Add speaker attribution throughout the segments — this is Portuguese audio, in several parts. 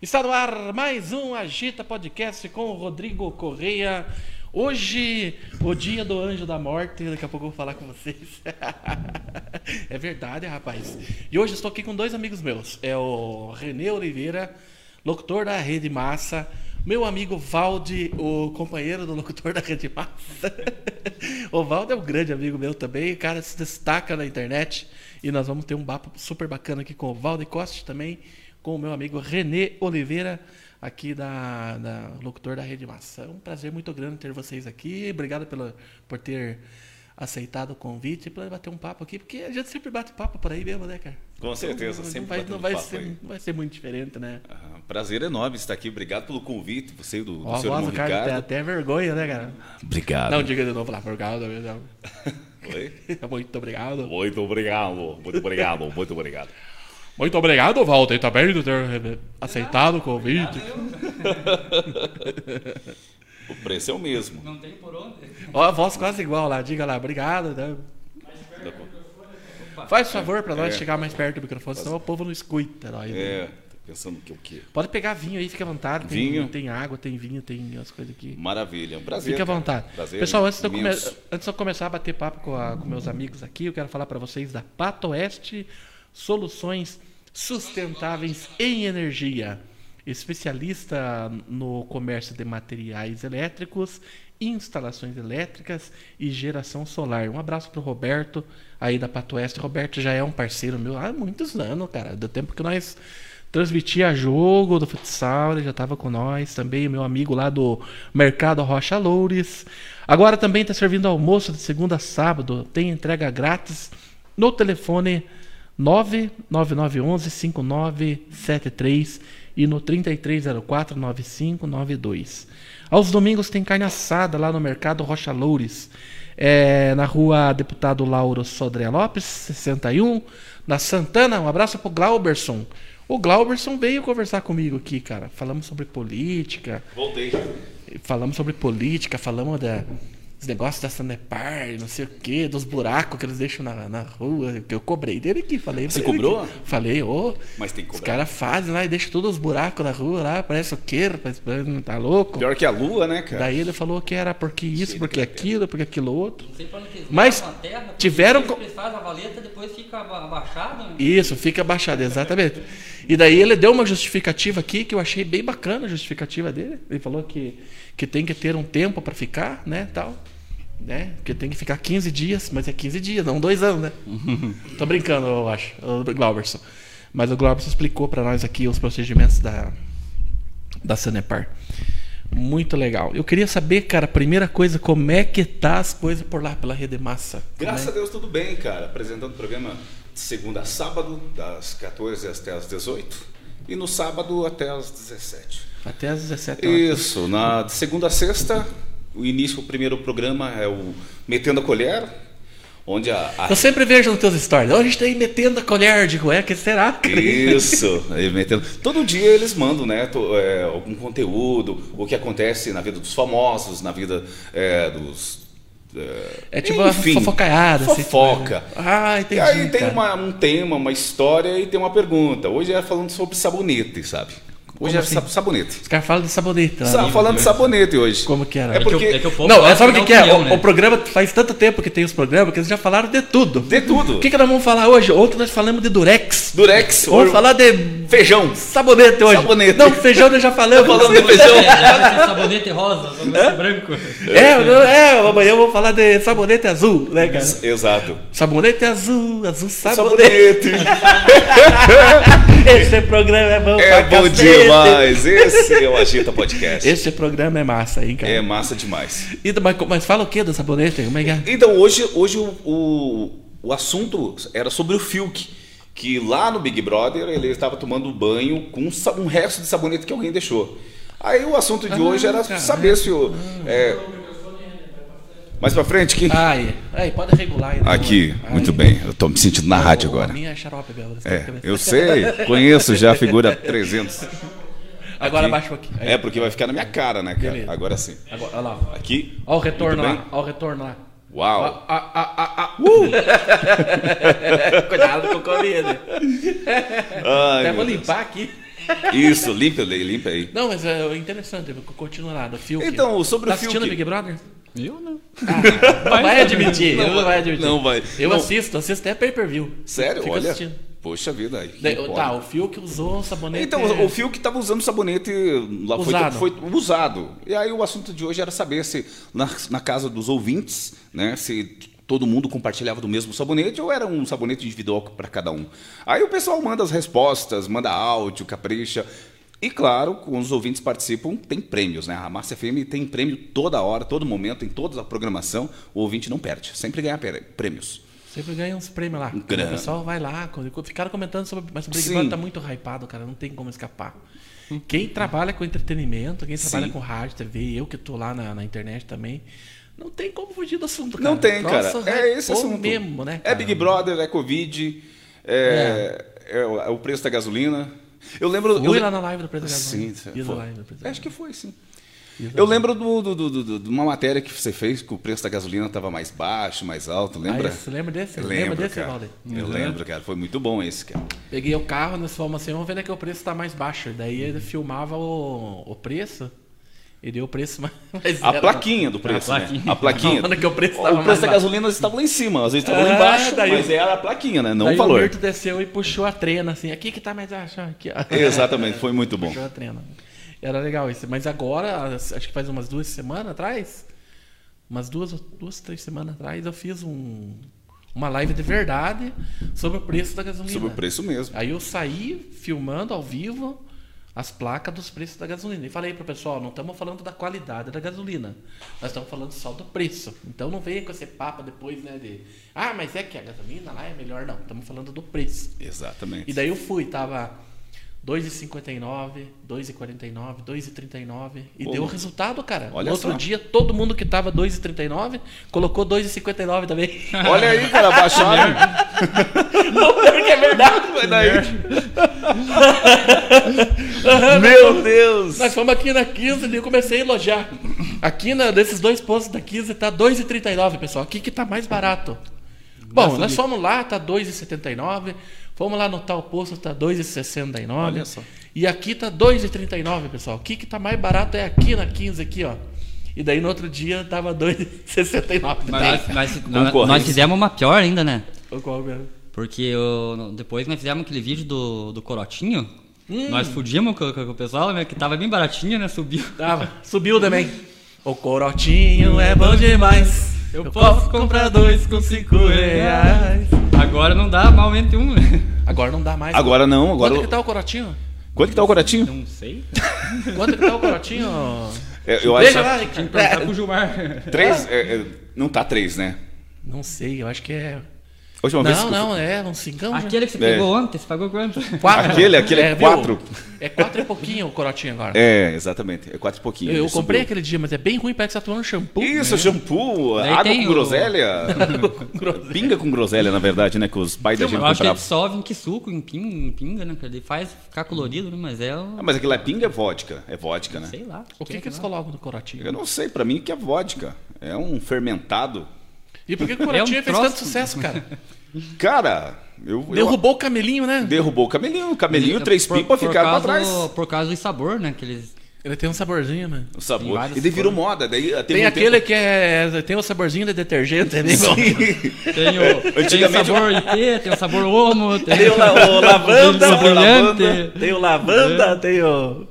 Speaker 1: Está no ar mais um Agita Podcast com o Rodrigo Correia. Hoje, o dia do anjo da morte, daqui a pouco eu vou falar com vocês. é verdade, rapaz. E hoje eu estou aqui com dois amigos meus. É o Renê Oliveira, locutor da Rede Massa. Meu amigo Valde, o companheiro do locutor da Rede Massa. o Valde é um grande amigo meu também, o cara se destaca na internet. E nós vamos ter um papo super bacana aqui com o Valde Costa também com o meu amigo Renê Oliveira, aqui da, da locutor da Rede Massa. É um prazer muito grande ter vocês aqui. Obrigado pela, por ter aceitado o convite para bater um papo aqui, porque a gente sempre bate papo por aí mesmo, né, cara?
Speaker 2: Com certeza,
Speaker 1: Então, não,
Speaker 2: sempre
Speaker 1: vai,
Speaker 2: batendo
Speaker 1: não, vai
Speaker 2: papo
Speaker 1: ser,
Speaker 2: aí.
Speaker 1: não vai ser muito diferente, né?
Speaker 2: Ah, prazer enorme estar aqui. Obrigado pelo convite, você e do, do
Speaker 1: Ó, a
Speaker 2: seu
Speaker 1: voz
Speaker 2: irmão
Speaker 1: do cara tem
Speaker 2: Ricardo. Ah, né?
Speaker 1: até vergonha, né, cara?
Speaker 2: Obrigado.
Speaker 1: Não, diga de novo lá, obrigado. obrigado.
Speaker 2: Oi?
Speaker 1: Muito obrigado.
Speaker 2: Muito obrigado, muito obrigado, muito obrigado.
Speaker 1: Muito obrigado, Walter, também, por ter aceitado o convite.
Speaker 2: O preço é o mesmo.
Speaker 3: Não tem por onde.
Speaker 1: Ó, a voz quase igual lá, diga lá, obrigado. né?
Speaker 2: Tá bom.
Speaker 1: Faz favor pra nós
Speaker 2: É.
Speaker 1: chegar mais perto do microfone, senão o povo não escuta. Nós, né?
Speaker 2: É, tô pensando que o quê?
Speaker 1: Pode pegar vinho aí, fica à vontade. Tem,
Speaker 2: Vinho.
Speaker 1: tem água, tem vinho, tem as coisas aqui.
Speaker 2: Maravilha, um prazer.
Speaker 1: Fique à
Speaker 2: cara.
Speaker 1: vontade.
Speaker 2: Prazer
Speaker 1: Pessoal, antes de, eu come-
Speaker 2: imenso.
Speaker 1: antes de eu começar a bater papo com, a- com meus amigos aqui, eu quero falar para vocês da Pato Oeste Soluções Sustentáveis em Energia. Especialista no comércio de materiais elétricos, instalações elétricas e geração solar. Um abraço pro Roberto aí da Pato Oeste. Roberto já é um parceiro meu há muitos anos, cara. Do tempo que nós transmitia jogo do futsal, ele já estava com nós também, meu amigo lá do Mercado Rocha Loures. Agora também está servindo almoço de segunda a sábado, tem entrega grátis no telefone 99911 5973 e no 3304 9592. Aos domingos tem carne assada lá no Mercado Rocha Loures. É, na rua Deputado Lauro Sodré Lopes, 61, na Santana. Um abraço pro Glauberson. O Glauberson veio conversar comigo aqui, cara. Falamos sobre política,
Speaker 2: Voltei.
Speaker 1: falamos sobre política, falamos da, dos negócios da Sanepar, não sei o quê, dos buracos que eles deixam na, na rua, que eu cobrei dele aqui, falei.
Speaker 2: Você
Speaker 1: pra ele
Speaker 2: cobrou?
Speaker 1: aqui. Falei, ô.
Speaker 2: Mas tem que
Speaker 1: os
Speaker 2: cobrar.
Speaker 1: caras fazem lá e deixam todos os buracos na rua lá, parece o quê? Parece, não tá louco?
Speaker 2: Pior que a lua, né, cara?
Speaker 1: Daí ele falou que era porque isso,
Speaker 2: Cheio
Speaker 1: porque
Speaker 2: de carteira.
Speaker 1: aquilo, porque aquilo outro.
Speaker 3: Não sei pra onde que eles
Speaker 1: Mas
Speaker 3: levam a terra, porque
Speaker 1: tiveram
Speaker 3: eles
Speaker 1: co- É
Speaker 3: faz a valeta, depois fica aba- né? abaixada.
Speaker 1: Isso, fica abaixado, exatamente. E daí ele deu uma justificativa aqui que eu achei bem bacana a justificativa dele. Ele falou que, que tem que ter um tempo para ficar, né, tal, né? Que tem que ficar 15 dias, mas é 15 dias, não dois anos, né? Tô brincando, eu acho, o Glauberson. Mas o Glauberson explicou para nós aqui os procedimentos da, da Sanepar. Muito legal. Eu queria saber, cara, primeira coisa, como é que tá as coisas por lá, pela Rede Massa? Como
Speaker 2: Graças
Speaker 1: é?
Speaker 2: a Deus, tudo bem, cara. Apresentando o programa de segunda a sábado, das 14 até as 18. E no sábado até as 17.
Speaker 1: Até às 17 horas.
Speaker 2: Isso, na de segunda a sexta, o início, o primeiro programa é o Metendo a Colher, onde a. a-
Speaker 1: Eu sempre vejo nos teus stories. Hoje a gente tá aí metendo a colher de cueca, será? cara?
Speaker 2: Isso, aí metendo. Todo dia eles mandam, né? to- é, algum conteúdo, o que acontece na vida dos famosos, na vida é, dos.
Speaker 1: É tipo uma fofocaiada, assim,
Speaker 2: Fofoca.
Speaker 1: tipo, né? Ah, entendi.
Speaker 2: E aí tem
Speaker 1: cara.
Speaker 2: uma- um tema, uma história e tem uma pergunta. Hoje é falando sobre sabonete, sabe?
Speaker 1: Como
Speaker 2: Hoje é
Speaker 1: assim?
Speaker 2: sa- sabonete.
Speaker 1: Os caras falam de sabonete. lá,
Speaker 2: Sa
Speaker 1: né?
Speaker 2: falando de sabonete hoje.
Speaker 1: Como que era?
Speaker 2: É
Speaker 1: É que
Speaker 2: porque...
Speaker 3: eu- é que eu- povo
Speaker 1: Não,
Speaker 3: gosta
Speaker 1: é sabe o
Speaker 3: de
Speaker 1: que, que
Speaker 3: dar
Speaker 1: é?
Speaker 3: opinião,
Speaker 1: o,
Speaker 3: né?
Speaker 1: o programa faz tanto tempo que tem os programas que eles já falaram de tudo.
Speaker 2: De tudo.
Speaker 1: O que, que nós vamos falar hoje? Ontem nós falamos de Durex.
Speaker 2: Durex,
Speaker 1: Vamos
Speaker 2: or-
Speaker 1: falar de
Speaker 2: feijão.
Speaker 1: sabonete hoje.
Speaker 2: Sabonete.
Speaker 1: Não, feijão nós já falamos.
Speaker 2: Falando de
Speaker 3: É,
Speaker 2: feijão.
Speaker 3: deve ser sabonete rosa, sabonete branco.
Speaker 1: É, não, é, amanhã eu vou falar de sabonete azul, né, cara?
Speaker 2: Exato.
Speaker 1: Sabonete azul, azul
Speaker 2: Tá
Speaker 1: sabonete.
Speaker 2: Sabonete.
Speaker 1: Esse programa é bom
Speaker 2: É
Speaker 1: pra
Speaker 2: bom
Speaker 1: cacete.
Speaker 2: demais. Esse é o Agita Podcast.
Speaker 1: Esse programa é massa, hein, cara?
Speaker 2: É massa demais.
Speaker 1: E do- mas, mas fala o que do sabonete? Como é que é?
Speaker 2: Então, hoje, hoje o, o, o assunto era sobre o Fiuk, que lá no Big Brother ele estava tomando banho com um, sa- um resto de sabonete que alguém deixou. Aí o assunto de
Speaker 1: Ah,
Speaker 2: hoje era
Speaker 1: cara. Ah.
Speaker 2: saber se o. é- Mais pra frente, aqui.
Speaker 1: Ai, Ah, é. aí, pode regular aí. né?
Speaker 2: Aqui,
Speaker 1: Ai.
Speaker 2: muito bem. Eu tô me sentindo na
Speaker 1: Ô,
Speaker 2: rádio
Speaker 1: ô, A
Speaker 2: agora.
Speaker 1: minha é xarope, Bel.
Speaker 2: É, eu sei, conheço já a figura 300.
Speaker 1: Agora
Speaker 2: Aqui.
Speaker 1: abaixa um pouquinho. Aí.
Speaker 2: É, porque vai ficar na minha cara, né, cara?
Speaker 1: Beleza.
Speaker 2: Agora sim.
Speaker 1: Agora, olha lá.
Speaker 2: Aqui.
Speaker 1: Olha o retorno lá.
Speaker 2: Muito bem.
Speaker 1: Olha o retorno lá.
Speaker 2: Uau.
Speaker 1: Ah, ah, ah, ah. Cuidado com o Covid.
Speaker 2: Ai,
Speaker 1: Até
Speaker 2: meu
Speaker 1: vou é,
Speaker 2: Deus.
Speaker 1: limpar aqui.
Speaker 2: Isso, limpa, limpa aí.
Speaker 1: Não, mas é interessante, continua lá, do Fiuk.
Speaker 2: Então, sobre
Speaker 1: tá
Speaker 2: o Fiuk-
Speaker 1: assistindo Big Brother?
Speaker 4: Eu não.
Speaker 1: Não vai admitir,
Speaker 2: Não
Speaker 1: não, vai admitir.
Speaker 2: não vai.
Speaker 1: Eu
Speaker 2: Não.
Speaker 1: assisto, assisto até pay-per-view.
Speaker 2: Sério?
Speaker 1: Fico
Speaker 2: Olha.
Speaker 1: assistindo.
Speaker 2: Poxa vida. aí. que
Speaker 1: Daí,
Speaker 2: pode.
Speaker 1: tá, o Fiuk usou um sabonete...
Speaker 2: Então, o Fio que estava usando sabonete lá foi-
Speaker 1: Usado.
Speaker 2: Foi, usado. E aí o assunto de hoje era saber se na, na casa dos ouvintes, né, se todo mundo compartilhava do mesmo sabonete ou era um sabonete individual para cada um. Aí o pessoal manda as respostas, manda áudio, capricha. E claro, quando os ouvintes participam, tem prêmios, né? A Márcia FM tem prêmio toda hora, todo momento, em toda a programação. O ouvinte não perde, sempre ganha prê- prêmios.
Speaker 1: Sempre ganha uns prêmios lá.
Speaker 2: Grana.
Speaker 1: O pessoal vai lá, co- ficaram comentando sobre. Mas o Big
Speaker 2: É. Sim.
Speaker 1: Brother tá muito hypado, cara, não tem como escapar. Quem trabalha com entretenimento, quem trabalha
Speaker 2: Sim.
Speaker 1: com rádio, TV, eu que tô lá na, na internet também, não tem como fugir do assunto, cara.
Speaker 2: Não tem, cara.
Speaker 1: Nossa,
Speaker 2: É esse
Speaker 1: ou
Speaker 2: assunto.
Speaker 1: mesmo, né?
Speaker 2: É
Speaker 1: cara?
Speaker 2: Big Brother, é Covid, é, é o- é o preço da gasolina. Eu lembro. eu
Speaker 1: Fui
Speaker 2: le-
Speaker 1: lá na live do né? Presidente
Speaker 2: Sim,
Speaker 1: Sim,
Speaker 2: foi.
Speaker 1: live do Presidente
Speaker 2: Acho que foi, sim. Eu lembro do- do- do- do- do- de uma matéria que você fez que o preço da gasolina estava mais baixo, mais alto, lembra?
Speaker 1: Ah, esse, lembra desse?
Speaker 2: Eu
Speaker 1: Lembra
Speaker 2: lembro,
Speaker 1: desse,
Speaker 2: cara.
Speaker 1: Valdir? Uhum.
Speaker 2: Eu lembro, cara. Foi muito bom esse, cara.
Speaker 1: Peguei o carro, nós fomos assim, vamos ver né, que o preço tá mais baixo. Daí ele filmava o, o preço e deu o preço mais. mais
Speaker 2: A
Speaker 1: zero.
Speaker 2: plaquinha do preço, né?
Speaker 4: plaquinha.
Speaker 2: A plaquinha.
Speaker 1: Falando que o preço tava
Speaker 2: o
Speaker 1: mais
Speaker 2: preço da
Speaker 1: baixo.
Speaker 2: gasolina estava lá em cima, às vezes estava lá
Speaker 1: Ah,
Speaker 2: embaixo,
Speaker 1: daí
Speaker 2: mas
Speaker 1: o-
Speaker 2: era a plaquinha, né? Não
Speaker 1: Daí
Speaker 2: o valor.
Speaker 1: o Mirto desceu e puxou a trena, assim, aqui que tá mais baixo, aqui, ó.
Speaker 2: Exatamente, foi muito bom.
Speaker 1: Puxou a trena. Era legal isso. Mas agora, as- acho que faz umas duas semanas atrás, umas duas, duas três semanas atrás, eu fiz um, uma live de verdade sobre o preço da gasolina.
Speaker 2: Sobre o preço mesmo.
Speaker 1: Aí eu saí filmando ao vivo as placas dos preços da gasolina. E falei pro pessoal, não estamos falando da qualidade da gasolina. Nós estamos falando só do preço. Então não venha com esse papo depois, né, de... Ah, mas é que a gasolina lá é melhor. Não, estamos falando do preço.
Speaker 2: Exatamente.
Speaker 1: E daí eu fui, tava 2,59, 2,49, 2,39 e
Speaker 2: Pô,
Speaker 1: deu o resultado, cara.
Speaker 2: olha
Speaker 1: no outro
Speaker 2: só.
Speaker 1: dia, todo mundo que tava 2,39 colocou 2,59 também.
Speaker 2: Olha aí, cara,
Speaker 1: Né?
Speaker 2: baixaram.
Speaker 1: Não, porque é verdade.
Speaker 2: Vai daí. Meu Deus!
Speaker 1: Nós fomos aqui na 15 e eu comecei a elogiar. Aqui na, desses dois postos da 15 tá 2,39, pessoal. Aqui que tá mais barato. Bom, nós fomos lá, tá 2,79. Fomos lá no tal posto, tá 2,69.
Speaker 2: Olha só.
Speaker 1: E aqui tá 2,39, pessoal. O que que tá mais barato é aqui na 15 aqui, ó. E daí no outro dia tava 2,69.
Speaker 3: Nós, nós-
Speaker 2: Concorrência.
Speaker 3: nós fizemos uma pior ainda, né?
Speaker 1: O qual mesmo?
Speaker 3: Porque eu- depois nós fizemos aquele vídeo do, do Corotinho.
Speaker 1: Hum.
Speaker 3: Nós fudimos com, com- com o pessoal, né? Que tava bem baratinho, né? Subiu.
Speaker 1: Tava. Subiu também. O corotinho é bom demais.
Speaker 3: Eu posso comprar dois com cinco reais.
Speaker 1: Hum.
Speaker 3: Agora não dá, mal aumenta um, né?
Speaker 1: Agora não dá mais.
Speaker 2: Agora não, agora.
Speaker 1: Quanto que tá o corotinho?
Speaker 2: Quanto que tá o Coratinho?
Speaker 3: Não sei.
Speaker 1: Quanto que tá o corotinho?
Speaker 2: É, eu
Speaker 1: Veja
Speaker 2: acho.
Speaker 1: lá, Ah.
Speaker 3: Tinha que
Speaker 1: Ricardo.
Speaker 3: perguntar pro Gilmar.
Speaker 2: Três? é, é, não tá três, né?
Speaker 1: Não sei, eu acho que é.
Speaker 2: A última vez.
Speaker 1: não,
Speaker 2: que eu-
Speaker 1: não, é um cincão. né?
Speaker 3: Aquele que você
Speaker 2: É.
Speaker 3: pegou ontem, você pagou quanto?
Speaker 1: Quatro.
Speaker 2: Aquele- aquele é
Speaker 1: viu?
Speaker 2: quatro.
Speaker 1: É quatro e pouquinho o corotinho agora.
Speaker 2: É, exatamente. É quatro e pouquinho.
Speaker 1: eu eu
Speaker 2: ele
Speaker 1: comprei
Speaker 2: subiu.
Speaker 1: aquele dia, mas é bem ruim, parece que você tá tomando shampoo.
Speaker 2: Isso, shampoo,
Speaker 3: Daí
Speaker 2: água
Speaker 3: tem
Speaker 2: com
Speaker 3: o-
Speaker 2: groselha.
Speaker 1: Groselha.
Speaker 2: Pinga com groselha, na verdade, né? Que os pais da gente
Speaker 3: Eu acho que ele
Speaker 2: compravam.
Speaker 3: dissolve em que suco, em pinga, em pinga né? cara? Ele faz ficar colorido, né? Mas é
Speaker 2: Ah,
Speaker 3: o.
Speaker 2: mas aquilo é pinga é vodka. É vodka, né?
Speaker 3: Sei lá.
Speaker 1: O que, que eles
Speaker 3: lá?
Speaker 1: colocam no
Speaker 2: Eu
Speaker 1: corotinho?
Speaker 2: não sei, pra mim que é vodka. É um fermentado.
Speaker 1: E por que que o corotinho
Speaker 3: É um
Speaker 1: fez
Speaker 3: troço.
Speaker 1: tanto sucesso, cara?
Speaker 2: Cara, eu. eu-
Speaker 1: Derrubou o camelinho, né?
Speaker 2: Derrubou o camelinho, o camelinho,
Speaker 3: Por-
Speaker 2: três
Speaker 3: É, por-
Speaker 2: pipas
Speaker 3: por
Speaker 2: ficaram pra
Speaker 3: causa
Speaker 2: trás.
Speaker 3: do- Por causa do sabor, né? Que eles.
Speaker 1: Ele tem um saborzinho, né?
Speaker 2: O
Speaker 3: Tem
Speaker 2: sabor.
Speaker 3: várias
Speaker 2: E daí virou moda. Daí teve
Speaker 1: Tem
Speaker 2: um
Speaker 1: aquele
Speaker 2: tempo-
Speaker 1: que é. Tem o saborzinho de detergente, né?
Speaker 3: Tem o, tem o
Speaker 2: Antigamente-
Speaker 3: sabor IP, tem o sabor homo, tem,
Speaker 1: Tem o, la- o lavanda,
Speaker 3: tem o brilhante.
Speaker 2: lavanda.
Speaker 1: tem o
Speaker 2: É.
Speaker 1: lavanda, tem o.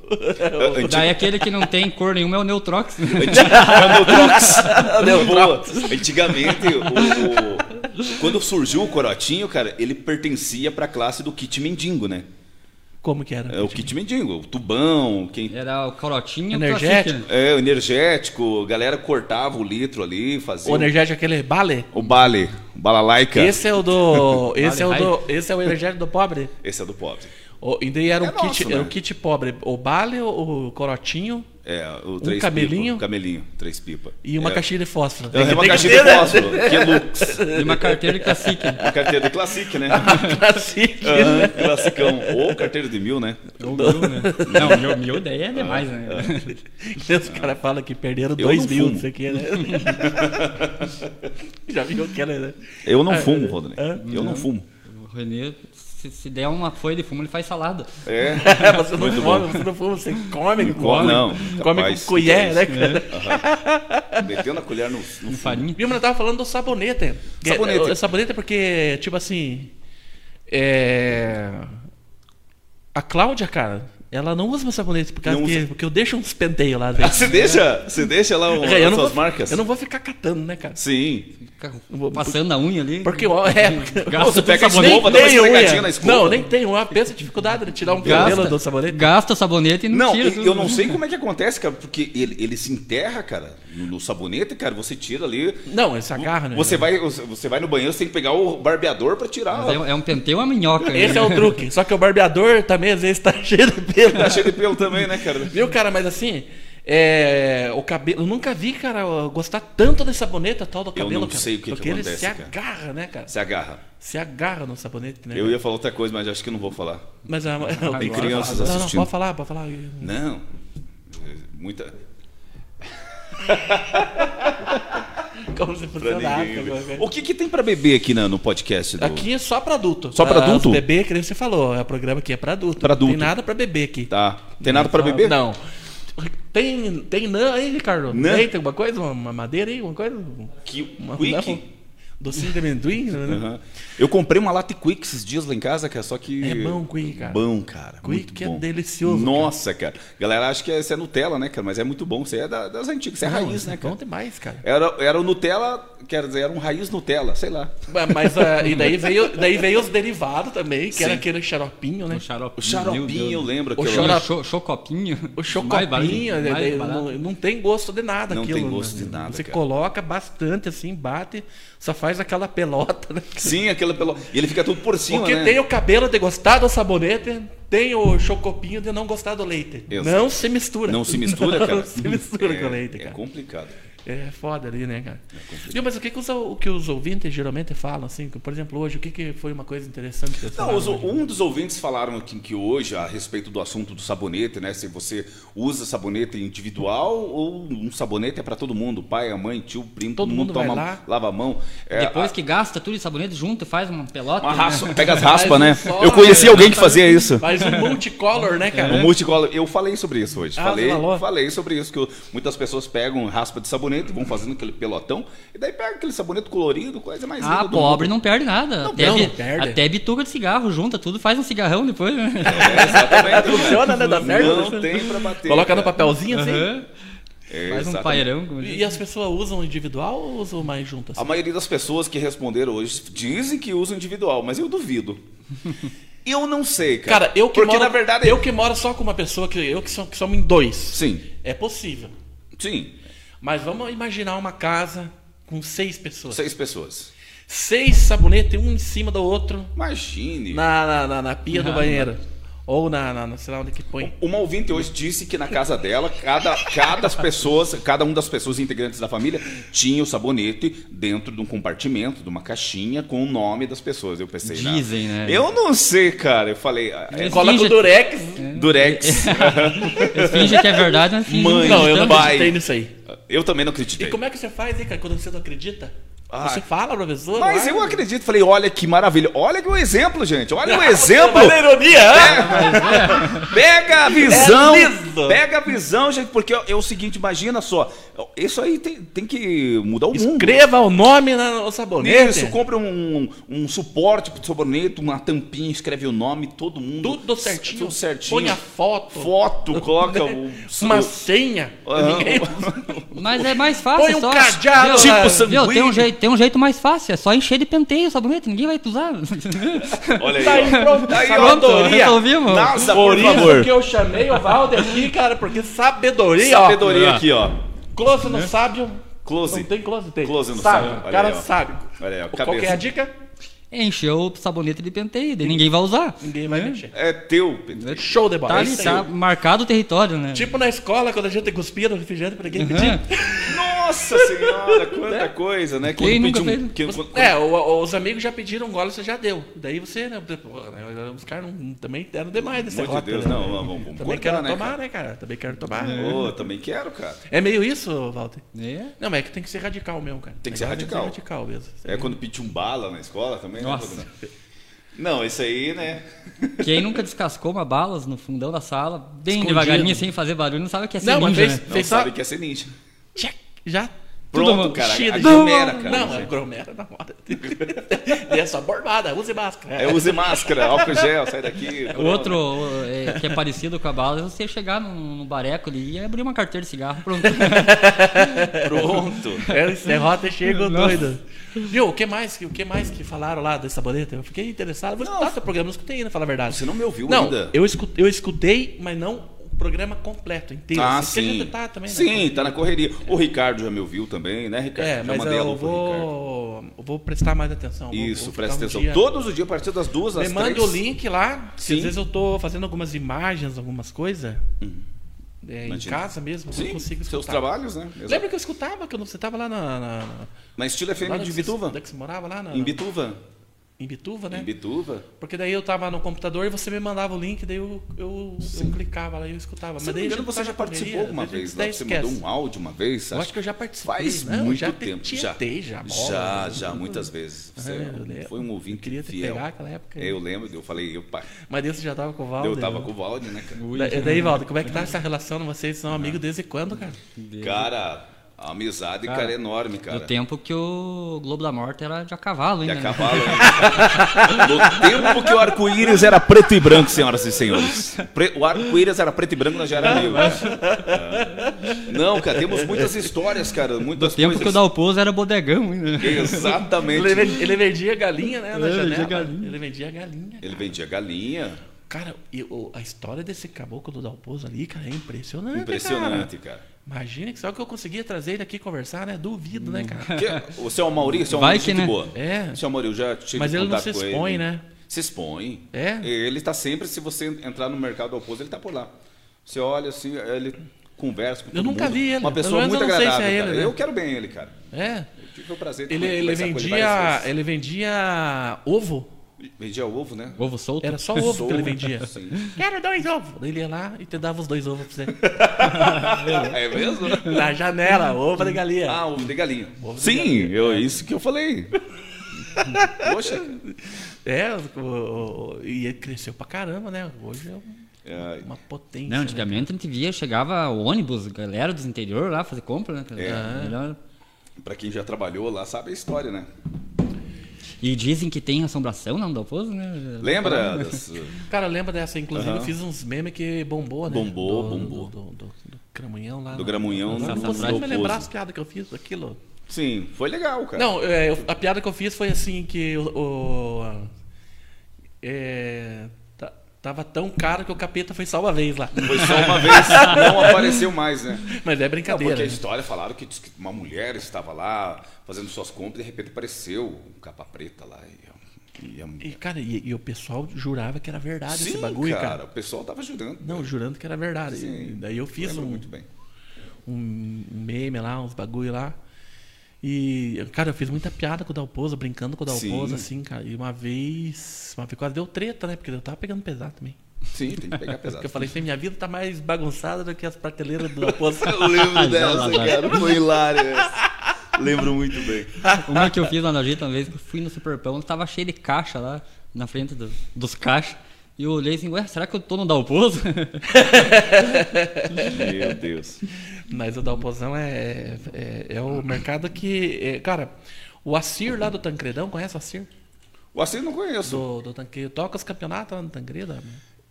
Speaker 2: Anti-
Speaker 3: Daí aquele que não tem cor nenhuma é o Neutrox.
Speaker 2: Boa. Antigamente, o- o- quando surgiu o corotinho, cara, ele pertencia pra classe do kit mendigo, né?
Speaker 1: Como que era?
Speaker 2: É o kit mendigo, o tubão, quem.
Speaker 3: Era o corotinho. o
Speaker 1: Energético.
Speaker 3: classic, né?
Speaker 2: É, o energético, a galera cortava o litro ali, fazia.
Speaker 1: O
Speaker 2: O,
Speaker 1: energético aquele bale?
Speaker 2: o bale, o balalaica. Esse,
Speaker 1: Esse é o do. Esse é o
Speaker 3: Vale
Speaker 1: do. Esse é o energético do pobre?
Speaker 2: é do pobre.
Speaker 1: O, e daí era um
Speaker 2: É
Speaker 1: kit.
Speaker 2: nosso,
Speaker 1: Era
Speaker 2: né?
Speaker 1: um kit pobre. O bale, o corotinho
Speaker 2: É, o três
Speaker 1: camelinho?
Speaker 2: Pipa, camelinho, três pipa.
Speaker 1: e uma
Speaker 2: é.
Speaker 1: caixinha de fósforo.
Speaker 2: É uma
Speaker 1: Tem que
Speaker 2: caixinha
Speaker 1: ter, né?
Speaker 2: de fósforo, que é Lux.
Speaker 3: né? E uma carteira é de cacique.
Speaker 2: Uma carteira de Ah. classic, né?
Speaker 1: né? Classique.
Speaker 2: Aham, classicão. Ou carteira de mil, né?
Speaker 3: Ou mil, né? Não, mil, mil daí é demais, né?
Speaker 1: Ah, Os caras falam que perderam
Speaker 2: Eu
Speaker 1: 2
Speaker 2: não
Speaker 1: mil,
Speaker 2: fumo.
Speaker 1: não sei o que, né? Já viu né? aquela, né?
Speaker 2: Eu não fumo, Rodney.
Speaker 1: Hã?
Speaker 2: Eu não fumo.
Speaker 3: O Renê se, se der uma folha de fumo, ele faz salada.
Speaker 2: É.
Speaker 1: você não
Speaker 2: Muito
Speaker 1: fuma,
Speaker 2: bom.
Speaker 1: você não fuma, você come, come.
Speaker 2: Não come, não.
Speaker 1: come
Speaker 2: Capaz, É.
Speaker 1: com colher, né,
Speaker 2: capaz.
Speaker 1: cara?
Speaker 2: Metendo a colher no, no
Speaker 3: Com farinha.
Speaker 1: Viu, mas eu tava falando do sabonete. Que-
Speaker 2: Sabonete.
Speaker 1: o sabonete porque, tipo assim. É. A Cláudia, cara, ela não usa meu sabonete por causa
Speaker 2: Não
Speaker 1: que,
Speaker 2: usa.
Speaker 1: porque eu deixo uns penteios lá
Speaker 2: Ah,
Speaker 1: dentro.
Speaker 2: você deixa, você deixa lá o,
Speaker 1: É, eu,
Speaker 2: as
Speaker 1: não
Speaker 2: suas
Speaker 1: vou,
Speaker 2: marcas?
Speaker 1: eu não vou ficar catando, né, cara?
Speaker 2: Sim.
Speaker 3: Fica
Speaker 1: vou-
Speaker 3: passando a unha ali.
Speaker 1: Porque ó, é, porque-
Speaker 3: Gasta
Speaker 1: Nossa,
Speaker 3: tudo
Speaker 2: pega a
Speaker 3: sabonete.
Speaker 2: escova, dá uma esfregadinha na escova.
Speaker 1: Não, nem tem uma pensa a dificuldade de tirar um cabelo do sabonete.
Speaker 3: Gasta o sabonete e não,
Speaker 2: Não,
Speaker 3: tira.
Speaker 2: eu, eu não sei como é que acontece, cara, porque ele, ele se enterra, cara, no, no sabonete, cara, você tira ali.
Speaker 1: Não, essa garra, né?
Speaker 2: Você vai, você vai no banheiro, você tem que pegar o barbeador pra tirar.
Speaker 3: Mas é, um- é um penteio ou uma minhoca? né?
Speaker 1: Esse é o truque. Só que o barbeador também às vezes tá cheio de pelo.
Speaker 2: Tá cheio de pelo também, né, cara?
Speaker 1: Viu, cara? Mas assim, é, o cabelo. Eu nunca vi, cara, eu gostar tanto de sabonete tal do cabelo.
Speaker 2: não
Speaker 1: cara.
Speaker 2: sei o que que
Speaker 1: Porque ele
Speaker 2: acontece,
Speaker 1: se
Speaker 2: cara.
Speaker 1: agarra, né, cara?
Speaker 2: Se agarra.
Speaker 1: Se agarra no sabonete, né?
Speaker 2: Eu ia falar outra coisa, mas acho que não vou falar.
Speaker 1: Mas é a...
Speaker 2: Tem crianças
Speaker 1: não,
Speaker 2: assistindo.
Speaker 1: Não, pode falar, pode falar.
Speaker 2: Não. É, Muita.
Speaker 1: Como se fosse
Speaker 2: Pra
Speaker 1: nada,
Speaker 2: ninguém ver.
Speaker 1: cara.
Speaker 2: O que, que tem pra beber aqui na, no podcast? Do...
Speaker 1: Aqui é só pra adulto.
Speaker 2: Só pra
Speaker 1: Ah,
Speaker 2: adulto?
Speaker 1: os Bebê, que nem você falou, é o programa que é pra adulto.
Speaker 2: Pra
Speaker 1: Não
Speaker 2: adulto.
Speaker 1: tem nada pra beber aqui.
Speaker 2: Tá. Tem nada pra beber?
Speaker 1: Não. Tem, tem nã aí, Ricardo?
Speaker 2: Nã?
Speaker 1: Tem, tem alguma coisa? Uma madeira aí? Alguma coisa?
Speaker 2: Que
Speaker 1: Uma,
Speaker 2: quick? Uhum.
Speaker 1: não? um Docinho de amendoim? né?
Speaker 2: Aham. Eu comprei uma lata de quick esses dias lá em casa, cara, só que.
Speaker 1: É bom quick, cara.
Speaker 2: Bom, cara.
Speaker 1: Quick
Speaker 2: muito
Speaker 1: é
Speaker 2: bom.
Speaker 1: delicioso,
Speaker 2: Nossa, cara. Galera acha que isso é Nutella, né, cara? Mas é muito bom. Isso aí é da- das antigas, isso é
Speaker 1: Não,
Speaker 2: raiz,
Speaker 1: isso é
Speaker 2: né,
Speaker 1: bom
Speaker 2: cara?
Speaker 1: demais, cara.
Speaker 2: Era, era o Nutella, quer dizer, era um raiz Nutella, sei lá.
Speaker 1: Mas- Mas ah, e daí veio, daí veio os derivados também, que era
Speaker 2: Sim.
Speaker 1: aquele xaropinho, né?
Speaker 3: O xaropinho.
Speaker 2: O xaropinho, eu lembro.
Speaker 1: O
Speaker 2: aquilo
Speaker 1: xarope-
Speaker 2: lá.
Speaker 3: O cho- chocopinho.
Speaker 1: O
Speaker 2: é
Speaker 3: Mais barato,
Speaker 1: chocopinho, né,
Speaker 3: mais
Speaker 1: daí
Speaker 3: barato.
Speaker 1: não, não tem gosto de nada
Speaker 2: Não
Speaker 1: aquilo.
Speaker 2: tem gosto
Speaker 1: né?
Speaker 2: de nada,
Speaker 1: Você
Speaker 2: cara.
Speaker 1: coloca bastante assim, bate, só faz aquela pelota, né?
Speaker 2: Sim, aquela pelo. E ele fica todo por cima,
Speaker 1: Porque
Speaker 2: né?
Speaker 1: tem é o cabelo de gostar do sabonete, tem o chocopinho de não gostar do leite.
Speaker 2: Exato.
Speaker 1: Não se mistura.
Speaker 2: Não se mistura,
Speaker 1: Não
Speaker 2: cara.
Speaker 1: se mistura
Speaker 2: é,
Speaker 1: com o leite,
Speaker 2: É
Speaker 1: cara.
Speaker 2: complicado.
Speaker 1: É foda ali, né, cara? Viu, mas o que, que os, o que os ouvintes geralmente falam, assim? que, Por exemplo, hoje, o que, que foi uma coisa interessante que vocês
Speaker 2: Não,
Speaker 1: falaram
Speaker 2: os-
Speaker 1: hoje?
Speaker 2: um dos ouvintes falaram aqui que hoje, a respeito do assunto do sabonete, né? Se você usa sabonete individual ou um sabonete é para todo mundo, pai, a mãe, tio, primo,
Speaker 1: Todo mundo vai
Speaker 2: toma,
Speaker 1: lá.
Speaker 2: lava a mão. É,
Speaker 3: Depois que gasta tudo de sabonete junto, faz uma pelota.
Speaker 2: uma
Speaker 3: né?
Speaker 2: raspa, pega as
Speaker 1: Mas
Speaker 2: raspas, né?
Speaker 1: só-
Speaker 2: Eu conheci alguém que fazia isso.
Speaker 1: Faz um multicolor, né, cara?
Speaker 2: O multicolor, eu falei sobre isso hoje.
Speaker 1: Ah,
Speaker 2: falei,
Speaker 1: você falou?
Speaker 2: falei sobre isso, que eu- muitas pessoas pegam raspa de sabonete, vão fazendo aquele pelotão, e daí pega aquele sabonete colorido, coisa mais
Speaker 3: Ah,
Speaker 2: linda do
Speaker 3: pobre
Speaker 2: mundo.
Speaker 3: não perde nada.
Speaker 1: Não,
Speaker 3: até,
Speaker 1: não,
Speaker 3: bi-
Speaker 1: não perde.
Speaker 3: até bituca de cigarro junta tudo, faz um cigarrão depois, né?
Speaker 2: É, exatamente.
Speaker 1: Funciona, né? Dá certo?
Speaker 2: Não tem pra bater.
Speaker 1: Coloca no
Speaker 2: cara.
Speaker 1: papelzinho, assim.
Speaker 3: Aham.
Speaker 2: É,
Speaker 3: Faz um
Speaker 2: exatamente.
Speaker 3: paeirão. como
Speaker 1: E
Speaker 3: diz.
Speaker 1: as pessoas usam individual ou usam mais juntas?
Speaker 2: A maioria das pessoas que responderam hoje dizem que usam individual, mas eu duvido. Eu não sei, cara.
Speaker 1: Cara, eu que
Speaker 2: Porque,
Speaker 1: moro,
Speaker 2: na verdade,
Speaker 1: eu que moro só com uma pessoa que eu que som- que somos em dois.
Speaker 2: Sim,
Speaker 1: É possível.
Speaker 2: sim.
Speaker 1: Mas vamos imaginar uma casa com seis pessoas.
Speaker 2: Seis pessoas.
Speaker 1: Seis sabonetes, um em cima do outro,
Speaker 2: Imagine.
Speaker 1: na, na, na, na pia do
Speaker 3: Ah,
Speaker 1: banheiro. Ou na, na, na sei lá onde que põe.
Speaker 2: Uma ouvinte hoje disse que na casa dela, cada, cada pessoas, cada um das pessoas integrantes da família tinha o sabonete dentro de um compartimento, de uma caixinha com o nome das pessoas. Eu pensei, na-
Speaker 3: Dizem, né?
Speaker 2: Eu não sei, cara. Eu falei, ah, é
Speaker 3: Eles
Speaker 1: Coloca o
Speaker 3: fingem-
Speaker 1: durex.
Speaker 2: Durex.
Speaker 3: Eles fingem que é verdade, mas fingem
Speaker 2: Mãe,
Speaker 1: Não, eu não
Speaker 2: Pai.
Speaker 1: acreditei nisso aí.
Speaker 2: Eu também não
Speaker 1: E
Speaker 2: acreditei.
Speaker 1: como é que você faz, hein, cara, quando você não acredita?
Speaker 2: Ah.
Speaker 1: Você fala, professor?
Speaker 2: Mas
Speaker 1: lá?
Speaker 2: eu acredito, falei, olha que maravilha. Olha que o exemplo, gente. Olha o exemplo.
Speaker 1: Mas é ironia, ah?
Speaker 2: Pega a visão.
Speaker 1: É liso.
Speaker 2: Pega a visão, gente, porque é o seguinte, imagina só. Isso aí tem, tem que mudar o mundo.
Speaker 1: Escreva o nome na- no sabonete.
Speaker 2: É. Isso, compra um, um suporte pro sabonete, uma tampinha, escreve o nome, todo mundo.
Speaker 1: Tudo certinho.
Speaker 2: Tudo certinho.
Speaker 1: Põe a foto.
Speaker 2: Foto, coloca o.
Speaker 1: Uma
Speaker 2: o-
Speaker 1: senha.
Speaker 2: Aham.
Speaker 1: Ninguém-
Speaker 3: Mas é mais fácil
Speaker 1: Põe um
Speaker 3: só.
Speaker 1: cadeado
Speaker 3: Viu?
Speaker 1: lá. Tipo
Speaker 3: Viu? Tem,
Speaker 2: sanguíneo.
Speaker 3: um jeito, tem um jeito mais fácil, é só encher de penteio o sabonete, ninguém vai usar.
Speaker 2: Ah, Olha
Speaker 1: Tá aí,
Speaker 2: aí. ó.
Speaker 1: pronto.
Speaker 2: Tá aí, ó.
Speaker 1: Pronto,
Speaker 2: Sabedoria.
Speaker 3: resolvimos.
Speaker 2: NASA,
Speaker 1: Por
Speaker 2: por
Speaker 1: isso
Speaker 2: favor.
Speaker 1: que eu chamei o Valder aqui, cara, porque sabedoria, sabedoria.
Speaker 2: Sabedoria aqui, ó.
Speaker 1: ó. Close no sábio.
Speaker 2: Close.
Speaker 1: Não tem close, tem.
Speaker 2: Close no sábio.
Speaker 1: O
Speaker 2: Olha
Speaker 1: cara
Speaker 2: aí, ó.
Speaker 1: sabe.
Speaker 2: Olha aí, ó,
Speaker 1: Qual
Speaker 2: cabeça.
Speaker 1: que é a dica?
Speaker 3: Encheu o sabonete de penteio, daí ninguém vai usar.
Speaker 1: Ninguém vai mexer.
Speaker 2: É teu, Pedro.
Speaker 1: Hum? Show de bola.
Speaker 3: Tá,
Speaker 1: é
Speaker 3: ali,
Speaker 1: isso aí.
Speaker 3: tá marcado o território, né?
Speaker 1: Tipo na escola, quando a gente cuspia no refrigerante pra ninguém pedir.
Speaker 3: Aham.
Speaker 2: Nossa senhora, quanta coisa, né?
Speaker 3: Quem
Speaker 2: Quando
Speaker 3: nunca
Speaker 2: pedi
Speaker 3: fez?
Speaker 2: que- quando-
Speaker 1: É, o- o- os amigos já pediram um gole, você já deu. Daí você, né? pô, né, Os caras não- também deram demais desse
Speaker 2: Amor de
Speaker 1: rótulo,
Speaker 2: Deus,
Speaker 1: né?
Speaker 2: não, vamos- vamos
Speaker 1: Também
Speaker 2: cortar,
Speaker 1: quero
Speaker 2: né,
Speaker 1: tomar,
Speaker 2: cara? É.
Speaker 1: né, cara? Também quero tomar.
Speaker 2: Ah, Ô, também quero, cara.
Speaker 1: É meio isso, Walter?
Speaker 3: É.
Speaker 1: Não, mas é que tem que ser radical mesmo, cara.
Speaker 2: Tem que ser
Speaker 1: Negócio
Speaker 2: radical.
Speaker 1: radical mesmo.
Speaker 2: É quando pedi um bala na escola também,
Speaker 3: Nossa.
Speaker 2: né? Rodrigo? Não, isso aí, né?
Speaker 3: Quem nunca descascou uma balas no fundão da sala, bem
Speaker 1: Escondido.
Speaker 3: devagarinho, sem fazer barulho, não sabe o que é ser
Speaker 1: Não, mas
Speaker 3: ninja,
Speaker 1: fez-
Speaker 3: né?
Speaker 2: Não
Speaker 1: Vocês
Speaker 2: sabe
Speaker 1: só-
Speaker 2: que é ser ninja.
Speaker 1: Tchac, já.
Speaker 2: Pronto,
Speaker 1: Tudo
Speaker 2: cara.
Speaker 1: mexido,
Speaker 2: A
Speaker 1: já.
Speaker 2: glomera, cara.
Speaker 1: Não, é gromera na moda. e é só bordada, use máscara.
Speaker 2: É, use máscara, álcool gel, sai daqui.
Speaker 3: O outro é, que é parecido com a bala é você chegar num, num bareco ali e abrir uma carteira de cigarro. Pronto.
Speaker 2: Pronto.
Speaker 1: É, o derrota chega
Speaker 3: Nossa.
Speaker 1: doido. Viu, o que mais que, o que mais que falaram lá desse sabonete? Eu fiquei interessado. Eu Vou escutar seu programa, não escutei ainda, falar a verdade.
Speaker 2: Você não me ouviu
Speaker 1: não,
Speaker 2: ainda?
Speaker 1: Eu escutei, eu escutei, mas não o programa completo, inteiro.
Speaker 2: Ah,
Speaker 1: Assim, porque a
Speaker 2: sim.
Speaker 1: gente tá também, né?
Speaker 2: sim, tá na correria. O Ricardo já me ouviu também, né, Ricardo?
Speaker 1: É,
Speaker 2: já
Speaker 1: mas
Speaker 2: mandei
Speaker 1: eu
Speaker 2: alô pro Ricardo.
Speaker 1: vou, eu vou prestar mais atenção. vou-
Speaker 2: Isso,
Speaker 1: vou ficar
Speaker 2: presta
Speaker 1: um
Speaker 2: atenção.
Speaker 1: dia-
Speaker 2: Todos os dias, a partir das duas
Speaker 1: Me
Speaker 2: às
Speaker 1: manda
Speaker 2: três.
Speaker 1: o link lá. que
Speaker 2: Sim. Hum.
Speaker 1: Às vezes eu tô fazendo algumas imagens, algumas coisas. é, em
Speaker 2: Imagina.
Speaker 1: casa mesmo, eu não
Speaker 2: Sim,
Speaker 1: consigo
Speaker 2: seus
Speaker 1: escutar.
Speaker 2: trabalhos, né? Exato.
Speaker 1: Lembra que eu escutava, que eu não você tava lá na. na, na
Speaker 2: Na Estilo
Speaker 1: lá
Speaker 2: FM de
Speaker 1: onde
Speaker 2: Bituva.
Speaker 1: Você, onde é que você morava lá na.
Speaker 2: Em Bituva.
Speaker 1: em Bituva, né?
Speaker 2: Em Bituva.
Speaker 1: Porque daí eu tava no computador e você me mandava o link, daí eu, eu, eu clicava lá e eu escutava.
Speaker 2: Se
Speaker 1: Mas
Speaker 2: não
Speaker 1: daí
Speaker 2: me engano,
Speaker 1: eu
Speaker 2: você já
Speaker 1: tava na
Speaker 2: participou
Speaker 1: correria,
Speaker 2: alguma
Speaker 1: daí
Speaker 2: vez. Lá,
Speaker 1: daí
Speaker 2: você
Speaker 1: esquece.
Speaker 2: mandou um áudio uma vez.
Speaker 1: Eu acho que eu já participei.
Speaker 2: Faz
Speaker 1: não,
Speaker 2: muito
Speaker 1: já te
Speaker 2: tempo. já,
Speaker 1: tietei, já, bola,
Speaker 2: já,
Speaker 1: né?
Speaker 2: já, muitas vezes. Você
Speaker 1: É, eu lembro.
Speaker 2: foi um ouvinte
Speaker 1: Eu queria te
Speaker 2: fiel.
Speaker 1: pegar aquela época.
Speaker 2: Eu lembro, eu falei, opa,
Speaker 1: Mas daí você já tava com o Valdo.
Speaker 2: eu tava com o Valde, né, cara?
Speaker 3: Ui,
Speaker 1: Da- E daí, Valdo, como é que tá essa relação? Vocês são amigos desde quando, cara?
Speaker 2: Cara, a amizade, cara,
Speaker 3: Cara,
Speaker 2: é enorme, cara.
Speaker 3: Do tempo que o Globo da Morte era de a cavalo
Speaker 2: E
Speaker 3: ainda.
Speaker 2: a
Speaker 3: né?
Speaker 2: cavalo ainda. No tempo que o arco-íris era preto e branco, senhoras e senhores. Pre- o arco-íris era preto e branco, nós já era meio. É. Não, cara, temos muitas histórias, cara. Muitas
Speaker 3: Do tempo que o
Speaker 2: coisas.
Speaker 3: Dalpozo era bodegão ainda. né?
Speaker 1: Ele,
Speaker 2: Exatamente.
Speaker 1: ven- ele é vendia galinha, né?
Speaker 2: é
Speaker 1: Na
Speaker 3: Ele
Speaker 1: janela.
Speaker 3: vendia galinha.
Speaker 1: Ele vendia galinha.
Speaker 2: Ele vendia galinha.
Speaker 1: Cara, e o- a história desse caboclo do Dalpozo ali, cara, é impressionante. Cara.
Speaker 2: Impressionante, cara.
Speaker 1: Imagina que só que eu conseguia trazer ele aqui conversar, né? Duvido,
Speaker 2: Hum.
Speaker 1: né, cara?
Speaker 2: Que- o seu Maurício é uma
Speaker 3: Vai
Speaker 2: gente
Speaker 3: que, né?
Speaker 2: boa.
Speaker 1: É.
Speaker 2: O seu Maurício já tive
Speaker 1: Mas ele não
Speaker 2: contato
Speaker 1: se
Speaker 2: com
Speaker 1: expõe,
Speaker 2: ele.
Speaker 1: né?
Speaker 2: Se expõe.
Speaker 1: É?
Speaker 2: Ele tá sempre, se você entrar no mercado do oposto, ele tá por lá. Você olha assim, ele conversa com
Speaker 1: Eu
Speaker 2: todo
Speaker 1: nunca
Speaker 2: mundo.
Speaker 1: vi ele.
Speaker 2: Uma
Speaker 1: Pelo
Speaker 2: pessoa
Speaker 1: menos
Speaker 2: muito
Speaker 1: eu não sei se é
Speaker 2: agradável.
Speaker 1: ele,
Speaker 2: cara.
Speaker 1: né?
Speaker 2: Eu quero bem ele, cara.
Speaker 1: É.
Speaker 2: Eu tive o prazer de
Speaker 1: Ele, ele
Speaker 2: conversar com ele várias
Speaker 1: vendia.
Speaker 2: vezes.
Speaker 1: Ele vendia ovo.
Speaker 2: Vendia ovo, né?
Speaker 3: Ovo solto.
Speaker 1: Era só ovo que ele
Speaker 2: Ovo,
Speaker 1: vendia.
Speaker 2: sim.
Speaker 1: Quero dois ovos. Daí ele ia lá e te dava os dois ovos pra você.
Speaker 2: É mesmo?
Speaker 1: Na janela, ovo da galinha.
Speaker 2: Ah, ovo de galinha.
Speaker 1: Ovo de
Speaker 2: Sim,
Speaker 1: galinha.
Speaker 2: eu- é isso que eu falei. Poxa.
Speaker 1: É, o- o- o- e ele cresceu pra caramba, né? Hoje é um-
Speaker 2: É,
Speaker 1: uma potência.
Speaker 3: Não,
Speaker 1: né?
Speaker 3: antigamente a gente via, chegava ônibus, galera dos interior lá fazer compra, né? cara?
Speaker 2: É.
Speaker 3: Melhor.
Speaker 2: pra quem já trabalhou lá, sabe a história, né?
Speaker 3: E dizem que tem assombração lá no Dalpozo, né?
Speaker 2: Lembra? das- eh,
Speaker 1: Cara, lembra dessa? Inclusive,
Speaker 2: Aham.
Speaker 1: eu fiz uns memes que bombou, né?
Speaker 2: Bombou,
Speaker 1: do,
Speaker 2: bombou.
Speaker 1: Do, do, do, do Cramunhão lá.
Speaker 2: Do
Speaker 1: né?
Speaker 2: Gramunhão,
Speaker 1: Eu Não
Speaker 2: né?
Speaker 1: consigo me
Speaker 2: Do
Speaker 1: lembrar
Speaker 2: Pozo.
Speaker 1: as piadas que eu fiz daquilo.
Speaker 2: Sim, foi legal, cara.
Speaker 1: Não, é, eu- a piada que eu fiz foi assim: que o. o- é, ta- tava tão caro que o capeta foi salva vez lá.
Speaker 2: Foi só uma vez, não apareceu mais, né?
Speaker 1: Mas é
Speaker 2: Não,
Speaker 1: brincadeira.
Speaker 2: porque a
Speaker 1: né?
Speaker 2: história falaram que diz que uma mulher estava lá fazendo suas compras e de repente apareceu um capa preta lá. E, e a-
Speaker 1: E, cara, e, e o pessoal jurava que era verdade
Speaker 2: Sim,
Speaker 1: esse bagulho, cara.
Speaker 2: O pessoal tava ajudando.
Speaker 1: Não, jurando que era verdade. E daí eu fiz um,
Speaker 2: muito bem.
Speaker 1: um meme lá, uns bagulho lá. E, cara, eu fiz muita piada com o Dalpozo, brincando com o Dalpozo,
Speaker 2: Sim.
Speaker 1: assim, cara. E uma vez. Uma vez quase deu treta, né? Porque eu tava pegando pesado também.
Speaker 2: Sim, tem que pegar pesado.
Speaker 1: Porque eu falei assim, minha vida tá mais bagunçada do que as prateleiras do Dalpozo.
Speaker 2: Eu
Speaker 1: Ah,
Speaker 2: lembro
Speaker 3: dessa, cara,
Speaker 2: Foi hilária Lembro muito bem.
Speaker 3: Uma que eu fiz lá na Gita uma vez, que eu fui no Superpão, tava cheio de caixa lá, na frente do- dos caixas. E eu olhei assim, ué, será que eu tô no Dalpozo?
Speaker 2: Meu Deus.
Speaker 1: Mas o Dalpozão é, é, é o mercado que. é, cara, o Assir lá do Tancredão, conhece o Assir?
Speaker 2: O Assis não conheço.
Speaker 1: Do, do Tancredo. Toca os campeonatos lá no Tancredo?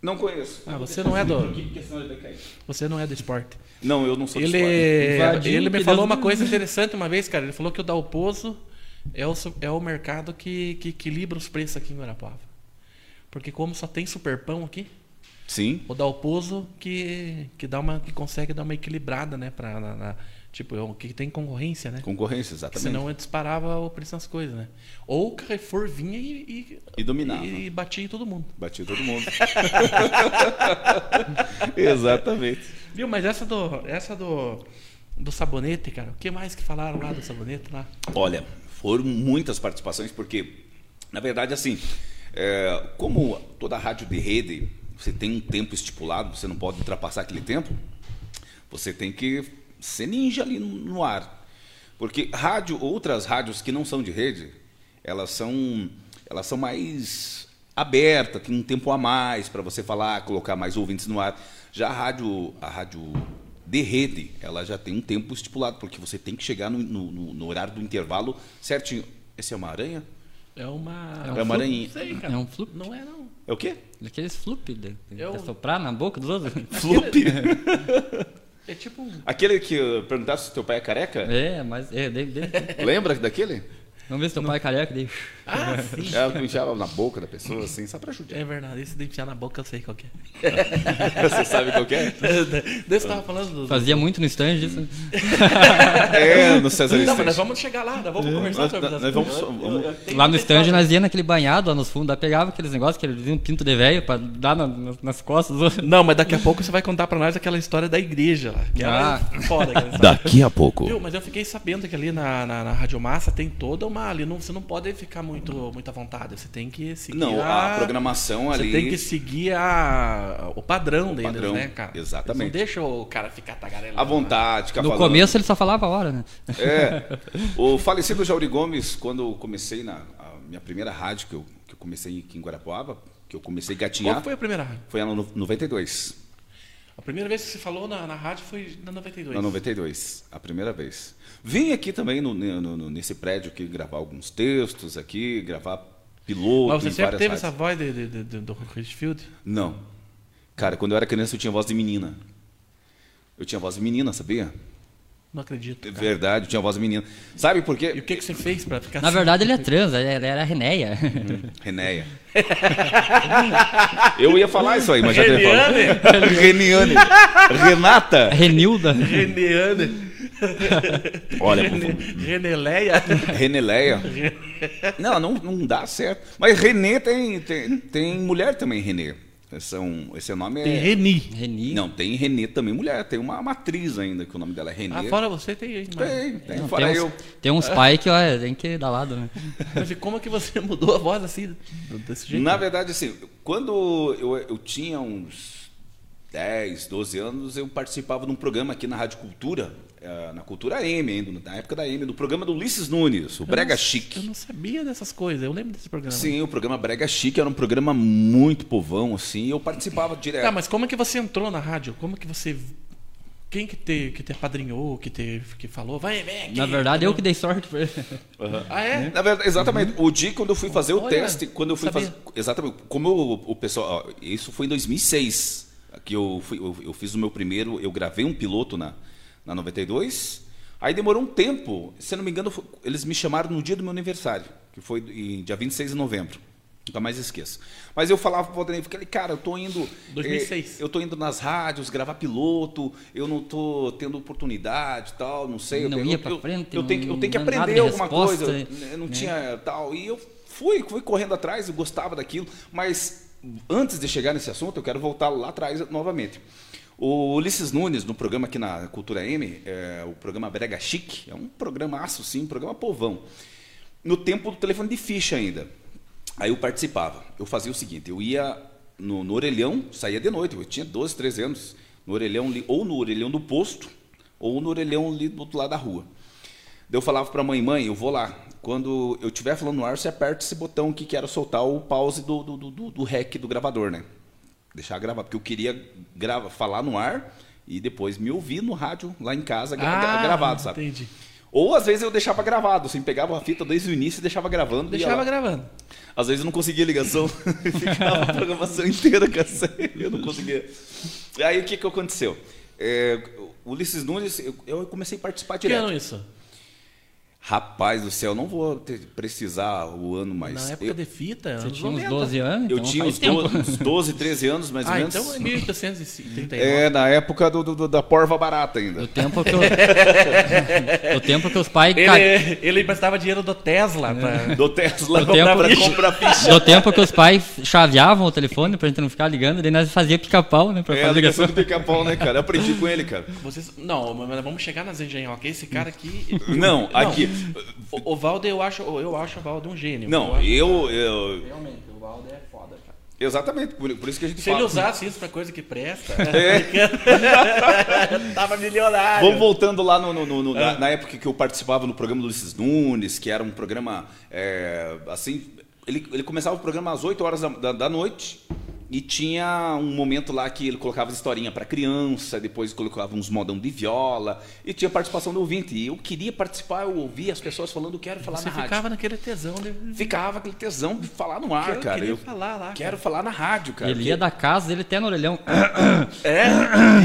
Speaker 2: Não conheço.
Speaker 1: Ah, você não é do.
Speaker 2: Que questão ele vai cair?
Speaker 1: Você não é do esporte.
Speaker 2: Não, eu não sou de
Speaker 1: Ele, é-
Speaker 2: esporte.
Speaker 3: Invadiu,
Speaker 1: ele me
Speaker 3: que
Speaker 1: falou
Speaker 3: Deus
Speaker 1: uma
Speaker 3: me-
Speaker 1: coisa interessante uma vez, cara. Ele falou que o Dalpozo é o, su- é o mercado que, que equilibra os preços aqui em Guarapuava. Porque como só tem superpão aqui,
Speaker 2: Sim.
Speaker 1: o Dalpozo que, que, dá uma, que consegue dar uma equilibrada, né? Pra, na, na- tipo, é o que tem concorrência, né?
Speaker 2: Concorrência,
Speaker 1: Porque
Speaker 2: exatamente.
Speaker 1: senão eu disparava o preço das coisas, né? Ou o Carrefour vinha e,
Speaker 2: E dominava.
Speaker 1: e, e batia em todo mundo.
Speaker 2: Bati todo mundo. Exatamente.
Speaker 1: Viu, mas essa do. Essa do. Do sabonete, cara. O que mais que falaram lá do sabonete lá?
Speaker 2: Olha, foram muitas participações, porque, na verdade, assim, é, como toda rádio de rede, você tem um tempo estipulado, você não pode ultrapassar aquele tempo, você tem que ser ninja ali no, no ar. Porque rádio, outras rádios que não são de rede, elas são, elas são mais aberta, tem um tempo a mais para você falar, colocar mais ouvintes no ar. Já a rádio, a rádio de rede, ela já tem um tempo estipulado, porque você tem que chegar no, no- no- no horário do intervalo certinho. Esse é uma aranha?
Speaker 1: É uma.
Speaker 2: É uma aranhinha.
Speaker 1: Não sei, cara.
Speaker 3: É um flup?
Speaker 1: Não é, não.
Speaker 2: É o quê?
Speaker 3: Daqueles flup, de, de
Speaker 1: Eu-
Speaker 3: soprar na boca dos outros.
Speaker 2: Flup?
Speaker 1: É tipo. um-
Speaker 2: Aquele que eh, perguntava se teu pai é careca?
Speaker 3: é, mas. É, de, de-
Speaker 2: Lembra daquele?
Speaker 3: Vamos ver se teu pai é careca. daí-
Speaker 1: Ah, sim.
Speaker 2: Ela que enfiava na boca da pessoa, assim, só pra ajudar.
Speaker 1: É verdade, esse de enfiar na boca eu sei qual que é.
Speaker 2: Você sabe qual que é?
Speaker 1: Daí você tava falando do.
Speaker 3: Fazia muito no stand isso. né?
Speaker 2: É, no César
Speaker 1: Não, mas
Speaker 2: Vicente.
Speaker 1: nós vamos chegar lá, nós vamos conversar
Speaker 2: É. Nós-
Speaker 1: sobre essas
Speaker 2: nós vamos-
Speaker 1: coisas.
Speaker 2: vamos-
Speaker 1: Eu- eu tenho
Speaker 3: Lá no
Speaker 1: uma
Speaker 3: stand
Speaker 1: história.
Speaker 3: nós ia naquele banhado lá nos fundos, lá pegava aqueles negócios que eles diziam pinto de velho pra dar na- na- nas costas.
Speaker 1: Não, mas daqui a pouco você vai contar pra nós aquela história da igreja lá. Que
Speaker 2: Ah.
Speaker 1: ela é foda. aquela história.
Speaker 2: Daqui a pouco.
Speaker 1: Viu, mas eu fiquei sabendo que ali na, na, na Rádio Massa tem toda uma. Ali não, você não pode ficar muito, muito à vontade. Você tem que seguir.
Speaker 2: Não, a programação
Speaker 1: Ah, Você
Speaker 2: ali.
Speaker 1: tem que seguir a, o padrão deles,
Speaker 2: padrão,
Speaker 1: né, cara?
Speaker 2: exatamente.
Speaker 1: Eles Não deixa o cara ficar tagarelando. né?
Speaker 2: À vontade, ficar
Speaker 3: No
Speaker 2: falando.
Speaker 3: começo ele só falava a hora, né?
Speaker 2: É. O falecido Jauri Gomes, quando eu comecei na a minha primeira rádio, que eu, que eu comecei aqui em Guarapuava, que eu comecei a
Speaker 1: Qual
Speaker 2: gatinhar,
Speaker 1: foi a primeira rádio?
Speaker 2: foi ela no 92.
Speaker 1: A primeira vez que você falou na, na rádio foi na 92.
Speaker 2: Na 92, a primeira vez. Vim aqui também no- no- no- nesse prédio aqui gravar alguns textos aqui, gravar piloto
Speaker 1: Mas você
Speaker 2: em
Speaker 1: sempre
Speaker 2: várias
Speaker 1: teve
Speaker 2: rádios.
Speaker 1: essa voz de, de, de, de, do Richfield?
Speaker 2: Não. Cara, quando eu era criança eu tinha voz de menina. Eu tinha voz de menina, sabia?
Speaker 1: Não acredito.
Speaker 2: É
Speaker 1: cara.
Speaker 2: verdade, eu tinha voz de menina. Sabe por
Speaker 1: E o
Speaker 2: quê?
Speaker 1: que, que você fez pra ficar
Speaker 3: Na
Speaker 1: assim?
Speaker 3: verdade ele é trans, ele era, era renéia.
Speaker 2: Renéia. eu ia falar isso aí, mas já teve
Speaker 1: Reniane?
Speaker 2: falado. Reniane. Renata.
Speaker 3: Renilda.
Speaker 1: Reneane?
Speaker 2: Olha, por favor.
Speaker 1: Rene- Reneleia?
Speaker 2: É. Reneleia. Não, não, não dá certo. Mas Renê tem, tem, tem mulher também, Renê. São, esse nome é.
Speaker 1: Tem Reni.
Speaker 3: Reni.
Speaker 2: Não, tem Renê também mulher. Tem uma matriz ainda que o nome dela é Renê.
Speaker 1: Ah, fora você tem. aí, mas-
Speaker 2: Tem, tem.
Speaker 3: Não,
Speaker 2: fora
Speaker 3: tem,
Speaker 2: eu.
Speaker 3: uns, tem uns pai que ó, é, tem que dar lado, né?
Speaker 1: Mas e como é que você mudou a voz assim, do- desse jeito?
Speaker 2: Na verdade, assim, quando eu, eu tinha uns 10, 12 anos, eu participava de um programa aqui na Rádio Cultura, eh, na Cultura M ainda, na época da M, do programa do Ulisses Nunes, o
Speaker 1: Eu
Speaker 2: Brega
Speaker 1: não- Eu
Speaker 2: Chique.
Speaker 1: não sabia dessas coisas, eu lembro desse programa.
Speaker 2: Sim, o programa Brega Chique era um programa muito povão, assim, e eu participava direto.
Speaker 1: Tá, mas como é que você entrou na rádio? Como é que você... Quem que te, que te apadrinhou, que te que falou? Vai, vem aqui.
Speaker 3: Na verdade eu que dei sorte pra ele.
Speaker 1: Ah, é?
Speaker 2: Na verdade, exatamente. O dia quando eu fui fazer o
Speaker 1: Olha,
Speaker 2: teste, quando eu fui
Speaker 1: sabia.
Speaker 2: fazer. Exatamente. Como eu- o pessoal. ó, Isso foi em 2006. Que eu, fui, eu, eu fiz o meu primeiro. Eu gravei um piloto na, na 92. Aí demorou um tempo. Se eu não me engano, foi- eles me chamaram no dia do meu aniversário, que foi em dia 26 de novembro. Nunca mais esqueço. Mas eu falava pro Valdinei, porque ele, cara, eu tô indo.
Speaker 1: 2006.
Speaker 2: eh, eu tô indo nas rádios gravar piloto, eu não tô tendo oportunidade e tal, não sei. eu
Speaker 3: Não
Speaker 2: tenho-
Speaker 3: ia pra
Speaker 2: eu-
Speaker 3: frente,
Speaker 2: Eu, tenho, que- eu tenho que
Speaker 3: não- nada
Speaker 2: aprender
Speaker 3: de
Speaker 2: alguma
Speaker 3: resposta,
Speaker 2: coisa. Eu não
Speaker 3: né?
Speaker 2: tinha é, tal. E eu fui, fui correndo atrás, eu gostava daquilo, mas antes de chegar nesse assunto, eu quero voltar lá atrás novamente. O Ulisses Nunes, no programa aqui na Cultura M, é, o programa Brega Chique, é um programaço, sim, um programa povão. No tempo do telefone de ficha ainda. Aí eu participava. Eu fazia o seguinte, eu ia no, no Orelhão, saía de noite, eu tinha 12, 13 anos, no Orelhão, ali- ou no Orelhão do posto, ou no Orelhão ali do outro lado da rua. Daí eu falava pra mãe, mãe, eu vou lá. Quando eu estiver falando no ar, você aperta esse botão que quero soltar o pause do, do, do, do- do rec do gravador, né? Deixar gravar, porque eu queria grava, falar no ar e depois me ouvir no rádio lá em casa gra- gra-
Speaker 1: Ah,
Speaker 2: gravado, sabe?
Speaker 1: Entendi.
Speaker 2: Ou às vezes eu deixava gravado, assim, pegava a fita desde o início e deixava gravando. e ia
Speaker 1: Deixava
Speaker 2: lá.
Speaker 1: gravando.
Speaker 2: Às vezes eu não conseguia ligação, ficava a programação inteira cacete, eu não conseguia. E aí o que, que aconteceu? É, o Ulisses Nunes, eu, eu comecei a participar
Speaker 1: Que
Speaker 2: direto.
Speaker 1: ano isso?
Speaker 2: Rapaz do céu, não vou ter- precisar o ano, mas.
Speaker 1: Na época
Speaker 2: eu,
Speaker 1: de fita,
Speaker 3: Você
Speaker 1: anos
Speaker 3: tinha uns
Speaker 1: 90.
Speaker 3: 12 anos,
Speaker 2: eu
Speaker 3: então
Speaker 2: tinha
Speaker 3: faz
Speaker 2: uns
Speaker 3: tempo.
Speaker 2: 12, uns 12, 13 anos, mais ou
Speaker 1: Ah,
Speaker 2: menos.
Speaker 1: então é 1839.
Speaker 2: É, na época do, do- do- da porva barata
Speaker 3: Do
Speaker 2: ainda.
Speaker 3: tempo que eu... do tempo que os pais... ca-
Speaker 1: Ele, ele emprestava dinheiro do Tesla. pra-
Speaker 2: Do Tesla
Speaker 3: Do tempo-
Speaker 2: pra comprar ficha.
Speaker 3: No tempo que os pais chaveavam o telefone pra gente não ficar ligando, daí nós fazia pica-pau, né? Pra
Speaker 2: É, a
Speaker 3: fazer
Speaker 2: ligação
Speaker 3: ligação.
Speaker 2: do pica-pau, né, cara? Eu aprendi com ele, cara.
Speaker 1: Vocês... Não, mas vamos chegar nas engenhocas. Esse cara aqui.
Speaker 2: Não, aqui.
Speaker 1: O, o Valde, eu acho, eu acho o Valde um gênio.
Speaker 2: Não,
Speaker 1: eu...
Speaker 2: eu. eu-
Speaker 1: Realmente, o Valde é foda, cara.
Speaker 2: exatamente, por, por isso que a gente
Speaker 1: Se
Speaker 2: fala. É,
Speaker 1: ele usasse isso pra coisa que presta, tava
Speaker 2: Vamos
Speaker 1: milionário.
Speaker 2: voltando lá no- no- no- no- na, na época que eu participava no programa do Ulisses Nunes, que era um programa é, assim. Ele, ele começava o programa às 8 horas da, da, da noite e tinha um momento lá que ele colocava as historinha para criança, depois colocava uns modão de viola e tinha participação do ouvinte. E eu queria participar, eu ouvia as pessoas falando, quero falar
Speaker 1: Você
Speaker 2: na
Speaker 1: ficava
Speaker 2: rádio.
Speaker 1: naquele tesão. De...
Speaker 2: Ficava aquele tesão de falar no ar,
Speaker 1: Quero-
Speaker 2: Ah, cara.
Speaker 1: queria
Speaker 2: eu
Speaker 1: falar lá,
Speaker 2: Quero falar na rádio, cara. Ah,
Speaker 3: Ele ia da casa dele até no orelhão.
Speaker 1: É,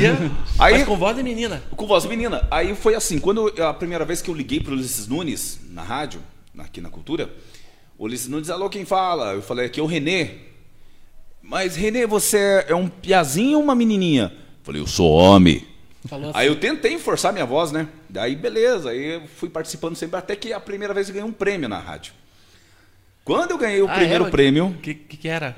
Speaker 1: ia,
Speaker 2: Aí-
Speaker 1: mas com voz de menina.
Speaker 2: Com voz menina. Aí foi assim, quando eu- a primeira vez que eu liguei pro Ulisses Nunes na rádio, aqui na Cultura, o Ulisses Nunes, alô, quem fala? Eu falei, aqui é o Renê. Mas, Renê, você é um piazinho ou uma menininha? Eu falei, eu sou homem.
Speaker 1: Falou assim.
Speaker 2: Aí eu tentei forçar minha voz, né? Daí, beleza. Aí eu fui participando sempre, até que a primeira vez eu ganhei um prêmio na rádio. Quando eu ganhei o
Speaker 1: Ah,
Speaker 2: primeiro
Speaker 1: era?
Speaker 2: prêmio,
Speaker 1: Que, que que era?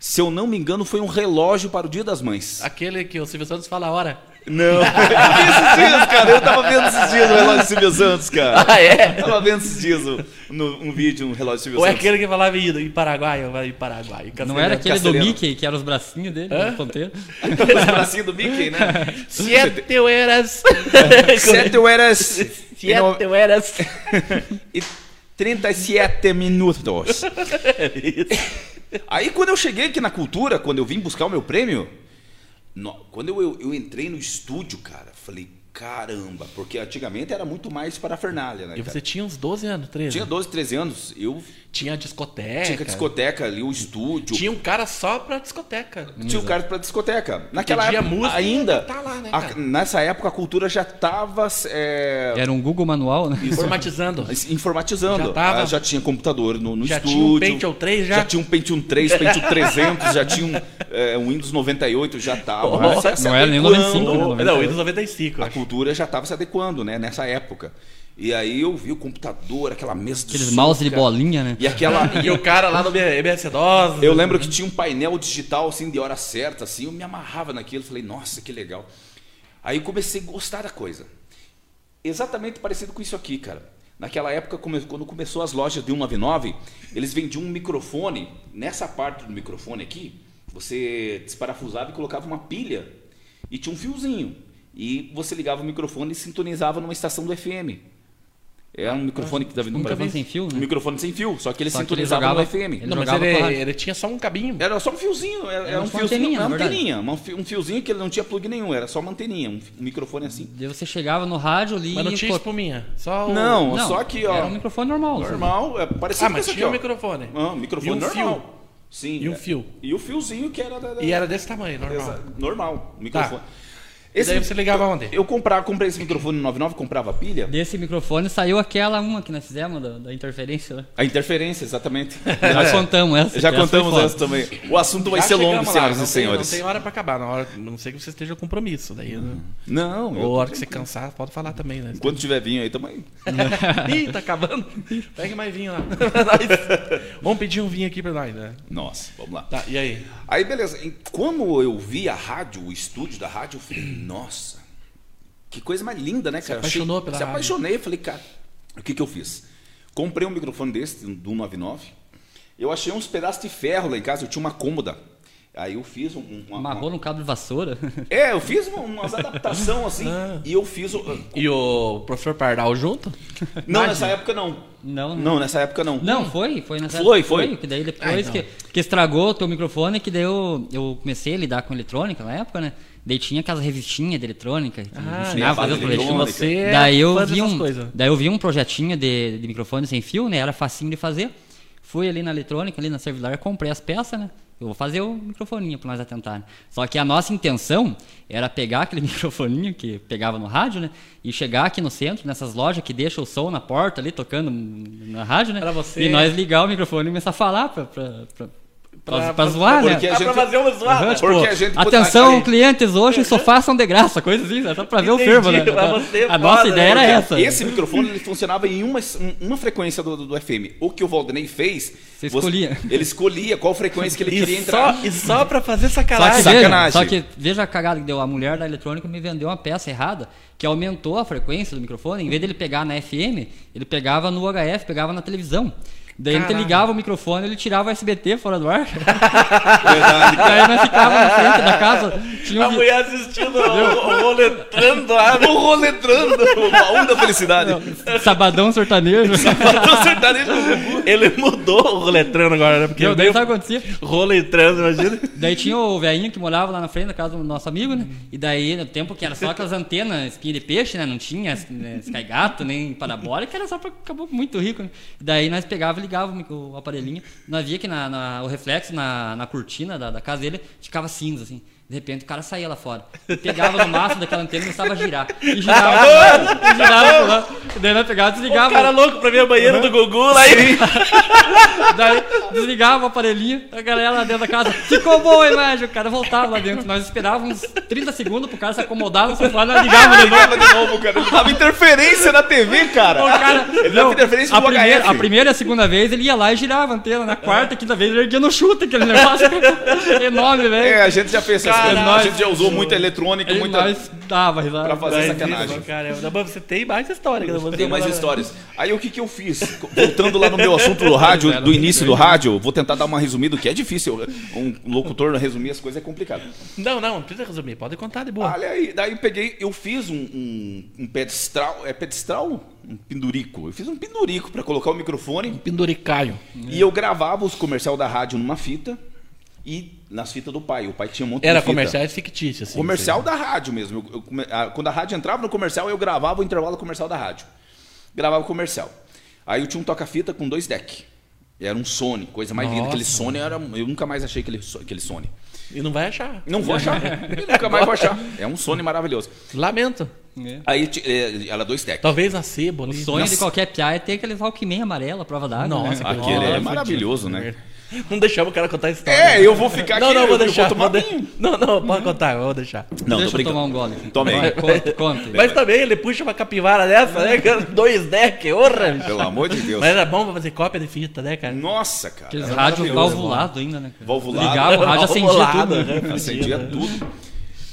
Speaker 2: se eu não me engano, foi um relógio para o Dia das Mães.
Speaker 1: Aquele que o Silvio Santos fala a hora.
Speaker 2: Não. esses dias, cara. Eu tava vendo esses dias o relógio Silvio Santos, cara.
Speaker 1: Ah, é?
Speaker 2: Tava vendo esses dias o- no- um vídeo, um relógio Silvio
Speaker 1: Ou é
Speaker 2: Santos.
Speaker 1: aquele que falava em em Paraguai, ou em Paraguai. em
Speaker 3: Não
Speaker 1: castelhano.
Speaker 3: era aquele do
Speaker 2: Castelhano.
Speaker 3: Mickey, que era os bracinhos dele, os ponteiros.
Speaker 2: Os bracinhos do Mickey, né?
Speaker 1: Siete eras.
Speaker 2: Sete horas e no-
Speaker 1: Siete eras.
Speaker 2: e 37 minutos.
Speaker 1: É
Speaker 2: Aí quando eu cheguei aqui na Cultura, quando eu vim buscar o meu prêmio, no- quando eu, eu, eu entrei no estúdio, cara, falei, caramba, porque antigamente era muito mais para a Fernália, né?
Speaker 1: E você
Speaker 2: Cara?
Speaker 1: tinha uns 12 anos, 13?
Speaker 2: Tinha 12, 13 anos, eu
Speaker 1: Tinha discoteca.
Speaker 2: Tinha a discoteca ali, o estúdio. Tinha,
Speaker 1: É, Tinha um cara só pra discoteca.
Speaker 2: o cara pra discoteca. Naquela
Speaker 1: Pedia
Speaker 2: época,
Speaker 1: música,
Speaker 2: ainda.
Speaker 1: tá lá, né,
Speaker 2: a-
Speaker 1: cara?
Speaker 2: nessa época, a cultura já tava é,
Speaker 3: Era um Google manual, né?
Speaker 1: Formatizando.
Speaker 2: informatizando.
Speaker 1: Já tava.
Speaker 2: Ah, já tinha computador no, no
Speaker 1: Já tinha um
Speaker 2: estúdio.
Speaker 1: Pentium 3 já?
Speaker 2: já tinha um Pentium 3, Pentium 300, já tinha um é, um Windows 98, já tava. Essa- se
Speaker 3: não era nem
Speaker 2: adequando.
Speaker 3: 95, né?
Speaker 1: Ou- Não, é Windows 95. eu
Speaker 2: A
Speaker 1: acho.
Speaker 2: cultura já tava se adequando, né, nessa época. E aí eu vi o computador, aquela mesa de
Speaker 3: Aqueles
Speaker 2: som,
Speaker 3: mouse de
Speaker 2: cara.
Speaker 3: bolinha, né?
Speaker 2: E aquela.
Speaker 1: E o cara lá no MS-DOS.
Speaker 2: Eu lembro que tinha um painel digital, assim, de hora certa, assim, eu me amarrava naquilo, falei, nossa, que legal. Aí eu comecei a gostar da coisa. Exatamente parecido com isso aqui, cara. Naquela época, come- quando começou as lojas de 199, eles vendiam um microfone, nessa parte do microfone aqui, você desparafusava e colocava uma pilha, e tinha um fiozinho. E você ligava o microfone e sintonizava numa estação do FM. Era um microfone que dava
Speaker 3: Um microfone sem fio, né?
Speaker 2: Um microfone sem fio, só que ele
Speaker 3: Só que ele
Speaker 2: sintonizava
Speaker 3: jogava-
Speaker 2: no FM.
Speaker 3: ele
Speaker 1: Não, mas
Speaker 3: jogava
Speaker 1: ele,
Speaker 3: com a rádio.
Speaker 1: ele tinha só um cabinho.
Speaker 2: Era só um fiozinho, era,
Speaker 3: Era
Speaker 2: era um
Speaker 3: só
Speaker 2: fiozinho,
Speaker 3: anteninha,
Speaker 2: uma
Speaker 3: na verdade.
Speaker 2: anteninha, uma fi- um fiozinho que ele não tinha plug nenhum, era só uma anteninha, um, fi- um microfone assim.
Speaker 3: Daí você chegava no rádio ali
Speaker 1: Mas não
Speaker 3: e
Speaker 1: tinha
Speaker 3: co-
Speaker 1: espuminha. Só o...
Speaker 2: Não, só que, ó,
Speaker 3: Era um microfone normal. sabe?
Speaker 2: normal, é parecido
Speaker 1: Ah,
Speaker 2: com
Speaker 1: mas
Speaker 2: esse aqui,
Speaker 1: tinha
Speaker 2: ó.
Speaker 1: um microfone.
Speaker 2: Ah, um microfone
Speaker 1: E um
Speaker 2: normal.
Speaker 1: fio.
Speaker 2: Sim.
Speaker 1: E um
Speaker 2: é.
Speaker 1: fio.
Speaker 2: E o fiozinho que era da, da-
Speaker 1: E era desse tamanho, normal. Tá.
Speaker 2: Exa- normal, um microfone. Esse,
Speaker 1: daí você ligava
Speaker 2: eu-
Speaker 1: onde?
Speaker 2: Eu comprava, comprei esse microfone no 99, comprava a pilha.
Speaker 3: Desse microfone saiu aquela uma que nós fizemos da, da interferência. né?
Speaker 2: A interferência, exatamente. É.
Speaker 3: Já contamos essa.
Speaker 2: Já
Speaker 3: que essa foi
Speaker 2: contamos
Speaker 3: foda.
Speaker 2: essa também. O assunto vai
Speaker 1: Já
Speaker 2: ser longo,
Speaker 1: chegamos lá,
Speaker 2: senhoras
Speaker 1: não
Speaker 2: e
Speaker 1: tem-
Speaker 2: senhores.
Speaker 1: Não tem hora pra acabar. Na hora, não sei que você esteja compromisso. Daí, né?
Speaker 2: Hum. Não, eu-
Speaker 1: Ou a hora que você cansar, pode falar também, né?
Speaker 2: enquanto tiver vinho aí, tamo aí.
Speaker 1: Ih, tá acabando. Pega mais vinho lá. Nós- Vamos pedir um vinho aqui pra nós, né?
Speaker 2: Nossa, vamos lá.
Speaker 1: Tá, e aí?
Speaker 2: Aí, beleza. E quando eu vi a rádio, o estúdio da rádio, eu falei, nossa, que coisa mais linda, né, cara?
Speaker 1: apaixonou
Speaker 2: Achei-
Speaker 1: pela
Speaker 2: Se
Speaker 1: rádio.
Speaker 2: apaixonei, falei, cara, o que que eu fiz? Comprei um microfone desse, um do 99. Eu achei uns pedaços de ferro lá em casa, eu tinha uma cômoda. Aí eu fiz um... um- uma,
Speaker 3: Amarrou
Speaker 2: uma...
Speaker 3: num cabo de vassoura.
Speaker 2: É, eu fiz uma- umas adaptações assim,
Speaker 1: Ah.
Speaker 2: e eu fiz... o-
Speaker 1: E o professor Pardal junto?
Speaker 2: Não, nessa época não.
Speaker 3: Não, não.
Speaker 2: Não, nessa época não.
Speaker 3: Não, foi, foi nessa
Speaker 2: Foi,
Speaker 3: época,
Speaker 2: foi.
Speaker 3: Que daí
Speaker 1: Ah,
Speaker 3: depois
Speaker 1: então.
Speaker 3: que, que estragou o teu microfone, que daí eu, eu comecei a lidar com eletrônica na época, né? Daí tinha aquelas revistinhas de eletrônica, que
Speaker 1: Ah,
Speaker 2: Ah,
Speaker 3: ensinava a fazer
Speaker 2: lavada
Speaker 3: os
Speaker 2: eletrônica.
Speaker 3: projetinhos.
Speaker 1: Você é
Speaker 3: Daí
Speaker 1: fã
Speaker 3: eu, vi
Speaker 1: dessas
Speaker 3: um,
Speaker 1: coisas.
Speaker 3: daí eu vi um projetinho de, de microfone sem fio, né? Era facinho de fazer. Fui ali na eletrônica, ali na servidora, comprei as peças, né? Eu vou fazer o microfoninho para nós atentar. né? Só que a nossa intenção era pegar aquele microfoninho que pegava no rádio, né? E chegar aqui no centro, nessas lojas que deixa o som na porta ali, tocando na rádio, né?
Speaker 1: Pra você-
Speaker 3: E nós ligar o microfone e começar a falar pra, pra, pra, pra, pra
Speaker 1: pra-
Speaker 3: zoar, né?
Speaker 2: porque a gente-
Speaker 1: uma zoada.
Speaker 3: Aham, tipo,
Speaker 2: Porque a gente-
Speaker 3: atenção,
Speaker 2: aí-
Speaker 3: clientes, hoje só façam de graça, coisa assim, né? só pra ver
Speaker 1: Entendi,
Speaker 3: o fervo, né?
Speaker 1: pra você,
Speaker 3: a nossa
Speaker 1: foda,
Speaker 3: ideia era
Speaker 1: né?
Speaker 3: É essa.
Speaker 2: Esse microfone ele funcionava em uma, uma frequência do, do- do FM. O que o Valdinei fez.
Speaker 3: Você escolhia.
Speaker 2: ele escolhia qual frequência que ele queria
Speaker 1: E
Speaker 2: entrar.
Speaker 1: só, e só pra fazer
Speaker 3: Só que,
Speaker 1: sacanagem.
Speaker 3: veja,
Speaker 2: sacanagem.
Speaker 3: só que veja a cagada que deu. A mulher da eletrônica me vendeu uma peça errada que aumentou a frequência do microfone. Em vez dele pegar na FM, ele pegava no HF, pegava na televisão. Daí ele
Speaker 1: Caralho.
Speaker 3: ligava o microfone, ele tirava o SBT fora do ar.
Speaker 2: Verdade, cara.
Speaker 3: Daí nós ficava na frente da casa. Tinha
Speaker 1: A
Speaker 3: um vi-
Speaker 1: mulher assistindo o roletrando lá.
Speaker 2: O roletrando, o baú da felicidade.
Speaker 3: sabadão sertanejo.
Speaker 1: Tô sertanejo. Ele mudou o roletrando agora, né? Porque
Speaker 3: Meu
Speaker 1: eu
Speaker 3: Deus,
Speaker 1: dei
Speaker 3: sabe o que acontecia?
Speaker 1: roletrando, imagina.
Speaker 3: Daí tinha o velhinho que morava lá na frente da casa do nosso amigo, né? E daí, no tempo que era só aquelas antenas, espinha de peixe, né? Não tinha né, Sky Gato, nem parabólica, era só pra acabou muito rico. Né? Daí nós pegava e ligava o micro- o aparelhinho. Nós via que na, na- o reflexo na, na cortina da, da casa dele ficava cinza, assim. De repente o cara saía lá fora. E Pegava no máximo daquela antena e começava a girar. E girava pro lado, e girava pro lado. Daí nós pegava e desligava.
Speaker 1: O cara louco pra ver a banheira do Gugu lá e...
Speaker 3: Daí desligava o aparelhinho, a galera lá dentro da casa, ficou boa a imagem, o cara voltava lá dentro. Nós esperávamos uns 30 segundos pro cara se acomodar no sofá, nós ligávamos de novo.
Speaker 2: Ligava de novo, cara. Ele dava interferência na TV, cara.
Speaker 3: O cara,
Speaker 2: Ele dava
Speaker 3: não,
Speaker 2: interferência
Speaker 3: a,
Speaker 2: no
Speaker 3: primeira,
Speaker 2: HF.
Speaker 3: a primeira e a segunda vez ele ia lá e girava a antena. Na quarta, quinta vez ele erguia no chute aquele negócio enorme,
Speaker 2: É,
Speaker 3: velho.
Speaker 2: a gente já fez essas coisas. A
Speaker 3: nós-
Speaker 2: gente já usou muita eletrônica,
Speaker 3: Aí
Speaker 2: É, muita...
Speaker 3: nós dava risada.
Speaker 2: Pra fazer
Speaker 1: Mas
Speaker 2: sacanagem.
Speaker 1: isso, Cara, não, mas você tem mais história. que eu não vou
Speaker 2: Tem
Speaker 1: dizer
Speaker 2: mais
Speaker 1: agora.
Speaker 2: histórias. Aí o que, que eu fiz? Voltando lá no meu assunto do rádio, do início do rádio, vou tentar dar uma resumida, que é difícil. Um locutor resumir as coisas é complicado.
Speaker 1: Não, não, não precisa resumir. Pode contar de boa.
Speaker 2: Olha aí, daí eu peguei, eu fiz um, um, um pedestral, é pedestral? Um pendurico. Eu fiz um pendurico pra colocar o
Speaker 1: Um
Speaker 2: microfone
Speaker 1: Penduricaio.
Speaker 2: e eu gravava os comercial da rádio numa fita e nas fitas do pai. O pai tinha um monte
Speaker 1: Era
Speaker 2: de fita.
Speaker 1: comerciais fictícios, assim.
Speaker 2: comercial da rádio mesmo. Eu- eu come- a- quando a rádio entrava no comercial, eu gravava o intervalo comercial da rádio. Gravava o comercial. Aí eu tinha um toca-fita com dois deck. Era um Sony, coisa mais linda. Aquele
Speaker 1: Nossa.
Speaker 2: Sony era. Eu nunca mais achei aquele, so- aquele Sony.
Speaker 1: E não vai achar.
Speaker 2: Não vou achar. Eu nunca mais vou achar. É um Sony maravilhoso.
Speaker 1: Lamento.
Speaker 3: É.
Speaker 2: Aí ti- é, era dois deck.
Speaker 1: Talvez na cebo ali.
Speaker 3: O sonho
Speaker 2: Nossa.
Speaker 3: de qualquer piá é ter aquele Walkman amarelo, à prova d'água.
Speaker 1: Nossa,
Speaker 3: né?
Speaker 2: Aquele
Speaker 1: Tá Nossa,
Speaker 2: é maravilhoso, né?
Speaker 1: Não deixamos o cara contar a história.
Speaker 2: É, eu vou ficar
Speaker 1: Não,
Speaker 2: aqui.
Speaker 1: não, vou
Speaker 2: eu
Speaker 1: deixar.
Speaker 2: tomar
Speaker 1: vou de-
Speaker 2: vinho.
Speaker 1: Não, não, pode
Speaker 3: Uhum.
Speaker 1: contar, eu vou deixar.
Speaker 2: Não,
Speaker 3: Deixa
Speaker 2: tô
Speaker 3: eu
Speaker 2: brincando.
Speaker 3: tomar um gole.
Speaker 2: Tomei.
Speaker 3: Vai, Conte, conte.
Speaker 1: Mas também ele puxa uma capivara dessa, né? cara? Dois deck, orra, bicho.
Speaker 2: Pelo amor de Deus.
Speaker 1: Mas era bom pra fazer cópia de fita, né, cara?
Speaker 2: Nossa, cara.
Speaker 3: Aqueles
Speaker 2: era
Speaker 3: rádios
Speaker 2: maravilhoso.
Speaker 3: valvulado ainda, né? cara?
Speaker 2: Valvulado.
Speaker 3: Ligava o rádio, acendia
Speaker 1: Valvulado,
Speaker 3: tudo.
Speaker 1: né?
Speaker 2: Uhum.
Speaker 1: Fudia.
Speaker 2: Acendia tudo.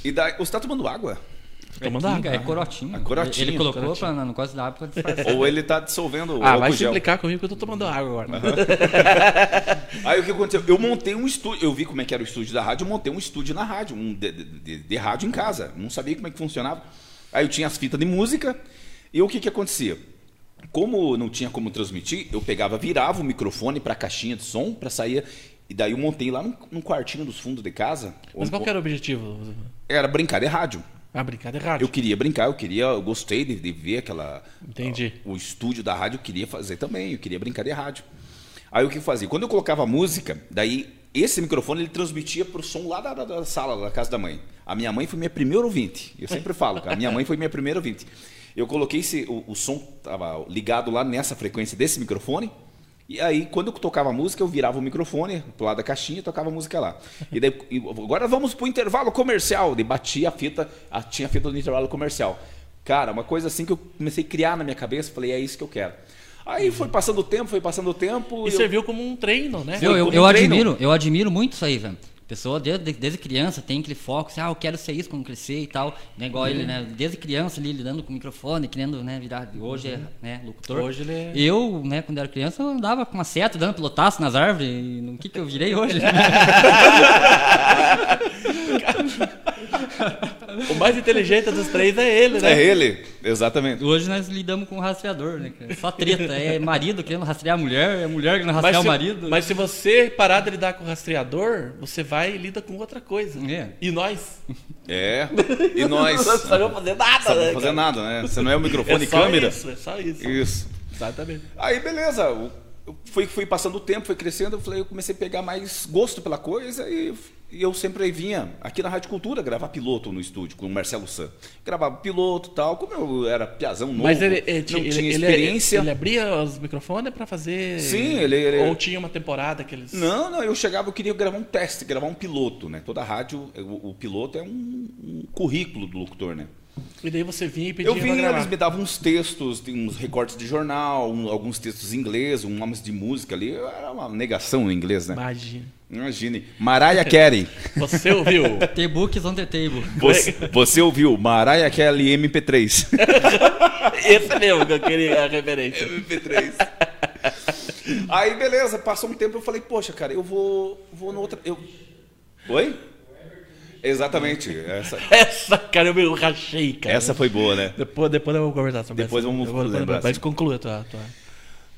Speaker 2: E daí, você tá tomando água?
Speaker 1: Tomando
Speaker 3: é,
Speaker 1: água.
Speaker 3: pinga, é corotinho.
Speaker 2: É corotinho.
Speaker 3: Ele colocou
Speaker 1: Corotinho.
Speaker 3: Pra, na- no quase da água pra disfarçar.
Speaker 2: Ou ele tá dissolvendo o
Speaker 1: É. Ah,
Speaker 2: álcool
Speaker 1: vai se
Speaker 2: gel?
Speaker 1: implicar comigo que eu tô tomando água agora.
Speaker 2: Aí o que aconteceu? Eu montei um estúdio, eu vi como é que era o estúdio da rádio, eu montei um estúdio na rádio, um de, de- de- de rádio em casa. Não sabia como é que funcionava. Aí eu tinha as fitas de música, e o que que acontecia? Como não tinha como transmitir, eu pegava, virava o microfone pra caixinha de som, pra sair... E daí eu montei lá num, num quartinho dos fundos de casa. Um
Speaker 1: Mas qual que é? era o objetivo?
Speaker 2: Era brincar de rádio.
Speaker 1: Ah, brincadeira errada.
Speaker 2: Eu queria brincar, eu queria, eu gostei de, de ver aquela.
Speaker 1: Entendi.
Speaker 2: a- o estúdio da rádio eu queria fazer também, eu queria brincar de rádio. Aí o que eu fazia? Quando eu colocava música, daí esse microfone ele transmitia pro som lá da, da- da sala, da casa da mãe. A minha mãe foi minha primeira ouvinte. Eu sempre falo, cara, a minha mãe foi minha primeira ouvinte. Eu coloquei esse, o, o som tava ligado lá nessa frequência desse microfone. E aí, quando eu tocava música, eu virava o microfone pro lado da caixinha e tocava a música lá. E daí, e agora vamos pro intervalo comercial. E batia a fita, a- tinha a fita do intervalo comercial. Cara, uma coisa assim que eu comecei a criar na minha cabeça, falei, é isso que eu quero. Aí foi passando o tempo, foi passando o tempo.
Speaker 1: E
Speaker 2: eu-
Speaker 1: serviu como um treino, né?
Speaker 3: Eu, eu,
Speaker 2: como
Speaker 3: eu
Speaker 2: um treino.
Speaker 3: admiro, eu admiro muito isso aí, velho. Pessoa desde, desde criança tem aquele foco, assim, ah, eu quero ser isso quando crescer e tal. Né, igual
Speaker 1: Uhum.
Speaker 3: ele, né? Desde criança ali lidando com o microfone, querendo né, virar. Hoje é né, locutor.
Speaker 1: Uhum. Hoje ele é-
Speaker 3: Eu, né, quando era criança, eu andava com uma seta dando pelotaço nas árvores. E no que, que eu virei hoje?
Speaker 1: O mais inteligente dos três é ele, né?
Speaker 2: É ele, exatamente.
Speaker 3: hoje nós lidamos com o rastreador, né? cara? Só treta. É marido querendo rastrear a mulher, é mulher querendo rastrear
Speaker 1: se,
Speaker 3: o marido. né?
Speaker 1: mas se você parar de lidar com o rastreador, você vai e lida com outra coisa.
Speaker 3: É.
Speaker 1: E nós?
Speaker 2: É. E nós.
Speaker 1: Não sabemos fazer nada, né?
Speaker 2: Não fazer nada, né? Você não é o
Speaker 1: cara?
Speaker 2: microfone
Speaker 1: É
Speaker 2: e
Speaker 1: só
Speaker 2: câmera.
Speaker 1: Isso, é só isso.
Speaker 2: Isso.
Speaker 1: Exatamente.
Speaker 2: Aí, beleza. Eu- eu fui, fui passando o tempo, foi crescendo, eu, falei, eu comecei a pegar mais gosto pela coisa e, e eu sempre vinha aqui na Rádio Cultura gravar piloto no estúdio com o Marcelo San. Gravava piloto e tal, como eu era piazão novo,
Speaker 1: Mas ele, ele,
Speaker 2: não
Speaker 1: ele-
Speaker 2: tinha
Speaker 1: ele- é,
Speaker 2: experiência.
Speaker 1: ele abria os microfones pra fazer.
Speaker 2: Sim, ele- ele-
Speaker 1: Ou tinha uma temporada que eles.
Speaker 2: Não, não, eu chegava, eu queria gravar um teste, gravar um piloto, né? Toda rádio, o, o piloto é um, um currículo do locutor, né?
Speaker 1: E daí você vinha e pedia
Speaker 2: Eu
Speaker 1: pra
Speaker 2: vinha,
Speaker 1: gravar.
Speaker 2: eles me davam uns textos, tem uns recortes de jornal, um- alguns textos em inglês, um nomes de música ali. Eu Era uma negação no inglês, né?
Speaker 1: Imagina.
Speaker 2: Imagine. Mariah Carey.
Speaker 1: Você ouviu?
Speaker 3: The book is on the table.
Speaker 2: Você, você ouviu Mariah Carey MP3.
Speaker 1: Esse mesmo que eu queria a referência.
Speaker 2: MP3. Aí, beleza, passou um tempo, eu falei, poxa, cara, eu vou, vou no outra. Eu... Oi? Exatamente. Essa,
Speaker 1: Essa, cara, eu me eu rachei, cara.
Speaker 2: essa foi boa, né?
Speaker 1: Depois, depois eu vou conversar sobre
Speaker 2: Depois
Speaker 1: essa.
Speaker 2: vamos
Speaker 1: eu vou,
Speaker 2: lembrar,
Speaker 1: Mas
Speaker 2: sim.
Speaker 1: conclua a tua, tua,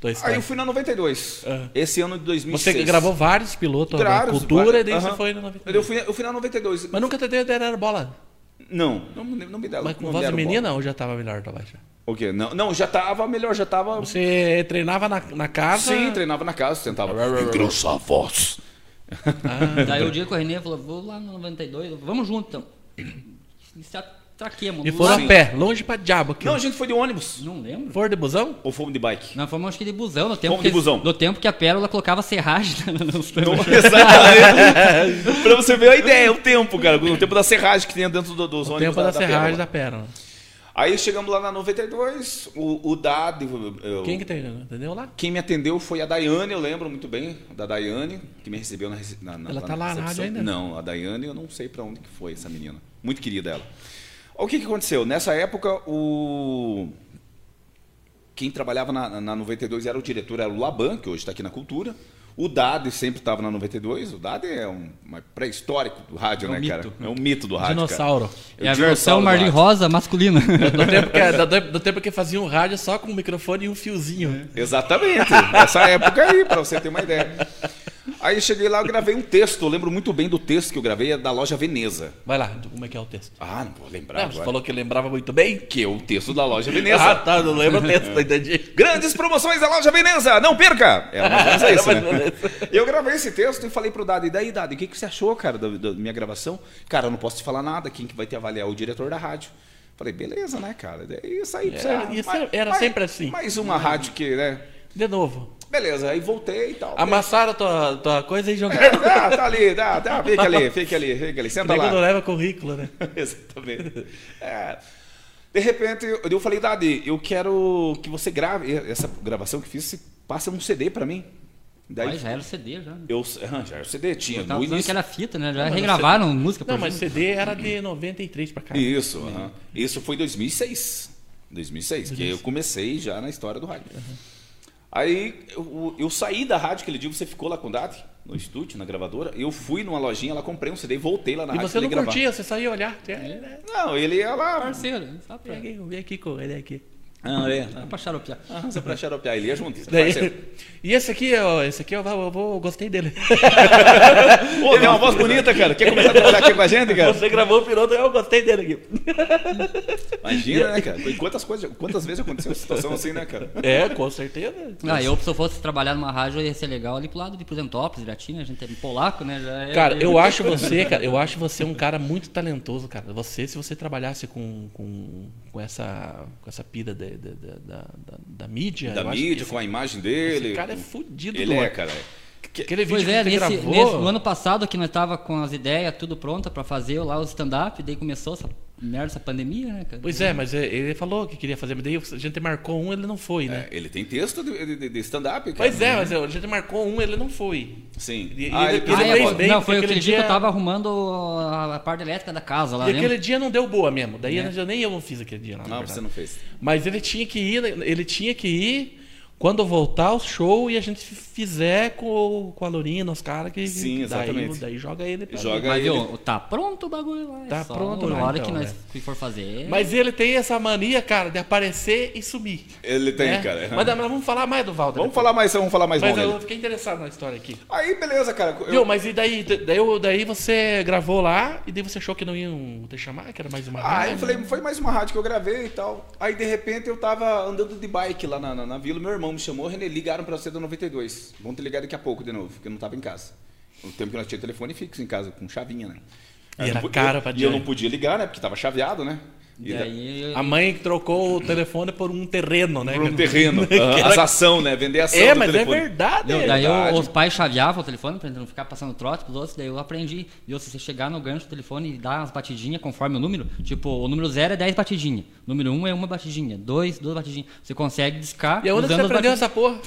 Speaker 1: tua
Speaker 2: Aí
Speaker 1: história.
Speaker 2: eu fui na 92.
Speaker 1: Ah.
Speaker 2: Esse ano de 2006.
Speaker 1: Você gravou vários pilotos da
Speaker 2: Claro,
Speaker 1: cultura e daí
Speaker 2: aham.
Speaker 1: você foi no
Speaker 2: Eu
Speaker 1: 92.
Speaker 2: fui, eu fui na 92.
Speaker 1: Mas nunca te deu era bola.
Speaker 2: Não, não, me- não me deram.
Speaker 1: Mas com
Speaker 2: não
Speaker 1: voz de
Speaker 2: deram
Speaker 1: menina ou já tava melhor, tá, Tomás? já?
Speaker 2: bola. O quê? Não, não, já tava melhor, já tava.
Speaker 1: Você treinava na, na casa?
Speaker 2: Sim, treinava na casa, tentava. Engrossa a voz.
Speaker 1: Ah.
Speaker 3: Daí o dia que o Renê falou, vou lá no 92, vamos junto então. E se atraquemos.
Speaker 1: E
Speaker 3: Lá-
Speaker 1: foram a pé, longe pra diabo aqui.
Speaker 2: Não, a gente foi de ônibus.
Speaker 3: Não lembro.
Speaker 1: Foram de busão?
Speaker 2: Ou fomos de bike?
Speaker 3: Nós fomos acho que de busão, no tempo,
Speaker 2: Fomos de
Speaker 3: que,
Speaker 2: busão.
Speaker 3: no tempo que a Pérola colocava serragem nos
Speaker 2: Não, Então, exatamente. pra você ver a ideia, o tempo, cara. O tempo da serragem que tinha dentro do, dos
Speaker 1: O
Speaker 2: ônibus.
Speaker 1: tempo da, serragem
Speaker 2: Pérola.
Speaker 1: da pérola.
Speaker 2: Aí chegamos lá na 92, o, o Dado. eu-
Speaker 1: Quem que tem? Entendeu lá?
Speaker 2: Quem me atendeu foi a Daiane, eu lembro muito bem da Daiane, que me recebeu na, rece- na, na
Speaker 1: Ela
Speaker 2: na
Speaker 1: tá lá na
Speaker 2: recepção.
Speaker 1: rádio ainda?
Speaker 2: Não, a Daiane, eu não sei pra onde que foi essa menina. Muito querida ela. O que, que aconteceu? Nessa época, o quem trabalhava na, na 92 era o diretor, era o Laban, que hoje está aqui na Cultura. O Dade sempre estava na 92. O Dade é um um pré-histórico do rádio,
Speaker 3: É um
Speaker 2: né, cara?
Speaker 3: mito.
Speaker 2: É um mito do rádio,
Speaker 1: Dinossauro.
Speaker 2: cara.
Speaker 3: É a
Speaker 2: o dinossauro
Speaker 3: versão
Speaker 2: do
Speaker 3: Marli
Speaker 2: rádio.
Speaker 3: Rosa masculina.
Speaker 1: Do tempo, que, do, tempo- do tempo que fazia um rádio só com um microfone e um
Speaker 2: É.
Speaker 1: fiozinho.
Speaker 2: Exatamente. Essa época aí, pra você ter uma ideia. Aí eu cheguei lá, eu gravei um texto. Eu lembro muito bem do texto que eu gravei, é da loja Veneza.
Speaker 1: Vai lá, como é que é o texto?
Speaker 2: Ah, não vou lembrar
Speaker 1: Não, você
Speaker 2: agora.
Speaker 1: falou que lembrava muito bem.
Speaker 2: Que é o texto da loja
Speaker 1: Ah,
Speaker 2: Veneza.
Speaker 1: tá, não lembro o texto, entendi.
Speaker 2: Grandes promoções da loja Veneza, não perca! É mais ou menos isso,
Speaker 1: Era mais ou
Speaker 2: né? Eu gravei esse texto e falei pro Dado, e daí, Dado, o que, que você achou, cara, da, da minha gravação? Cara, eu não posso te falar nada, quem que vai te avaliar? é O diretor da rádio. Falei, beleza, né, cara? Daí isso aí.
Speaker 1: É,
Speaker 2: isso aí.
Speaker 1: isso
Speaker 2: Mais-
Speaker 1: era
Speaker 2: mais-
Speaker 1: sempre assim.
Speaker 2: Mais uma rádio que, né?
Speaker 1: De novo.
Speaker 2: Beleza, aí voltei e tal.
Speaker 1: Amassaram a tua, tua coisa e
Speaker 2: É,
Speaker 1: jogaram.
Speaker 2: tá, tá ali, tá, tá, fica ali, fica ali, fica ali,
Speaker 1: O
Speaker 2: senta
Speaker 1: nego não
Speaker 2: lá.
Speaker 1: leva currículo, né?
Speaker 2: Exatamente. É. De repente, eu, eu falei, Dade, eu quero que você grave essa gravação que fiz, você passa um CD pra mim. Daí
Speaker 3: Mas já era CD já. né?
Speaker 2: eu ah, já era o CD, tinha
Speaker 3: Eu
Speaker 2: no
Speaker 3: tava pensando
Speaker 2: início.
Speaker 3: que era fita, né? Já regravaram música pra
Speaker 1: Não, mas
Speaker 3: gente.
Speaker 1: CD era de 93 pra cá.
Speaker 2: Isso,
Speaker 3: Uhum.
Speaker 2: aham. isso foi 2006. 2006, que eu comecei já na história do rádio.
Speaker 3: Uhum.
Speaker 2: Aí eu, eu saí da rádio aquele dia, você ficou lá com o Dade, no estúdio, na gravadora. Eu fui numa lojinha, lá comprei um CD, voltei lá na
Speaker 1: E
Speaker 2: rádio
Speaker 1: você
Speaker 2: pra
Speaker 1: não
Speaker 2: ele gravar.
Speaker 1: curtia, você saía olhar. É, né?
Speaker 2: Não, ele ia lá.
Speaker 3: Parceiro, só
Speaker 2: é.
Speaker 3: pra,
Speaker 1: Peguei, vim aqui com ele aqui.
Speaker 2: Ah, é.
Speaker 3: só pra xaropear.
Speaker 2: Ah, só pra xaropear, ele ia junto.
Speaker 1: Daí-
Speaker 2: parceiro.
Speaker 1: e esse aqui, ó, esse aqui eu, vou- eu vou- eu gostei dele.
Speaker 2: Pô, tem uma voz bonita, cara. Quer começar a trabalhar aqui com a gente, cara?
Speaker 1: Você gravou o piloto, eu gostei dele aqui.
Speaker 2: Imagina, né, cara? E quantas, coisas, quantas vezes aconteceu uma situação assim, né, cara?
Speaker 1: É, com certeza.
Speaker 3: Ah, eu se eu fosse trabalhar numa rádio ia ser legal ali pro lado de Prudentópolis, Gratina, a gente é polaco, né? Já é-
Speaker 1: Cara, eu acho você, cara, eu acho você um cara muito talentoso, cara. Você, se você trabalhasse com, com, com essa com essa pira da, da, da, da- da mídia,
Speaker 2: Da
Speaker 1: eu acho
Speaker 2: mídia,
Speaker 1: que
Speaker 2: com a imagem
Speaker 1: esse,
Speaker 2: dele.
Speaker 1: esse cara é fudido,
Speaker 2: Ele
Speaker 1: do
Speaker 2: é,
Speaker 1: ar.
Speaker 2: cara. Que-
Speaker 1: Aquele vídeo
Speaker 3: Pois é,
Speaker 1: que
Speaker 3: nesse,
Speaker 1: você gravou,
Speaker 3: nesse- no ano passado que nós tava com as ideias tudo pronta pra fazer lá o stand-up, daí começou essa merda, essa pandemia, né, cara?
Speaker 1: Pois é, mas é, ele falou que queria fazer, mas daí a gente marcou um, ele não foi, né?
Speaker 2: É, ele tem texto de, de- de- de stand-up, cara.
Speaker 1: Pois é, mas é, a gente marcou um, ele não foi.
Speaker 2: Sim.
Speaker 1: E- e
Speaker 2: ah, ele,
Speaker 1: ele-
Speaker 2: ele
Speaker 1: ele
Speaker 2: é
Speaker 1: fez
Speaker 2: foda.
Speaker 1: bem,
Speaker 3: não,
Speaker 1: porque
Speaker 3: foi
Speaker 1: aquele
Speaker 3: aquele dia que
Speaker 1: dia-
Speaker 3: eu tava arrumando a, a parte elétrica da casa lá, É.
Speaker 1: e
Speaker 3: lembra?
Speaker 1: aquele dia não deu boa mesmo. Daí eu nem eu não fiz aquele dia lá. na
Speaker 2: Não,
Speaker 1: verdade.
Speaker 2: você não fez.
Speaker 1: Mas ele tinha que ir, ele tinha que ir quando voltar o show e a gente fizer com, o- com a Lorina, os caras que
Speaker 2: Sim,
Speaker 1: que daí-
Speaker 2: exatamente.
Speaker 1: Daí, joga ele pra
Speaker 2: Joga
Speaker 3: Mas,
Speaker 2: ele.
Speaker 3: viu, tá pronto o bagulho lá. é
Speaker 1: Tá
Speaker 3: só
Speaker 1: pronto
Speaker 3: na
Speaker 1: lá,
Speaker 3: hora
Speaker 1: então,
Speaker 3: que nós
Speaker 1: né?
Speaker 3: que for fazer.
Speaker 1: Mas ele tem essa mania, cara, de aparecer e sumir.
Speaker 2: Ele tem,
Speaker 1: né?
Speaker 2: cara. é.
Speaker 1: Mas, mas vamos falar mais do Valder.
Speaker 2: Vamos falar mais, vamos falar mais
Speaker 1: Mas
Speaker 2: mal
Speaker 1: eu
Speaker 2: dele.
Speaker 1: fiquei interessado na história aqui.
Speaker 2: Aí, beleza, cara. Eu-
Speaker 1: Viu, mas e daí, daí, eu- daí você gravou lá e daí você achou que não iam te chamar, que era mais uma
Speaker 2: Ah, eu
Speaker 1: rádio?
Speaker 2: falei, foi mais uma rádio que eu gravei e tal. Aí, de repente, eu tava andando de bike lá na, na, na vila. Meu irmão me chamou, René, ligaram pra você da 92. Vão te ligar daqui a pouco de novo, porque eu não tava em casa. O tempo que nós tinha telefone fixo em casa, com chavinha, né?
Speaker 1: E
Speaker 2: Eu
Speaker 1: era
Speaker 2: não podia-
Speaker 1: caro pra
Speaker 2: E eu
Speaker 1: diante.
Speaker 2: não podia ligar, né? Porque tava chaveado, né?
Speaker 3: E
Speaker 2: da-
Speaker 3: aí,
Speaker 1: A mãe trocou o telefone por um terreno, né?
Speaker 2: Por um
Speaker 1: cara?
Speaker 2: terreno.
Speaker 1: era-
Speaker 2: As ação, né? Vender ação
Speaker 1: É,
Speaker 2: do
Speaker 1: mas é
Speaker 2: telefone.
Speaker 1: verdade.
Speaker 3: eu- daí
Speaker 2: verdade.
Speaker 3: eu, os pais chaveavam o telefone pra gente não ficar passando trote pros outros, daí eu aprendi. Viu, se você chegar no gancho do telefone e dar as batidinhas conforme o número, tipo, o número 0 é 10 batidinhas, o número 1 um é uma batidinha, 2, duas batidinhas. Você consegue discar
Speaker 1: E onde você
Speaker 3: usando as
Speaker 1: aprendeu
Speaker 3: batidinhas.
Speaker 1: essa porra?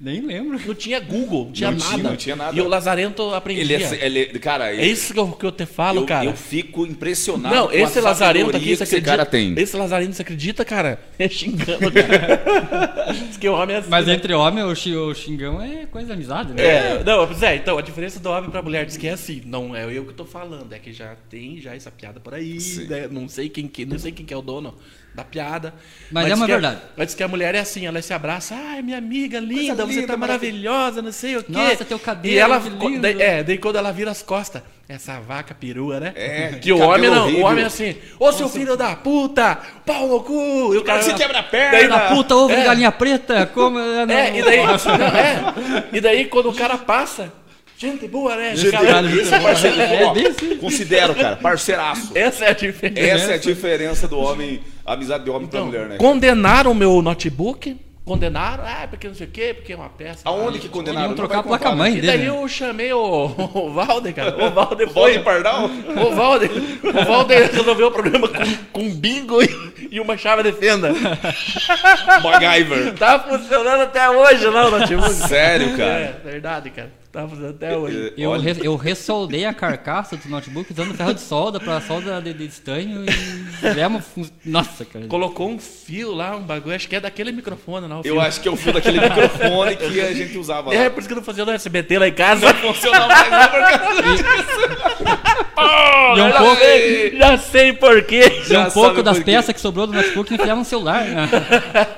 Speaker 3: Nem lembro.
Speaker 1: Não tinha Google, não tinha
Speaker 2: Não
Speaker 1: nada.
Speaker 2: tinha, não tinha nada.
Speaker 1: E o Lazarento aprendia.
Speaker 2: Ele é, ele é- cara,
Speaker 1: É isso que eu, que eu te falo,
Speaker 2: eu,
Speaker 1: cara.
Speaker 2: eu fico impressionado
Speaker 1: Não,
Speaker 2: com
Speaker 1: esse
Speaker 2: a
Speaker 1: lazarento
Speaker 2: sabedoria
Speaker 1: aqui, você
Speaker 2: que esse
Speaker 1: acredita?
Speaker 2: cara tem.
Speaker 1: Esse lazarento, você acredita, cara? É xingando, cara. Diz que o homem é assim.
Speaker 3: Mas
Speaker 1: né?
Speaker 3: entre homem, o, xi- o xingão é coisa de amizade, né?
Speaker 1: É, não, pois é, então, a diferença do homem pra mulher diz que é assim. Não é eu que tô falando, é que já tem já essa piada por aí,
Speaker 2: Sim.
Speaker 1: né? Não sei quem que, não sei quem que é o dono da piada.
Speaker 3: Mas é
Speaker 1: diz
Speaker 3: uma
Speaker 1: que a-
Speaker 3: verdade.
Speaker 1: mas diz que a mulher é assim, ela se abraça, ai, minha amiga linda, você
Speaker 2: linda,
Speaker 1: tá maravilhosa, não sei o quê.
Speaker 3: Nossa, teu cabelo,
Speaker 1: E ela,
Speaker 3: que lindo.
Speaker 1: daí- é, daí quando ela vira as costas, essa vaca perua, né?
Speaker 2: É,
Speaker 1: que o
Speaker 2: cabelo
Speaker 1: homem não,
Speaker 2: horrível.
Speaker 1: o homem é assim, ô seu filho da puta, pau no cu, e o cara
Speaker 2: Você quebra a perna.
Speaker 1: Daí
Speaker 3: Da puta, ovo
Speaker 1: É.
Speaker 3: de galinha preta, como... né?
Speaker 1: é, e daí, é, e daí quando o cara passa, gente boa, né? cara?
Speaker 2: Isso, parceiro,
Speaker 3: É
Speaker 2: ó,
Speaker 3: desse?
Speaker 2: É, Considero, cara, parceiraço.
Speaker 1: Essa é a diferença.
Speaker 2: Essa é a diferença do homem, a amizade de homem pra
Speaker 1: Então,
Speaker 2: mulher, né?
Speaker 1: Condenaram o meu notebook, condenaram, ah, porque não sei o quê, porque é uma peça.
Speaker 2: Aonde que condenaram?
Speaker 3: Queriam
Speaker 2: Não
Speaker 3: trocar a
Speaker 2: vai contar,
Speaker 3: placa-mãe.
Speaker 2: né?
Speaker 1: E daí
Speaker 3: dele,
Speaker 1: eu chamei o, o Valder, cara. O Valder foi.
Speaker 2: Volta Pardal?
Speaker 1: O Valder, o Valder resolveu o problema com, com bingo e, e uma chave de fenda.
Speaker 2: MacGyver.
Speaker 1: Tá funcionando até hoje lá o notebook.
Speaker 2: Sério, cara. É,
Speaker 1: É, verdade, cara. Tá funcionando até hoje.
Speaker 3: Eu,
Speaker 2: Olha.
Speaker 3: re- eu ressoldei a carcaça do notebook usando ferro de solda pra solda de, de estanho e tivemos... fun- Nossa, cara.
Speaker 1: Colocou um fio lá, um bagulho, acho que é daquele microfone lá. o
Speaker 2: Eu
Speaker 1: fio.
Speaker 2: acho que é o fio daquele microfone que a gente usava
Speaker 1: É,
Speaker 2: lá.
Speaker 1: por isso que não fazia no SBT lá em casa.
Speaker 2: Funcionava mais lá por causa
Speaker 1: Oh,
Speaker 3: E um
Speaker 1: já,
Speaker 3: pouco-
Speaker 1: sei, já sei por quê.
Speaker 3: E
Speaker 2: já
Speaker 3: um pouco
Speaker 2: sabe
Speaker 3: das
Speaker 2: por quê.
Speaker 3: peças que sobrou do notebook enfiavam no celular. né?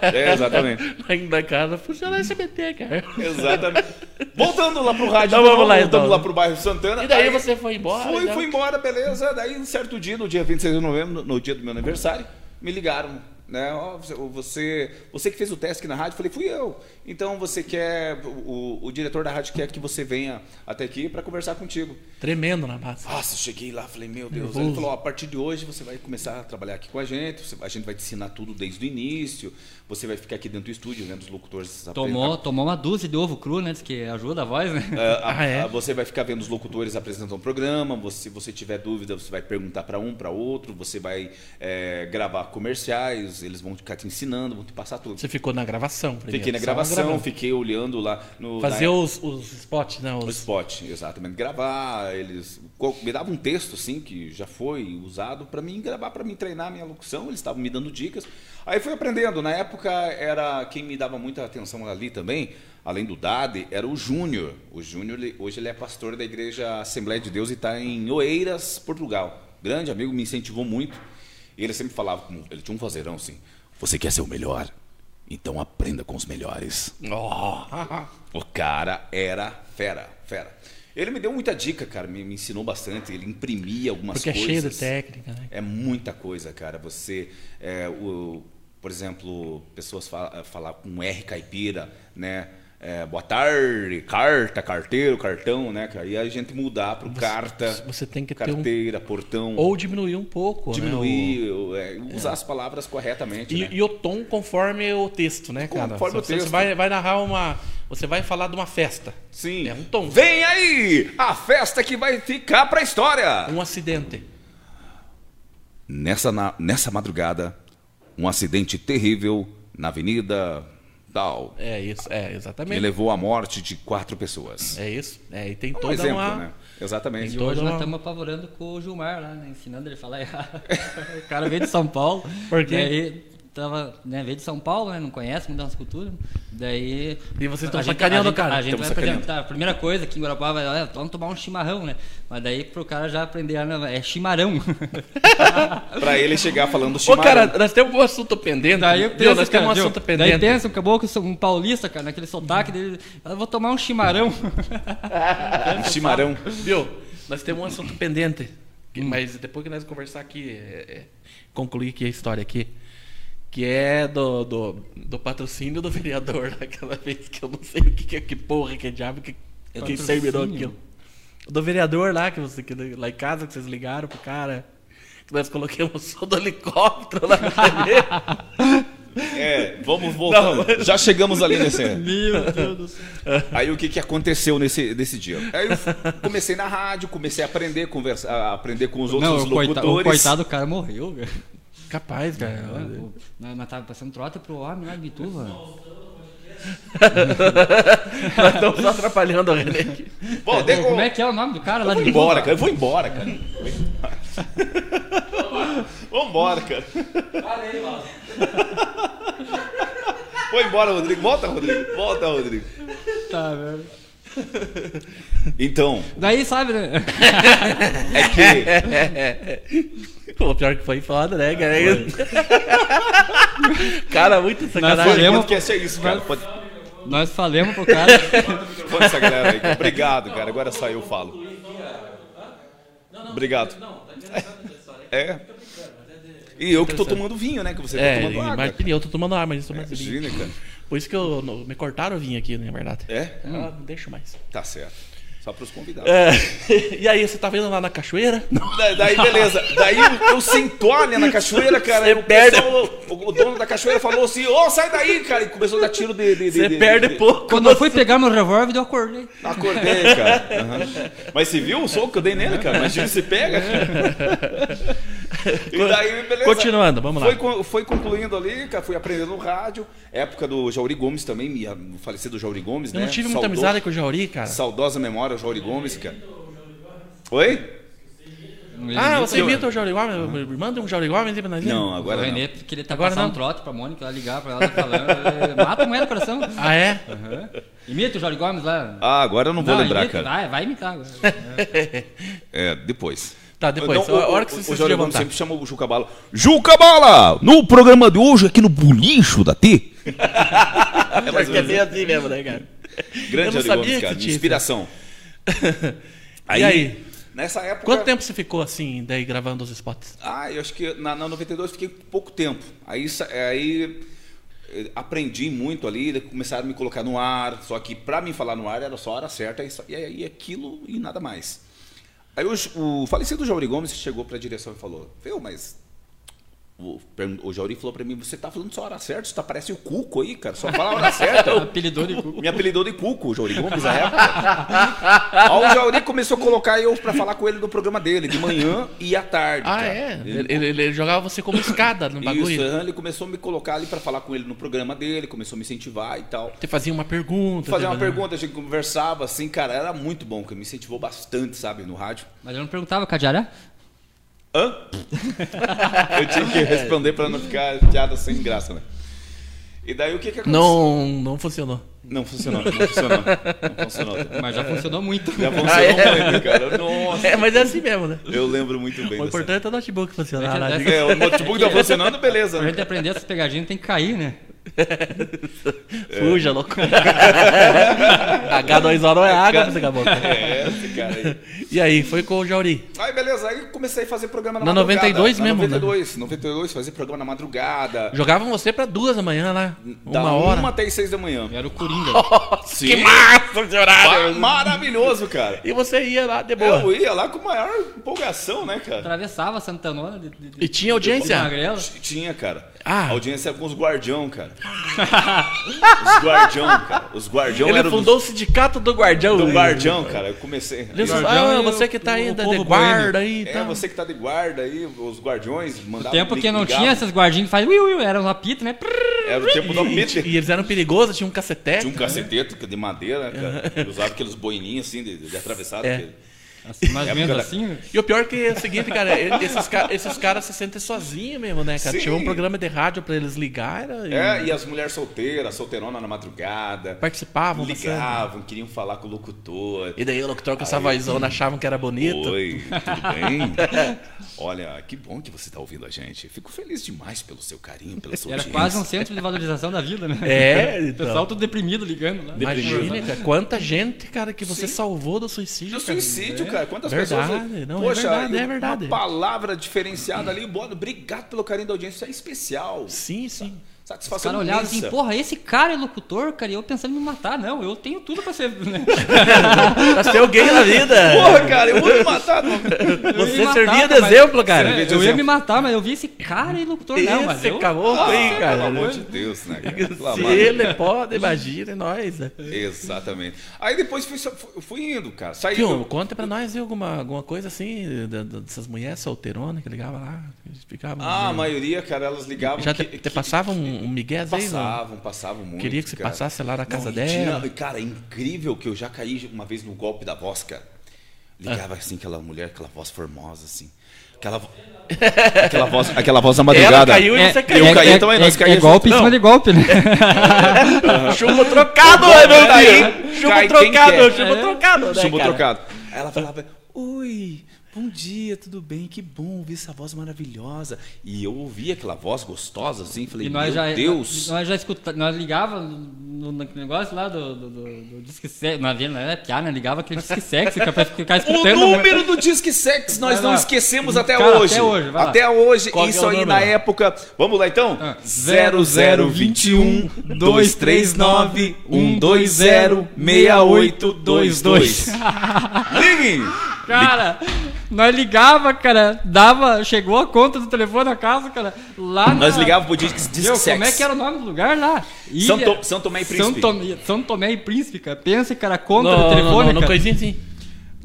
Speaker 2: É, exatamente.
Speaker 1: Ainda em casa funciona SBT, cara.
Speaker 2: Exatamente. Voltando lá pro rádio,
Speaker 1: Então vamos lá,
Speaker 2: voltamos
Speaker 1: então.
Speaker 2: lá pro bairro Santana.
Speaker 1: E daí
Speaker 2: Aí
Speaker 1: você foi embora?
Speaker 2: Fui,
Speaker 1: então?
Speaker 2: fui embora, beleza. Daí, um certo dia, no dia 26 de novembro, no dia do meu aniversário, me ligaram. Né? Ó, você- você, você que fez o teste aqui na rádio, eu falei, fui eu. Então você quer. O, o diretor da rádio quer que você venha até aqui para conversar contigo.
Speaker 1: Tremendo na massa.
Speaker 2: Nossa, eu cheguei lá, falei, meu Deus.
Speaker 1: Nervoso.
Speaker 2: Ele falou, ó, a partir de hoje você vai começar a trabalhar aqui com a gente, você- a gente vai te ensinar tudo desde o início, você vai ficar aqui dentro do estúdio, vendo os locutores
Speaker 3: Tomou, tomou uma dúzia de ovo cru, né? Diz que ajuda a voz, né?
Speaker 2: É, a-
Speaker 1: Ah, é?
Speaker 2: a- você vai ficar vendo os locutores apresentando o programa. você- se você tiver dúvida, você vai perguntar para um, para outro. Você vai é, gravar comerciais. Eles vão ficar te ensinando, vão te passar tudo.
Speaker 1: Você ficou na gravação primeiro.
Speaker 2: Fiquei na
Speaker 1: só
Speaker 2: gravação,
Speaker 1: gravando.
Speaker 2: fiquei olhando lá no
Speaker 1: Fazer
Speaker 2: na-
Speaker 1: os, os spots, não.
Speaker 2: no
Speaker 1: Os...
Speaker 2: spot, exatamente. Gravar. Eles co- me davam um texto assim que já foi usado para mim gravar, para mim treinar a minha locução. Eles estavam me dando dicas. Aí fui aprendendo. Na época era quem me dava muita atenção ali também. Além do Dade, era o Júnior. O Júnior, ele- hoje ele é pastor da Igreja Assembleia de Deus e está em Oeiras, Portugal. Grande amigo, me incentivou muito. E ele sempre falava, com- ele tinha um vozeirão assim, você quer ser o melhor? Então aprenda com os melhores.
Speaker 1: Ó.
Speaker 2: O cara era fera, fera. Ele me deu muita dica, cara, me, me ensinou bastante. Ele imprimia algumas
Speaker 1: Porque é
Speaker 2: coisas.
Speaker 1: cheio de técnica, né?
Speaker 2: É muita coisa, cara. Você, é, o- por exemplo, pessoas falam falar com um R caipira, né? É, boa tarde, carta, carteiro, cartão, né, cara? E a gente mudar pro carta,
Speaker 1: você tem que ter um-
Speaker 2: carteira, portão,
Speaker 1: Ou diminuir um pouco. né, o-
Speaker 2: diminuir, é, usar as palavras corretamente. né?
Speaker 1: E, e o tom conforme o texto, né, cara? Se
Speaker 2: Conforme o
Speaker 1: você
Speaker 2: texto.
Speaker 1: Vai, vai narrar uma. Você vai falar de uma festa.
Speaker 2: Sim.
Speaker 1: É um tom.
Speaker 2: Vem aí a festa que vai ficar pra história.
Speaker 1: Um acidente.
Speaker 2: Nessa, na- nessa madrugada, um acidente terrível na Avenida Tal
Speaker 1: É isso, é,
Speaker 2: me
Speaker 1: exatamente.
Speaker 2: levou à morte de quatro pessoas.
Speaker 1: É isso. É, e tem
Speaker 2: É um
Speaker 1: toda
Speaker 2: exemplo,
Speaker 1: uma.
Speaker 2: né? Exatamente.
Speaker 3: E hoje
Speaker 1: Toda
Speaker 3: Então nós
Speaker 1: uma-
Speaker 3: estamos apavorando com o Gilmar lá, né? Ensinando ele a falar errado. o cara veio de São Paulo.
Speaker 1: Por quê?
Speaker 3: Daí tava, né, veio de São Paulo, né? Não conhece muito a nossa cultura. Daí.
Speaker 1: E vocês tão
Speaker 3: a gente-
Speaker 1: sacaneando
Speaker 3: a gente-
Speaker 1: o cara.
Speaker 3: A gente
Speaker 2: Tamo
Speaker 3: vai
Speaker 2: sacaneando.
Speaker 3: apresentar. A primeira coisa aqui em Guarapava é, "Ah, vamos tomar um chimarrão, né? Mas daí pro cara já aprender, ah, não, é chimarrão.
Speaker 2: Pra ele chegar falando
Speaker 1: Ô,
Speaker 2: chimarrão.
Speaker 1: cara, nós temos um assunto pendente.
Speaker 3: daí eu
Speaker 1: Viu?
Speaker 3: penso,
Speaker 1: nós
Speaker 3: cara,
Speaker 1: temos um
Speaker 3: viu?
Speaker 1: assunto
Speaker 3: Daí
Speaker 1: pendente.
Speaker 3: pensa, acabou que eu sou um paulista, cara, naquele sotaque dele. Eu vou tomar um chimarrão.
Speaker 2: um chimarrão.
Speaker 1: Viu? Nós temos um assunto pendente. Que- Mas depois que nós conversar aqui, é, é, concluir aqui a história aqui. Que é do, do, do patrocínio do vereador daquela vez que eu não sei o que, é, que, que porra, que diabo, que, que
Speaker 3: Patrocínio?
Speaker 1: terminou aquilo. Do vereador lá, que você, que, lá em casa, que vocês ligaram pro cara. Que nós coloquemos o som do helicóptero lá na TV.
Speaker 2: É, vamos voltar. Já chegamos ali nesse.
Speaker 3: Meu Deus do céu.
Speaker 2: Aí o que, que aconteceu nesse, nesse dia? Aí eu f- comecei na rádio, comecei a aprender, conversa, a aprender com os
Speaker 3: Não,
Speaker 2: outros
Speaker 3: o coitado, o
Speaker 2: locutores.
Speaker 3: coitado do cara morreu, velho. É,
Speaker 1: Capaz, cara.
Speaker 3: Nós tava passando trota pro homem lá de Bituva.
Speaker 1: Nós estamos só atrapalhando o René aqui.
Speaker 2: Bom,
Speaker 3: Ô,
Speaker 2: Deco,
Speaker 3: Como é que é o nome do cara lá
Speaker 2: eu vou
Speaker 3: de
Speaker 2: embora, cara. Eu vou embora, cara. Vou embora, cara. Vou embora, Rodrigo. Volta, Rodrigo. Volta, Rodrigo.
Speaker 3: Tá, velho.
Speaker 2: Então,
Speaker 3: Daí, sabe, né?
Speaker 2: é que.
Speaker 1: É. Pô, pior que foi foda, né, cara? cara, muito
Speaker 3: Nós
Speaker 1: sacanagem.
Speaker 3: falemos-
Speaker 2: podcast é isso, cara. Pode,
Speaker 3: Nós falamos pro cara.
Speaker 2: pode essa galera aí. cara. Obrigado, cara. Agora só eu falo. Obrigado. É. E eu que tô tomando vinho, né? Que você tá
Speaker 1: É,
Speaker 2: tomando água.
Speaker 1: mas que nem eu tô tomando arma, mas tô mais vinho.
Speaker 2: Imagina, cara.
Speaker 1: Por isso que eu, no- me cortaram o vinho aqui, na verdade.
Speaker 2: É?
Speaker 1: Ah, não deixo mais.
Speaker 2: Tá certo. Só pros convidados.
Speaker 1: É, e aí, você tá vendo lá na cachoeira?
Speaker 2: Da- Daí, beleza. Daí eu- eu sento a na cachoeira, cara.
Speaker 1: Cê
Speaker 2: e o,
Speaker 1: perde.
Speaker 2: pessoal- o- o dono da cachoeira falou assim: Ô, sai daí, cara. E começou a dar tiro de. de- de-
Speaker 1: Você
Speaker 2: de-
Speaker 1: perde
Speaker 2: de-
Speaker 1: pouco.
Speaker 3: Quando eu fui pegar meu revólver, eu acordei.
Speaker 2: Acordei, cara. Aham. Mas você viu o soco que eu dei nele, cara? Imagina se pega, cara. E daí, beleza.
Speaker 1: Continuando, vamos lá.
Speaker 2: Foi, con- foi concluindo ali, cara. Fui aprendendo no rádio. Época do Jauri Gomes também, minha- o falecido Jauri Gomes,
Speaker 1: Eu
Speaker 2: né?
Speaker 1: não tive muita
Speaker 2: Saudoso-
Speaker 1: amizade com o Jauri, cara.
Speaker 2: Saudosa memória, o Jauri Gomes, cara. Oi?
Speaker 1: Ah, você imita o Jauri Gomes? Manda um Jauri Gomes aí pra nós?
Speaker 2: Não,
Speaker 3: O
Speaker 2: agora não.
Speaker 3: Renê queria tá
Speaker 1: Agora
Speaker 3: passando
Speaker 1: não.
Speaker 3: um trote pra Mônica, ela ligar pra ela, tá falando. eh, Mata a mulher do coração.
Speaker 1: Ah, é?
Speaker 3: Aham. Imita o Jorge Gomes lá.
Speaker 2: Ah, agora eu não vou lembrar,
Speaker 3: imita,
Speaker 2: cara.
Speaker 3: Vai, vai imitar agora.
Speaker 2: É, depois.
Speaker 1: Tá, depois.
Speaker 2: Então,
Speaker 1: a hora que você
Speaker 2: o
Speaker 1: se
Speaker 2: Jorge Gomes
Speaker 1: levantar.
Speaker 2: sempre chama o Juca Bala. Juca Bala! No programa de hoje, aqui no Bulicho da T.
Speaker 1: É, mas que é bem assim mesmo, né, cara?
Speaker 2: um Grande
Speaker 1: Eu não
Speaker 2: Jorge Gomes,
Speaker 1: sabia
Speaker 2: cara.
Speaker 1: que tinha isso.
Speaker 2: Inspiração.
Speaker 1: E aí?
Speaker 2: Nessa época.
Speaker 1: Quanto tempo você ficou assim, daí gravando os spots?
Speaker 2: Ah, eu acho que na, na 92 fiquei pouco tempo. Aí, sa- aí eh, aprendi muito ali, daí começaram a me colocar no ar. Só que pra mim falar no ar era só a hora certa e, só- e aí aquilo e nada mais. Aí o, J- o falecido Jauri Gomes chegou pra direção e falou: Viu, mas. O, pergun- o Jauri falou pra mim: Você tá falando só a hora certa? Você tá parecendo o Cuco aí, cara. Só fala a hora
Speaker 3: É
Speaker 2: certa.
Speaker 3: Apelidou de cu.
Speaker 2: Me apelidou de Cuco, o Jauri Gomes, na época. Aí o Jauri começou a colocar eu pra falar com ele no programa dele, de manhã e à tarde.
Speaker 1: Ah,
Speaker 2: cara.
Speaker 1: é? Ele, ele- ele jogava você como escada no bagulho.
Speaker 2: Isso, é. aham, ele começou a me colocar ali pra falar com ele no programa dele, começou a me incentivar e tal.
Speaker 1: Você fazia uma pergunta.
Speaker 2: Fazer uma
Speaker 1: fazia- um-
Speaker 2: pergunta, a gente conversava assim, cara, era muito bom, que me incentivou bastante, sabe, no rádio.
Speaker 3: Mas eu não perguntava, Cadiará?
Speaker 2: Hã? Eu tinha
Speaker 1: É.
Speaker 2: que responder pra não ficar piada sem graça, né? E daí o que que aconteceu?
Speaker 1: Não, não funcionou.
Speaker 2: Não funcionou, não funcionou. Não funcionou.
Speaker 3: Mas já funcionou muito.
Speaker 2: Já funcionou
Speaker 1: Ah, é?
Speaker 2: muito, cara. Nossa.
Speaker 1: É, mas é assim mesmo, né?
Speaker 2: Eu lembro muito bem
Speaker 1: O
Speaker 2: dessa-
Speaker 1: importante é o notebook funcionar.
Speaker 3: É,
Speaker 1: lá,
Speaker 3: é,
Speaker 1: diga.
Speaker 2: É, o notebook tá funcionando, beleza.
Speaker 3: Pra
Speaker 2: né?
Speaker 3: gente aprender essas pegadinhas tem que cair, né?
Speaker 1: Fuja, louco. H2O não é água pra você acabar.
Speaker 2: É, esse cara aí.
Speaker 1: E aí, foi com o Jauri.
Speaker 2: Aí beleza, aí comecei a fazer programa na,
Speaker 1: Na
Speaker 2: madrugada.
Speaker 1: 92 mesmo, né?
Speaker 2: 92, 92, fazer programa na madrugada.
Speaker 1: Jogavam você pra duas da manhã lá.
Speaker 2: da
Speaker 1: Uma hora.
Speaker 2: Uma até as seis da manhã.
Speaker 3: Eu era o Coringa.
Speaker 2: Sim.
Speaker 1: Que massa de
Speaker 2: Ah,
Speaker 1: horário!
Speaker 2: Maravilhoso, cara.
Speaker 1: E você ia lá de boa.
Speaker 2: Eu ia lá com maior empolgação, né, cara?
Speaker 3: Atravessava Santanona de, de, de
Speaker 1: E tinha audiência.
Speaker 3: magrela.
Speaker 2: Tinha, cara.
Speaker 1: Ah.
Speaker 2: A audiência era com os guardião, cara. Os guardião, cara. Os guardião
Speaker 1: Ele
Speaker 2: eram dos-
Speaker 1: fundou o sindicato do Guardião.
Speaker 2: do
Speaker 1: né?
Speaker 2: guardião, cara. Eu comecei.
Speaker 1: Ele disse,
Speaker 3: Guardião
Speaker 1: ah,
Speaker 3: e o-
Speaker 1: você que tá aí
Speaker 3: o
Speaker 1: da
Speaker 3: povo
Speaker 1: de guarda aí e
Speaker 2: É,
Speaker 1: tal.
Speaker 2: você que tá de guarda aí, os guardiões mandavam.
Speaker 3: O tempo que não
Speaker 2: ligavam.
Speaker 3: tinha esses guardinhos que fazem ui, ui, era um apito, né? Prrr.
Speaker 2: Era o tempo do apito.
Speaker 1: E eles eram perigosos, tinha um cacetete.
Speaker 2: Tinha um caceteto que- de madeira, cara. Ele Usava aqueles boininhos assim, de, de atravessado.
Speaker 1: É.
Speaker 2: que-
Speaker 3: Assim, mais ou
Speaker 2: Época
Speaker 3: menos
Speaker 2: da-
Speaker 3: assim. né?
Speaker 1: E o pior que é o seguinte, cara, e- esses, ca- esses caras se sentem sozinhos mesmo, né, cara?
Speaker 2: Sim.
Speaker 1: Tinha um programa de rádio pra eles ligarem e
Speaker 2: É, e as mulheres solteiras, solteirona na madrugada.
Speaker 1: participavam bastante.
Speaker 2: ligavam, queriam falar com o locutor.
Speaker 1: E daí o locutor com essa
Speaker 2: Aí.
Speaker 1: vozona achavam que era bonito.
Speaker 2: Oi, tudo bem? Olha, que bom que você está ouvindo a gente. Fico feliz demais pelo seu carinho, pela sua
Speaker 3: Era
Speaker 2: audiência.
Speaker 3: quase um centro de valorização da vida, né?
Speaker 1: É,
Speaker 3: O pessoal
Speaker 1: então.
Speaker 3: todo deprimido ligando lá.
Speaker 1: Imagina, cara, quanta gente, cara, que você salvou do suicídio.
Speaker 2: Do
Speaker 1: cara.
Speaker 2: um
Speaker 1: É.
Speaker 2: suicídio, cara. Quantas
Speaker 1: Verdade,
Speaker 2: pessoas.
Speaker 1: não, é verdade, é verdade.
Speaker 2: Uma palavra diferenciada ali. Boa, obrigado pelo carinho da audiência. É especial.
Speaker 1: Sim, sim.
Speaker 3: Os
Speaker 2: Satisfação.
Speaker 3: caras olhavam assim,
Speaker 2: imensa.
Speaker 3: porra, esse cara é locutor, cara, e eu pensando em me matar. Não, eu tenho tudo pra ser. Né?
Speaker 1: Pra ser alguém na vida.
Speaker 2: Porra, cara, eu vou me matar. não.
Speaker 3: Eu ia
Speaker 1: Você
Speaker 3: me
Speaker 1: servia
Speaker 3: matar,
Speaker 1: de
Speaker 3: mas-
Speaker 1: exemplo, cara.
Speaker 3: É, eu ia me matar, mas eu vi esse cara é locutor, não, mas
Speaker 1: Esse
Speaker 3: eu...
Speaker 1: caboclo aí,
Speaker 2: Ah, Pelo amor
Speaker 1: cara.
Speaker 2: de Deus, né, cara? Pelo
Speaker 1: Se
Speaker 2: amor de
Speaker 1: ele pode, imagina, é né? nós.
Speaker 2: Exatamente. Aí depois fui, fui- fui indo, cara. Saí.
Speaker 1: Tio, conta pra nós viu, alguma, alguma coisa assim, da- da- dessas mulheres solteironas que ligavam lá, que ficavam...
Speaker 2: Ah, a maioria, cara, elas ligavam.
Speaker 1: já
Speaker 2: Ah, que-
Speaker 1: te, te
Speaker 2: que-
Speaker 1: passavam um um, um migué às vezes? não?
Speaker 2: Passavam, passavam muito.
Speaker 1: Queria que você
Speaker 2: cara.
Speaker 1: passasse lá na casa
Speaker 2: e
Speaker 1: dela.
Speaker 2: tinha- cara, é incrível que eu já caí uma vez no golpe da voz, cara.
Speaker 1: Ah.
Speaker 2: Ligava assim, aquela mulher, aquela voz formosa, assim. Aquela, vo- aquela, voz, aquela voz da madrugada.
Speaker 1: Ela caiu e você caiu.
Speaker 2: eu caí
Speaker 3: é,
Speaker 2: também,
Speaker 3: é,
Speaker 2: nós caímos
Speaker 3: é golpe em
Speaker 2: junto.
Speaker 3: cima de golpe, né?
Speaker 1: Chumbo trocado,
Speaker 2: Agora,
Speaker 1: meu
Speaker 2: tá aí,
Speaker 1: Deus! Chumbo
Speaker 2: cai quem
Speaker 1: trocado,
Speaker 2: quer.
Speaker 1: chumbo trocado, né,
Speaker 2: Chumbo
Speaker 1: cara?
Speaker 2: trocado. Aí ela falava, oi, bom dia, tudo bem? Que bom ouvir essa voz maravilhosa. E eu ouvi aquela voz gostosa, assim, falei,
Speaker 3: E
Speaker 2: meu
Speaker 3: nós já,
Speaker 2: Deus.
Speaker 3: Nós já escutávamos, nós ligava no, no negócio lá do, do, do, do disque sexo, não havia, não era piada, né? ligava aquele disque sexo, que é pra ficar
Speaker 2: O
Speaker 3: escutando. né?
Speaker 2: número do Disque Sex nós
Speaker 3: Vai
Speaker 2: não
Speaker 3: lá.
Speaker 2: esquecemos até
Speaker 3: Cara,
Speaker 2: hoje.
Speaker 3: até hoje, vai lá.
Speaker 2: Até hoje,
Speaker 1: Qual que é
Speaker 2: isso
Speaker 1: o
Speaker 2: aí
Speaker 1: número?
Speaker 2: na época. Vamos lá então?
Speaker 3: Ah.
Speaker 2: 0021 239 120 6822. Ligue!
Speaker 3: Cara, nós ligava, cara, dava, chegou a conta do telefone na casa, cara, lá na-
Speaker 2: Nós ligávamos pro Disque Disque
Speaker 3: Meu,
Speaker 2: Sex.
Speaker 3: como é que era o nome do lugar lá?
Speaker 2: São Tom- São Tomé e Príncipe.
Speaker 3: São Tomé, São Tomé e Príncipe, cara. Pensa, cara, a conta
Speaker 1: Não,
Speaker 3: do
Speaker 1: não,
Speaker 3: telefone,
Speaker 1: não, não,
Speaker 3: cara.
Speaker 1: coisinha assim.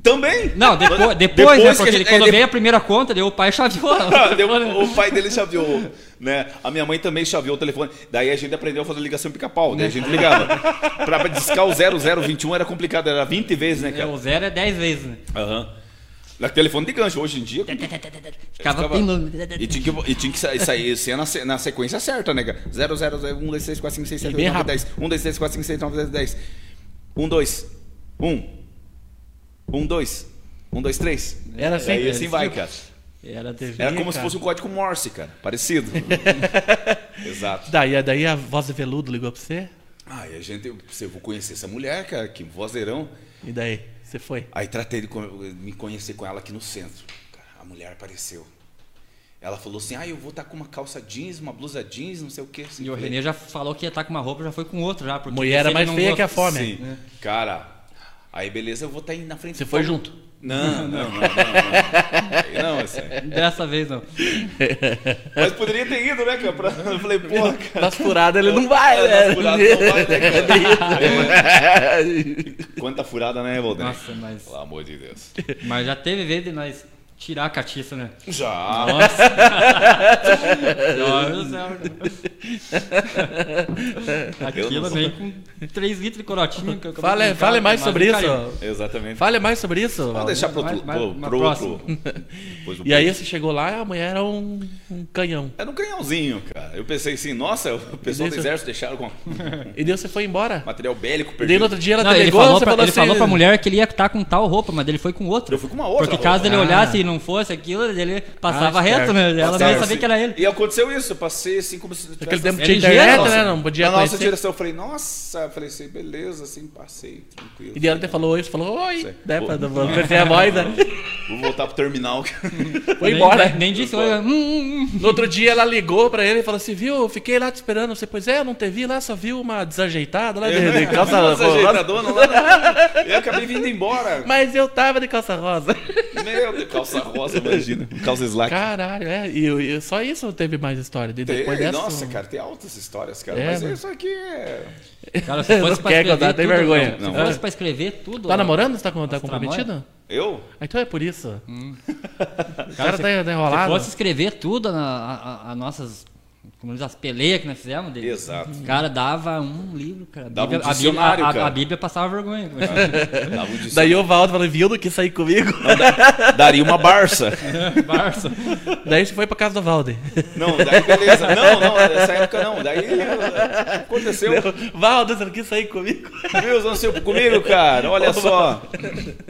Speaker 2: Também?
Speaker 3: Não, depois, depois,
Speaker 2: Depois que
Speaker 3: né?
Speaker 2: a
Speaker 3: Porque
Speaker 2: gente-
Speaker 3: quando
Speaker 2: é, de-
Speaker 3: veio a primeira conta, daí o pai chaveou.
Speaker 2: Ah, deu- o pai dele chaveou, né? A minha mãe também chaveou o telefone. Daí a gente aprendeu a fazer ligação pica-pau, daí a gente ligava. pra pra discar o 0021 era complicado, era 20 vezes, né,
Speaker 3: É,
Speaker 2: cara?
Speaker 3: o zero é 10 vezes, né?
Speaker 2: Aham. Na telefone de gancho, hoje em dia.
Speaker 3: Ficava,
Speaker 2: Ficava-
Speaker 3: bem longo.
Speaker 2: E tinha que, e tinha que sa- sair ser na, se- na sequência certa, né, cara? 0, 0, 0, 1, 2, 3, 4, 5, 6, 7,
Speaker 1: bem
Speaker 2: 8, 9,
Speaker 1: rápido.
Speaker 2: 10. 1, 2, 3, 4, 5, 6, 9, 10, 10. 1, 2, 1. 1, 2. 1, 2, 3.
Speaker 1: Era assim,
Speaker 2: Um, Aí
Speaker 1: era
Speaker 2: assim
Speaker 1: assim.
Speaker 2: vai, cara.
Speaker 3: Era TV.
Speaker 2: Era como
Speaker 1: cara.
Speaker 2: se fosse um código Morse, cara. Parecido. Exato.
Speaker 1: Daí, daí a voz de veludo ligou pra você?
Speaker 2: Aí a gente, eu vou conhecer essa mulher, cara, que vozeirão.
Speaker 1: E daí? Você foi?
Speaker 2: Aí tratei de con- me conhecer com ela aqui no centro. Cara, a mulher apareceu. Ela falou assim: ah, eu vou estar com uma calça jeans, uma blusa jeans, não sei o quê. Assim,
Speaker 3: E o
Speaker 2: falei,
Speaker 3: Renê já falou que ia estar com uma roupa, já foi com outra já. Porque
Speaker 1: Mulher era
Speaker 3: ele
Speaker 1: mais
Speaker 3: não
Speaker 1: feia
Speaker 3: gosta-
Speaker 1: que a fome.
Speaker 2: Sim. Cara, aí beleza, eu vou estar aí na frente.
Speaker 1: Você
Speaker 2: do
Speaker 1: foi
Speaker 2: palco.
Speaker 1: junto?
Speaker 2: Não, não, não, não. Não, Aí não assim.
Speaker 3: Dessa vez não.
Speaker 2: Mas poderia ter ido, né, cara? Pra- Eu falei, porra, cara.
Speaker 1: Nas furadas ele não vai,
Speaker 2: É, nas
Speaker 1: né?
Speaker 2: furadas não vai, né, Quanta furada, né, Valdir?
Speaker 3: Nossa, mas-
Speaker 2: Pelo amor de Deus.
Speaker 3: Mas já teve vez de nós tirar a catiça, né?
Speaker 2: Já.
Speaker 3: Nossa! Meu Deus do céu,
Speaker 2: Eu não
Speaker 3: cara. né? Aquilo
Speaker 2: sou-
Speaker 3: vem com 3 litros de corotinho. é que eu acabei
Speaker 1: Fale-
Speaker 3: de brincar,
Speaker 1: fale mais
Speaker 3: mas
Speaker 1: sobre
Speaker 3: não caiu.
Speaker 1: isso.
Speaker 2: Exatamente.
Speaker 1: Fale mais sobre isso.
Speaker 2: Vamos
Speaker 1: Valdir.
Speaker 2: deixar pro outro.
Speaker 3: Vai- vai-
Speaker 2: pro-
Speaker 3: uma
Speaker 2: pro outro- Pois o
Speaker 1: E aí você chegou lá a mulher era um, um canhão.
Speaker 2: Era um canhãozinho, cara. Eu pensei assim, nossa, o pessoal do
Speaker 1: Isso.
Speaker 2: exército deixaram com É.
Speaker 1: E daí você foi embora.
Speaker 2: material bélico
Speaker 1: E daí no
Speaker 2: perdido.
Speaker 1: outro dia ela
Speaker 3: Não,
Speaker 1: te
Speaker 3: ele,
Speaker 1: ligou,
Speaker 3: falou
Speaker 1: você
Speaker 3: pra,
Speaker 1: falou
Speaker 3: ele
Speaker 1: assim...
Speaker 3: falou pra mulher que ele ia estar com tal roupa, mas ele foi com outra.
Speaker 2: Eu fui com uma outra
Speaker 3: Porque caso
Speaker 2: roupa.
Speaker 3: ele
Speaker 1: Ah.
Speaker 3: olhasse e não fosse aquilo, ele passava
Speaker 1: Ah,
Speaker 3: reto,
Speaker 1: certo.
Speaker 3: né? Ela não
Speaker 2: Passava
Speaker 3: ia saber
Speaker 2: assim.
Speaker 3: que era ele.
Speaker 2: E aconteceu isso, eu passei assim como se
Speaker 1: Naquele
Speaker 2: tivesse
Speaker 1: tempo
Speaker 3: Era
Speaker 1: tinha
Speaker 3: ingênuo,
Speaker 1: internet,
Speaker 3: nossa.
Speaker 1: né? Não podia
Speaker 2: na nossa
Speaker 1: conhecer.
Speaker 2: direção. Eu falei, nossa, eu falei assim, beleza, assim, passei, tranquilo.
Speaker 1: E daí ela até falou oi, você falou oi. né,
Speaker 2: Sei.
Speaker 1: Daí
Speaker 2: Pô.
Speaker 1: pra pra conhecer a voz, né?
Speaker 2: Vou voltar pro terminal.
Speaker 1: Foi
Speaker 3: Nem-
Speaker 1: embora.
Speaker 3: Nem, nem disse, olha, hum, hum, hum.
Speaker 1: No outro dia ela ligou pra ele e falou assim, viu, eu fiquei lá te esperando. Você, pois é, eu não te vi lá, só vi uma desajeitada lá de, de calça
Speaker 2: Nossa,
Speaker 1: rosa.
Speaker 2: ajeitadona lá, né? Eu acabei vindo embora.
Speaker 1: Mas eu tava de calça rosa.
Speaker 2: Meu Deus, calça rosa, imagina. Calça slack.
Speaker 1: Caralho, é. E, e só isso não teve mais história. De
Speaker 2: Tem-
Speaker 1: depois dessa,
Speaker 2: nossa,
Speaker 1: não-
Speaker 2: cara, tem altas histórias, cara.
Speaker 1: É,
Speaker 2: mas
Speaker 1: mano.
Speaker 2: isso aqui é.
Speaker 3: Cara, se
Speaker 1: Não
Speaker 3: fosse pra
Speaker 1: quer
Speaker 3: escrever
Speaker 1: contar, tem
Speaker 3: tudo,
Speaker 1: vergonha.
Speaker 3: não.
Speaker 2: Não.
Speaker 3: Se fosse pra escrever tudo...
Speaker 1: Tá
Speaker 3: ó,
Speaker 1: namorando? Você tá, com- tá
Speaker 3: As tramóias?
Speaker 1: comprometido?
Speaker 2: Eu?
Speaker 1: Ah, Então é por isso.
Speaker 2: Hum.
Speaker 1: O cara tá tá
Speaker 3: Se
Speaker 1: enrolado.
Speaker 3: fosse escrever tudo, na- a, a- as nossas... Como diz, as peleias que nós fizemos dele.
Speaker 2: Exato.
Speaker 3: Cara, dava um livro, cara. A
Speaker 2: Dava
Speaker 3: Bíblia,
Speaker 2: um
Speaker 3: a Bíblia- a-
Speaker 2: dicionário,
Speaker 3: a-
Speaker 2: cara.
Speaker 3: a Bíblia passava vergonha.
Speaker 2: Dava um
Speaker 1: Daí o Valdo falou, viu do que sair comigo?
Speaker 2: Daria uma Barça.
Speaker 3: Barça.
Speaker 1: Daí você foi pra casa do Valdo.
Speaker 2: Não, daí beleza. Não, não, nessa época não. Daí eh, aconteceu.
Speaker 1: Valdo, você não quis sair comigo?
Speaker 2: Meu Deus, seu comigo, cara. Olha só.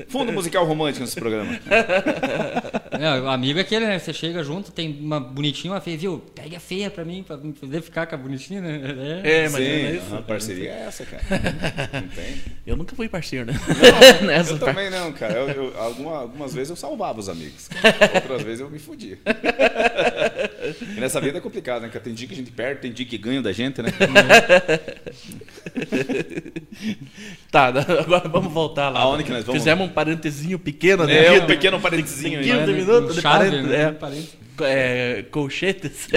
Speaker 2: Fundo musical romântico nesse programa.
Speaker 3: Não, o amigo é aquele, né? Você chega junto, tem uma bonitinha, uma feia, viu? Pega a feia pra mim, pra poder ficar com a bonitinha, né? É.
Speaker 1: É, mas não é isso.
Speaker 2: aham, parceria é essa, cara. Não tem.
Speaker 1: Eu nunca fui parceiro, né? Nessa
Speaker 2: Eu
Speaker 1: parte.
Speaker 2: também não, cara. Eu, eu- alguma- algumas vezes eu salvava os amigos. cara. Outras vezes eu me fudia. E nessa vida é complicado, né, cara? Tem dia que a gente perde, tem dia que ganha da gente, né?
Speaker 1: Tá, agora vamos voltar lá.
Speaker 2: Aonde que nós vamos?
Speaker 1: Fizemos um parentezinho pequeno, né?
Speaker 2: É, um pequeno parentezinho aí.
Speaker 1: 15 minutos de
Speaker 3: Chave,
Speaker 1: parente-
Speaker 3: né?
Speaker 1: é.
Speaker 3: Parente.
Speaker 1: É, colchetes.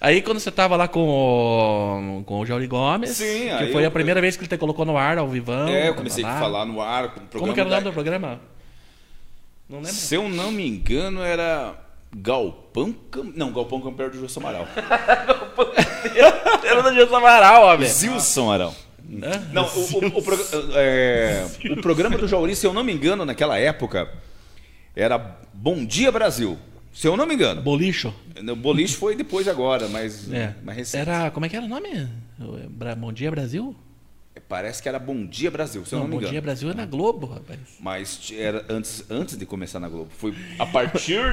Speaker 1: aí quando você tava lá com o, com o Jauri Gomes,
Speaker 2: Sim,
Speaker 1: que
Speaker 2: aí
Speaker 1: foi
Speaker 2: eu-
Speaker 1: a primeira vez que ele te colocou no ar, ao vivão.
Speaker 2: É, eu comecei a
Speaker 1: lá.
Speaker 2: falar no ar. com o
Speaker 1: Como
Speaker 2: programa
Speaker 1: que era o
Speaker 2: da-
Speaker 1: nome do programa? Não lembro.
Speaker 2: Se eu não me engano, era Galpão Cam... Não, Galpão Campeiro do Gilson Amaral.
Speaker 4: Era do Gilson Amaral,
Speaker 1: É.
Speaker 4: homem.
Speaker 2: Zilson Amaral.
Speaker 1: Né?
Speaker 2: Não, o, o- o prog- é, o programa do Jauri, se eu não me engano, naquela época, era Bom Dia Brasil. Se eu não me engano.
Speaker 1: Bolicho.
Speaker 2: O boliche foi depois agora, mas
Speaker 1: É.
Speaker 2: mais recente.
Speaker 1: Era. Como é que era o nome? Bra- Bom Dia Brasil?
Speaker 2: Parece que era Bom Dia Brasil, se eu não,
Speaker 1: Bom
Speaker 2: me engano.
Speaker 1: Dia Brasil é na Globo, rapaz.
Speaker 2: Mas t- era antes, antes de começar na Globo. Foi a partir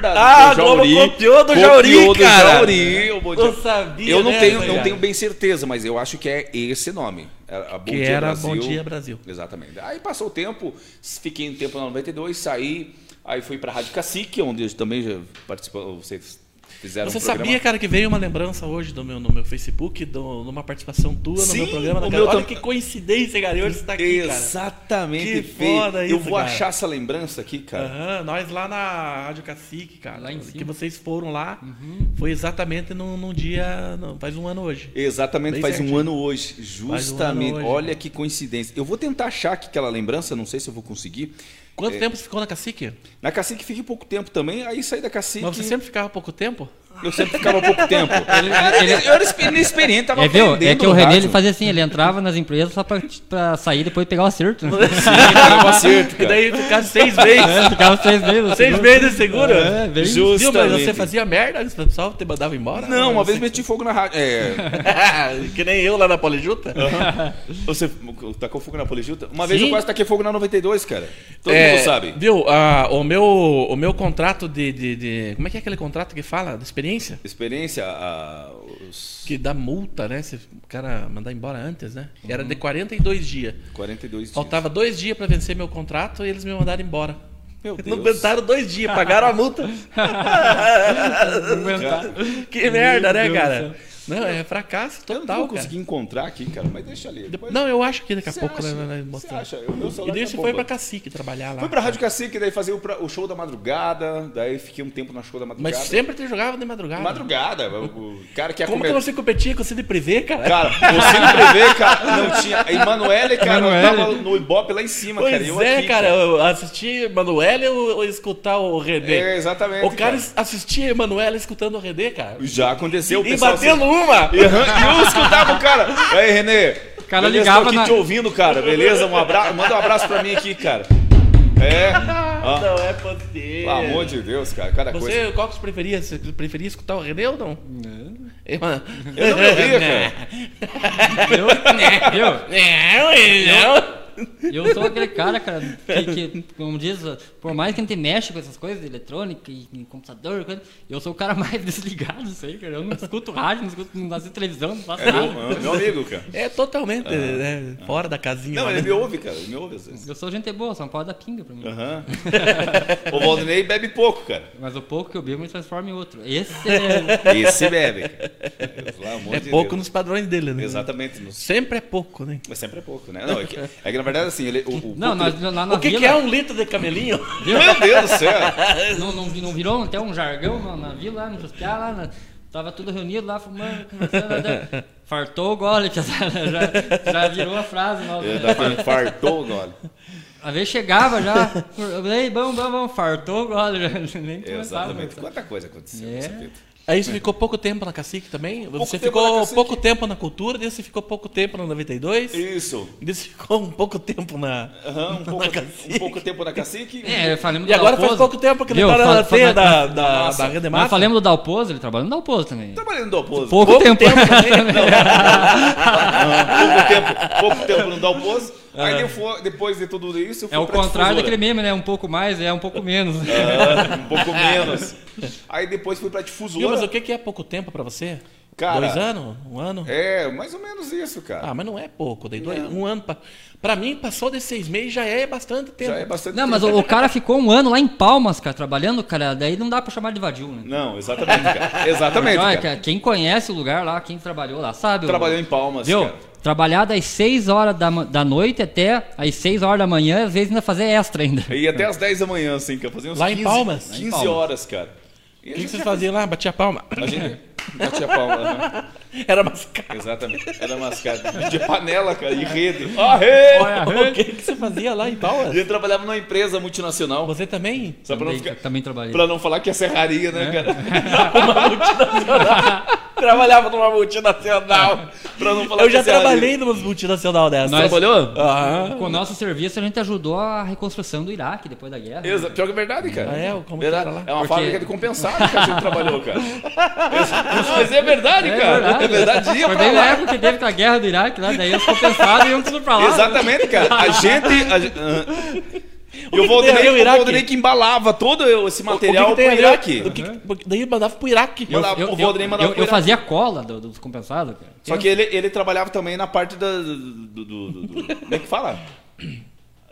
Speaker 2: da
Speaker 4: Ah,
Speaker 2: do
Speaker 4: a Globo
Speaker 2: Jauri,
Speaker 4: copiou do Jauri,
Speaker 2: copiou do
Speaker 4: cara.
Speaker 2: Jauri, o Bom Dia.
Speaker 1: Eu sabia,
Speaker 2: Eu não
Speaker 1: né,
Speaker 2: tenho,
Speaker 1: cara?
Speaker 2: não tenho bem certeza, mas eu acho que é esse nome. Era a Bom
Speaker 1: Que
Speaker 2: Dia
Speaker 1: era
Speaker 2: Brasil.
Speaker 1: Bom Dia Brasil.
Speaker 2: Exatamente. Aí passou o tempo, fiquei um tempo na 92, saí, aí fui pra Rádio Cacique, onde eu também já participou, vocês fizeram
Speaker 1: Você
Speaker 2: um programa.
Speaker 1: sabia, cara, que veio uma lembrança hoje do meu, no meu Facebook, do, numa participação tua
Speaker 2: Sim,
Speaker 1: no meu programa?
Speaker 2: o
Speaker 1: Cara,
Speaker 2: meu
Speaker 1: Olha
Speaker 2: tam-
Speaker 1: que coincidência, cara. E hoje você tá aqui, cara.
Speaker 2: Exatamente,
Speaker 1: Que
Speaker 2: Fê.
Speaker 1: foda
Speaker 2: Eu
Speaker 1: isso,
Speaker 2: vou
Speaker 1: cara.
Speaker 2: achar essa lembrança aqui, cara.
Speaker 1: Aham, nós lá na Rádio Cacique, cara.
Speaker 3: Lá em
Speaker 1: que
Speaker 3: cima.
Speaker 1: vocês foram lá,
Speaker 2: Uhum.
Speaker 1: foi exatamente num, num dia. não, faz um ano hoje.
Speaker 2: Exatamente,
Speaker 1: Bem
Speaker 2: faz um
Speaker 1: certinho.
Speaker 2: ano hoje.
Speaker 1: Faz um
Speaker 2: Justamente.
Speaker 1: ano hoje,
Speaker 2: Olha
Speaker 1: cara.
Speaker 2: que coincidência. Eu vou tentar achar aqui aquela lembrança, não sei se eu vou conseguir. É.
Speaker 1: Quanto tempo você ficou na Cacique?
Speaker 2: Na Cacique fiquei pouco tempo também, aí saí da Cacique.
Speaker 1: Mas você sempre ficava pouco tempo?
Speaker 2: Eu sempre ficava pouco tempo.
Speaker 3: ele-
Speaker 2: eu era exper- inexperiente, tava
Speaker 3: É, viu? É
Speaker 2: aprendendo
Speaker 3: que o
Speaker 2: no
Speaker 3: René
Speaker 2: rádio.
Speaker 3: ele fazia assim, ele entrava nas empresas só pra, pra sair e depois pegar o acerto. né?
Speaker 2: Sim, dava certo,
Speaker 1: E
Speaker 2: cara.
Speaker 1: daí ficar seis meses.
Speaker 3: Ficava seis meses.
Speaker 1: seis meses de seguro?
Speaker 3: É, bem
Speaker 2: Ju-
Speaker 1: Viu, mas
Speaker 2: justamente.
Speaker 1: você fazia merda, o pessoal te mandava embora?
Speaker 2: Não, uma vez
Speaker 1: Você-
Speaker 2: meti fogo na rádio. É,
Speaker 1: que nem eu lá na Polijuta.
Speaker 2: você tacou fogo na Polijuta? Uma vez
Speaker 1: Sim.
Speaker 2: eu quase taquei fogo na 92, cara. Todo
Speaker 1: É,
Speaker 2: mundo sabe.
Speaker 1: Viu, ah, o, meu, o meu contrato de, de, de- Como é que é aquele contrato que fala? De experiência?
Speaker 2: Experiência, a- os
Speaker 1: Que dá multa, né? Se o cara mandar embora antes, né? Era
Speaker 2: Uhum.
Speaker 1: de 42 dias.
Speaker 2: 42 dias.
Speaker 1: Faltava dois dias pra vencer meu contrato e eles me mandaram embora.
Speaker 2: Meu
Speaker 1: Não
Speaker 2: Deus.
Speaker 1: aguentaram dois dias, pagaram a multa.
Speaker 2: É.
Speaker 3: tá?
Speaker 1: tá que merda, né, cara? Não, é fracasso
Speaker 2: Eu não
Speaker 1: total,
Speaker 2: vou
Speaker 1: cara.
Speaker 2: conseguir encontrar aqui, cara, mas deixa ali. Depois
Speaker 1: Não, eu acho que daqui a
Speaker 2: Você
Speaker 1: pouco
Speaker 2: acha?
Speaker 1: né, nós
Speaker 2: Você
Speaker 1: mostramos.
Speaker 2: acha? Eu- meu celular
Speaker 1: E daí
Speaker 2: tá
Speaker 1: você foi
Speaker 2: bomba.
Speaker 1: pra Cacique trabalhar lá.
Speaker 2: Fui pra Rádio Cacique, daí fazia o, pra- o show da madrugada, daí fiquei um tempo no show da madrugada.
Speaker 1: Mas sempre te jogava de madrugada.
Speaker 2: Madrugada, o o cara que ia
Speaker 1: Como
Speaker 2: comer-
Speaker 1: que você competia com o Cine Privé, cara?
Speaker 2: Cara, você não prevê, cara, não tinha. A Emanuele, cara,
Speaker 3: Emanuele.
Speaker 2: tava no Ibope lá em cima,
Speaker 1: pois
Speaker 2: cara. e eu
Speaker 1: é,
Speaker 2: aqui,
Speaker 1: cara, eu assisti Emanuele ou, ou escutar o René?
Speaker 2: É, exatamente,
Speaker 1: O cara,
Speaker 2: cara.
Speaker 1: assistia Emanuele escutando o René, cara.
Speaker 2: Já aconteceu, o
Speaker 1: E
Speaker 2: pessoal.
Speaker 1: batendo uma!
Speaker 2: E assim, eu escutava o cara. Aí, Renê. O
Speaker 3: cara ligava
Speaker 2: Tô aqui
Speaker 3: na-
Speaker 2: te ouvindo, cara. Beleza? Um abraço. Manda um abraço pra mim aqui, cara. É. Ah,
Speaker 1: Não é possível.
Speaker 2: pelo amor de Deus, cara. Cada coisa.
Speaker 1: Você, qual que você preferia? Você preferia escutar o René ou não? Né? Eu
Speaker 2: Eu não me ouvia, cara.
Speaker 3: Eu, eu,
Speaker 1: É, Não, não.
Speaker 3: eu sou aquele cara, cara, que, que, como diz, por mais que a gente mexa com essas coisas de eletrônica e, e computador, e coisa, eu sou o cara mais desligado disso aí, cara. Eu não escuto rádio, não, escuto, não assisto televisão, não faço
Speaker 2: É
Speaker 3: nada.
Speaker 2: meu, é meu amigo, cara.
Speaker 1: É totalmente né, fora da casinha.
Speaker 2: Não,
Speaker 1: lá,
Speaker 2: ele
Speaker 1: né?
Speaker 2: me ouve, cara. Ele me ouve às vezes.
Speaker 3: Eu sou gente boa, só não pode dar pinga
Speaker 1: É.
Speaker 3: pra mim.
Speaker 2: Aham. O Valdinei bebe pouco, cara.
Speaker 3: Mas o pouco que eu bebo me transforma em outro. Esse é.
Speaker 2: Esse bebe, cara. Pelo amor
Speaker 1: É
Speaker 2: de
Speaker 1: pouco
Speaker 2: Deus.
Speaker 1: nos padrões dele, né?
Speaker 2: Exatamente. nos-
Speaker 1: Sempre é pouco, né?
Speaker 2: Mas sempre é pouco, né? Não, é, que, é que na verdade assim, ele, o, o
Speaker 3: Não,
Speaker 2: pouco-
Speaker 3: nós, lá Tá na
Speaker 1: O que,
Speaker 3: vila,
Speaker 1: que é um litro de camelinho?
Speaker 2: Meu Deus do céu!
Speaker 3: não, não, não virou até um jargão na, na vila, lá no Juspiá, lá na- Tava tudo reunido lá, fumando, conversando. até- Fartou o gole, que já, já- já virou a frase. Nós,
Speaker 2: Ele tá falando, fartou o gole.
Speaker 3: Às vezes chegava já. Ei, vamos, vamos, vamos. Fartou o gole. Já, nem começava.
Speaker 2: Exatamente. Quanta coisa aconteceu nessa
Speaker 3: É.
Speaker 2: vida.
Speaker 1: Aí você ficou pouco tempo na Cacique também? você
Speaker 2: tempo na
Speaker 1: ficou
Speaker 2: Cacique.
Speaker 1: pouco tempo na cultura, daí você ficou pouco tempo na 92, daí
Speaker 2: Isso.
Speaker 1: você ficou um pouco tempo na...
Speaker 2: Aham, um, pouco,
Speaker 1: Na
Speaker 2: um
Speaker 1: cacique.
Speaker 2: pouco tempo na cacique.
Speaker 3: É, falamos
Speaker 1: E agora faz pouco tempo que ele tá na teia da, da,
Speaker 2: Nossa,
Speaker 1: da Rede
Speaker 3: Nós
Speaker 1: Mata.
Speaker 3: falamos do Dalpozo, ele trabalha no Dalpozo também.
Speaker 1: Então,
Speaker 2: Trabalhando do Dalpozo.
Speaker 3: Pouco,
Speaker 1: Pouco
Speaker 3: tempo.
Speaker 1: tempo também.
Speaker 2: Pouco tempo, pouco tempo no Dalpozo. Aí eu fui- depois de tudo isso, eu fui
Speaker 3: Ah. É o
Speaker 2: pra
Speaker 3: contrário daquele
Speaker 2: difusora.
Speaker 3: meme, né? Um pouco mais, é um pouco menos.
Speaker 2: Ah, um pouco menos. Aí depois fui pra difusora.
Speaker 1: Viu, mas o que que é pouco tempo pra você?
Speaker 2: Cara-
Speaker 1: Dois anos? Um ano?
Speaker 2: É, mais ou menos isso, cara.
Speaker 1: Ah, mas não é pouco. Daí dois, um ano. Pra, pra mim, passou de seis meses, já é bastante tempo.
Speaker 2: Já é bastante
Speaker 3: Não, mas
Speaker 2: tempo.
Speaker 3: o, o cara ficou um ano lá em Palmas, cara, trabalhando, cara. Daí não dá pra chamar de vadio, né?
Speaker 2: Não, exatamente, cara. Exatamente,
Speaker 3: Olha,
Speaker 2: cara.
Speaker 3: cara, é quem conhece o lugar lá, quem trabalhou lá, sabe? o-
Speaker 2: Trabalhou em Palmas,
Speaker 3: Viu?
Speaker 2: cara.
Speaker 3: Trabalhar das 6 horas da, ma- da noite até as 6 horas da manhã, às vezes ainda fazer extra ainda.
Speaker 2: E até às 10 da manhã, assim, cara. Fazia uns
Speaker 1: Lá em Palmas?
Speaker 2: 15
Speaker 3: Lá em Palmas.
Speaker 2: horas, cara. E
Speaker 1: O
Speaker 2: a
Speaker 1: que, que
Speaker 2: gente
Speaker 1: vocês faziam lá? Batia palma.
Speaker 2: A gente, Batia palma, né?
Speaker 1: Era mascada.
Speaker 2: Exatamente. Era mascado. De panela, cara, e rede.
Speaker 1: O que, que você fazia lá em Palmas?
Speaker 2: Ele trabalhava numa empresa multinacional.
Speaker 1: Você também?
Speaker 2: Só pra não,
Speaker 3: Também,
Speaker 2: ficar,
Speaker 3: também trabalhei.
Speaker 2: pra não falar que é serraria, né, cara?
Speaker 4: Trabalhava numa multinacional.
Speaker 2: Pra não falar
Speaker 1: Eu
Speaker 2: que
Speaker 1: já
Speaker 2: é serraria.
Speaker 1: trabalhei numa multinacional dessa.
Speaker 3: Nós-
Speaker 4: Trabalhou?
Speaker 1: Aham.
Speaker 3: Com o nosso serviço, a gente ajudou a reconstrução do Iraque depois da guerra.
Speaker 2: Exa- Pior que é verdade, cara.
Speaker 1: Ah, é? Como que
Speaker 2: Verdade.
Speaker 1: era lá?
Speaker 2: É uma
Speaker 3: Porque-
Speaker 2: fábrica de compensado que a gente trabalhou, cara. Mas é verdade,
Speaker 3: É
Speaker 2: cara.
Speaker 3: verdade.
Speaker 2: É verdade, ia
Speaker 3: Foi
Speaker 2: pra
Speaker 3: bem na
Speaker 2: lá.
Speaker 3: época que teve com a guerra do Iraque lá, daí eles compensaram e iam tudo pra lá.
Speaker 1: né?
Speaker 2: Exatamente, cara. A gente. A... gente- ah.
Speaker 1: que
Speaker 2: E o
Speaker 1: que tem a ver o
Speaker 2: Valdinei, o
Speaker 1: Iraque?
Speaker 2: Valdinei que embalava todo esse
Speaker 1: O- o que
Speaker 2: material
Speaker 1: que tem
Speaker 2: pro
Speaker 1: a ver-
Speaker 2: Iraque.
Speaker 1: o que- porque Daí mandava pro Iraque.
Speaker 2: Eu-
Speaker 3: Eu,
Speaker 2: O
Speaker 3: eu,
Speaker 2: Valdinei mandava
Speaker 3: eu-
Speaker 2: pro
Speaker 3: eu
Speaker 2: Iraque.
Speaker 3: fazia cola do- dos compensados, cara.
Speaker 2: Só que ele, ele trabalhava também na parte da. Do, do- do- do- como é que fala?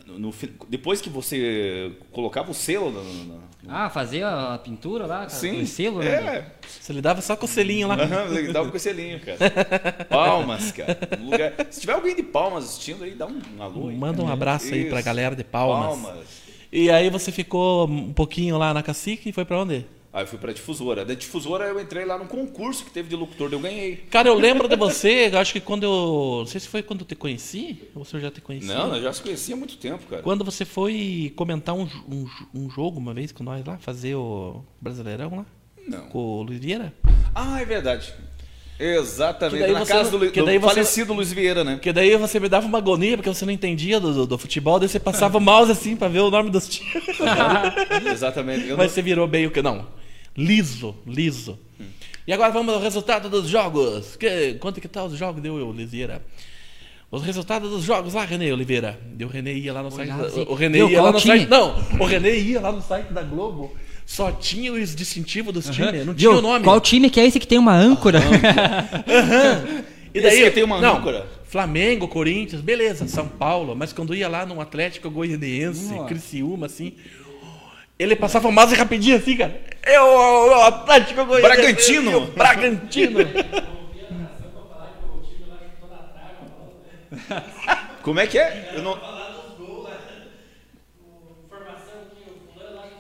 Speaker 2: No- no fi- depois que você colocava o selo. no- no- no-
Speaker 3: Ah, fazia a pintura lá, cara,
Speaker 1: Ah,
Speaker 2: Sim.
Speaker 3: com selo, né?
Speaker 2: é.
Speaker 1: Você lidava só com o selinho lá.
Speaker 2: Aham, legal, dava com esse selinho, cara. Palmas, cara. Um lugar- Se tiver alguém de palmas assistindo aí, dá um alô. aí,
Speaker 1: Manda um
Speaker 2: cara.
Speaker 1: abraço aí pra
Speaker 2: Isso.
Speaker 1: galera de Palmas. E aí você ficou um pouquinho lá na Cacique e foi pra onde?
Speaker 2: Aí eu fui pra difusora. Da difusora eu entrei lá num concurso que teve de locutor, daí eu ganhei.
Speaker 1: Cara, eu lembro de você, eu acho que quando eu. Não sei se foi quando eu te conheci, ou se eu já te conheci.
Speaker 2: Não, nós já se conhecia há muito tempo, cara.
Speaker 1: Quando você foi comentar um, jo- um jo- um jogo uma vez com nós lá, fazer o Brasileirão lá,
Speaker 2: Não.
Speaker 1: com o Luiz Vieira.
Speaker 2: Ah, é verdade. Exatamente.
Speaker 1: Que daí
Speaker 2: Na
Speaker 1: você
Speaker 2: casa
Speaker 1: não-
Speaker 2: do, Lu-
Speaker 1: que
Speaker 2: do
Speaker 1: daí você-
Speaker 2: falecido Luiz Vieira, né?
Speaker 1: Porque daí você me dava uma agonia, porque você não entendia do, do- do futebol, daí você passava o mouse assim pra ver o nome dos times.
Speaker 2: Exatamente.
Speaker 1: Mas
Speaker 2: Eu não- Hum.
Speaker 1: você virou meio que não. Liso, liso. E agora vamos ao resultado dos jogos. Que, quanto que tá os jogos? Deu eu, Liseira. Os resultados dos jogos lá, René Oliveira. E o René ia lá no site.
Speaker 3: assim.
Speaker 1: da- O René
Speaker 3: Meu,
Speaker 1: ia lá
Speaker 3: qual
Speaker 1: no
Speaker 3: time?
Speaker 1: site. Não, o René ia lá no site da Globo. Só tinha os distintivos dos times, não tinha
Speaker 3: Viu?
Speaker 1: o nome. Ah,
Speaker 3: Qual time que é esse que tem uma âncora?
Speaker 1: E
Speaker 2: Esse que tem uma
Speaker 1: não,
Speaker 2: âncora?
Speaker 1: Flamengo, Corinthians, beleza, São Paulo, mas quando ia lá no Atlético Goianiense,
Speaker 3: Nossa.
Speaker 1: Criciúma, assim, ele passava o mouse rapidinho assim, cara. É o- o o Atlético Goianiense.
Speaker 2: Bragantino.
Speaker 1: é o Bragantino.
Speaker 2: Como é que é? Eu não...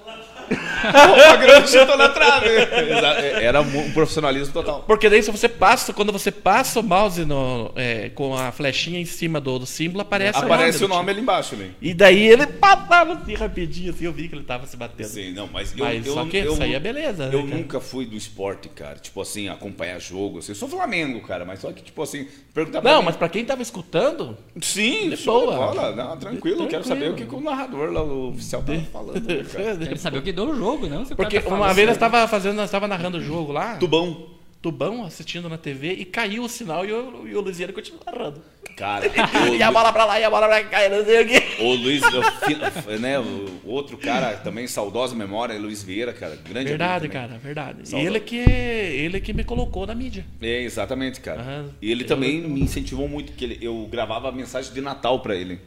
Speaker 2: O grande chutou na trave. Exa- Era mu- um profissionalismo total.
Speaker 1: Porque daí se você passa, quando você passa o mouse no, é, com a flechinha em cima do, do símbolo, aparece,
Speaker 2: É, Aparece
Speaker 1: do
Speaker 2: o nome ali embaixo, né? ali.
Speaker 1: time. E daí ele passava assim rapidinho, assim, eu vi que ele tava se batendo.
Speaker 2: Sim, não, mas eu,
Speaker 1: Mas
Speaker 2: eu,
Speaker 1: só que
Speaker 2: eu-
Speaker 1: isso aí é beleza, né,
Speaker 2: Eu
Speaker 1: cara?
Speaker 2: nunca fui do esporte, cara. Tipo assim, acompanhar jogo. Assim. Eu sou Flamengo, cara, mas só que, tipo assim, perguntar pra
Speaker 1: Não,
Speaker 2: mim-
Speaker 1: mas pra quem tava escutando,
Speaker 2: Sim,
Speaker 1: De
Speaker 2: show de
Speaker 1: boa.
Speaker 2: bola. Não, tranquilo, eu quero
Speaker 1: Tranquilo.
Speaker 2: saber o que, que o narrador lá, o oficial, tava falando. né, cara.
Speaker 3: Quero saber o que deu o jogo, não? Se o
Speaker 1: Porque
Speaker 3: cara tá
Speaker 1: uma
Speaker 3: falando.
Speaker 1: vez nós tava fazendo, nós tava narrando o jogo lá,
Speaker 2: Tubão.
Speaker 1: tubão assistindo na TV e caiu o sinal e o, e o Luziano continuou narrando.
Speaker 2: Cara,
Speaker 1: Ah, E a
Speaker 2: o,
Speaker 1: bola pra lá, e a bola pra cá, e não sei o quê.
Speaker 2: Lu- o Luiz, o fi- né, o outro cara também, saudosa memória, é Luiz Vieira, cara. Grande
Speaker 1: Verdade,
Speaker 2: amigo também.
Speaker 1: cara, verdade. E
Speaker 2: Saudade.
Speaker 1: ele que, ele que me colocou na mídia.
Speaker 2: É, exatamente, cara.
Speaker 1: Aham.
Speaker 2: E ele também me incentivou muito, que ele, eu gravava a mensagem de Natal pra ele.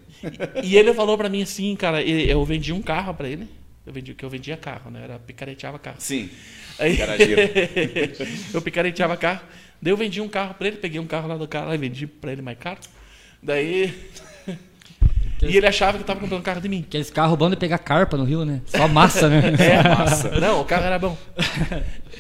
Speaker 1: E ele falou pra mim assim, cara, e- eu vendi um carro pra ele. Eu vendi, que eu vendia carro, né? Era picareteava carro.
Speaker 2: Sim.
Speaker 1: Aí-
Speaker 2: Garageiro.
Speaker 1: eu picareteava carro. Daí eu vendi um carro pra ele, peguei um carro lá do cara e vendi pra ele mais caro. Daí. e ele achava que eu tava comprando um carro de mim.
Speaker 3: Aqueles carros bom de pegar carpa no rio, né? Só massa, né?
Speaker 1: É, massa. Não, o carro era bom.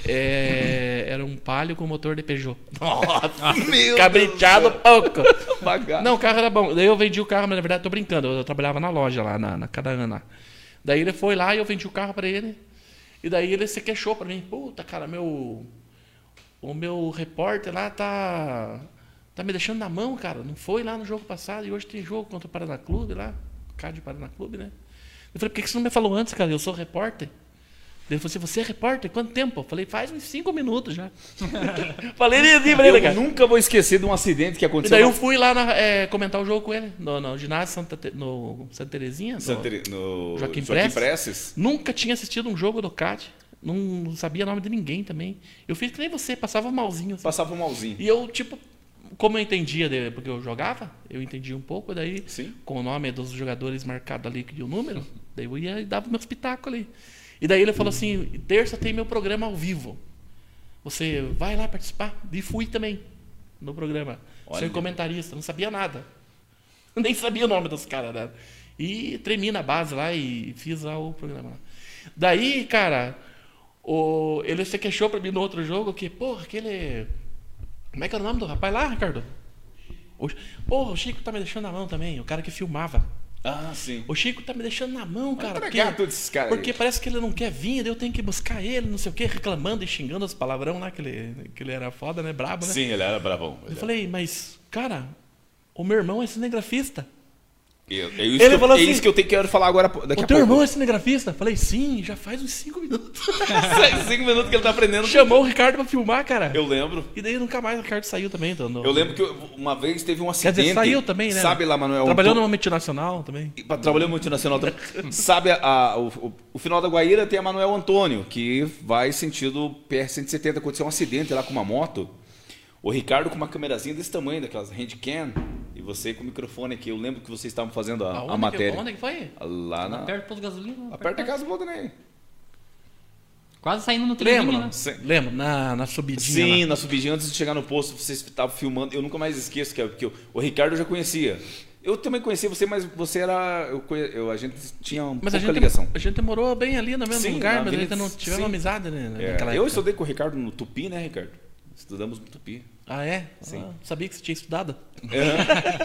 Speaker 1: É, era um palio com motor de Peugeot. Nossa,
Speaker 2: Meu
Speaker 1: cabriteado pouco.
Speaker 2: Bagaço.
Speaker 1: Não, o carro era bom. Daí eu vendi o carro, mas na verdade eu tô brincando. Eu, eu trabalhava na loja lá, na, na cada ano lá. Daí ele foi lá e eu vendi o carro pra ele. E daí ele se queixou pra mim. Puta, cara, meu. O meu repórter lá tá. Tá me deixando na mão, cara. Não foi lá no jogo passado e hoje tem jogo contra o Paraná Clube lá. Cádio Paraná Clube, né? Eu falei, por que que você não me falou antes, cara? Eu sou repórter. Ele falou assim, você é repórter? Quanto tempo? Eu falei, faz uns cinco minutos já. falei assim pra ele,
Speaker 2: Eu
Speaker 1: cara.
Speaker 2: nunca vou esquecer de um acidente que
Speaker 1: E
Speaker 2: aconteceu.
Speaker 1: daí eu
Speaker 2: na-
Speaker 1: fui lá na- eh, comentar o jogo com ele, no, no ginásio Santa, Te- no Santa Terezinha. no-
Speaker 2: Santere- no
Speaker 1: Joaquim
Speaker 2: Joaquim,
Speaker 1: Prestes.
Speaker 2: Prestes.
Speaker 1: Nunca tinha assistido um jogo do CAD, não, não sabia nome de ninguém também. Eu fiz que nem você, passava malzinho. assim.
Speaker 2: Passava um malzinho.
Speaker 1: E eu, tipo, como eu entendia, de- porque eu jogava, eu entendia um pouco, daí
Speaker 2: Sim.
Speaker 1: com o nome dos jogadores marcado ali e o número, daí eu ia e dava meus pitacos ali. E daí ele falou assim, terça tem meu programa ao vivo. Você vai lá participar? E fui também no programa.
Speaker 2: Olha.
Speaker 1: Ser comentarista, não sabia nada. Nem sabia o nome dos caras. Né? E tremi na base lá e fiz lá o programa. lá. Daí, cara, O, ele se queixou pra mim no outro jogo que, porra, aquele. Como é que era o nome do rapaz lá, Ricardo? O, porra, o Chico tá me deixando na mão também, o cara que filmava.
Speaker 2: Ah, sim.
Speaker 1: O Chico tá me deixando na mão, cara.
Speaker 2: entregar
Speaker 1: porque-
Speaker 2: tudo esses caras aí.
Speaker 1: Porque parece que ele não quer vir, daí eu tenho que buscar ele, não sei o quê, reclamando e xingando os palavrão lá, que ele, que ele era foda, né? Brabo, né?
Speaker 2: Sim, ele era bravão.
Speaker 1: Eu falei, mas, cara, o meu irmão é cinegrafista.
Speaker 2: Eu- é isso, que, eu-
Speaker 1: falou
Speaker 2: é
Speaker 1: assim,
Speaker 2: isso que eu tenho que falar agora daqui a
Speaker 1: O
Speaker 2: pouco.
Speaker 1: teu irmão é cinegrafista? Falei, sim, já faz uns cinco minutos.
Speaker 2: Faz cinco minutos que ele tá aprendendo.
Speaker 1: Chamou o Ricardo pra filmar, cara.
Speaker 2: Eu lembro.
Speaker 1: E daí nunca mais o Ricardo saiu também. Então, no-
Speaker 2: Eu lembro que eu- uma vez teve um
Speaker 1: Quer
Speaker 2: acidente.
Speaker 1: dizer, saiu também, né?
Speaker 2: Sabe lá, Manuel?
Speaker 1: Trabalhou
Speaker 2: um-
Speaker 1: numa multinacional também.
Speaker 2: E pra- Trabalhou em multinacional. Tra... Sabe, a- a- o, o- o final da Guaíra tem a Manuel Antônio, que vai sentido PR-170. Aconteceu um acidente lá com uma moto. O Ricardo com uma câmerazinha desse tamanho, daquelas handcam. E você com o microfone aqui. Eu lembro que vocês estavam fazendo a, a
Speaker 1: Aonde que-
Speaker 2: matéria.
Speaker 1: Onde que é? foi?
Speaker 2: Lá na...
Speaker 3: Perto do posto de gasolina.
Speaker 2: Aperta a casa do Valdinei.
Speaker 3: Quase saindo no trilhinho,
Speaker 1: Lembra?
Speaker 3: né?
Speaker 2: Sim.
Speaker 1: Lembra? Na, na subidinha
Speaker 2: Sim,
Speaker 1: lá.
Speaker 2: na subidinha, antes de chegar no posto, vocês estavam filmando. Eu nunca mais esqueço, que é porque o- o Ricardo eu já conhecia. Eu também conhecia você, mas você era. Eu, conhe- eu- a gente tinha um
Speaker 1: Mas
Speaker 2: pouca
Speaker 1: a gente,
Speaker 2: ligação.
Speaker 1: a gente morou bem ali no mesmo
Speaker 2: Sim,
Speaker 1: lugar,
Speaker 2: na
Speaker 1: mas a gente
Speaker 2: Avenida-
Speaker 1: não tivemos
Speaker 2: sim.
Speaker 1: amizade, né?
Speaker 2: É,
Speaker 1: naquela
Speaker 2: eu
Speaker 1: época.
Speaker 2: estudei com o Ricardo no Tupi, né, Ricardo? Estudamos no Tupi.
Speaker 1: Ah, é? Sim. sabia que você tinha estudado?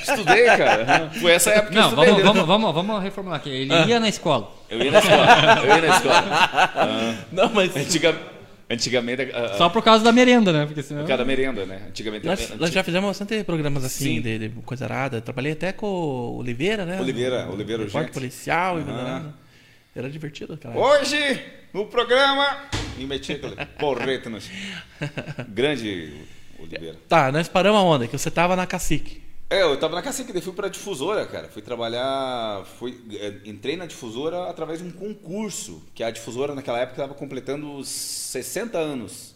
Speaker 2: Estudei, cara. Aham. Foi essa época que
Speaker 3: Não,
Speaker 2: eu estudei.
Speaker 3: vamos,
Speaker 2: né?
Speaker 3: vamos, vamos, vamos reformular aqui. Ele ia na escola.
Speaker 2: Eu ia na escola. Eu ia na escola.
Speaker 1: Não, mas.
Speaker 2: Antiga- antigamente. A, a,
Speaker 3: Só por causa da merenda, né? Porque senão...
Speaker 2: por causa da merenda, né? Antigamente.
Speaker 1: Nós, nós já fizemos bastante programas assim,
Speaker 2: Sim.
Speaker 1: de, de coisa arada. Trabalhei até com o Oliveira, né?
Speaker 2: Oliveira, Oliveira
Speaker 1: Repórter
Speaker 2: Urgente.
Speaker 1: policial e coisa arada. Era divertido aquela época.
Speaker 2: Hoje, no programa. Me meti aquele porrete no. Grande Oliveira.
Speaker 1: Tá, nós paramos aonde? Que você tava na Cacique.
Speaker 2: É, eu tava na cacique, daí fui pra difusora, cara. Fui trabalhar. Fui, eh, entrei na difusora através de um concurso, que a difusora naquela época tava completando os 60 anos.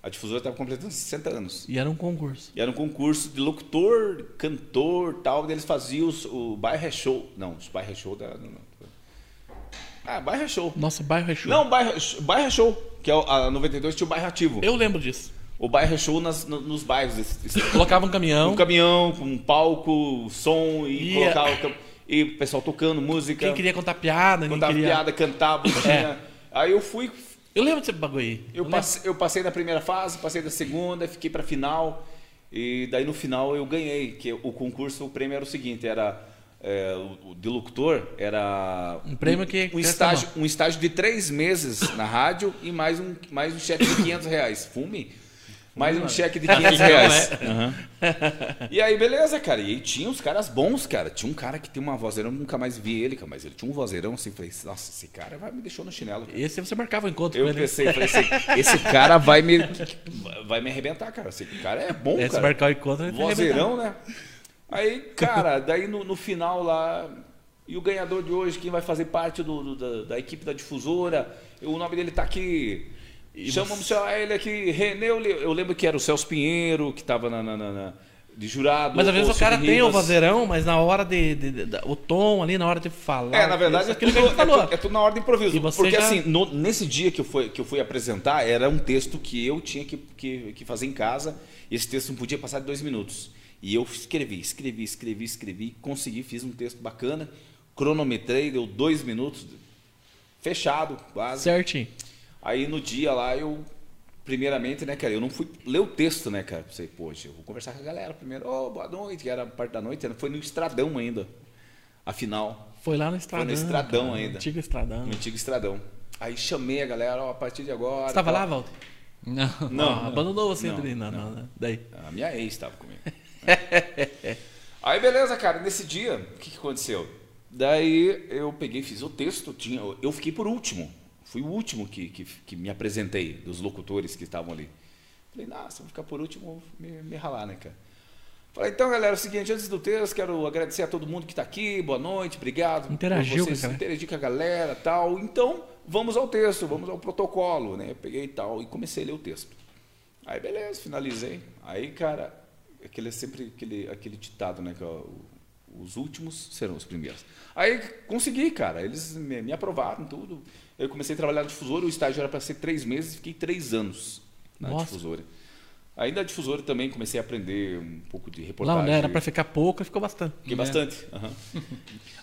Speaker 2: A difusora tava completando 60 anos.
Speaker 1: E era um concurso.
Speaker 2: E era um concurso de locutor, cantor tal, daí eles faziam os- o bairro é show. Não, os bairro é show da. Não, não. Ah, bairro é show.
Speaker 1: Nosso bairro é show.
Speaker 2: Não, bairro, bairro é show, que é o- a 92 tinha o bairro ativo.
Speaker 1: Eu lembro disso.
Speaker 2: O bairro é show nas- no- nos bairros. esse- esse-
Speaker 1: Colocava um caminhão.
Speaker 2: um caminhão com um palco, som e,
Speaker 1: E é-
Speaker 2: colocar o cam- e o pessoal tocando música,
Speaker 1: Quem queria contar piada, ninguém
Speaker 2: contava
Speaker 1: queria. É.
Speaker 2: piada, cantava. tinha- Aí eu fui,
Speaker 1: Eu lembro desse bagulho aí.
Speaker 2: eu
Speaker 1: lembro.
Speaker 2: passei, eu passei da primeira fase, passei da segunda, fiquei pra final e daí no final eu ganhei, que o concurso, o prêmio era o seguinte, era é, o, o de locutor era
Speaker 1: Um prêmio que-
Speaker 2: um
Speaker 1: que
Speaker 2: estágio, um estágio de três meses na rádio e mais um mais um cheque de 500 reais, fume, mais um cheque de 500 reais.
Speaker 1: né?
Speaker 2: E aí, beleza, cara. E aí tinha uns caras bons, cara. Tinha um cara que tem uma vozeirão, nunca mais vi ele, cara. Mas ele tinha um vozeirão assim. Falei, nossa, esse cara vai me deixou no chinelo. cara."
Speaker 1: Esse você marcava o encontro com
Speaker 2: Eu
Speaker 1: ele. né?
Speaker 2: pensei, falei, esse, esse cara vai me, vai me arrebentar, cara. Esse cara é bom,
Speaker 1: É, se
Speaker 2: cara.
Speaker 1: marcar o encontro, ele
Speaker 2: Vozeirão, né? Aí, cara, daí no, no final lá. E o ganhador de hoje, quem vai fazer parte do, do- da, da equipe da difusora, o nome dele tá aqui. Chamamos você... ele aqui, Renê. Oli- Eu lembro que era o Celso Pinheiro, que tava na, na- na- na- de jurado.
Speaker 1: Mas às vezes o
Speaker 2: Silvio
Speaker 1: cara tem o
Speaker 2: Rivas.
Speaker 1: vozeirão, mas na hora de, de- de- da- o tom ali, na hora de falar.
Speaker 2: É, na verdade,
Speaker 1: isso,
Speaker 2: é
Speaker 1: aquilo
Speaker 2: tudo,
Speaker 1: que a gente falou.
Speaker 2: é tu- é tudo na ordem improviso.
Speaker 1: E você
Speaker 2: Porque
Speaker 1: já-
Speaker 2: assim, no- nesse dia que eu, fui, que eu fui apresentar, era um texto que eu tinha que, que- que fazer em casa. E esse texto não podia passar de dois minutos. E eu escrevi, escrevi, escrevi, escrevi, consegui, fiz um texto bacana, cronometrei, deu dois minutos, fechado, quase.
Speaker 1: Certinho.
Speaker 2: Aí no dia lá eu. Primeiramente, né, cara, eu não fui ler o texto, né, cara? Pensei, poxa, eu vou conversar com a galera primeiro. Ô, boa noite, que era parte da noite, né? foi no Estradão ainda, a final.
Speaker 1: Foi lá no Estradão.
Speaker 2: Estradão
Speaker 1: cara,
Speaker 2: ainda.
Speaker 1: Antigo Estradão.
Speaker 2: No antigo estradão. Aí chamei a galera, ó, a partir de agora.
Speaker 1: Você tava
Speaker 2: tal.
Speaker 1: lá, Walter?
Speaker 3: Não.
Speaker 2: Não,
Speaker 1: Ah, Abandonou você
Speaker 2: não,
Speaker 1: também? Não, não, não. Daí.
Speaker 2: A minha ex estava comigo. É. Aí beleza, cara, nesse dia, o que, que aconteceu? Daí eu peguei, fiz o texto, tinha, eu fiquei por último. Fui o último que, que, que me apresentei, dos locutores que estavam ali. Falei, nossa, vou ficar por último, vou me, me ralar, né, cara? Falei, então, galera, é o seguinte, antes do texto, quero agradecer a todo mundo que está aqui, boa noite, obrigado. por
Speaker 1: Interagiu com a
Speaker 2: vocês,
Speaker 1: galera.
Speaker 2: interagir com a galera tal. Então, vamos ao texto, vamos ao protocolo, né? Eu peguei e tal, e comecei a ler o texto. Aí beleza, finalizei. Aí, cara, aquele é sempre aquele, aquele ditado, né? Que ó, o- os últimos serão os primeiros. Aí consegui, cara. Eles me, me aprovaram tudo. Eu comecei a trabalhar na difusora, o estágio era para ser três meses, fiquei três anos na
Speaker 1: Nossa.
Speaker 2: difusora. Aí na difusora também comecei a aprender um pouco de
Speaker 1: Lá né,
Speaker 2: reportagem.
Speaker 1: onde era pra ficar pouco, ficou bastante.
Speaker 2: Fiquei bastante. aham.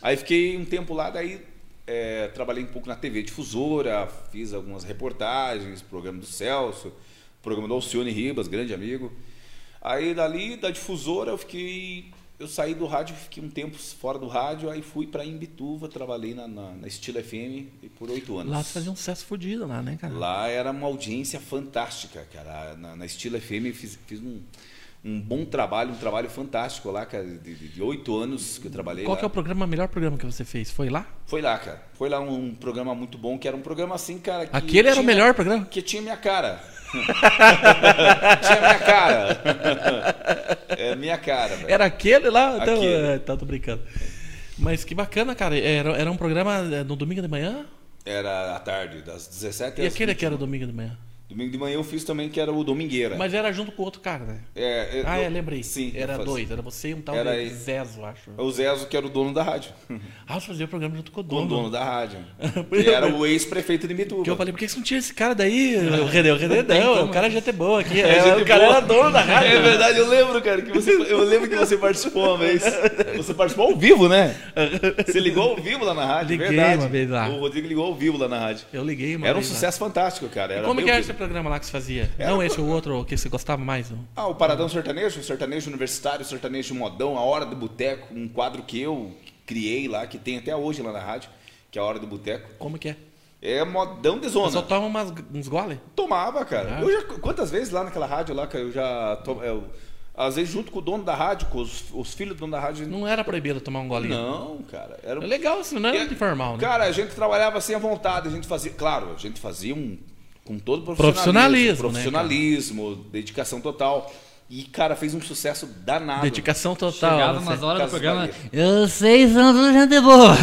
Speaker 2: Aí fiquei um tempo lá, daí é, trabalhei um pouco na TV Difusora, fiz algumas reportagens, programa do Celso, programa do Alcione Ribas, grande amigo. Aí dali, da Difusora, eu fiquei. Eu saí do rádio, fiquei um tempo fora do rádio, aí fui para Imbituva, trabalhei na, na, na Estilo FM e por oito anos.
Speaker 1: Lá tu fazia um sucesso fodido lá, né, cara?
Speaker 2: Lá era uma audiência fantástica, cara. Na, na Estilo FM eu fiz, fiz um, um bom trabalho, um trabalho fantástico lá, cara, de- de de oito anos que eu trabalhei
Speaker 1: Qual
Speaker 2: lá.
Speaker 1: que é o programa, melhor programa que você fez? Foi lá?
Speaker 2: Foi lá, cara. Foi lá um programa muito bom, que era um programa assim, cara. Que
Speaker 1: Aquele era o
Speaker 2: tinha-
Speaker 1: melhor programa?
Speaker 2: Que tinha minha cara. tinha minha cara. é minha cara, velho.
Speaker 1: Era aquele lá? Então,
Speaker 2: Aquele.
Speaker 1: é, tá, tô brincando. Mas que bacana, cara. Era, era um programa é, no domingo de manhã?
Speaker 2: Era à tarde, das 17
Speaker 1: E
Speaker 2: às
Speaker 1: aquele
Speaker 2: 20.
Speaker 1: que era domingo de manhã?
Speaker 2: Domingo de manhã eu fiz também, que era o Domingueira.
Speaker 1: Mas era junto com outro cara, né?
Speaker 2: É,
Speaker 1: Ah,
Speaker 2: eu-
Speaker 1: é, lembrei.
Speaker 2: Sim. eu
Speaker 1: Era
Speaker 2: fazia.
Speaker 1: dois. Era você e um tal
Speaker 2: Era
Speaker 1: de
Speaker 2: aí.
Speaker 1: Zezo, acho.
Speaker 2: O Zezo, que era o dono da rádio.
Speaker 1: Ah, você fazia o programa junto com o
Speaker 2: Com o
Speaker 1: dono.
Speaker 2: dono da rádio. Ele era o ex-prefeito de Mituba.
Speaker 1: é, Que eu falei, por que você não tinha esse cara daí?
Speaker 2: Ah,
Speaker 1: O René, o René não, o cara já é boa aqui.
Speaker 2: É,
Speaker 1: É,
Speaker 2: gente
Speaker 1: o cara
Speaker 2: boa.
Speaker 1: era dono da rádio.
Speaker 2: É verdade, eu lembro, cara, que você, eu lembro que você participou uma vez. Você participou ao vivo, né? Você ligou ao vivo lá na rádio, é
Speaker 1: Liguei
Speaker 2: verdade.
Speaker 1: uma vez lá.
Speaker 2: O Rodrigo ligou ao vivo lá na rádio.
Speaker 1: Eu liguei, mano.
Speaker 2: Era um sucesso fantástico, cara. Era
Speaker 1: Como
Speaker 2: meu
Speaker 1: que era
Speaker 2: vivo.
Speaker 1: esse programa lá que você fazia?
Speaker 2: Era
Speaker 1: não
Speaker 2: um
Speaker 1: esse, é o outro que você gostava mais? o-
Speaker 2: Ah, o Paradão Sertanejo, o Sertanejo Universitário, o Sertanejo Modão, a Hora do Boteco, um quadro que eu criei lá, que tem até hoje lá na rádio, que é a Hora do Boteco.
Speaker 1: Como que é?
Speaker 2: É modão de zona.
Speaker 1: Só toma umas, uns gole?
Speaker 2: Tomava, cara.
Speaker 1: Ah.
Speaker 2: Eu já, quantas vezes lá naquela rádio lá, cara, eu já. to- é, eu- às vezes junto com o dono da rádio, com os, os filhos do dono da rádio.
Speaker 1: Não era proibido tomar um golinho.
Speaker 2: Não, cara. Era
Speaker 1: É
Speaker 2: um.
Speaker 1: legal, assim, não era
Speaker 2: E a-
Speaker 1: muito informal, né?
Speaker 2: Cara, a gente trabalhava assim à vontade, a gente fazia. Claro, a gente fazia um. Com todo profissionalismo.
Speaker 1: Profissionalismo, né,
Speaker 2: Profissionalismo, dedicação total. E, cara, fez um sucesso danado.
Speaker 1: Dedicação total.
Speaker 3: Chegava
Speaker 1: assim.
Speaker 3: umas horas do
Speaker 2: Casas
Speaker 3: programa.
Speaker 2: Bahia.
Speaker 3: Eu sei, são tudo gente é boa.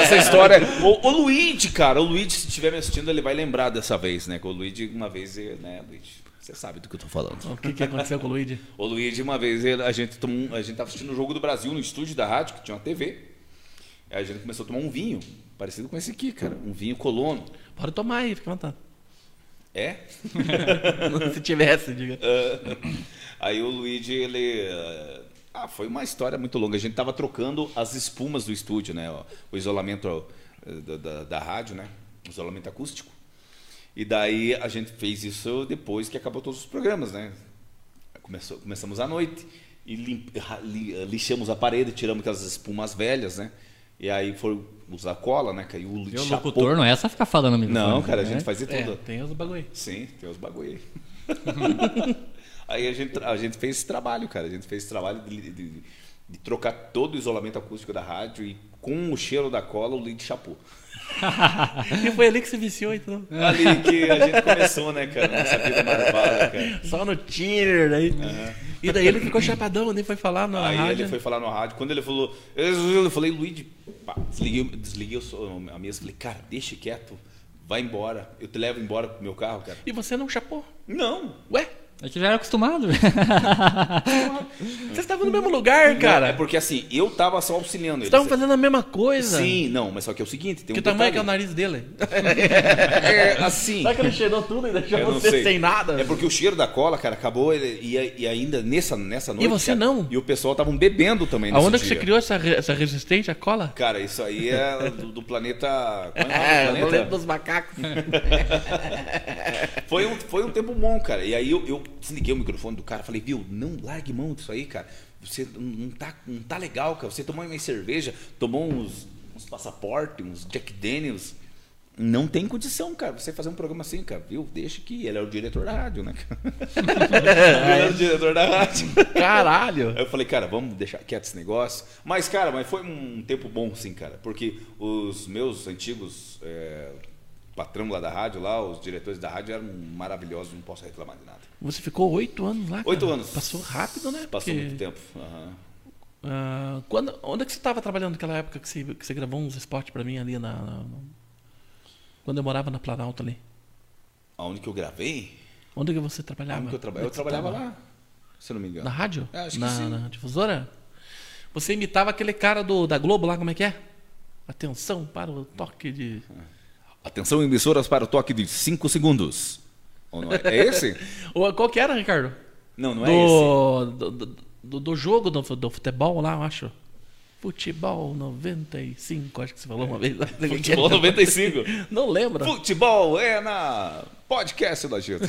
Speaker 2: Essa
Speaker 1: É.
Speaker 2: história. O, o Luigi, cara, o Luigi, se estiver me assistindo, ele vai lembrar dessa vez, né? Que o Luigi, uma vez, né, Luigi? Você sabe do que eu tô falando.
Speaker 1: O que, que aconteceu com o Luigi?
Speaker 2: O Luigi, uma vez, ele- a gente, tomou, um- a gente tava assistindo o Jogo do Brasil no estúdio da rádio, que tinha uma TV. Aí a gente começou a tomar um vinho, parecido com esse aqui, cara. Um vinho colono.
Speaker 1: Pode tomar aí, fica à vontade.
Speaker 2: É?
Speaker 1: Se tivesse, diga.
Speaker 2: Ah, aí o Luigi, ele. ah, Ah, foi uma história muito longa. A gente tava trocando as espumas do estúdio, né? ó, O isolamento ah, da, da- da rádio, né? O isolamento acústico. E daí a gente fez isso depois que acabou todos os programas, né? Começou, começamos à noite e lim- ra- li- eh, lixamos a parede, tiramos aquelas espumas velhas, né? E aí foi usar cola, né? Caiu o
Speaker 3: Meu
Speaker 2: chapou.
Speaker 3: locutor não é só ficar falando no microfone.
Speaker 2: Não, cara, a
Speaker 3: né?
Speaker 2: gente fazia
Speaker 1: É,
Speaker 2: tudo.
Speaker 1: tem os bagulho aí.
Speaker 2: Sim, tem os bagulho aí. aí a gente, a gente fez esse trabalho, cara. A gente fez esse trabalho de, de- de trocar todo o isolamento acústico da rádio e com o cheiro da cola, o lead chapou.
Speaker 1: E foi ali que se viciou, então.
Speaker 2: Ali que a gente começou, né, cara? Nossa vida marvada, cara.
Speaker 1: Só no Tinder, daí. E daí ele ficou chapadão, nem foi falar na
Speaker 2: É. Aí
Speaker 1: rádio.
Speaker 2: ele foi falar no rádio. Quando ele falou, eu falei, Luigi, pá, desliguei, desliguei o som- a mesa. Falei, cara, deixa quieto, vai embora. Eu te levo embora pro meu carro, cara.
Speaker 1: E você não chapou?
Speaker 2: Não,
Speaker 1: Ué?
Speaker 3: A gente É já era acostumado.
Speaker 1: Vocês estavam no mesmo lugar,
Speaker 2: é
Speaker 1: cara. Vocês
Speaker 2: porque assim, eu tava só auxiliando ele.
Speaker 1: estavam fazendo a mesma coisa.
Speaker 2: Sim, não, mas só que é o seguinte, tem
Speaker 1: Que
Speaker 2: um
Speaker 1: tamanho que é o
Speaker 2: detalhe.
Speaker 1: nariz dele?
Speaker 2: É, assim.
Speaker 1: Será que ele cheirou tudo e deixou
Speaker 2: Eu não
Speaker 1: você
Speaker 2: sei.
Speaker 1: sem nada?
Speaker 2: É porque o cheiro da cola, cara, acabou ele- e, e ainda nessa, nessa noite.
Speaker 1: você
Speaker 2: cara,
Speaker 1: não?
Speaker 2: E o pessoal estavam bebendo também nesse
Speaker 1: Aonde é que
Speaker 2: dia.
Speaker 1: você criou essa, re- essa resistência à cola?
Speaker 2: Cara, isso aí é do, do planeta. como
Speaker 1: É,
Speaker 2: É, o nome do
Speaker 1: eu lembro
Speaker 2: planeta?
Speaker 1: dos macacos.
Speaker 2: Foi, um, foi um tempo bom, cara. E aí eu, eu desliguei o microfone do cara, falei, viu, não largue mão disso aí, cara. Você não- não tá, não tá legal, cara. Você tomou uma cerveja, tomou uns, uns passaporte, uns Jack Daniels. Não tem condição, cara, você fazer um programa assim, cara, viu? Deixa que ele é o diretor da rádio, né? cara? ele é o diretor da rádio.
Speaker 1: Caralho.
Speaker 2: Aí eu falei, cara, vamos deixar quieto esse negócio. Mas, cara, mas foi um tempo bom, sim, cara. Porque os meus antigos é, patrão lá da rádio, lá, os diretores da rádio eram maravilhosos, não posso reclamar de nada.
Speaker 1: Você ficou oito anos lá, cara.
Speaker 2: Oito anos.
Speaker 1: Ah, Passou rápido, né? Porque,
Speaker 2: Passou muito tempo. aham.
Speaker 1: ah, quando, onde é que você estava trabalhando naquela época que você, que você gravou uns spots pra mim ali na, na- na- Quando eu morava na Planalto ali.
Speaker 2: Aonde que eu gravei?
Speaker 1: Onde que você trabalhava?
Speaker 2: Aonde que eu trabalhava? Eu
Speaker 1: Onde que Ah, você
Speaker 2: trabalhava
Speaker 1: tava?
Speaker 2: lá, se eu não me engano.
Speaker 1: Na rádio?
Speaker 2: É, acho que
Speaker 1: na,
Speaker 2: sim.
Speaker 1: na difusora? Você imitava aquele cara do, da Globo lá, como é que é? Atenção para o toque de...
Speaker 2: Atenção, emissoras, para o toque de 5 segundos. Ou não é? É esse?
Speaker 1: Ou, qual que era, Ricardo?
Speaker 2: Não, não é esse.
Speaker 1: do, do, do, do jogo do, fu- do futebol lá, eu acho. Futebol 95, acho que você falou uma vez. lá.
Speaker 2: Futebol 95.
Speaker 1: Não lembro.
Speaker 2: Futebol é na podcast da gente.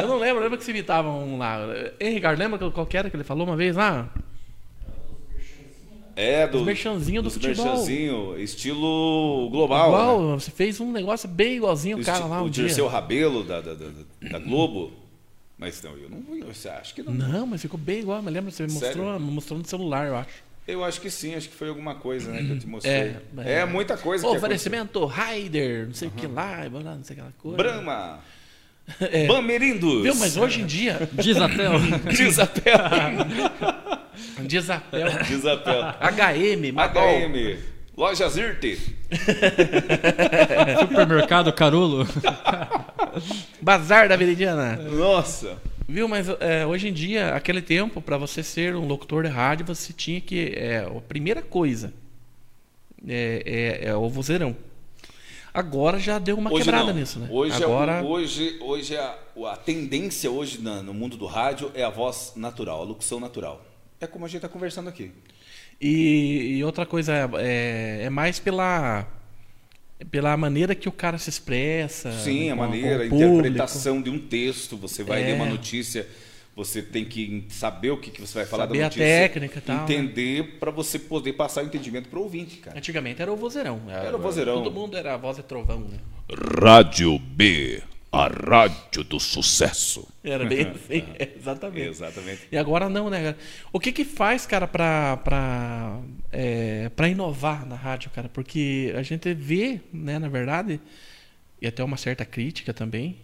Speaker 1: Eu não lembro, lembra que se imitavam um lá. Ei, Ricardo, lembra que- qual que era que ele falou uma vez lá?
Speaker 2: É do
Speaker 1: Os merchanzinho do
Speaker 2: dos
Speaker 1: futebol.
Speaker 2: merchanzinho, estilo global. né? tipo
Speaker 1: Igual, você fez um negócio bem igualzinho o cara
Speaker 2: Esti-
Speaker 1: lá um
Speaker 2: o
Speaker 1: dia.
Speaker 2: Dirceu Rabelo da, da, da, da Globo. Mas não, eu não você acha que não.
Speaker 1: Não, mas ficou bem igual, mas lembra, você me mostrou,
Speaker 2: Sério?
Speaker 1: me mostrou no celular, eu acho.
Speaker 2: Eu acho que sim, acho que foi alguma coisa, né, que eu te mostrei.
Speaker 1: É,
Speaker 2: É,
Speaker 1: é.
Speaker 2: muita coisa que aconteceu.
Speaker 1: oferecimento Raider, não sei o que lá, e blá, blá, não sei aquela coisa.
Speaker 2: Brahma,
Speaker 1: É.
Speaker 2: Bamerindos,
Speaker 1: Viu, mas hoje em dia,
Speaker 3: Desapel.
Speaker 2: Desapel,
Speaker 1: desapel,
Speaker 2: Desapel,
Speaker 1: HM, Magol.
Speaker 2: HM, Loja Zirte,
Speaker 3: Supermercado Carulo.
Speaker 1: Bazar da Veridiana.
Speaker 2: nossa,
Speaker 1: Viu, mas é, hoje em dia, aquele tempo, pra você ser um locutor de rádio, você tinha que. É, a primeira coisa é, é, é o vozeirão. Agora já deu uma quebrada
Speaker 2: não.
Speaker 1: nisso, né?
Speaker 2: Hoje,
Speaker 1: Agora,
Speaker 2: é, o- hoje, hoje a, a tendência hoje na- no mundo do rádio é a voz natural, a locução natural. É como a gente está conversando aqui.
Speaker 1: e, e outra coisa é, é mais pela. Pela maneira que o cara se expressa.
Speaker 2: Sim,
Speaker 1: É, né?
Speaker 2: a
Speaker 1: com- com
Speaker 2: maneira, a
Speaker 1: o público.
Speaker 2: interpretação de um texto, você vai
Speaker 1: É.
Speaker 2: ler uma notícia, você tem que saber o que, que você vai falar
Speaker 1: Saber
Speaker 2: da
Speaker 1: a
Speaker 2: notícia.
Speaker 1: técnica e tal, né?
Speaker 2: Entender para você poder passar o entendimento para o ouvinte, cara.
Speaker 1: Antigamente era o vozeirão.
Speaker 2: Era o vozeirão.
Speaker 1: Todo mundo era a voz de trovão, né?
Speaker 5: Rádio B, a rádio do sucesso.
Speaker 1: Era bem assim, exatamente.
Speaker 2: Exatamente.
Speaker 1: E agora não, né, cara? O que que faz, cara, pra, pra, é, pra inovar na rádio, cara? Porque a gente vê, né, na verdade, e até uma certa crítica também,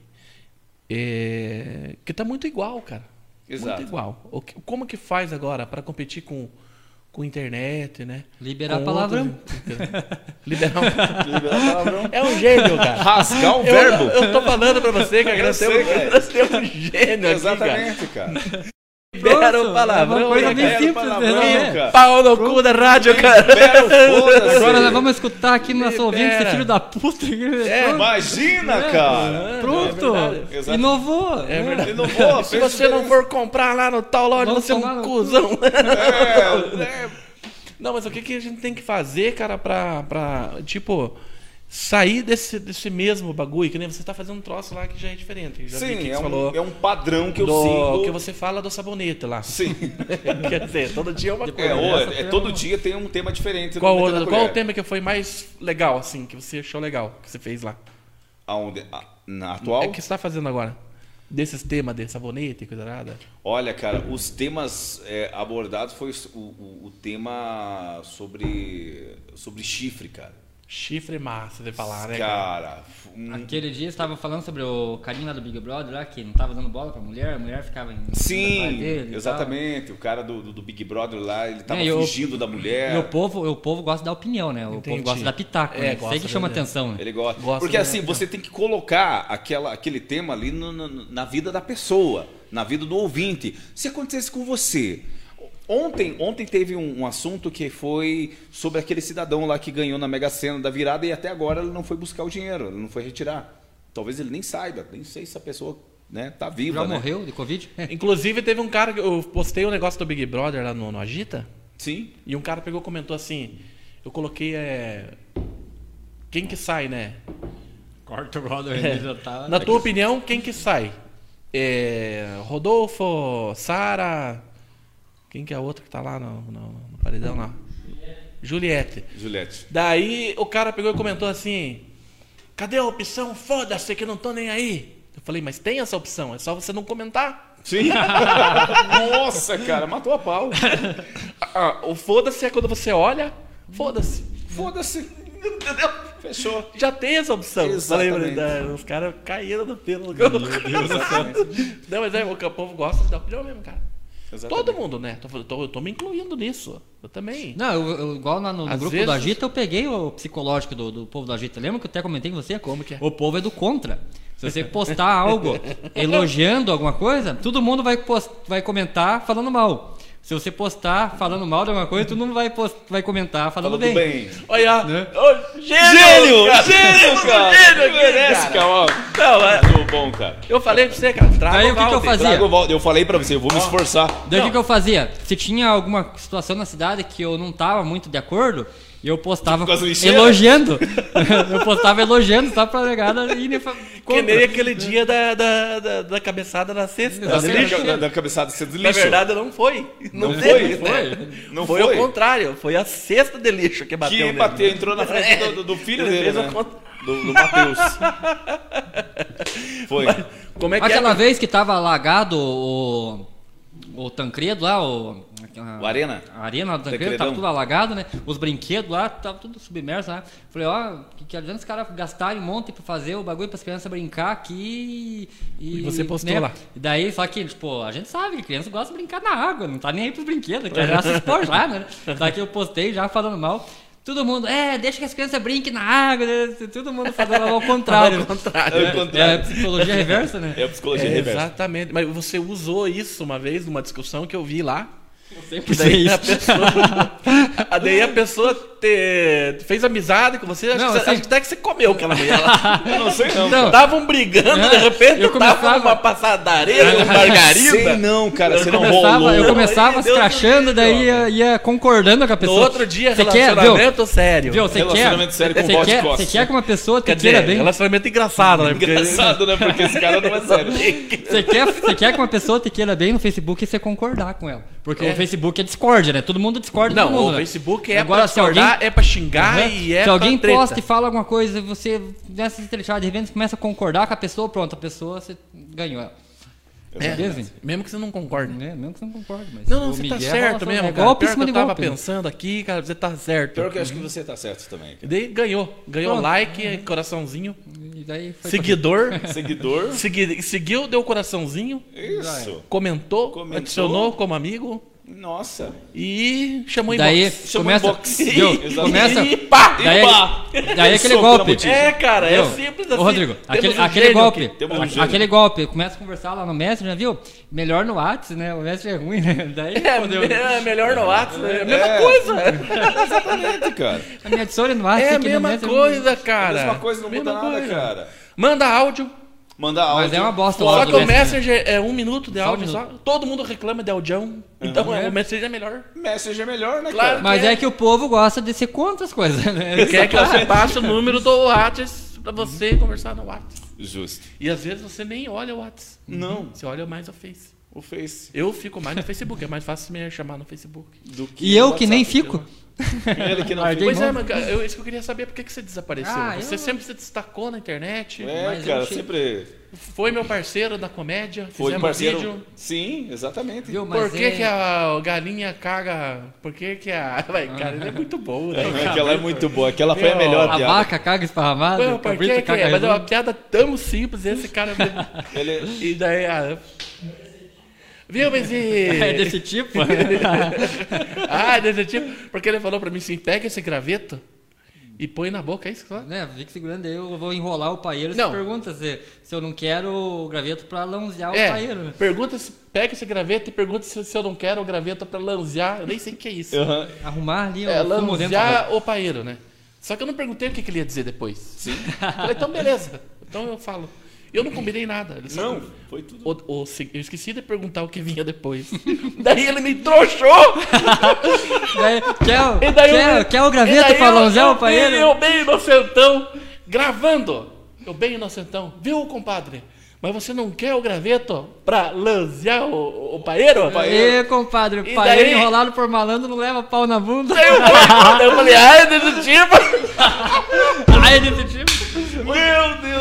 Speaker 1: é, que tá muito igual, cara.
Speaker 2: Exato.
Speaker 1: Muito igual. O que- como que faz agora pra competir com, com internet, né?
Speaker 3: Liberar
Speaker 1: Com
Speaker 3: palavrão.
Speaker 1: outros- Liberar um...
Speaker 2: Palavrão.
Speaker 1: É um gênio, cara.
Speaker 2: Rasgar
Speaker 1: Eu,
Speaker 2: o É um verbo.
Speaker 1: eu tô falando pra você, cara, que
Speaker 2: Eu
Speaker 1: nós
Speaker 2: sei,
Speaker 1: temos,
Speaker 2: cara.
Speaker 1: nós temos um gênio aqui,
Speaker 2: Exatamente, cara.
Speaker 1: cara. Deram
Speaker 3: Pronto,
Speaker 1: palavrão,
Speaker 3: é uma coisa
Speaker 1: né,
Speaker 3: bem
Speaker 1: cara?
Speaker 3: simples,
Speaker 2: palavrão,
Speaker 3: né?
Speaker 2: cara.
Speaker 1: Pau no cu da rádio, cara. É
Speaker 2: Libera o foda-se.
Speaker 3: Agora nós vamos escutar aqui no nosso ouvinte, esse
Speaker 1: Libera.
Speaker 3: filho da puta.
Speaker 2: É,
Speaker 3: Pronto.
Speaker 2: Imagina, cara.
Speaker 3: Pronto.
Speaker 1: É verdade.
Speaker 2: Exato.
Speaker 3: Inovou.
Speaker 1: É verdade.
Speaker 2: Ele não voa,
Speaker 1: Se você não for comprar lá no tal loja,
Speaker 3: Vamos
Speaker 1: você é
Speaker 3: tomar
Speaker 1: um
Speaker 3: no cu.
Speaker 1: cuzão.
Speaker 2: É, é,
Speaker 1: Não, mas o que, que a gente tem que fazer, cara, pra, pra tipo, sair desse, desse mesmo bagulho? Que nem você tá fazendo um troço lá que já é diferente. que Já vi
Speaker 2: sim,
Speaker 1: que
Speaker 2: é
Speaker 1: você
Speaker 2: um, é um padrão que eu
Speaker 1: do-
Speaker 2: sigo.
Speaker 1: Que você fala do sabonete lá.
Speaker 2: Sim.
Speaker 1: Quer dizer, todo dia é uma
Speaker 2: É,
Speaker 1: coisa.
Speaker 2: ou é- é todo dia tem um tema diferente. no
Speaker 1: Qual,
Speaker 2: Metendo
Speaker 1: outra-
Speaker 2: a
Speaker 1: qual o
Speaker 2: Colher.
Speaker 1: tema que foi mais legal, assim, que você achou legal, que você fez lá?
Speaker 2: Aonde? A- Na atual?
Speaker 1: É, O que você tá fazendo agora? Desses temas de sabonete e coisa nada?
Speaker 2: Olha, cara, os temas é, abordados foi o, o- o tema sobre, sobre chifre, cara.
Speaker 1: Chifre massa de falar, né? cara?
Speaker 2: Cara, um-
Speaker 3: Aquele dia estava falando sobre o carinha lá do Big Brother lá, que não tava dando bola pra mulher, a mulher ficava em cima
Speaker 2: Sim,
Speaker 3: atrás dele e tal.
Speaker 2: exatamente. O cara do, do- do Big Brother lá, ele tava
Speaker 3: É, eu-
Speaker 2: fugindo da mulher.
Speaker 3: E o povo, o povo gosta da opinião, né? O
Speaker 1: Entendi.
Speaker 3: povo gosta da pitaco,
Speaker 1: É,
Speaker 3: né?
Speaker 1: gosta
Speaker 3: Isso aí que chama
Speaker 1: da-
Speaker 3: atenção, né?
Speaker 2: Ele gosta.
Speaker 1: Gosta
Speaker 2: Porque
Speaker 1: de-
Speaker 2: assim, você tem que colocar aquela, aquele tema ali no- no- na vida da pessoa, na vida do ouvinte. Se acontecesse com você. Ontem, ontem teve um, um assunto que foi sobre aquele cidadão lá que ganhou na Mega Sena da virada e até agora ele não foi buscar o dinheiro, ele não foi retirar. Talvez ele nem saiba, nem sei se a pessoa né, tá viva.
Speaker 3: Já
Speaker 2: né?
Speaker 3: morreu de Covid? É,
Speaker 1: Inclusive, teve um cara que eu postei um negócio do Big Brother lá no, no Agita.
Speaker 2: Sim.
Speaker 1: E um cara pegou e comentou assim: Eu coloquei é. Quem que sai, né?
Speaker 3: Corta o brother, ele já tá...
Speaker 1: Na tua opinião, quem que sai? É, Rodolfo, Sara. Quem que é a outra que tá lá no, no- no paredão lá? Juliette.
Speaker 2: Juliette.
Speaker 1: Daí o cara pegou e comentou assim: Cadê a opção? Foda-se que não tô nem aí. Eu falei, mas tem essa opção, é só você não comentar.
Speaker 2: Sim. Nossa, cara, matou a pau.
Speaker 1: Ah, o foda-se é quando você olha, foda-se.
Speaker 2: Foda-se.
Speaker 1: Entendeu?
Speaker 2: Fechou.
Speaker 1: Já tem essa opção.
Speaker 2: Exatamente.
Speaker 1: Falei, "Verdade, os caras caíram no pelo. Não, mas é, o que o povo gosta de dar opinião mesmo, cara.
Speaker 2: Exatamente.
Speaker 1: Todo mundo, né? Tô, falando- tô- eu tô me incluindo nisso. Eu também.
Speaker 3: Não, eu, eu- igual na- no, no
Speaker 1: Às
Speaker 3: grupo
Speaker 1: vezes-
Speaker 3: do Agita, eu peguei o psicológico do, do povo do Agita. Lembra que eu até comentei com você?
Speaker 1: Como que é?
Speaker 3: O povo é do contra. Se você postar algo elogiando alguma coisa, todo mundo vai, post- vai comentar falando mal. Se você postar falando mal de alguma coisa, tu não vai, post... vai comentar
Speaker 2: Falou
Speaker 3: falando bem.
Speaker 2: tudo bem.
Speaker 4: Olha,
Speaker 3: Né?
Speaker 4: ô,
Speaker 2: Gênio!
Speaker 4: gênio! cara. Temos um
Speaker 2: Gênio, cara!
Speaker 4: Gênio aqui,
Speaker 2: merece,
Speaker 4: cara.
Speaker 2: cara! ó.
Speaker 4: Não, é-
Speaker 2: Muito bom, cara.
Speaker 4: eu falei pra você, cara. Traga
Speaker 3: Daí o que que eu
Speaker 4: Valdir.
Speaker 3: fazia?
Speaker 2: Traga o Valdir. Eu falei pra você, eu vou me esforçar.
Speaker 3: Daí o
Speaker 4: Não.
Speaker 3: que que eu fazia? Se tinha alguma situação na cidade que eu não tava muito de acordo, eu postava
Speaker 2: Com as lixeiras?
Speaker 3: elogiando. eu postava elogiando, só pra negada e nem fa-
Speaker 1: Que
Speaker 3: contra.
Speaker 1: nem aquele dia da, da, da, da cabeçada na sexta.
Speaker 2: Da,
Speaker 3: Tá
Speaker 1: Do lixo.
Speaker 2: da, da, da cabeçada que você
Speaker 4: Na
Speaker 2: deslixou.
Speaker 4: verdade, não foi. Não,
Speaker 2: Não
Speaker 4: teve,
Speaker 2: foi?
Speaker 4: né?
Speaker 2: Não
Speaker 4: foi.
Speaker 2: foi?
Speaker 4: o contrário. Foi a cesta de lixo que bateu
Speaker 2: Que
Speaker 4: nele.
Speaker 2: bateu,
Speaker 1: né?
Speaker 2: entrou na frente do, do- do filho
Speaker 4: Ele
Speaker 2: dele,
Speaker 4: fez o
Speaker 2: né?
Speaker 4: contra-
Speaker 2: Do, do Matheus. Foi.
Speaker 4: Como é que
Speaker 3: Aquela
Speaker 4: é?
Speaker 3: vez que tava alagado o, o Tancredo lá, o, aquela-
Speaker 2: O Arena?
Speaker 3: a arena do Tancredo,
Speaker 2: Tancredão.
Speaker 3: tava tudo alagado, né? Os brinquedos lá, tava tudo submerso lá. Falei, ó, que, que adianta os caras gastarem um monte pra fazer o bagulho pras crianças brincar aqui e... né?
Speaker 1: E você postou lá.
Speaker 3: E daí, só que, tipo, a gente sabe que criança gosta de brincar na água, não tá nem aí pros brinquedos, que já se expor já, né? Só que eu postei já falando mal. Todo mundo, é, deixa que as crianças brinquem na água, né? todo mundo fazendo ao contrário.
Speaker 1: Ao contrário.
Speaker 2: É o
Speaker 3: É, é
Speaker 2: contrário.
Speaker 3: psicologia reversa, né?
Speaker 2: É a psicologia
Speaker 1: É,
Speaker 2: reversa.
Speaker 1: exatamente. Mas você usou isso uma vez numa discussão que eu vi lá.
Speaker 3: Sempre
Speaker 1: Que
Speaker 3: sei
Speaker 1: daí
Speaker 3: isso.
Speaker 1: a pessoa. a- daí a pessoa te- fez amizade com você. Acho,
Speaker 3: Não,
Speaker 1: que, você-
Speaker 3: assim-
Speaker 1: acho que até que você comeu aquela mulher lá.
Speaker 2: Eu não sei não.
Speaker 3: Não.
Speaker 1: Estavam brigando, de
Speaker 3: É,
Speaker 1: repente eu
Speaker 3: eu
Speaker 1: tava um
Speaker 3: começava-
Speaker 1: numa passadareira, uma margarida.
Speaker 2: Sei não, cara. Você
Speaker 3: Eu
Speaker 2: não
Speaker 3: começava,
Speaker 2: rolou.
Speaker 3: eu começava
Speaker 1: Meu
Speaker 3: se
Speaker 1: Deus
Speaker 3: crachando,
Speaker 1: do
Speaker 3: daí ia, ia concordando com a
Speaker 1: No
Speaker 3: pessoa.
Speaker 1: outro dia,
Speaker 3: Você quer, viu?
Speaker 1: relacionamento sério.
Speaker 3: Viu, você
Speaker 2: Relacionamento
Speaker 3: quer,
Speaker 2: sério com
Speaker 3: você
Speaker 2: bode
Speaker 3: quer,
Speaker 2: costa.
Speaker 3: você quer que uma pessoa te
Speaker 1: Quer
Speaker 3: queira
Speaker 1: dizer,
Speaker 3: bem?
Speaker 1: relacionamento engraçado, né? Porque-
Speaker 2: Engraçado, né? Porque esse cara não é sério.
Speaker 3: Você quer, você quer que uma pessoa te queira bem no Facebook e você concordar com ela. Porque o Facebook é discórdia, né? Todo mundo discorda de
Speaker 1: Não,
Speaker 3: todo mundo.
Speaker 1: o
Speaker 3: né?
Speaker 1: Facebook é
Speaker 3: Agora,
Speaker 1: pra
Speaker 3: se alguém,
Speaker 1: discordar, é pra xingar
Speaker 3: Aham.
Speaker 1: e é
Speaker 3: se alguém
Speaker 1: pra treta.
Speaker 3: posta e fala alguma coisa e você começa a se trechar, de repente você começa a concordar com a pessoa, pronto, a pessoa você ganhou ela.
Speaker 1: É,
Speaker 3: Beleza?
Speaker 1: mesmo que você não concorde.
Speaker 3: Né? Mesmo que você não concorde, mas.
Speaker 1: Não, não,
Speaker 3: o
Speaker 1: você tá
Speaker 3: Miguel
Speaker 1: certo
Speaker 3: fala,
Speaker 1: mesmo,
Speaker 3: é
Speaker 1: cara.
Speaker 3: golpe em
Speaker 1: Pior que
Speaker 3: cima
Speaker 1: eu
Speaker 3: de
Speaker 1: tava
Speaker 3: golpe, né?
Speaker 1: pensando aqui, cara, você tá certo.
Speaker 2: Pior que eu acho que você tá certo também.
Speaker 1: E daí ganhou. Ganhou
Speaker 3: Pronto.
Speaker 1: like, coraçãozinho,
Speaker 3: E daí foi
Speaker 1: seguidor.
Speaker 2: Seguidor.
Speaker 1: segui- seguiu, deu coraçãozinho,
Speaker 2: Isso.
Speaker 1: comentou,
Speaker 2: Comentou.
Speaker 1: adicionou como amigo
Speaker 2: Nossa.
Speaker 1: e chamou em
Speaker 3: Daí
Speaker 1: box.
Speaker 2: Chama
Speaker 3: começa,
Speaker 2: inbox.
Speaker 3: viu?
Speaker 2: Exatamente.
Speaker 3: começa,
Speaker 1: E pá!
Speaker 3: daí,
Speaker 2: pá!
Speaker 3: daí aquele
Speaker 2: Soco na
Speaker 3: golpe.
Speaker 2: botija.
Speaker 1: É, cara, é
Speaker 3: Viu?
Speaker 1: simples
Speaker 3: Ô,
Speaker 1: assim.
Speaker 3: Rodrigo, aquele,
Speaker 1: Temos um
Speaker 3: aquele
Speaker 1: gênio
Speaker 3: golpe,
Speaker 1: aqui.
Speaker 2: temos um
Speaker 3: a-
Speaker 2: gênio.
Speaker 3: aquele golpe, começa a conversar lá no Messenger, né, viu? Melhor no Whats, né? O Messenger é ruim, né? Daí
Speaker 1: É,
Speaker 3: respondeu,
Speaker 1: é melhor no WhatsApp, é a mesma
Speaker 2: É.
Speaker 1: coisa.
Speaker 2: Exatamente, cara.
Speaker 3: a minha editora no Whats
Speaker 1: É a
Speaker 3: aqui no
Speaker 1: mesma
Speaker 3: Messenger-
Speaker 1: coisa, cara.
Speaker 2: A mesma coisa não muda
Speaker 1: Mesma
Speaker 2: nada,
Speaker 1: coisa.
Speaker 2: cara.
Speaker 1: Manda áudio.
Speaker 2: Mandar áudio.
Speaker 3: Mas é uma bosta o
Speaker 1: Só
Speaker 3: áudio
Speaker 1: que o
Speaker 3: do Messenger.
Speaker 1: Messenger é um minuto de
Speaker 3: Só um
Speaker 1: áudio só. Todo mundo reclama de audião. Então é, o Messenger é melhor.
Speaker 2: Messenger é melhor, né,
Speaker 1: Claro.
Speaker 2: cara?
Speaker 3: Mas é que o povo gosta de ser contra as coisas, né?
Speaker 1: Quer que você passe o número do WhatsApp pra você conversar no WhatsApp.
Speaker 2: Justo.
Speaker 1: E às vezes você nem olha o WhatsApp.
Speaker 2: Não.
Speaker 1: Você olha mais o Face.
Speaker 2: O Face.
Speaker 1: Eu fico mais no Facebook, é mais fácil me chamar no Facebook.
Speaker 2: Do que
Speaker 3: E eu
Speaker 2: o
Speaker 3: que nem
Speaker 1: né?
Speaker 2: WhatsApp.
Speaker 3: fico.
Speaker 2: Ele que não
Speaker 3: Larguei
Speaker 2: fica.
Speaker 1: Pois é, mas cara, eu, isso que eu queria saber, por que, que você desapareceu?
Speaker 3: Ah,
Speaker 1: você
Speaker 3: eu-
Speaker 1: sempre se destacou na internet,
Speaker 2: É,
Speaker 3: Mas eu
Speaker 2: cara,
Speaker 3: achei- um
Speaker 2: sempre
Speaker 1: foi meu parceiro da comédia,
Speaker 2: foi
Speaker 1: fizemos
Speaker 2: parceiro.
Speaker 1: vídeo.
Speaker 2: Sim, exatamente.
Speaker 3: Viu?
Speaker 1: Por
Speaker 3: Mas
Speaker 1: que,
Speaker 3: é-
Speaker 1: que a galinha caga? Por que, que a. Vai, cara, ele é muito bom, né?
Speaker 2: Aquela é muito boa, aquela foi a melhor
Speaker 3: A
Speaker 2: piada.
Speaker 3: vaca caga esparramada,
Speaker 1: Pô,
Speaker 3: o
Speaker 1: por
Speaker 3: cabrito
Speaker 1: que, que é?
Speaker 3: caga
Speaker 1: Mas é
Speaker 3: redondo.
Speaker 1: uma piada tão simples esse cara.
Speaker 2: Ele-
Speaker 1: e daí. Ah, viu, mas e.
Speaker 3: É desse tipo?
Speaker 1: ah, desse tipo. Porque ele falou pra mim assim: pega esse graveto e põe na boca, é isso que fala?
Speaker 3: né, fica segurando aí, eu vou enrolar o paeiro. Você
Speaker 1: Não.
Speaker 3: pergunta se, se eu não quero o graveto pra longear o paeiro.
Speaker 1: É,
Speaker 3: né?
Speaker 1: pergunta se. Pega esse graveto e pergunta se, se eu não quero o graveto pra lanzear. Eu nem sei o que é isso.
Speaker 2: Aham.
Speaker 3: Arrumar ali
Speaker 1: É,
Speaker 3: o fumo dentro.
Speaker 1: lanzear o paeiro, né? Só que eu não perguntei o que, que ele ia dizer depois. Sim. Falei, então beleza. Então eu falo. Eu não combinei nada. Ele só-
Speaker 2: Não, foi tudo.
Speaker 1: O- o- se- eu esqueci de perguntar o que vinha depois. daí ele me trouxou!
Speaker 3: Daí, quer, o-
Speaker 1: E daí
Speaker 3: quer,
Speaker 1: eu-
Speaker 3: quer o
Speaker 1: e daí
Speaker 3: graveto pra
Speaker 1: eu-
Speaker 3: longear
Speaker 1: eu-
Speaker 3: o paeiro?
Speaker 1: Eu bem inocentão, gravando. Eu bem inocentão. Viu, compadre? Mas você não quer o graveto pra lanzear o, o paeiro?
Speaker 3: Ê, compadre,
Speaker 1: E
Speaker 3: paeiro
Speaker 1: daí?
Speaker 3: enrolado por malandro não leva pau na bunda.
Speaker 1: Daí eu falei, eu falei, ai, desse tipo.
Speaker 3: Ai, desse tipo.
Speaker 2: Meu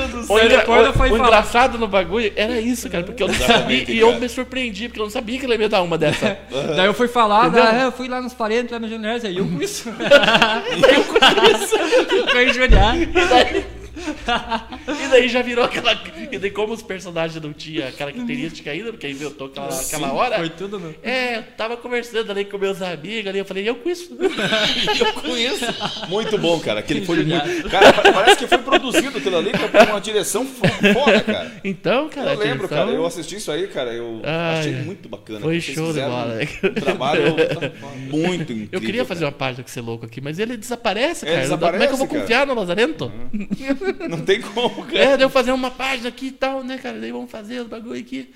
Speaker 2: Deus do
Speaker 1: O,
Speaker 3: Daí
Speaker 1: engra-
Speaker 3: depois eu fui
Speaker 1: o- o
Speaker 3: falar.
Speaker 1: engraçado no bagulho
Speaker 6: "Hum,
Speaker 1: era isso, cara, porque eu não sabia
Speaker 2: Exatamente,
Speaker 1: e eu
Speaker 2: cara.
Speaker 1: me surpreendi, porque eu não sabia que ele ia me dar uma dessa.
Speaker 3: Daí eu fui falar,
Speaker 1: é? Entendeu?
Speaker 3: né, eu fui lá nos parentes, lá no Junior, e eu com isso. eu com isso. Ficou injuriado.
Speaker 1: E daí já virou aquela. E E daí, como os personagens não tinham característica ainda, porque inventou aquela, aquela hora.
Speaker 6: foi tudo né? no-
Speaker 1: É, eu tava conversando ali com meus amigos ali, eu falei, eu conheço.
Speaker 2: Muito bom, cara. Aquele foi muito. Cara, pa- parece que foi produzido aquilo ali, que foi uma direção fo- foda, cara.
Speaker 1: Então, cara.
Speaker 2: Eu lembro,
Speaker 1: atenção.
Speaker 2: cara. Eu assisti isso aí, cara. Eu
Speaker 1: Ai,
Speaker 2: achei muito bacana.
Speaker 1: foi
Speaker 2: que vocês
Speaker 1: show de
Speaker 2: fizeram
Speaker 1: bola, né?
Speaker 2: Um trabalho muito incrível.
Speaker 1: Eu queria fazer
Speaker 2: cara.
Speaker 1: uma página com esse louco aqui, mas ele desaparece,
Speaker 2: É,
Speaker 1: cara. Como é que eu vou
Speaker 2: desaparece, cara.
Speaker 1: confiar no Lazarento? um
Speaker 2: Não tem como, cara.
Speaker 1: É, deu fazer uma página aqui e tal, né, cara? Daí vamos fazer os bagulho aqui.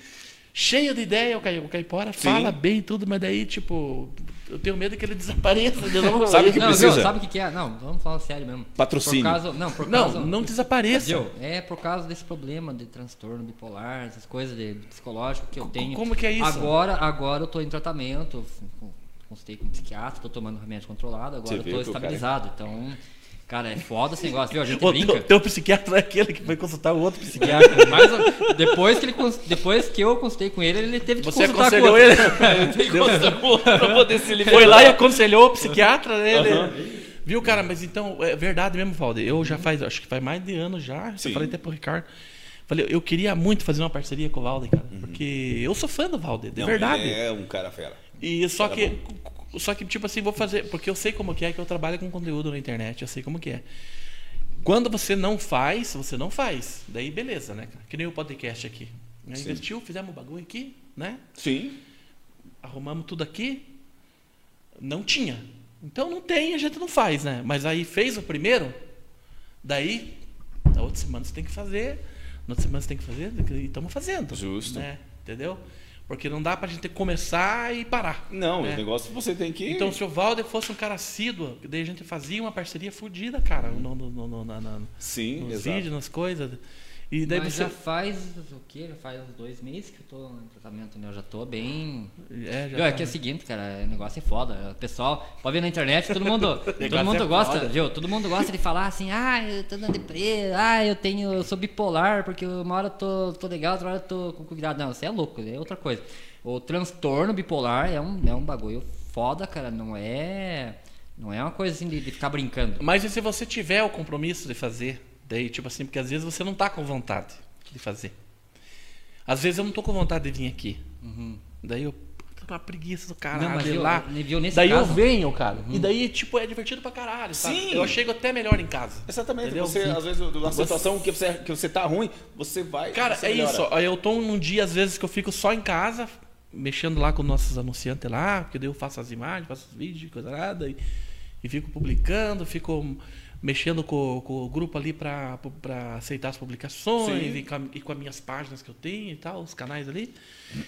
Speaker 1: Cheio de ideia, o Cai- o Caipora fala bem e tudo, mas daí, tipo, eu tenho medo que ele desapareça. de novo.
Speaker 2: Sabe que
Speaker 3: não,
Speaker 2: precisa?
Speaker 3: Não, sabe o que, que é? Não, vamos falar sério mesmo.
Speaker 2: Patrocínio.
Speaker 3: Por causa, não, por causa,
Speaker 1: Não, não desapareça.
Speaker 3: Viu? É por causa desse problema de transtorno bipolar, essas coisas de psicológico que eu tenho.
Speaker 1: como que é isso?
Speaker 3: Agora, agora eu tô em tratamento, com- consultei com um psiquiatra, tô tomando remédio controlado, agora
Speaker 2: Você
Speaker 3: eu
Speaker 2: vê
Speaker 3: tô
Speaker 2: que o cara é-
Speaker 3: estabilizado. Então, cara, é foda esse negócio, viu? A gente
Speaker 4: O teu,
Speaker 3: brinca. É,
Speaker 4: teu psiquiatra é aquele que foi consultar o outro psiquiatra.
Speaker 3: Psiquiatra, mas eu- um, depois, que ele, cons- depois que eu consultei com ele, ele teve que
Speaker 1: Você
Speaker 3: consultar com
Speaker 1: aconselhou
Speaker 3: outro.
Speaker 6: pra poder se liberar.
Speaker 1: Foi lá e aconselhou o psiquiatra, né? Ele- Viu, cara? Mas então, é verdade mesmo, Valde. Eu já faz, acho que faz mais de ano já. Eu
Speaker 2: Sim.
Speaker 1: falei até pro Ricardo. Falei, eu queria muito fazer uma parceria com o Valde, cara. Porque eu sou fã do Valde, de
Speaker 2: Uhum. Não,
Speaker 1: verdade.
Speaker 2: ele É um cara fera.
Speaker 1: E só
Speaker 2: Tá
Speaker 1: que, só que tipo assim, vou fazer, porque eu sei como que é que eu trabalho com conteúdo na internet, eu sei como que é. Quando você não faz, você não faz. Daí beleza, né? cara? Que nem o podcast aqui. Né?
Speaker 2: Sim.
Speaker 1: Investiu, fizemos um bagulho aqui, né?
Speaker 2: Sim.
Speaker 1: Arrumamos tudo aqui. Não tinha. Então não tem, a gente não faz, né? Mas aí fez o primeiro, daí na outra semana você tem que fazer, na outra semana você tem que fazer, e estamos fazendo.
Speaker 2: Justo.
Speaker 1: Né? Entendeu? Porque não dá pra gente começar e parar.
Speaker 2: Não,
Speaker 1: né?
Speaker 2: o negócio você tem que.
Speaker 1: Então, se o Valder fosse um cara assíduo, daí a gente fazia uma parceria fodida, cara, no, no, no, no, na- na-
Speaker 2: Sim,
Speaker 1: nos
Speaker 2: exato.
Speaker 1: vídeos, nas coisas. E daí
Speaker 3: Mas
Speaker 1: você.
Speaker 3: já faz o quê? Já faz uns dois meses que eu tô em tratamento, né? Eu já tô bem.
Speaker 1: É, já
Speaker 3: Meu, é
Speaker 1: tá-
Speaker 3: que é o seguinte, cara, o negócio é foda. O pessoal pode ver na internet, todo mundo, todo
Speaker 1: negócio
Speaker 3: mundo
Speaker 1: é
Speaker 3: gosta,
Speaker 1: foda.
Speaker 3: viu? Todo mundo gosta de falar assim, ah, eu tô na deprê, ah, eu tenho, eu sou bipolar, porque uma hora eu tô, tô legal, outra hora eu tô com cuidado. Não, você é louco, é outra coisa. O transtorno bipolar é um, é um bagulho foda, cara, não é. Não é uma coisa assim de, de ficar brincando.
Speaker 1: Mas e se você tiver o compromisso de fazer? Daí, tipo assim, porque às vezes você não tá com vontade de fazer. Às vezes eu não tô com vontade de vir aqui. Daí eu. puta, tá Uma preguiça do caralho
Speaker 3: Não, mas
Speaker 1: ir
Speaker 3: eu-
Speaker 1: lá.
Speaker 3: eu- viu, nesse
Speaker 1: daí
Speaker 3: caso- Uhum.
Speaker 1: eu venho, cara. E daí, tipo, é divertido pra caralho. Sabe?
Speaker 2: Sim.
Speaker 1: Eu chego até melhor em casa.
Speaker 2: Exatamente.
Speaker 1: Entendeu?
Speaker 2: Você,
Speaker 1: Sim.
Speaker 2: às vezes, na situação que você, que você tá ruim, você vai.
Speaker 1: Cara,
Speaker 2: você
Speaker 1: é
Speaker 2: melhora.
Speaker 1: isso. ó. Eu tô num dia, às vezes, que eu fico só em casa, mexendo lá com nossos anunciantes lá, porque daí eu faço as imagens, faço os vídeos, coisa nada, e, e fico publicando, fico mexendo com, com o grupo ali pra, pra aceitar as publicações
Speaker 2: Sim.
Speaker 1: e com, a- e com as minhas páginas que eu tenho e tal, os canais ali.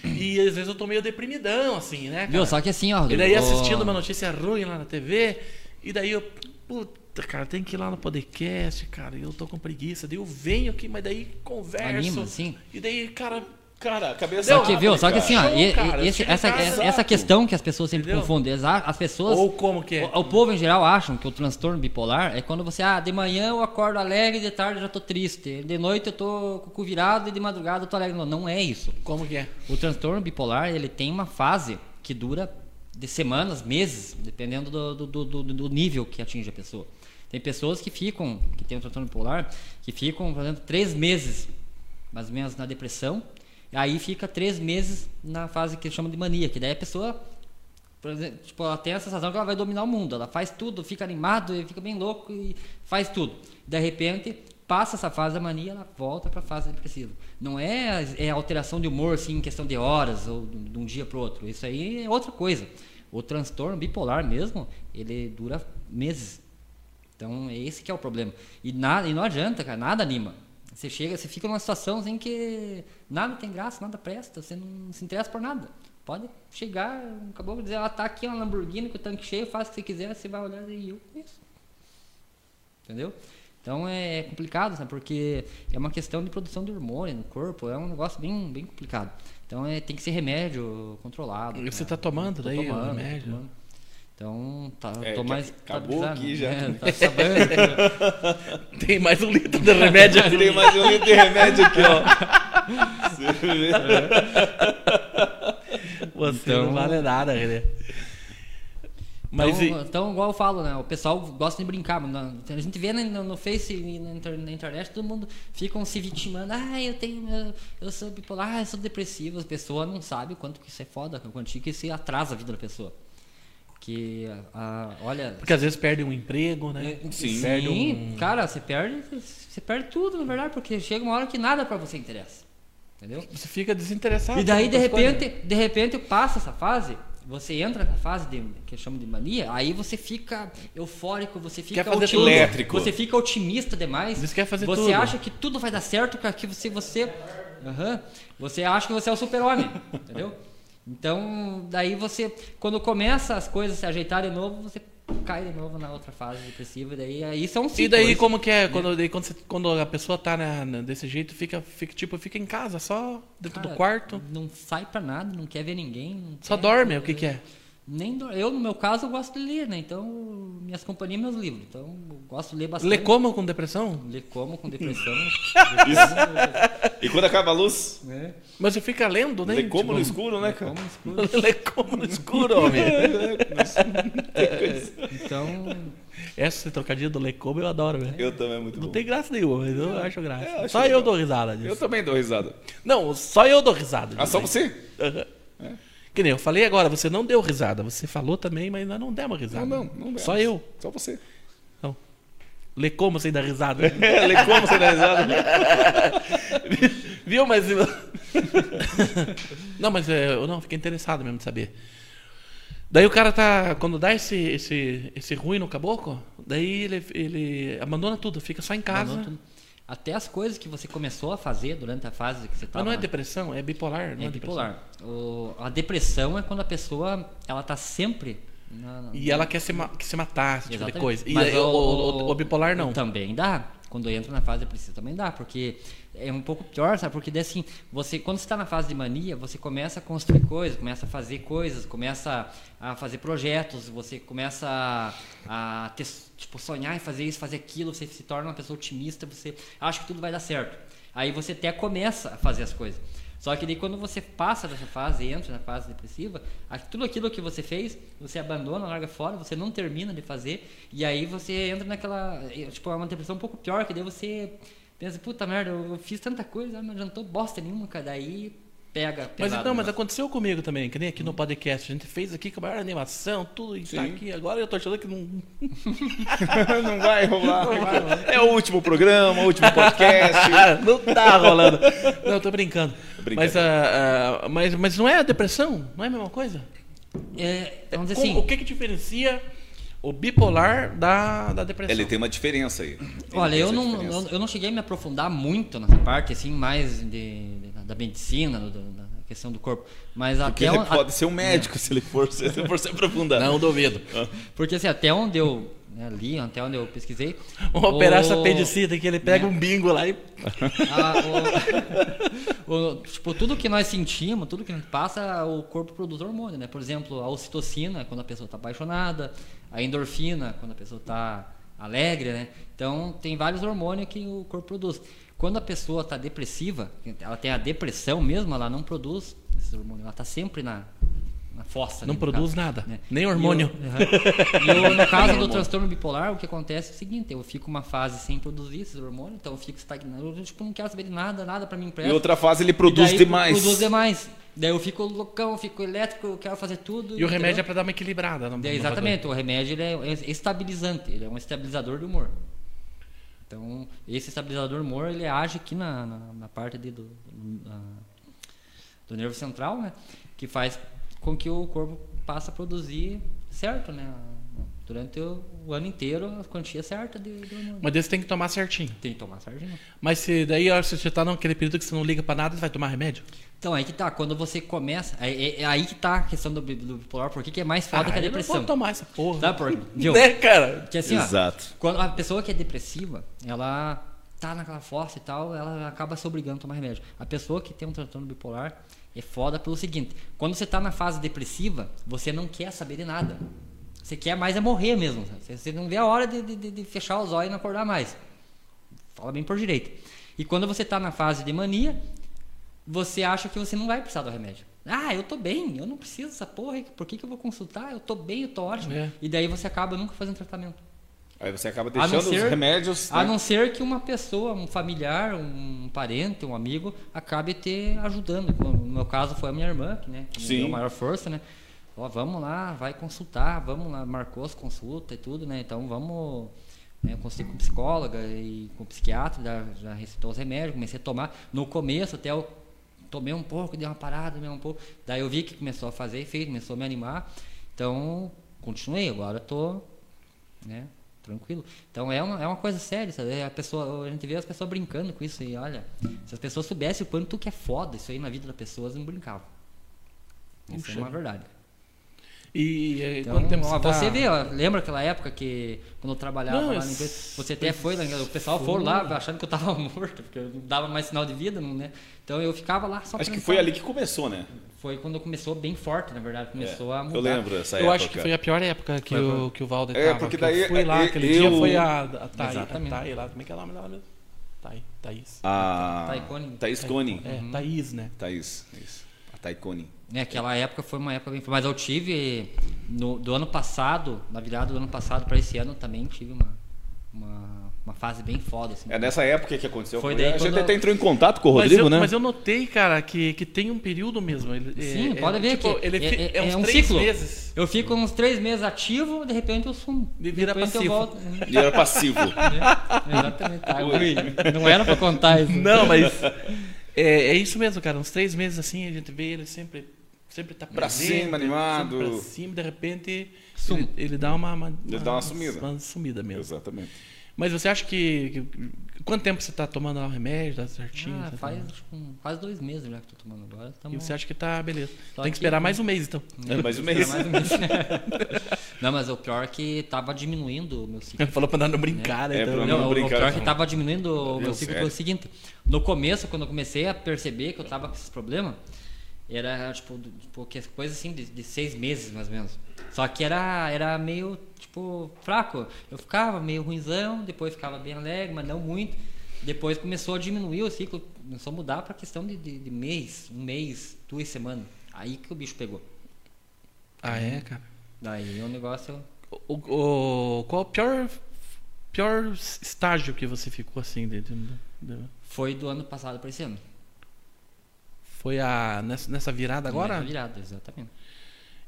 Speaker 1: E às vezes eu tô meio deprimidão, assim, né?
Speaker 3: Viu?
Speaker 1: cara?
Speaker 3: Só que assim, ó.
Speaker 1: E daí
Speaker 3: o-
Speaker 1: assistindo uma notícia ruim lá na TV, e daí eu, puta, cara, tem que ir lá no podcast, cara, e eu tô com preguiça. Daí eu venho aqui, mas daí converso.
Speaker 3: Anima, assim? sim.
Speaker 1: E daí, cara,
Speaker 2: Cara, a cabeça.
Speaker 3: Só que,
Speaker 2: abre,
Speaker 3: viu? Só que
Speaker 2: cara.
Speaker 3: assim,
Speaker 1: é
Speaker 3: ó,
Speaker 1: Show,
Speaker 3: e- e-
Speaker 1: cara,
Speaker 3: esse-
Speaker 1: chega em
Speaker 3: essa,
Speaker 1: casa,
Speaker 3: essa-
Speaker 1: exato.
Speaker 3: essa questão que as pessoas sempre
Speaker 1: Entendeu?
Speaker 3: confundem. exa- As pessoas.
Speaker 1: ou como que é?
Speaker 3: O, o povo em geral acham que o transtorno bipolar é quando você, ah, de manhã eu acordo alegre, de tarde eu já tô triste, de noite eu tô com o cu virado e de madrugada eu tô alegre. Não, não é isso.
Speaker 1: Como que é?
Speaker 3: O transtorno bipolar, ele tem uma fase que dura de semanas, meses, dependendo do, do- do- do- do nível que atinge a pessoa. Tem pessoas que ficam, que têm o transtorno bipolar, que ficam, por exemplo, três meses, mais ou menos, na depressão, e aí fica três meses na fase que eles chamam de mania, que daí a pessoa, por exemplo, tipo, ela tem a sensação que ela vai dominar o mundo, ela faz tudo, fica animado, e fica bem louco e faz tudo. De repente, passa essa fase da mania, ela volta para a fase depressiva. Não é, é alteração de humor assim, em questão de horas ou de de um dia para outro. Isso aí é outra coisa. O transtorno bipolar mesmo, ele dura meses. Então, é esse que é o problema. E, nada, e não adianta, cara, nada anima. Você chega, você fica numa situação em que nada tem graça, nada presta, você não se interessa por nada. Pode chegar, acabou de dizer, ela tá aqui, uma Lamborghini com o tanque cheio, faz o que você quiser, você vai olhar e eu com isso. Entendeu? Então é complicado, sabe? Porque é uma questão de produção de hormônio no corpo, é um negócio bem, bem complicado. Então é, tem que ser remédio controlado.
Speaker 1: E
Speaker 3: né?
Speaker 1: você tá tomando
Speaker 3: Tô
Speaker 1: daí o
Speaker 3: tomando, tô
Speaker 1: remédio?
Speaker 3: tomando. Então, tá,
Speaker 2: É,
Speaker 3: tô
Speaker 2: que
Speaker 3: mais.
Speaker 2: acabou
Speaker 3: tá
Speaker 2: aqui já.
Speaker 3: É, tá sabendo.
Speaker 1: Tem mais um litro de remédio.
Speaker 2: Tem mais um litro de remédio aqui, ó.
Speaker 1: Você
Speaker 3: Então- um.
Speaker 1: não vale nada, René. né? Mas
Speaker 3: então,
Speaker 1: e-
Speaker 3: então, igual eu falo, né? O pessoal gosta de brincar. mas na- A gente vê no, no- no Face e na, inter- na internet, todo mundo ficam se vitimando. Ah, eu tenho. Eu, eu sou bipolar, ah, eu sou depressivo. As pessoas não sabem o quanto que isso é foda, o quanto que isso atrasa a vida da pessoa. Que, ah, olha.
Speaker 1: Porque às vezes perde um emprego,
Speaker 3: É.
Speaker 1: né?
Speaker 2: Sim.
Speaker 1: Perde um...
Speaker 3: Sim, cara, você perde, você perde tudo, na verdade, porque chega uma hora que nada pra você interessa. Entendeu?
Speaker 1: Você fica desinteressado. né,
Speaker 3: E daí, de
Speaker 1: com as coisas.
Speaker 3: repente, de repente, passa essa fase, você entra na fase de, que eu chamo de mania, aí você fica eufórico, você fica
Speaker 2: Quer fazer
Speaker 3: otimista,
Speaker 2: tudo. Elétrico.
Speaker 3: você fica otimista demais.
Speaker 1: Você quer fazer
Speaker 3: Você
Speaker 1: tudo.
Speaker 3: acha que tudo vai dar certo, cara, que você você Aham. você acha que você é o super-homem, entendeu? Então, daí você quando começa as coisas se ajeitar de novo, você cai de novo na outra fase depressiva, e daí aí são
Speaker 1: E
Speaker 3: ciclos.
Speaker 1: daí como que é? Quando, daí, quando, você- quando a pessoa tá na- na- desse jeito, fica, fica tipo, fica em casa, só dentro
Speaker 3: Cara, é.
Speaker 1: do quarto,
Speaker 3: Não sai pra nada, não quer ver ninguém. não
Speaker 1: só
Speaker 3: quer-
Speaker 1: dorme, o que que é?
Speaker 3: Nem dor- Eu, no meu caso, eu gosto de ler, né? Então, minhas companhias, meus livros. Então, eu gosto de ler bastante.
Speaker 1: Lê como com depressão?
Speaker 3: Lê como, com depressão.
Speaker 2: E quando acaba a luz,
Speaker 3: né?
Speaker 1: Mas você fica lendo, né?
Speaker 2: lê como no
Speaker 1: Tipo,
Speaker 2: escuro, né, cara?
Speaker 1: Lê como no escuro, homem. É.
Speaker 3: Então,
Speaker 1: Essa trocadilha do lê como eu adoro, velho.
Speaker 2: Eu também, é muito
Speaker 1: Não
Speaker 2: bom.
Speaker 1: tem graça nenhuma, mas eu acho graça.
Speaker 2: eu acho
Speaker 1: só
Speaker 2: legal.
Speaker 1: eu dou risada
Speaker 2: Eu
Speaker 1: disso.
Speaker 2: também dou risada.
Speaker 1: Não, só eu dou risada
Speaker 2: Ah,
Speaker 1: disso.
Speaker 2: só
Speaker 1: aí.
Speaker 2: você? É.
Speaker 1: Aham. Que nem eu falei agora, você não deu risada. Você falou também, mas nós não demos risada.
Speaker 2: Não, não, não.
Speaker 1: Só eu.
Speaker 2: Só você.
Speaker 1: Lê como sem dar risada.
Speaker 2: É, lê como você dá risada.
Speaker 1: Viu, mas. não, mas é, eu não fiquei interessado mesmo de saber. Daí o cara tá. Quando dá esse, esse, esse ruim no caboclo, daí ele, ele abandona tudo, fica só em casa.
Speaker 3: abandono tudo. até as coisas que você começou a fazer durante a fase que você
Speaker 1: Mas
Speaker 3: estava...
Speaker 1: não é depressão, é bipolar. Não
Speaker 3: Tá É bipolar. O- a depressão é quando a pessoa, ela tá sempre... na- na-
Speaker 1: depressão. E ela quer se, ma- que se matar, esse tipo de
Speaker 3: Exatamente.
Speaker 1: coisa. E
Speaker 3: Mas então,
Speaker 1: aí, o, o- o bipolar não.
Speaker 3: Também dá. Quando entra na fase depressiva também dá, porque é um pouco pior, sabe? Porque daí, assim, você quando está na fase de mania, você começa a construir coisas, começa a fazer coisas, começa a fazer projetos, você começa a, a ter, tipo sonhar e fazer isso, fazer aquilo, você se torna uma pessoa otimista, você acha que tudo vai dar certo. Aí você até começa a fazer as coisas. Só que daí quando você passa dessa fase, entra na fase depressiva, a- tudo aquilo que você fez, você abandona, larga fora, você não termina de fazer, e aí você entra naquela, eh, tipo, é uma depressão um pouco pior, que daí você pensa, puta merda, eu eu fiz tanta coisa, não adiantou bosta nenhuma, cara, daí pega
Speaker 1: Mas
Speaker 3: pesado,
Speaker 1: então, mas
Speaker 3: né?
Speaker 1: aconteceu comigo também, que nem aqui
Speaker 3: Hum.
Speaker 1: no podcast. A gente fez aqui com a maior animação, tudo e tá
Speaker 2: Sim.
Speaker 1: aqui. Agora eu tô achando que não.
Speaker 2: Não vai rolar. É o último programa, o último podcast.
Speaker 1: não tá rolando. Não, tô brincando.
Speaker 2: Brincadeira.
Speaker 1: Mas, ah, ah, mas, mas não é a depressão? Não é a mesma coisa?
Speaker 3: É, vamos dizer
Speaker 1: Como-
Speaker 3: assim,
Speaker 1: o que que diferencia o bipolar da, da depressão?
Speaker 2: Ele tem uma diferença aí. Ele
Speaker 3: Olha,
Speaker 2: tem
Speaker 3: eu
Speaker 2: essa
Speaker 3: não,
Speaker 2: diferença.
Speaker 3: eu, eu não cheguei a me aprofundar muito nessa parte, assim, mais de- de- da medicina, do- do- da questão do corpo. Mas
Speaker 2: Porque
Speaker 3: até
Speaker 2: ele
Speaker 3: on- a-
Speaker 2: pode ser um médico se ele for se, ele for se aprofundar.
Speaker 1: Não duvido.
Speaker 3: Porque assim, até onde eu né, li, até onde eu pesquisei.
Speaker 1: Vamos operar essa
Speaker 3: apendicite.
Speaker 1: apendicita que ele pega um bingo lá e.
Speaker 3: tipo, tudo que nós sentimos, tudo que a gente passa, o corpo produz hormônio, né? Por exemplo, a ocitocina, quando a pessoa está apaixonada, a endorfina, quando a pessoa está alegre, né? Então, tem vários hormônios que o corpo produz. Quando a pessoa está depressiva, ela tem a depressão mesmo, ela não produz esses hormônios, ela está sempre na, na fossa.
Speaker 1: Não
Speaker 3: né, no
Speaker 1: produz
Speaker 3: caso,
Speaker 1: nada,
Speaker 3: né?
Speaker 1: nem
Speaker 3: E o-
Speaker 1: hormônio.
Speaker 3: Aham. E eu, no caso do transtorno bipolar, o que acontece é o seguinte: eu fico uma fase sem produzir esses hormônios, então eu fico estagnado. Eu tipo, não quero saber de nada, nada pra mim
Speaker 2: Em
Speaker 3: empresta.
Speaker 2: outra fase ele
Speaker 3: E daí
Speaker 2: produz
Speaker 3: pro-
Speaker 2: demais.
Speaker 3: Produz demais. Daí eu fico loucão, eu fico elétrico, eu quero fazer tudo.
Speaker 1: E o remédio é
Speaker 3: entendeu?
Speaker 1: pra dar uma equilibrada. Não,
Speaker 3: Daí, exatamente, o remédio ele é é estabilizante, ele é um estabilizador do humor. Então, esse estabilizador do humor ele age aqui na, na, na parte de, do, do- na- do nervo central, né? Que faz com que o corpo passe a produzir certo, né? Durante o, o ano inteiro, a quantia certa de, do hormônio.
Speaker 1: Mas daí você tem que tomar certinho.
Speaker 3: Tem que tomar sardinha.
Speaker 1: Mas se daí a hora que você tá naquele período que você não liga pra nada, você vai tomar remédio?
Speaker 3: Então, aí que tá, quando você começa. É, é- é aí que tá a questão do, bi- do bipolar, porque que é mais foda que a
Speaker 1: Ah, eu não
Speaker 3: depressão.
Speaker 1: vou tomar essa porra.
Speaker 3: Sabe por Viu?
Speaker 1: Né, cara?
Speaker 3: Que assim, ó,
Speaker 2: Exato.
Speaker 3: quando a pessoa que é depressiva, ela tá naquela força e tal, ela acaba se obrigando a tomar remédio. A pessoa que tem um transtorno bipolar é foda pelo seguinte: quando você tá na fase depressiva, você não quer saber de nada. Você quer mais é morrer mesmo. sabe? Você- Você não vê a hora de, de- de- de fechar os olhos e não acordar mais. Fala bem por direito. E quando você tá na fase de mania, você acha que você não vai precisar do remédio. Ah, eu tô bem, eu não preciso dessa porra, aí, por que, que eu vou consultar? Eu tô bem, eu tô ótimo.
Speaker 1: É.
Speaker 3: E daí você acaba nunca fazendo tratamento.
Speaker 2: Aí você acaba
Speaker 3: não
Speaker 2: deixando
Speaker 3: ser-
Speaker 2: os remédios.
Speaker 3: A
Speaker 2: né?
Speaker 3: não ser que uma pessoa, um familiar, um parente, um amigo, acabe te ajudando. Como No meu caso foi a minha irmã, que, né, que me
Speaker 2: Sim.
Speaker 3: deu a maior força, né? Ó, vamos lá, vai consultar, vamos lá, marcou as consultas e tudo, né? Então vamos. Né, eu consultei com psicóloga e com psiquiatra, já, já receitou os remédios, comecei a tomar. No começo até eu tomei um pouco, dei uma parada, tomei um pouco. Daí eu vi que começou a fazer efeito, começou a me animar. Então, continuei, agora tô né? Tranquilo. Então é uma, é uma coisa séria, sabe? A, pessoa, a gente vê as pessoas brincando com isso e olha, se as pessoas soubessem o quanto que é foda isso aí na vida das pessoas, elas não brincavam. Isso é uma verdade.
Speaker 1: E, eh,
Speaker 3: Então,
Speaker 1: quanto tempo
Speaker 3: ó,
Speaker 1: você, tá...
Speaker 3: você vê, ó, lembra aquela época que quando eu trabalhava
Speaker 1: Não,
Speaker 3: lá
Speaker 1: eu
Speaker 3: na empresa, você até foi, né, o pessoal foi lá achando que eu tava morto, porque eu não dava mais sinal de vida, não, né? Então eu ficava lá só
Speaker 7: Acho que
Speaker 3: pensando.
Speaker 7: foi ali que começou, né?
Speaker 3: Foi quando começou bem forte, na verdade,
Speaker 2: É,
Speaker 3: começou a mudar.
Speaker 7: Eu lembro essa
Speaker 1: Eu
Speaker 7: época.
Speaker 1: acho que foi a pior época que, o, que o Valder
Speaker 2: É,
Speaker 1: tava.
Speaker 2: porque
Speaker 1: que eu
Speaker 2: daí,
Speaker 1: fui lá
Speaker 2: eh,
Speaker 1: aquele
Speaker 2: eu-
Speaker 1: dia, foi a, a Thaís. A
Speaker 3: Exatamente.
Speaker 1: Thaís lá, como é que é o nome dela mesmo? Thaí- Thaís.
Speaker 2: A
Speaker 3: Taicone.
Speaker 7: Thaís Cone.
Speaker 1: É,
Speaker 3: Uhum.
Speaker 1: Thaís, né?
Speaker 2: Thaís, isso. A Taicone.
Speaker 3: Né, aquela época foi uma época bem. Mas eu tive, no- do ano passado, na virada do ano passado para esse ano também, tive uma, uma, uma fase bem foda. Assim.
Speaker 7: É nessa época que aconteceu.
Speaker 3: Foi
Speaker 7: com
Speaker 3: daí
Speaker 7: ele. a gente
Speaker 3: quando-
Speaker 7: até entrou em contato com o
Speaker 1: mas,
Speaker 7: Rodrigo,
Speaker 1: eu,
Speaker 7: né?
Speaker 1: mas eu notei, cara, que, que tem um período mesmo. Ele, é-
Speaker 3: Sim,
Speaker 1: é,
Speaker 3: pode ver
Speaker 1: tipo,
Speaker 3: que
Speaker 1: ele
Speaker 3: é,
Speaker 1: fi-
Speaker 3: é-
Speaker 1: é uns
Speaker 3: é um
Speaker 1: três
Speaker 3: ciclo.
Speaker 1: meses.
Speaker 3: Eu fico uns três meses ativo, de repente eu sumo.
Speaker 1: E vira
Speaker 3: Depois
Speaker 1: passivo.
Speaker 3: eu volto. né?
Speaker 7: Ele era passivo.
Speaker 3: Exatamente. Ah, eu- Não era pra contar isso.
Speaker 1: Não, mas é, é isso mesmo, cara. Uns três meses assim, a gente vê ele sempre, sempre tá
Speaker 2: Pra
Speaker 1: presente,
Speaker 2: cima, animado.
Speaker 1: Sempre pra cima, de repente
Speaker 3: Sum.
Speaker 1: ele, ele dá uma, uma-
Speaker 2: Ele dá uma sumida.
Speaker 1: Uma sumida mesmo.
Speaker 2: Exatamente.
Speaker 1: Mas você acha que, que- quanto tempo você tá tomando lá o remédio, tá certinho?
Speaker 3: Ah,
Speaker 1: Tá
Speaker 3: faz um
Speaker 1: tomando?
Speaker 3: tipo, um- quase dois meses já que eu tô tomando agora.
Speaker 1: E
Speaker 3: tamo-
Speaker 1: você acha que tá beleza?
Speaker 3: Só
Speaker 1: Tem que
Speaker 3: que-
Speaker 1: esperar mais um mês então.
Speaker 7: É, mais um mês.
Speaker 3: Era mais ou menos. Não, mas o pior é que tava diminuindo o meu ciclo.
Speaker 1: Ele falou pra não brincar, né?
Speaker 7: É,
Speaker 1: então.
Speaker 7: pra
Speaker 3: Não,
Speaker 7: não
Speaker 3: o- o
Speaker 7: brincar,
Speaker 3: pior
Speaker 7: não.
Speaker 3: que tava diminuindo o meu
Speaker 7: Deus,
Speaker 3: ciclo foi
Speaker 7: sério.
Speaker 3: o seguinte. No começo, quando eu comecei a perceber que eu tava com esses problemas, era tipo, do- tipo que as coisas assim de, de seis meses mais ou menos. Só que era, era meio, tipo, fraco. Eu ficava meio ruinzão, depois ficava bem alegre, mas não muito. Depois começou a diminuir o ciclo, começou a mudar pra questão de, de, de mês, um mês, duas semanas. Aí que o bicho pegou.
Speaker 1: Ah, é, cara.
Speaker 3: Daí o negócio.
Speaker 1: O, o- qual o pior, pior estágio que você ficou assim? De, de- de-
Speaker 3: Foi do ano passado pra esse ano.
Speaker 1: foi a nessa, nessa virada agora?
Speaker 3: Nessa Virada, exatamente.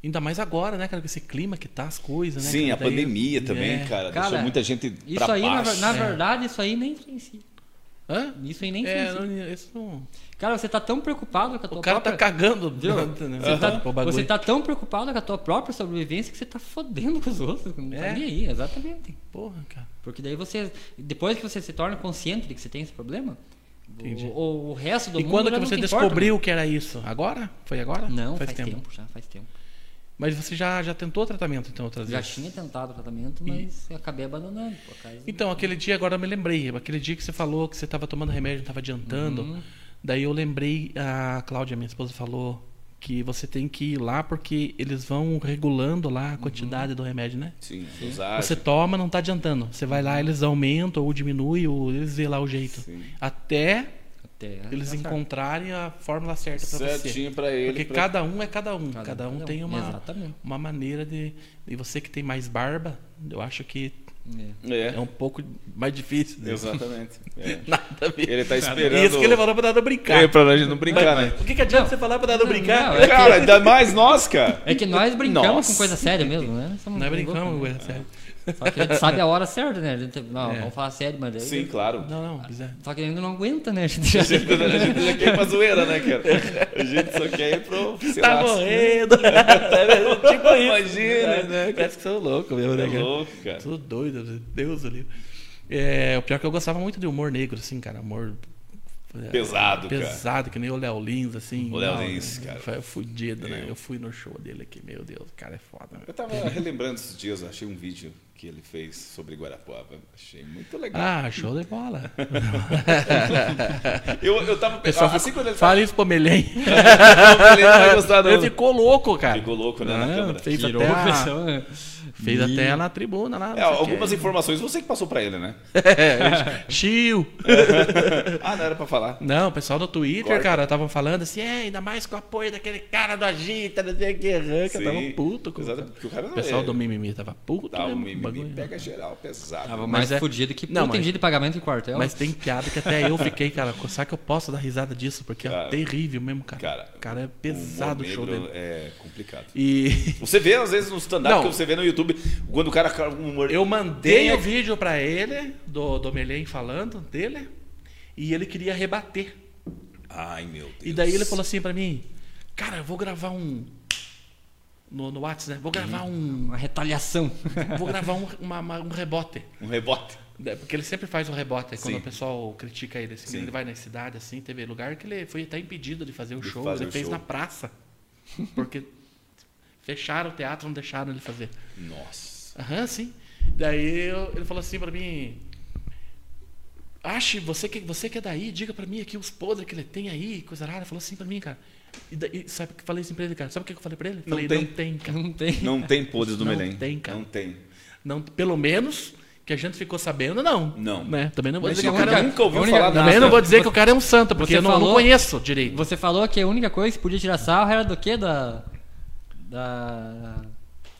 Speaker 1: Ainda mais agora, né, cara? Com esse clima que tá as coisas, né?
Speaker 7: Sim,
Speaker 1: cara?
Speaker 7: a
Speaker 1: Daí-
Speaker 7: pandemia também,
Speaker 1: É.
Speaker 7: cara,
Speaker 3: Cara,
Speaker 7: Deixou muita gente
Speaker 3: Isso
Speaker 7: pra
Speaker 3: aí, na,
Speaker 7: baixo.
Speaker 3: ver- na
Speaker 1: É.
Speaker 3: verdade, isso aí nem influencia.
Speaker 1: Hã?
Speaker 3: Isso aí nem
Speaker 1: É,
Speaker 3: influencia.
Speaker 1: não, isso não...
Speaker 3: Cara, você tá tão preocupado com a tua
Speaker 1: O cara tá
Speaker 3: própria...
Speaker 1: cagando.
Speaker 3: Entendeu?
Speaker 1: né?
Speaker 3: Você, tá,
Speaker 1: O bagulho.
Speaker 3: você tá tão preocupado com a tua própria sobrevivência que você tá fodendo com os outros. Não tá
Speaker 1: É.
Speaker 3: nem aí, exatamente.
Speaker 1: Porra, cara.
Speaker 3: Porque daí você. Depois que você se torna consciente de que você tem esse problema,
Speaker 1: Entendi.
Speaker 3: o, o- o resto do
Speaker 1: E
Speaker 3: mundo.
Speaker 1: quando
Speaker 3: já
Speaker 1: que
Speaker 3: não
Speaker 1: você
Speaker 3: te importa,
Speaker 1: descobriu que era isso? Agora? Foi agora?
Speaker 3: né? Não, faz, tempo. já, faz tempo.
Speaker 1: Mas você já, já tentou tratamento, então, outras
Speaker 3: Já
Speaker 1: vezes?
Speaker 3: tinha tentado o tratamento, mas eu acabei abandonando. Por causa...
Speaker 1: Então, aquele dia, agora eu me lembrei. Aquele dia que você falou que você tava tomando remédio, não tava adiantando.
Speaker 3: Uhum.
Speaker 1: Daí eu lembrei, a Cláudia, minha esposa, falou que você tem que ir lá porque eles vão regulando lá
Speaker 3: Uhum.
Speaker 1: a quantidade do remédio, né?
Speaker 2: Sim,
Speaker 1: Você
Speaker 2: dosagem.
Speaker 1: toma, não tá adiantando. Você vai lá, eles aumentam ou diminuem, ou eles vê lá o jeito. Até
Speaker 3: Até tá
Speaker 1: eles encontrarem a fórmula certa pra você.
Speaker 2: Certinho pra ele.
Speaker 1: Porque
Speaker 2: pra-
Speaker 1: cada um é cada um. Cada, um, tem uma,
Speaker 3: Exatamente.
Speaker 1: uma maneira de. E você que tem mais barba, eu acho que
Speaker 3: É. um-
Speaker 7: É,
Speaker 1: é um pouco mais difícil. né?
Speaker 7: exatamente. É.
Speaker 1: Nada a ver.
Speaker 7: Ele tá esperando.
Speaker 1: Isso que ele falou pra dar brincar.
Speaker 7: É, pra gente não brincar, né?
Speaker 1: O que, que adianta você falar pra dar
Speaker 3: Não,
Speaker 1: brincar?
Speaker 3: não, é,
Speaker 7: Cara, ainda mais nós, cara.
Speaker 3: é que nós brincamos
Speaker 7: Nossa.
Speaker 3: com coisa séria mesmo, né? Somos
Speaker 1: Não é brincando,
Speaker 3: loucos, né?
Speaker 1: Guerra, sério.
Speaker 3: Só que a gente sabe a hora certa, né? A gente- não,
Speaker 1: É.
Speaker 3: vamos falar sério, mas daí-
Speaker 7: Sim,
Speaker 2: Ah.
Speaker 7: claro.
Speaker 1: Não, é. não, bizarro.
Speaker 3: Só que ainda não aguenta, né? A gente já...
Speaker 7: A gente já quer ir pra zoeira, né, cara? A gente só quer ir pro. sei lá,
Speaker 1: Tá
Speaker 2: né?
Speaker 1: morrendo.
Speaker 3: né, Tipo É,
Speaker 7: Imagina, né?
Speaker 1: Parece que sou louco mesmo,
Speaker 2: Tá
Speaker 1: né,
Speaker 7: É
Speaker 1: cara?
Speaker 7: louco, cara.
Speaker 1: Tudo doido, né? Deus do livro. É, o pior é que eu gostava muito de humor negro, assim, cara. Humor. é,
Speaker 7: Pesado, cara.
Speaker 1: Pesado, que nem o Léo Lins, assim.
Speaker 7: O Léo
Speaker 1: Não,
Speaker 7: Lins, cara.
Speaker 1: Foi fudido, né? Eu fui no show dele aqui, meu Deus, o cara é foda. né?
Speaker 2: Eu tava relembrando esses dias, achei um vídeo que ele fez sobre Guarapuava. Achei muito legal.
Speaker 1: Ah, show de bola. Ah,
Speaker 2: Eu, eu tava
Speaker 1: Pessoal,
Speaker 2: pensando, assim quando ele
Speaker 1: Fala isso pro Melém.
Speaker 2: falou, ele não vai gostar
Speaker 1: Ele
Speaker 2: não.
Speaker 1: ficou louco, cara.
Speaker 2: Ficou louco, né, na
Speaker 1: Ah,
Speaker 2: câmera.
Speaker 1: fez
Speaker 3: Tirou
Speaker 1: até
Speaker 3: a
Speaker 1: a-
Speaker 3: pessoa, né?
Speaker 1: Fez até na tribuna lá. não
Speaker 2: É,
Speaker 1: sei o
Speaker 2: algumas
Speaker 1: quê.
Speaker 2: informações você que passou pra ele, né?
Speaker 1: Chill.
Speaker 2: Ah, não era pra falar.
Speaker 1: Não, o pessoal do Twitter,
Speaker 2: Corta.
Speaker 1: cara, tava falando assim, é, ainda mais com o apoio daquele cara do Agita, não sei o que, arranca.
Speaker 2: Sim.
Speaker 1: Tava um puto com
Speaker 2: Exato, porque o cara
Speaker 1: o
Speaker 2: não
Speaker 1: pessoal
Speaker 2: é-
Speaker 1: do Mimimi, tava puto.
Speaker 2: Dá
Speaker 1: né,
Speaker 2: um
Speaker 1: com o
Speaker 2: mimimi,
Speaker 1: bagulho.
Speaker 2: pega geral, pesado.
Speaker 3: Tava
Speaker 1: Mas
Speaker 3: Ah, mais
Speaker 1: é-
Speaker 3: fudido que
Speaker 1: Não,
Speaker 3: não, tem
Speaker 1: mas-
Speaker 3: dia de pagamento em É quartel.
Speaker 1: Mas tem piada que até eu fiquei, cara, será que eu posso dar risada disso? Porque é
Speaker 2: Cara,
Speaker 1: terrível mesmo, cara.
Speaker 2: cara,
Speaker 1: O cara é pesado o
Speaker 2: humor
Speaker 1: show
Speaker 2: negro
Speaker 1: dele.
Speaker 2: É complicado.
Speaker 1: E
Speaker 2: Você vê, às vezes, no stand-up
Speaker 1: Não.
Speaker 2: que você vê no YouTube, quando o cara com um humor.
Speaker 1: eu mandei o
Speaker 2: Tem-
Speaker 1: vídeo pra ele, do, do Melém falando dele, e ele queria rebater.
Speaker 2: Ai, meu Deus.
Speaker 1: E daí ele falou assim pra mim, cara, eu vou gravar um... No, no Whats, né? Vou gravar
Speaker 2: Uhum.
Speaker 1: um...
Speaker 3: Uma retaliação.
Speaker 1: Vou gravar um, uma- uma- um rebote.
Speaker 2: Um rebote.
Speaker 1: É, Porque ele sempre faz um rebote quando
Speaker 2: Sim.
Speaker 1: o pessoal critica ele. assim,
Speaker 2: Sim.
Speaker 1: Ele vai na cidade, assim, teve lugar que ele foi até impedido de fazer o
Speaker 2: De
Speaker 1: show.
Speaker 2: fazer
Speaker 1: ele
Speaker 2: o
Speaker 1: fez
Speaker 2: show.
Speaker 1: na praça. Porque fecharam o teatro, não deixaram ele fazer.
Speaker 2: Nossa.
Speaker 1: Aham, sim. Daí eu- ele falou assim pra mim. Ache, você que, você que é daí, diga pra mim aqui os podres que ele tem aí, coisa rara. Falou assim pra mim, cara. E daí, sabe o que eu falei assim pra ele, cara? Sabe o que eu falei pra ele? falei,
Speaker 2: tem.
Speaker 1: não tem, cara.
Speaker 3: Não tem.
Speaker 2: Não tem podres do
Speaker 1: Não
Speaker 2: Belém.
Speaker 1: tem, cara.
Speaker 2: Não tem.
Speaker 1: Não, pelo menos que a gente ficou sabendo, não.
Speaker 2: Não.
Speaker 1: Né? Também não vou
Speaker 2: Mas
Speaker 1: dizer que o
Speaker 2: nunca-
Speaker 1: cara é um-
Speaker 2: nunca ouviu
Speaker 3: a única-
Speaker 2: falar
Speaker 1: Também
Speaker 2: nada.
Speaker 1: não vou dizer que o cara é um santo, porque
Speaker 3: você
Speaker 1: eu não, não
Speaker 3: falou-
Speaker 1: conheço direito.
Speaker 3: Você falou que a única coisa que podia tirar sarro era do quê? Da. Da.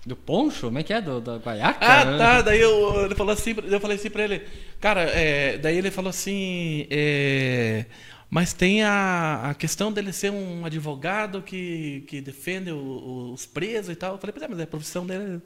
Speaker 3: Do poncho? Como é que é? Do, da guaiaca?
Speaker 1: Ah,
Speaker 3: né?
Speaker 1: tá. Daí eu, ele falou assim, eu falei assim pra ele, cara, é, daí ele falou assim, é, mas tem a, a questão dele ser um advogado que, que defende o- o- os presos e tal. Eu falei, pois é, mas é a profissão dele.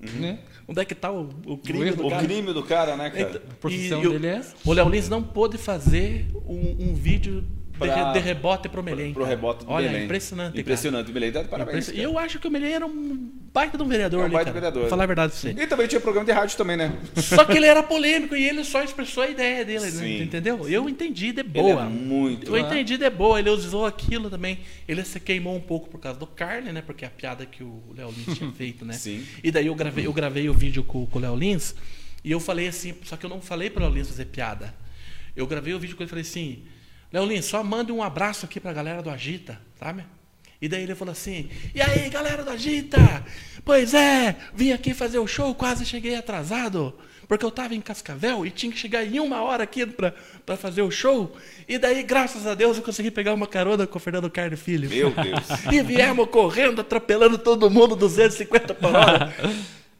Speaker 3: Né?
Speaker 1: Onde é que tá o, o crime
Speaker 3: erro
Speaker 1: do
Speaker 2: O
Speaker 1: cara?
Speaker 2: crime do cara, né, cara?
Speaker 1: Então,
Speaker 3: A profissão
Speaker 1: e o-
Speaker 3: dele é essa.
Speaker 1: O Léo Lins não pôde fazer um, um vídeo de,
Speaker 2: Pra-
Speaker 1: de rebote pro Melém.
Speaker 2: Pro
Speaker 1: cara.
Speaker 2: rebote do
Speaker 1: Olha,
Speaker 2: Belém.
Speaker 1: impressionante. cara.
Speaker 2: Impressionante. Belém dá de parabéns.
Speaker 1: Impressi-
Speaker 2: cara.
Speaker 1: E eu acho que o Melém era um baita de um vereador
Speaker 2: É um
Speaker 1: ali,
Speaker 2: baita
Speaker 1: cara.
Speaker 2: vereador.
Speaker 1: Vou falar a verdade pra você.
Speaker 2: E também tinha programa de rádio também, né?
Speaker 1: Só que ele era polêmico e ele só expressou a ideia dele, né?
Speaker 2: Sim.
Speaker 1: entendeu? Eu entendi de
Speaker 2: Ele
Speaker 1: boa.
Speaker 2: é muito.
Speaker 1: Eu entendi de boa, ele usou aquilo também. Ele se queimou um pouco por causa do Carne, né? Porque é a piada que o Léo Lins tinha feito, né?
Speaker 2: Sim.
Speaker 1: E daí eu gravei, eu gravei o vídeo com, com o Léo Lins e eu falei assim, só que eu não falei pro Léo Lins fazer piada. Eu gravei o vídeo com ele e falei assim, Léo Lins, só manda um abraço aqui pra galera do Agita, sabe? E daí ele falou assim, e aí galera do Agita? Pois é, vim aqui fazer o show, quase cheguei atrasado. Porque eu tava em Cascavel e tinha que chegar em uma hora aqui pra, pra fazer o show. E daí, graças a Deus, eu consegui pegar uma carona com o Fernando Carne Filho.
Speaker 2: Meu Deus.
Speaker 1: E viemos correndo, atropelando todo mundo 250 por hora.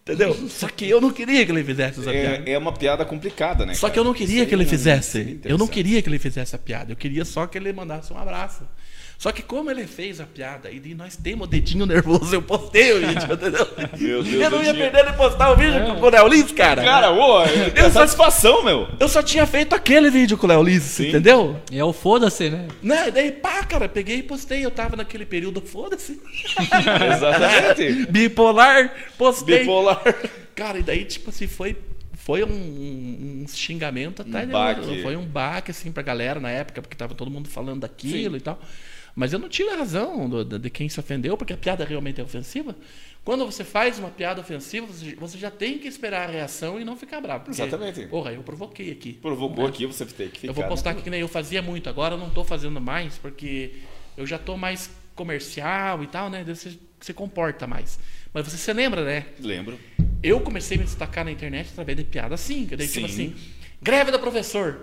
Speaker 1: Entendeu? Só que eu não queria que ele fizesse essa piada.
Speaker 2: É, é uma piada complicada, né?
Speaker 1: Só
Speaker 2: cara?
Speaker 1: que eu não
Speaker 2: Isso
Speaker 1: queria
Speaker 2: aí
Speaker 1: que ele
Speaker 2: é um-
Speaker 1: fizesse. Eu não
Speaker 2: interessante.
Speaker 1: queria que ele fizesse a piada. Eu queria só que ele mandasse um abraço. Só que como ele fez a piada e daí nós temos o dedinho nervoso, eu postei o vídeo, entendeu?
Speaker 2: Meu Deus,
Speaker 1: eu não ia
Speaker 2: dedinho.
Speaker 1: perder de postar o vídeo com o Léo Lins, cara.
Speaker 2: Cara, ô, é é satisfação, meu.
Speaker 1: Eu só tinha feito aquele vídeo com o Léo Lins, entendeu?
Speaker 3: É o foda-se, né?
Speaker 1: Né? Daí, pá, cara, peguei e postei. Eu tava naquele período, foda-se.
Speaker 2: Exatamente.
Speaker 1: Bipolar, postei.
Speaker 2: Bipolar.
Speaker 1: Cara, e daí, tipo assim, foi, foi um, um- um xingamento até.
Speaker 2: Um baque.
Speaker 1: Foi um baque, assim, pra galera na época, porque tava todo mundo falando daquilo e tal. Mas eu não tiro a razão do- do- de quem se ofendeu, porque a piada realmente é ofensiva. Quando você faz uma piada ofensiva, você- você já tem que esperar a reação e não ficar bravo. porque,
Speaker 2: Exatamente.
Speaker 1: Porra, eu provoquei aqui.
Speaker 2: Provocou aqui, você tem que ficar.
Speaker 1: Eu vou
Speaker 2: né?
Speaker 1: postar aqui que nem eu fazia muito, agora eu não tô fazendo mais, porque eu já tô mais comercial e tal, né? Daí Você se comporta mais. Mas você se lembra, né?
Speaker 2: Lembro.
Speaker 1: Eu comecei a me destacar na internet através de piada assim, que daí tipo
Speaker 2: Sim.
Speaker 1: assim, greve do professor.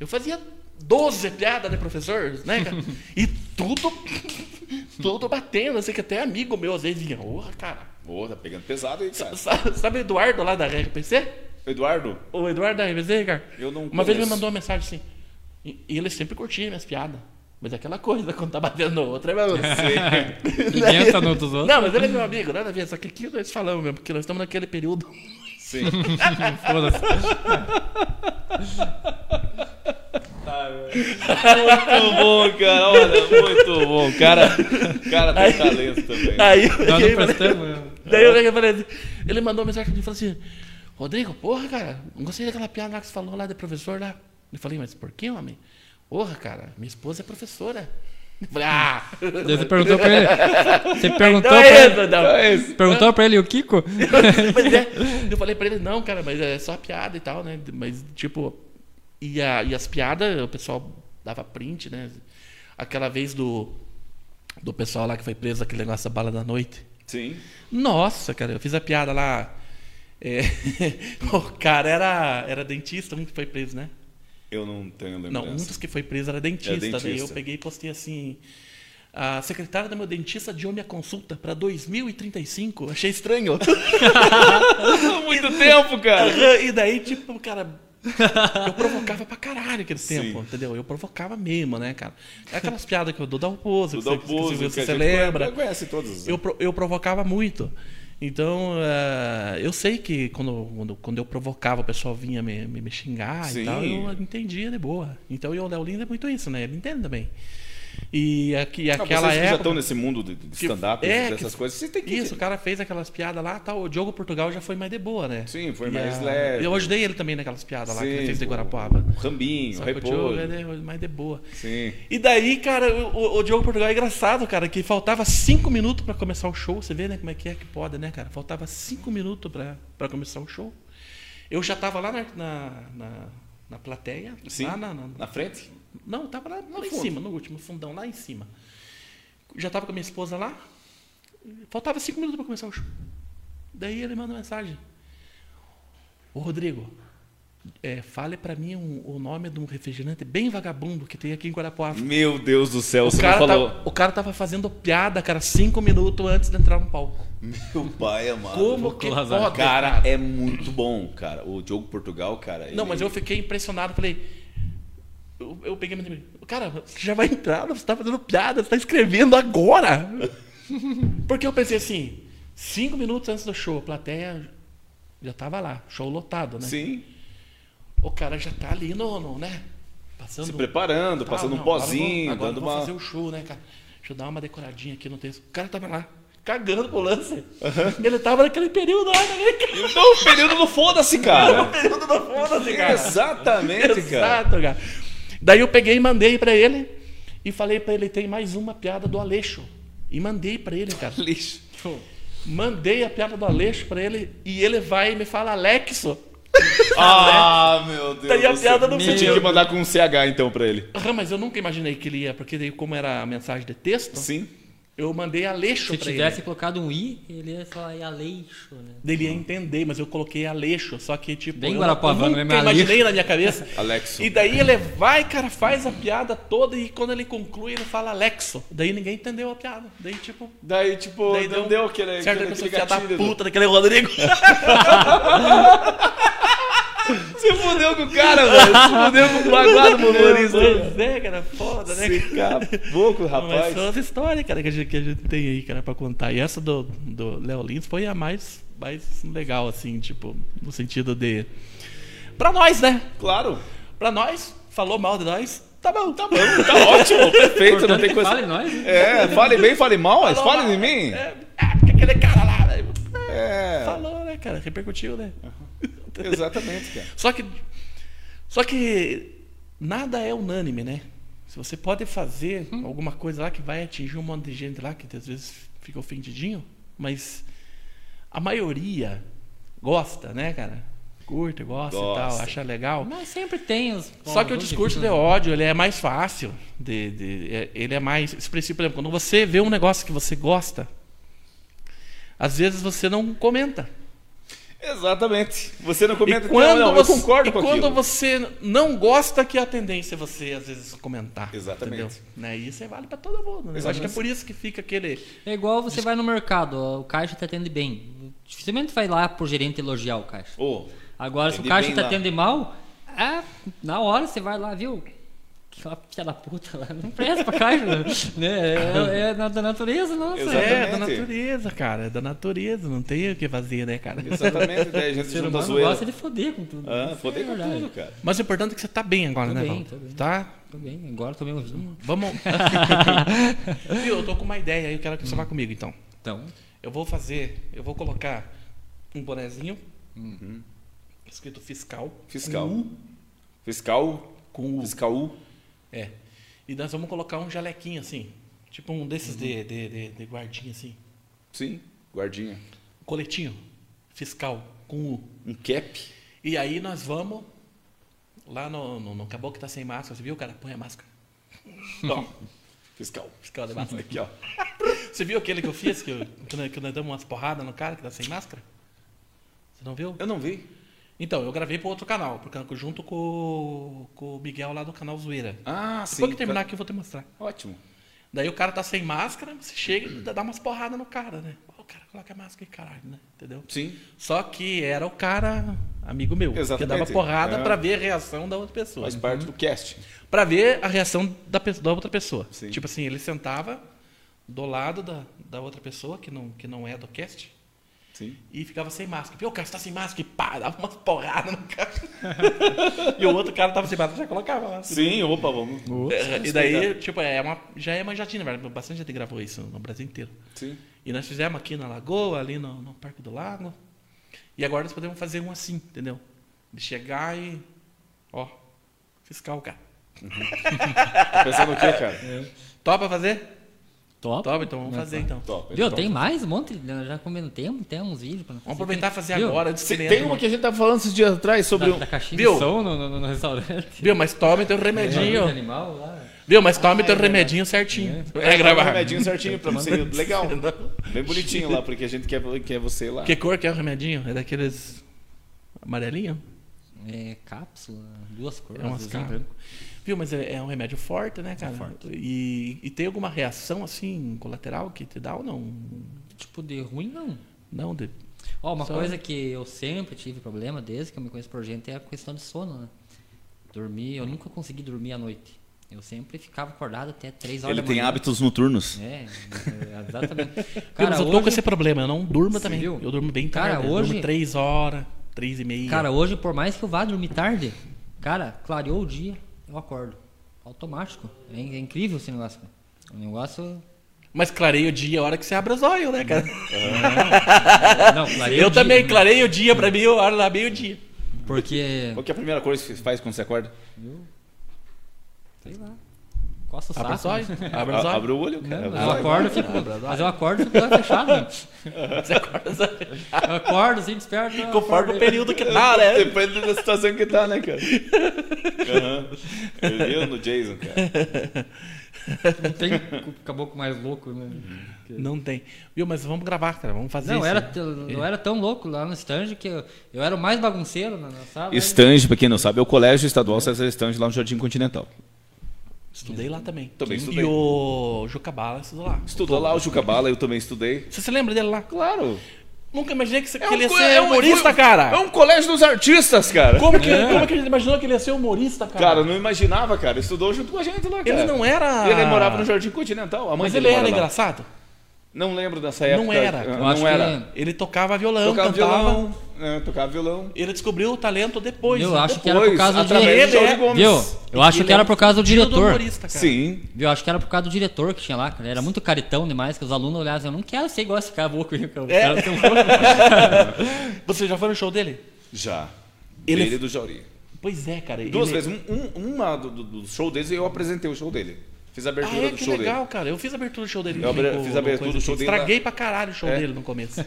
Speaker 1: Eu fazia 12 piadas de professor, né, cara? e tudo tudo batendo, assim que até amigo meu às vezes vinha, porra, cara.
Speaker 2: Ô, tá pegando pesado aí, cara.
Speaker 1: Sabe, sabe o Eduardo lá da RPC?
Speaker 2: Eduardo,
Speaker 1: O Eduardo da RBZ, Ricardo?
Speaker 2: Eu não
Speaker 1: Uma vez ele
Speaker 2: conheço.
Speaker 1: me mandou uma mensagem assim. E, e ele sempre curtia minhas piadas. Mas é aquela coisa, quando tá batendo no outro, é mesmo.
Speaker 2: tá
Speaker 3: Inventa no dos outros.
Speaker 1: Não, mas ele é meu amigo, nada a ver. Só que aqui nós falamos mesmo, porque nós estamos naquele período.
Speaker 2: sim.
Speaker 3: Foda-se.
Speaker 2: Muito bom, cara. Olha, muito bom. O Cara, o cara tem talento também.
Speaker 1: Aí,
Speaker 3: Nós
Speaker 1: eu-
Speaker 3: não prestamos.
Speaker 1: daí eu, eu falei assim, ele mandou uma mensagem pra mim e falou assim: Rodrigo, porra, cara, não gostei daquela piada lá que você falou lá de professor lá. Eu falei, mas por que, homem? Porra, cara, minha esposa é professora. Falei, ah,
Speaker 3: Daí Você perguntou pra ele. Você
Speaker 2: Então
Speaker 3: perguntou
Speaker 1: não
Speaker 3: pra
Speaker 1: é
Speaker 3: ele.
Speaker 1: isso, não.
Speaker 3: Perguntou pra
Speaker 2: é
Speaker 3: ele o Kiko?
Speaker 1: Mas é, eu falei pra ele, não, cara, mas é só piada e tal, né? Mas, tipo, e, a- e as piadas, o pessoal dava print, né? Aquela vez do, do pessoal lá que foi preso, aquele negócio da bala da noite.
Speaker 2: Sim.
Speaker 1: Nossa, cara, eu fiz a piada lá. É, o cara era, era dentista, um que foi preso, né?
Speaker 2: Eu não tenho lembrança.
Speaker 1: Não, um dos que foi preso era dentista.
Speaker 2: É dentista.
Speaker 1: Daí eu peguei e postei assim. A secretária do meu dentista adiou minha consulta pra 2035. Achei estranho.
Speaker 2: é Muito tempo, cara.
Speaker 1: Aham, e daí, tipo, cara. Eu provocava pra caralho aquele tempo, entendeu? Eu provocava mesmo, né, cara? Aquelas piadas que eu dou da Alpozo, que
Speaker 2: Dá
Speaker 1: você,
Speaker 2: o
Speaker 1: que você,
Speaker 2: pouso,
Speaker 1: viu,
Speaker 2: que a
Speaker 1: você
Speaker 2: gente
Speaker 1: lembra.
Speaker 2: Conhece todos.
Speaker 1: Eu, pro- eu provocava muito. Então, eh, eu sei que quando, quando, quando eu provocava, o pessoal vinha me, me, me xingar
Speaker 2: Sim.
Speaker 1: e tal, eu entendia de boa. Então, e o Léo Lins é muito isso, né? Ele entende também. E aqui,
Speaker 2: Ah,
Speaker 1: aquela
Speaker 2: vocês que já
Speaker 1: época...
Speaker 2: estão nesse mundo de de
Speaker 1: que-
Speaker 2: stand-up,
Speaker 1: é,
Speaker 2: dessas
Speaker 1: que-
Speaker 2: coisas, vocês têm que...
Speaker 1: Isso, o cara fez aquelas piadas lá tal. O Diogo Portugal já foi mais de boa, né?
Speaker 2: Sim, foi
Speaker 1: E
Speaker 2: mais
Speaker 1: a-
Speaker 2: leve.
Speaker 1: Eu ajudei ele também naquelas piadas lá que
Speaker 2: Sim,
Speaker 1: ele fez de
Speaker 2: o-
Speaker 1: Guarapuava.
Speaker 2: o Rambinho,
Speaker 1: Só
Speaker 2: o
Speaker 1: que o Diogo é
Speaker 2: Repolho.
Speaker 1: de- mais de boa.
Speaker 2: Sim.
Speaker 1: E daí, cara, o- o, o Diogo Portugal é engraçado, cara, que faltava cinco minutos pra começar o show. Você vê, né, como é que é que pode, né, cara? Faltava cinco minutos pra pra começar o show. Eu já tava lá na, na, na, na plateia.
Speaker 2: Sim.
Speaker 1: Lá na- na-
Speaker 2: Na frente?
Speaker 1: não, eu tava lá, lá em cima, no último fundão, lá em cima. Já tava com a minha esposa lá. Faltava cinco minutos pra começar o show. Daí ele manda mensagem. Ô Rodrigo, é, fale pra mim um- o nome de um refrigerante bem vagabundo que tem aqui em Guarapuava.
Speaker 2: Meu Deus do céu,
Speaker 1: O
Speaker 2: você
Speaker 1: cara,
Speaker 2: não
Speaker 1: tá-
Speaker 2: falou.
Speaker 1: o cara tava fazendo piada, cara, cinco minutos antes de entrar no palco.
Speaker 2: Meu pai é amado.
Speaker 1: Como que
Speaker 3: lazar.
Speaker 1: pode?
Speaker 2: Cara, é muito bom, cara. O Diogo Portugal, cara.
Speaker 1: Não, mas eu fiquei impressionado, falei. Eu, eu peguei meu amigo, Cara, você já vai entrar, você tá fazendo piada, você tá escrevendo agora. Porque eu pensei assim, cinco minutos antes do show, a plateia já tava lá, show lotado, né?
Speaker 2: Sim.
Speaker 1: O cara já tá ali no, no, né? Passando
Speaker 2: Se preparando,
Speaker 1: Tá,
Speaker 2: passando
Speaker 1: não,
Speaker 2: um
Speaker 1: agora eu
Speaker 2: pozinho,
Speaker 1: vou- agora
Speaker 2: dando
Speaker 1: eu vou
Speaker 2: uma.
Speaker 1: fazer o show, né, cara? Deixa eu dar uma decoradinha aqui no texto. O cara tava lá, cagando pro lance. Ele tava naquele período lá, né, cara?
Speaker 2: Não, o período do foda-se, cara.
Speaker 1: Período da foda-se, cara.
Speaker 2: Exatamente, cara.
Speaker 1: Exato, cara. Daí eu peguei e mandei pra ele e falei pra ele tem mais uma piada do Aleixo. E mandei pra ele, cara.
Speaker 2: Lixo.
Speaker 1: Mandei a piada do Aleixo pra ele e ele vai e me fala Alexo.
Speaker 2: Ah, meu Deus.
Speaker 1: Daí a
Speaker 2: do céu.
Speaker 1: piada não
Speaker 2: Você tinha que mandar com um CH então pra ele.
Speaker 1: Ah, mas eu nunca imaginei que ele ia, porque daí como era a mensagem de texto,
Speaker 2: Sim.
Speaker 1: eu mandei Aleixo
Speaker 3: Se
Speaker 1: pra
Speaker 3: tivesse
Speaker 1: ele.
Speaker 3: colocado um I, ele ia falar ia leixo, né?
Speaker 1: Daí Ele ia entender, mas eu coloquei Aleixo, só que tipo,
Speaker 3: Bem
Speaker 1: eu
Speaker 3: Guarapuavana
Speaker 1: nunca
Speaker 3: mesmo, Aleixo.
Speaker 1: imaginei na minha cabeça.
Speaker 2: Alexo.
Speaker 1: E daí ele vai, cara, faz a piada toda e quando ele conclui ele fala Alexo. Daí ninguém entendeu a piada. Daí tipo,
Speaker 2: Daí, tipo,
Speaker 1: Daí
Speaker 2: não
Speaker 1: deu- um
Speaker 2: deu aquele,
Speaker 1: Certo,
Speaker 2: aquele, aquele
Speaker 1: aquele filha da
Speaker 2: gatilho. né? do-
Speaker 1: puta daquele Rodrigo.
Speaker 2: Você fudeu com o cara, velho. Você fudeu com o baguado humorista.
Speaker 1: pois é, cara, foda, né?
Speaker 2: Você acabou com
Speaker 1: Mas
Speaker 2: o rapaz.
Speaker 1: são as histórias, cara, que a gente, que a gente tem aí, cara, pra contar. E essa do, do Léo Lins foi a mais, mais legal, assim, tipo, no sentido de. Pra nós, né?
Speaker 2: Claro.
Speaker 1: Pra nós, falou mal de nós, tá bom, tá bom.
Speaker 2: Tá ótimo, perfeito, não
Speaker 3: Portanto,
Speaker 2: tem
Speaker 3: que
Speaker 2: coisa.
Speaker 3: fale nós. né?
Speaker 2: É, fale bem, fale mal, mas fale de mim.
Speaker 1: É, ah, porque aquele cara lá, né?
Speaker 2: É,
Speaker 1: Falou, né, cara? Repercutiu, né?
Speaker 2: exatamente, cara.
Speaker 1: Só que. Só que nada é unânime, né? Se você pode fazer
Speaker 2: Hum.
Speaker 1: alguma coisa lá que vai atingir um monte de gente lá, que às vezes fica ofendidinho, mas a maioria gosta, né, cara? Curte, gosta, e tal,
Speaker 2: Gosta.
Speaker 1: acha legal.
Speaker 3: Mas sempre tem os.
Speaker 1: Só que o discurso de ódio, ele é mais fácil, de, de- é- ele é mais expressivo. Por exemplo, quando você vê um negócio que você gosta, às vezes você não comenta.
Speaker 2: Exatamente. Você não comenta
Speaker 1: E quando
Speaker 2: não, não,
Speaker 1: você,
Speaker 2: eu concordo
Speaker 1: e
Speaker 2: com
Speaker 1: quando
Speaker 2: aquilo.
Speaker 1: você não gosta, que a tendência é você, às vezes, comentar.
Speaker 2: Exatamente.
Speaker 1: entendeu? Né? E isso é vale pra todo mundo. Né? Eu acho que é por isso que fica aquele.
Speaker 3: É igual você vai no mercado, ó, o caixa te atende bem. Dificilmente vai lá pro gerente elogiar o caixa.
Speaker 2: Ô,
Speaker 3: Agora, se o
Speaker 2: Atende
Speaker 3: caixa
Speaker 2: bem
Speaker 3: te
Speaker 2: lá.
Speaker 3: atende mal, é, na hora você vai lá, viu? Aquela filha da puta lá, não presta pra caixa, né? É, é na- da natureza, nossa.
Speaker 2: Exato.
Speaker 1: É, da
Speaker 2: Exatamente.
Speaker 1: natureza, cara. É da natureza. Não tem o que fazer, né, cara?
Speaker 2: exatamente, daí a gente
Speaker 3: O ser
Speaker 1: tá
Speaker 2: junta a
Speaker 3: humano
Speaker 2: zoeira.
Speaker 3: gosta de foder com tudo.
Speaker 2: Ah,
Speaker 3: Isso
Speaker 2: foder
Speaker 3: é
Speaker 2: com
Speaker 3: verdade.
Speaker 2: tudo, cara.
Speaker 1: Mas o importante é que você tá bem agora,
Speaker 3: Tô
Speaker 1: né,
Speaker 3: bem,
Speaker 1: Val?
Speaker 3: tô bem.
Speaker 1: Tá?
Speaker 3: Tudo bem, agora tomei um vinho.
Speaker 1: Vamos. Viu, eu tô com uma ideia aí, eu quero que você vá comigo, então.
Speaker 3: Então,
Speaker 1: Eu vou fazer, eu vou colocar um bonezinho escrito fiscal
Speaker 2: Fiscal. Fiscal.
Speaker 1: com o
Speaker 2: Fiscal.
Speaker 1: É. E nós vamos colocar um jalequinho assim. Tipo um desses de, de, de, de guardinha assim. um
Speaker 2: Sim, guardinha.
Speaker 1: Coletinho fiscal com U.
Speaker 2: Um cap.
Speaker 1: E aí nós vamos lá no, no, no caboclo que tá sem máscara. Você viu, cara? Põe a máscara. Ó,
Speaker 2: Fiscal.
Speaker 1: fiscal de máscara.
Speaker 2: Aqui, ó.
Speaker 1: Você viu aquele que eu fiz, que, eu, que, nós, que nós damos umas porradas no cara que tá sem máscara? Você não viu?
Speaker 2: Eu não vi.
Speaker 1: Então, eu gravei pro outro canal, porque junto com, o- com o Miguel lá do canal Zoeira.
Speaker 2: Ah, sim. tá.
Speaker 1: Depois que terminar aqui eu vou te mostrar.
Speaker 2: Ótimo.
Speaker 1: Daí o cara tá sem máscara, você chega e dá umas porradas no cara, né? Ó, O cara coloca a máscara e caralho, né? Entendeu?
Speaker 2: Sim.
Speaker 1: Só que era o cara, amigo meu, que
Speaker 2: Exatamente.
Speaker 1: dava porrada
Speaker 2: É.
Speaker 1: pra ver a reação da outra pessoa.
Speaker 2: Faz parte do cast.
Speaker 1: Pra ver a reação da, pe- da outra pessoa.
Speaker 2: Sim.
Speaker 1: Tipo assim, ele sentava do lado da, da outra pessoa, que não, que não é do cast,
Speaker 2: Sim.
Speaker 1: e ficava sem máscara. Pô, o cara você tá sem máscara e pá, dava umas porradas no cara. e o outro cara tava sem máscara, já colocava lá.
Speaker 7: Sim, opa, vamos.
Speaker 1: É, E daí, tipo, é uma, já é manjatina, velho. Bastante gente gravou isso no Brasil inteiro.
Speaker 2: Sim.
Speaker 1: E nós fizemos aqui na Lagoa, ali no, no Parque do Lago. E agora nós podemos fazer um assim, entendeu? De chegar e. Ó, fiscal, cara.
Speaker 2: Tá pensando o quê, cara?
Speaker 1: Topa fazer?
Speaker 3: Top.
Speaker 1: Topa, então vamos fazer então.
Speaker 2: Top.
Speaker 3: Viu, tem mais um monte, né? já comentei, tem uns vídeos. pra nós
Speaker 1: Vamos
Speaker 3: fazer.
Speaker 1: aproveitar e fazer
Speaker 3: Viu?
Speaker 1: agora, antes que
Speaker 2: um
Speaker 1: ele
Speaker 7: Tem um
Speaker 1: entre
Speaker 7: uma
Speaker 1: no-
Speaker 7: que a gente tava falando esses dias atrás sobre
Speaker 3: Da,
Speaker 7: um.
Speaker 3: da caixinha
Speaker 1: Viu? É,
Speaker 3: de som no, no- no restaurante.
Speaker 1: Viu, mas tome teu
Speaker 3: Tem um
Speaker 1: remedinho.
Speaker 3: Animal lá.
Speaker 1: Viu, mas tome teu remedinho certinho. É,
Speaker 2: Tá,
Speaker 7: Um
Speaker 1: gravar.
Speaker 7: remedinho certinho pra você. Legal. Bem bonitinho lá, porque a gente quer, quer você lá.
Speaker 1: Que cor que é o remedinho? É daqueles. amarelinho?
Speaker 3: É, cápsula, duas cores.
Speaker 1: É umas
Speaker 3: assim.
Speaker 1: caras. Viu, mas é, é um remédio forte, né, cara? E, e tem alguma reação, assim, colateral que te dá ou não?
Speaker 3: Tipo, de ruim não.
Speaker 1: Não, de...
Speaker 3: Ó, uma
Speaker 1: Só-
Speaker 3: coisa que eu sempre tive problema desde que eu me conheço por gente é a questão de sono, né? Dormir, eu nunca consegui dormir à noite. Eu sempre ficava acordado até três horas
Speaker 2: Ele
Speaker 3: da
Speaker 2: tem
Speaker 3: manhã.
Speaker 2: hábitos noturnos.
Speaker 3: É, é, exatamente.
Speaker 1: Viu,
Speaker 3: Cara,
Speaker 1: mas eu tô
Speaker 3: hoje,
Speaker 1: com esse problema, eu não durmo
Speaker 3: Você
Speaker 1: também.
Speaker 3: viu?
Speaker 1: Eu durmo bem tarde.
Speaker 3: Cara,
Speaker 1: eu
Speaker 3: hoje-
Speaker 1: durmo três horas, três e meia.
Speaker 3: cara, hoje, por mais que eu vá dormir tarde, cara, clareou o dia, eu acordo. Automático. É, in- é incrível esse negócio. cara. O negócio.
Speaker 1: Mas clareia o dia a hora que você abre os olhos, né, cara?
Speaker 3: Não, clareia
Speaker 1: eu
Speaker 3: o dia,
Speaker 1: também
Speaker 3: né?
Speaker 1: clareio o dia, pra mim, a hora lá meio-dia.
Speaker 3: Porque.
Speaker 2: Qual que é a primeira coisa que você faz quando você acorda?
Speaker 3: Sei lá. Costa o
Speaker 1: Abre os
Speaker 3: saco.
Speaker 1: olhos.
Speaker 3: né?
Speaker 1: Abre os
Speaker 2: A-
Speaker 1: olhos.
Speaker 2: Abre o olho,
Speaker 1: É
Speaker 2: cara.
Speaker 3: Mas eu acordo, e fico, mas eu acordo e fico com o olho fechado. né?
Speaker 1: Você acorda os olhos.
Speaker 3: Eu acordo, assim, desperto. eu
Speaker 1: Conforme o
Speaker 3: acordo.
Speaker 1: período que tá, né?
Speaker 7: é. Depende da situação que tá, né, cara? Aham. Eu vi no Jason, cara.
Speaker 3: Não tem cu- caboclo mais louco, né?
Speaker 1: Não tem. Viu, mas vamos gravar, cara. Vamos fazer
Speaker 3: Não,
Speaker 1: isso.
Speaker 3: era,
Speaker 1: né?
Speaker 3: t- eu era tão louco lá no estande que eu, eu era o mais bagunceiro na, na sala.
Speaker 2: Estange, pra quem não sabe, é o Colégio Estadual César Estange, lá no Jardim Continental.
Speaker 1: Estudei lá também. um
Speaker 2: Também estudei.
Speaker 1: E o Jucabala estudou lá.
Speaker 2: Estudou lá o Jucabala, eu também estudei.
Speaker 1: Você se lembra dele lá?
Speaker 2: Claro.
Speaker 1: Nunca imaginei que, você- que ele
Speaker 7: é
Speaker 1: ia
Speaker 2: co-
Speaker 1: ser
Speaker 2: um-
Speaker 1: humorista,
Speaker 2: foi-
Speaker 1: cara. É.
Speaker 2: É um colégio dos artistas, cara.
Speaker 1: Como, que, como que a gente imaginou que ele ia ser humorista, cara?
Speaker 7: Cara, eu não imaginava, cara. Estudou junto com a gente lá, cara.
Speaker 2: é.
Speaker 1: ele não era.
Speaker 7: Ele morava no Jardim Continental. A mãe
Speaker 1: Mas
Speaker 7: dele
Speaker 1: ele era
Speaker 7: mora lá.
Speaker 1: engraçado?
Speaker 7: Não lembro dessa época.
Speaker 1: Não era.
Speaker 7: Ah,
Speaker 3: Eu acho
Speaker 7: Não
Speaker 3: que
Speaker 7: era.
Speaker 1: Ele tocava violão,
Speaker 7: Tocava
Speaker 1: cantava.
Speaker 7: violão.
Speaker 2: né?
Speaker 7: é, tocava violão.
Speaker 1: Ele descobriu o talento depois.
Speaker 3: Eu
Speaker 1: né?
Speaker 3: acho que era por
Speaker 7: Depois,
Speaker 3: causa do
Speaker 7: através
Speaker 3: diretor.
Speaker 1: do Jorge
Speaker 7: Gomes.
Speaker 3: Viu? Eu acho
Speaker 1: Ele
Speaker 3: que era
Speaker 1: é
Speaker 3: por causa do
Speaker 1: filho
Speaker 3: diretor.
Speaker 1: humorista, cara.
Speaker 2: Sim.
Speaker 3: Viu? Eu acho que era por causa do diretor que tinha lá, cara. Ele Era muito caritão demais, que os alunos olhavam assim, eu não quero ser igual esse caboclo aí, cara. O cara tem um-
Speaker 1: É. Você já foi no show dele?
Speaker 2: Já. Ele,
Speaker 1: Ele-
Speaker 2: do Jauri.
Speaker 1: Pois é, cara.
Speaker 2: Duas
Speaker 1: ele-
Speaker 2: vezes. Um, um- uma do, do- do show deles eu apresentei o show dele. Fiz a abertura
Speaker 1: Ah, é,
Speaker 2: do
Speaker 1: que
Speaker 2: show
Speaker 1: legal,
Speaker 2: dele.
Speaker 1: cara. Eu fiz a abertura do show dele.
Speaker 2: Eu
Speaker 1: também,
Speaker 2: abri-
Speaker 1: com-
Speaker 2: fiz a abertura
Speaker 1: com coisa
Speaker 2: do show
Speaker 1: assim.
Speaker 2: dele
Speaker 1: Estraguei pra caralho o show
Speaker 2: É.
Speaker 1: dele no começo.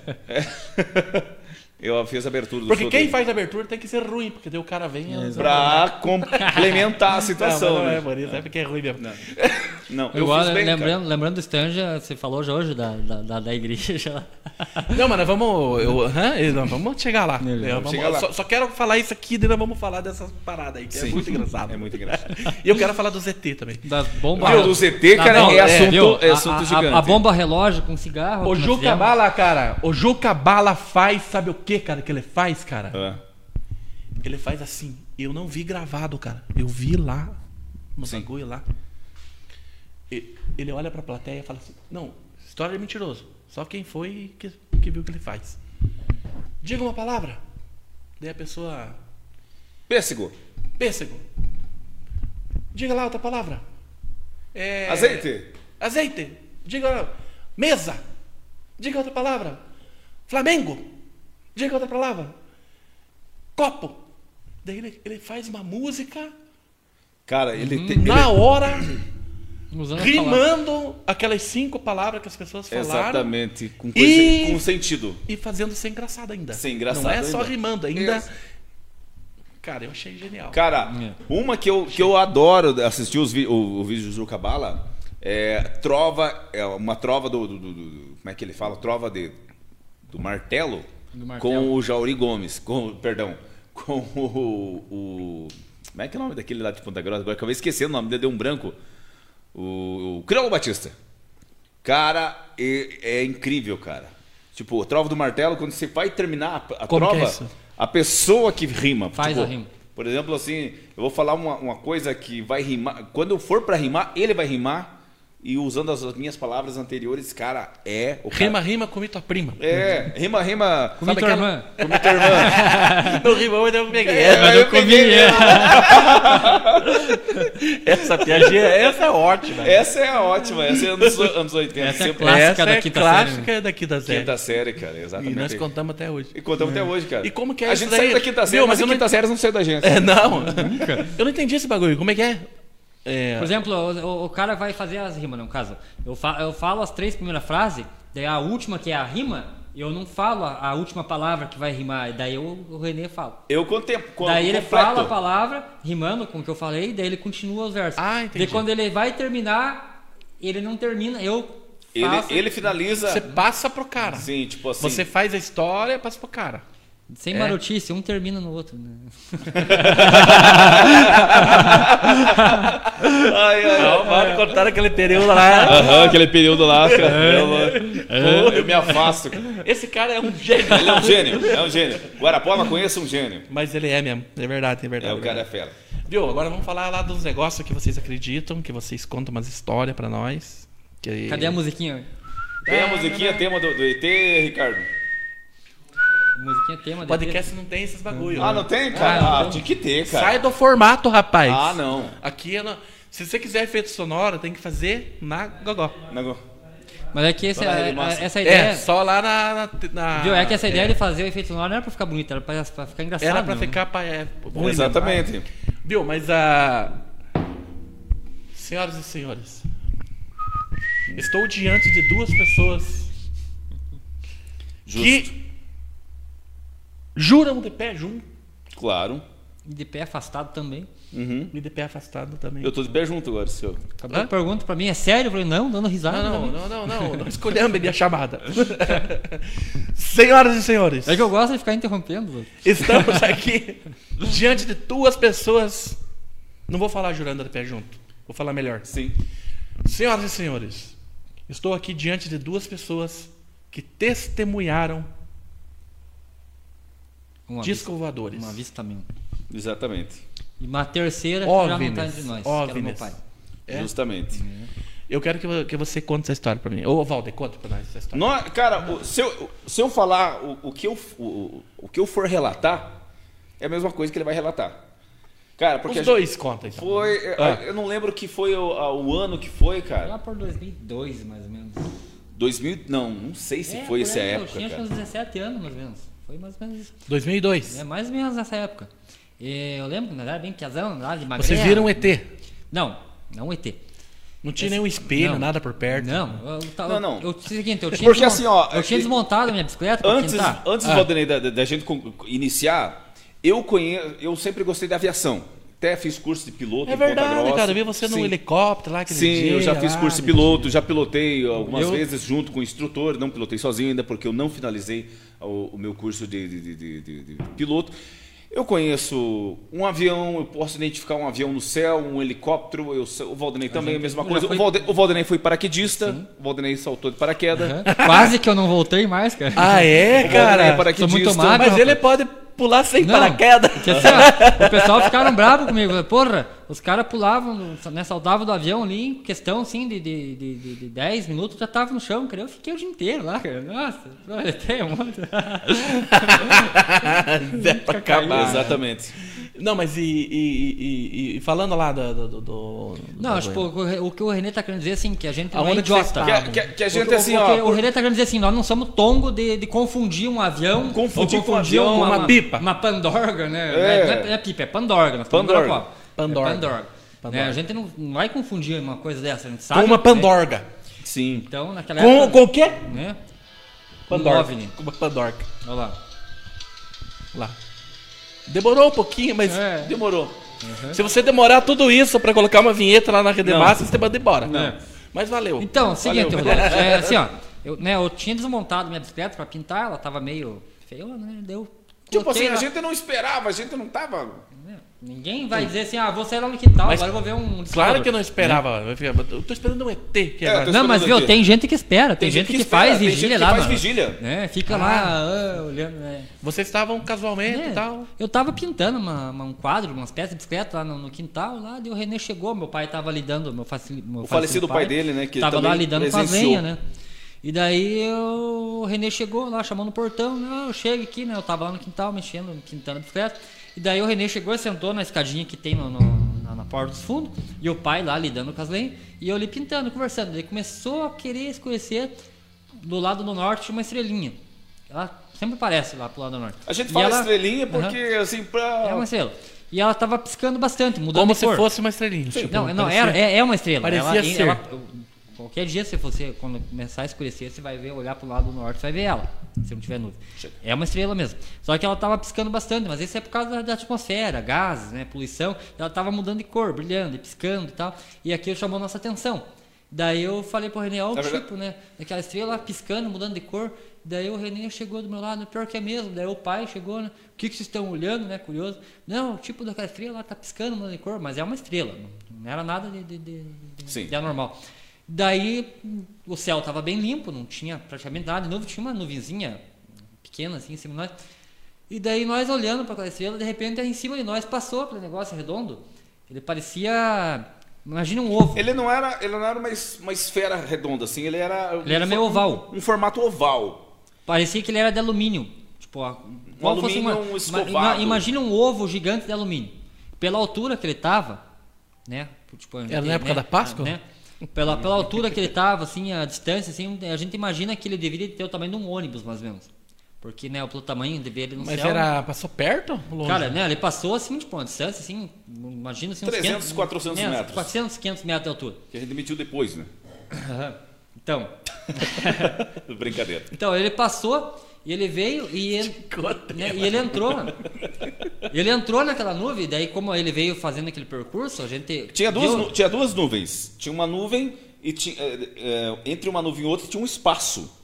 Speaker 2: Eu fiz a abertura do
Speaker 1: Porque
Speaker 2: show
Speaker 1: quem
Speaker 2: dele.
Speaker 1: faz a abertura tem que ser ruim, porque daí o cara vem.
Speaker 3: É,
Speaker 1: e-
Speaker 7: Pra complementar a
Speaker 1: Não, mas
Speaker 7: situação,
Speaker 1: não é
Speaker 7: né?
Speaker 1: humorista, é porque é ruim mesmo.
Speaker 7: Não, eu
Speaker 3: Igual,
Speaker 7: fiz bem, cara.
Speaker 3: um- lembrando, lembrando do Stanja, você falou já hoje da, da, da, da igreja lá.
Speaker 1: Não, mas nós vamos. Eu, aham, eu- nós vamos chegar lá. Eu- vamos-
Speaker 2: chegar lá.
Speaker 1: Só, só quero falar isso aqui, daí nós vamos falar dessas paradas aí, que é
Speaker 2: Sim.
Speaker 1: muito engraçado.
Speaker 2: É muito engraçado.
Speaker 1: E eu quero falar do ZT também.
Speaker 3: Das bombas.
Speaker 2: Viu, do ZT, cara, é assunto-
Speaker 3: viu?
Speaker 2: é assunto
Speaker 3: A- a-
Speaker 2: gigante.
Speaker 3: A, bomba relógio com cigarro.
Speaker 1: O
Speaker 3: que nós
Speaker 1: Juca
Speaker 3: fizemos.
Speaker 1: Bala, cara. O Juca Bala faz, sabe o que, cara, que ele faz, cara?
Speaker 2: Ah,
Speaker 1: Ele faz assim. Eu não vi gravado, cara. Eu vi lá, no bagulho lá. E- Ele olha pra plateia e fala assim: Não, história de mentiroso. Só quem foi que, que viu o que ele faz. Diga uma palavra. Daí a pessoa.
Speaker 2: Pêssego.
Speaker 1: Pêssego. Diga lá outra palavra. É-
Speaker 2: Azeite.
Speaker 1: Azeite. Diga mesa. Diga outra palavra. Flamengo. Diga outra palavra. Copo. Daí ele, ele faz uma música
Speaker 3: Uhum.
Speaker 2: Cara, ele é tem. ele-
Speaker 1: na hora
Speaker 3: Usando as palavras.
Speaker 1: rimando aquelas cinco palavras que as pessoas falaram
Speaker 2: Exatamente. Com, coisa-
Speaker 1: E-
Speaker 2: com sentido.
Speaker 1: e fazendo ser engraçado ainda.
Speaker 2: Ser engraçado
Speaker 1: Não é só
Speaker 2: ainda.
Speaker 1: rimando, ainda.
Speaker 8: Isso.
Speaker 1: Cara, eu achei genial.
Speaker 2: Cara,
Speaker 3: É.
Speaker 2: uma que eu, que eu adoro assistir os vi- o, o vídeo do Zuca Bala é trova, é uma trova do, do- do- do- Como é que ele fala? Trova de, do martelo,
Speaker 3: Do martelo.
Speaker 2: com o Jauri Gomes. Com, perdão, com o, o- Como é que é o nome daquele lá de Ponta Grossa? Agora acabei esquecendo o nome dele, deu um branco. O, o Criolo Batista. Cara, é, é incrível, cara. Tipo, a trova do martelo, quando você vai terminar a, a
Speaker 1: Como que é
Speaker 2: trova,
Speaker 1: isso?
Speaker 2: a pessoa que rima.
Speaker 3: Faz
Speaker 2: tipo,
Speaker 3: a rima.
Speaker 2: Por exemplo, assim, eu vou falar uma, uma coisa que vai rimar. Quando eu for pra rimar, ele vai rimar. E usando as minhas palavras anteriores, cara, é. O cara-
Speaker 1: Rima, rima, comi tua prima.
Speaker 2: É, rima, rima.
Speaker 3: Comi
Speaker 2: sabe
Speaker 3: tua
Speaker 2: aquela-
Speaker 3: irmã.
Speaker 2: Comi tua irmã.
Speaker 1: No rimão ainda eu peguei.
Speaker 2: É,
Speaker 3: mas eu comi.
Speaker 2: peguei,
Speaker 3: é.
Speaker 9: Essa piadinha, essa é ótima.
Speaker 2: Essa é ótima, essa é anos, anos 80.
Speaker 3: Essa é
Speaker 2: sempre é
Speaker 3: clássica é.
Speaker 1: Essa
Speaker 3: da
Speaker 1: é
Speaker 3: quinta
Speaker 1: clássica
Speaker 3: série. né?
Speaker 1: da quinta série.
Speaker 2: quinta série, cara,
Speaker 1: E nós
Speaker 2: exatamente.
Speaker 1: contamos até hoje.
Speaker 2: E contamos até hoje, cara.
Speaker 1: E como que é
Speaker 2: A
Speaker 1: isso
Speaker 2: gente
Speaker 1: daí?
Speaker 2: saiu da quinta série,
Speaker 1: Viu,
Speaker 2: mas,
Speaker 1: mas
Speaker 2: a
Speaker 1: eu não-
Speaker 2: quinta série não saiu da gente.
Speaker 1: É, não. Eu não entendi esse bagulho. Como é que é? É,
Speaker 3: Por exemplo, o, o- o cara vai fazer as rimas, né, no caso. Eu, fa- eu falo as três primeiras frases, daí a última, que é a rima, eu não falo a, a última palavra que vai rimar, daí eu, o René fala.
Speaker 2: Eu contei. com-
Speaker 3: daí ele
Speaker 2: completo.
Speaker 3: fala a palavra, rimando com o que eu falei, daí ele continua os versos.
Speaker 1: Ah, entendi.
Speaker 3: Daí quando ele vai terminar, ele não termina, eu faço
Speaker 2: Ele, ele finaliza.
Speaker 1: Você passa pro cara.
Speaker 2: Sim, tipo assim.
Speaker 1: Você faz a história, passa pro cara.
Speaker 3: sem
Speaker 1: É?
Speaker 3: marotice, um termina no outro. Né?
Speaker 2: Ai, ai, ai.
Speaker 9: Vale
Speaker 3: É.
Speaker 9: cortar aquele período lá.
Speaker 2: Aham, aquele período lá, cara. Eu, eu me afasto. cara.
Speaker 1: Esse cara é um gênio.
Speaker 2: Ele é um gênio, é um gênio. Guarapoma conheça um gênio.
Speaker 1: Mas ele é mesmo. É verdade, é
Speaker 2: É,
Speaker 1: verdade.
Speaker 2: o cara é fera.
Speaker 1: Viu? Agora vamos falar lá dos negócios que vocês acreditam, que vocês contam umas histórias pra nós. Que...
Speaker 3: Cadê a musiquinha?
Speaker 2: Tem a musiquinha, tema do, do ET, Ricardo?
Speaker 3: A musiquinha é tema dele.
Speaker 1: Podcast não tem esses bagulho.
Speaker 2: Ah, não tem, cara?
Speaker 3: Ah,
Speaker 2: Ah,
Speaker 3: não
Speaker 2: tinha que ter, cara.
Speaker 1: Sai do formato, rapaz.
Speaker 2: Ah, não.
Speaker 1: Aqui é na- Se você quiser efeito sonoro, tem que fazer na gogó.
Speaker 3: Tá
Speaker 2: Não-
Speaker 3: Mas é que esse-
Speaker 2: Vai,
Speaker 3: a- a-
Speaker 2: massa.
Speaker 3: essa
Speaker 1: É,
Speaker 3: ideia.
Speaker 1: só lá na. na- na-
Speaker 3: Viu? É né? que essa ideia de fazer o efeito sonoro não era pra ficar bonito, era pra, pra ficar engraçado.
Speaker 1: Era pra
Speaker 3: mesmo.
Speaker 1: ficar. Pra, é, bom mesmo.
Speaker 2: Exatamente.
Speaker 1: Viu, mas a. Senhoras e senhores, estou diante de duas pessoas
Speaker 2: Justo.
Speaker 1: que juram de pé junto
Speaker 2: Claro.
Speaker 3: E de pé afastado também.
Speaker 1: e de pé afastado também.
Speaker 2: Eu tô de pé junto agora, senhor.
Speaker 3: Acabou
Speaker 1: Hã?
Speaker 3: a pergunta pra mim, é sério? Eu falei, Ah, não, dando risada. pra
Speaker 1: Ah, Não,
Speaker 3: mim.
Speaker 1: não, não, não, não, não escolhendo a chamada. Senhoras e senhores,
Speaker 3: É que eu gosto de ficar interrompendo. Lu.
Speaker 1: estamos aqui diante de duas pessoas. Não vou falar jurando de pé junto, vou falar melhor.
Speaker 2: Sim.
Speaker 1: Senhoras e senhores, estou aqui diante de duas pessoas que testemunharam
Speaker 3: Um
Speaker 1: disco voadores.
Speaker 3: Um avistamento.
Speaker 2: Exatamente.
Speaker 3: E uma terceira que já não tá
Speaker 1: OVNIs,
Speaker 3: entre nós, que era meu
Speaker 1: OVNIs.
Speaker 3: pai.
Speaker 1: É?
Speaker 2: Justamente.
Speaker 1: Eu quero que, vo- que você conte essa história pra mim. Ô, Valde, conta pra nós essa história.
Speaker 2: Nó- cara, o- se eu, se eu falar o, o que eu, f- o, o- o que eu for relatar, é a mesma coisa que ele vai relatar. Cara, porque a
Speaker 1: Os
Speaker 2: gente-
Speaker 1: dois contam, então.
Speaker 2: foi. é,
Speaker 1: Ah.
Speaker 2: Eu não lembro que foi o, a- o ano que foi,
Speaker 3: Lá
Speaker 2: cara.
Speaker 3: por 2002, mais ou menos.
Speaker 2: 2000. Não, não sei se
Speaker 3: É,
Speaker 2: foi
Speaker 3: por
Speaker 2: essa
Speaker 3: aí, Eu
Speaker 2: época,
Speaker 3: tinha acho que
Speaker 2: cara.
Speaker 3: uns 17 anos, mais ou menos. Foi mais ou menos isso.
Speaker 1: 2002.
Speaker 3: É mais ou menos nessa época. E eu lembro que nós era bem piazão, lá de magrela.
Speaker 1: Vocês viram um ET.
Speaker 3: Não, não um ET.
Speaker 1: Não tinha nenhum espelho,
Speaker 3: Não.
Speaker 1: nada por perto.
Speaker 3: Não, eu, eu,
Speaker 2: Não, não.
Speaker 3: Eu, eu, seguinte, eu tinha
Speaker 2: Porque
Speaker 3: desmon-
Speaker 2: assim, ó,
Speaker 3: Eu tinha
Speaker 2: e-
Speaker 3: desmontado a minha bicicleta pra
Speaker 2: Antes,
Speaker 3: pintar.
Speaker 2: antes Valdinei, da, da- da gente con- iniciar, eu conheço, eu sempre gostei da aviação. Até fiz curso de piloto
Speaker 1: É
Speaker 2: em Ponta
Speaker 1: verdade,
Speaker 2: Grossa.
Speaker 1: cara. Eu vi você num
Speaker 2: Sim.
Speaker 1: helicóptero lá aquele
Speaker 2: Sim,
Speaker 1: dia.
Speaker 2: eu já fiz
Speaker 1: lá,
Speaker 2: curso de
Speaker 1: né?
Speaker 2: piloto, já pilotei algumas
Speaker 3: Eu-
Speaker 2: vezes junto com o instrutor, não pilotei sozinho ainda, porque eu não finalizei o, o meu curso de, de- de- de- de- de piloto. Eu conheço um avião, eu posso identificar um avião no céu, um helicóptero, eu sei- o Valdenei também é a mesma
Speaker 3: já
Speaker 2: coisa.
Speaker 3: foi-
Speaker 2: O, Valde, o Valdenei foi paraquedista, o Valdenei saltou de paraquedas.
Speaker 3: Hã? Quase que eu não voltei mais, cara.
Speaker 1: Ah, é,
Speaker 2: O Valdenei é
Speaker 1: cara?
Speaker 2: paraquedista.
Speaker 3: sou muito magro.
Speaker 1: Mas ele pode pular sem
Speaker 3: Não.
Speaker 1: paraquedas.
Speaker 3: Porque assim, ó, o pessoal ficaram bravo comigo. falei, Porra, os caras pulavam, né, saltavam do avião ali, em questão assim de, de, de, de- de 10 minutos, já tava no chão, cara. Eu fiquei o dia inteiro lá, cara. Nossa, olha, tem um monte.
Speaker 1: pra acabar.
Speaker 2: Exatamente.
Speaker 1: Não, mas e, e- e- e- e falando lá do. do, do- do-
Speaker 3: Não,
Speaker 1: do-
Speaker 3: tipo, o, que o- o que o Renê tá querendo dizer assim, que a gente não é
Speaker 1: Aonde que tá. vocês
Speaker 3: idiota.
Speaker 2: Que, a- que a- que a
Speaker 3: O-
Speaker 2: gente
Speaker 3: o-
Speaker 2: assim,
Speaker 3: o,
Speaker 2: ó.
Speaker 3: que o Renê tá querendo dizer assim, nós não somos tongo de, de confundir um avião.
Speaker 2: Confundir
Speaker 3: ou
Speaker 2: com um avião,
Speaker 1: uma pipa.
Speaker 3: Uma pandorga, né?
Speaker 2: É.
Speaker 3: Não, é, não é pipa, é pandorga. nós estamos
Speaker 2: Pandorga.
Speaker 3: em Guarapuava. É
Speaker 1: Pandorga.
Speaker 3: pandorga. Né, A gente não, não vai confundir uma coisa dessa, a gente sabe.
Speaker 1: Com uma
Speaker 3: né?
Speaker 1: pandorga.
Speaker 7: Sim.
Speaker 3: Então, naquela
Speaker 1: Com,
Speaker 3: época.
Speaker 1: com o quê?
Speaker 3: Né? Um
Speaker 1: Pandorga.
Speaker 3: ovni.
Speaker 1: Com uma pandorga.
Speaker 3: Olha lá.
Speaker 1: Lá. Demorou um pouquinho, mas
Speaker 3: É. Uhum.
Speaker 1: demorou. Se você demorar tudo isso pra colocar uma vinheta lá na Rede Massa, você manda embora. É.
Speaker 3: Não.
Speaker 1: Mas valeu.
Speaker 3: Então, seguinte,
Speaker 1: Valeu.
Speaker 3: Rodolfo, é, assim, ó. Eu, né, eu tinha desmontado minha bicicleta pra pintar, ela tava meio feiona, né? Deu.
Speaker 2: Tipo assim,
Speaker 3: coloquei
Speaker 2: a
Speaker 3: lá.
Speaker 2: gente não esperava, a gente não tava.
Speaker 3: Né? Ninguém vai dizer assim, ah, vou sair lá no quintal,
Speaker 1: Mas-
Speaker 3: agora eu vou ver um.
Speaker 1: Claro que eu não esperava.
Speaker 3: Né?
Speaker 1: Eu tô esperando um ET que
Speaker 2: É,
Speaker 1: agora.
Speaker 2: eu tô
Speaker 3: Não, mas
Speaker 2: esperando
Speaker 3: viu,
Speaker 2: aqui.
Speaker 3: tem gente que espera, tem, gente, que, faz
Speaker 2: espera, tem gente
Speaker 3: vigília
Speaker 2: que
Speaker 3: lá,
Speaker 2: faz
Speaker 3: mano.
Speaker 2: vigília.
Speaker 3: Né, fica lá ah, olhando, né?
Speaker 1: Vocês estavam casualmente
Speaker 3: É,
Speaker 1: e tal.
Speaker 3: Eu tava pintando uma- uma- um quadro, umas peças de bicicleta lá no, no quintal, lá, daí o Renê chegou, meu pai tava lidando, meu, facil, meu
Speaker 7: O falecido pai dele, né, que
Speaker 3: tava lá
Speaker 7: também
Speaker 3: lidando com a
Speaker 7: presenciou.
Speaker 3: venha, né? E daí eu- o Renê chegou lá, chamou no portão, não, eu chego aqui, né? Eu tava lá no quintal, mexendo, pintando a bicicleta. E daí o Renê chegou e sentou na escadinha que tem no- no- na, na porta dos fundos, e o pai lá lidando com as lenhas, e eu ali pintando, conversando. Ele começou a querer se conhecer, do lado do norte tinha uma estrelinha. Ela sempre aparece lá pro lado do norte.
Speaker 7: A gente
Speaker 3: E
Speaker 7: fala
Speaker 3: ela-
Speaker 7: estrelinha
Speaker 3: Aham.
Speaker 7: porque, assim, pra.
Speaker 3: É, Marcelo. E ela tava piscando bastante, mudando
Speaker 1: Como
Speaker 3: de
Speaker 1: se
Speaker 3: cor.
Speaker 1: fosse uma estrelinha. tipo,
Speaker 3: Não, não
Speaker 1: parecia-
Speaker 3: era, é, é uma estrela.
Speaker 1: parecia
Speaker 3: Ela-
Speaker 1: ser.
Speaker 3: ela- qualquer dia, se você, quando começar a escurecer, você vai ver, olhar pro lado norte, você vai ver ela. Se não tiver nuvem. É uma estrela mesmo. Só que ela tava piscando bastante, mas isso é por causa da, da atmosfera, gases, né, poluição. Ela tava mudando de cor, brilhando e piscando e tal. E aquilo chamou nossa atenção. Daí eu falei pro René, ó, o
Speaker 7: Na
Speaker 3: tipo,
Speaker 7: verdade-
Speaker 3: né? Aquela estrela piscando, mudando de cor. Daí o René chegou do meu lado, pior que é mesmo. Daí o pai chegou, né? O que, que vocês estão olhando, né? Curioso. Não, o tipo daquela estrela lá tá piscando, mudando de cor, mas é uma estrela. Não era nada de, de, de, de-
Speaker 7: Sim.
Speaker 3: de anormal. Daí o céu tava bem limpo, não tinha praticamente nada. De novo, tinha uma nuvenzinha pequena assim em cima de nós. E daí nós olhando para aquela estrela, de repente em cima de nós passou aquele negócio redondo. Ele parecia. Imagina um ovo.
Speaker 2: Ele não era, ele não era uma, es- uma esfera redonda, assim, ele era.
Speaker 3: Ele era
Speaker 2: um
Speaker 3: meio
Speaker 2: for-
Speaker 3: oval.
Speaker 2: Um formato oval.
Speaker 3: Parecia que ele era de alumínio. Tipo, a- qual fosse
Speaker 2: alumínio
Speaker 3: uma,
Speaker 2: um
Speaker 3: uma-
Speaker 2: escovado.
Speaker 3: ima- imagina um ovo gigante de alumínio. Pela altura que ele tava, né? Tipo,
Speaker 1: Era na época da Páscoa?
Speaker 3: Pela, pela altura que ele tava, assim, a distância, assim, a gente imagina que ele deveria ter o tamanho de um ônibus, mais ou menos. Porque, né, pelo tamanho deveria no
Speaker 1: Mas
Speaker 3: céu. né?
Speaker 1: era. Passou perto? Longe?
Speaker 3: Cara, né, ele passou assim, tipo, uma distância, assim, imagina assim, uns
Speaker 7: 300,
Speaker 3: 500,
Speaker 7: 400
Speaker 3: né,
Speaker 7: metros.
Speaker 3: 400, 500 metros de altura.
Speaker 7: Que a gente demitiu depois, né?
Speaker 3: Então,
Speaker 7: Brincadeira.
Speaker 3: Então, ele passou e ele veio e ele, né, e ele entrou. ele entrou naquela nuvem, daí como ele veio fazendo aquele percurso, a gente.
Speaker 7: Tinha duas,
Speaker 3: viu-
Speaker 7: nu- tinha duas nuvens. Tinha uma nuvem e ti- é, é, entre uma nuvem e outra tinha um espaço.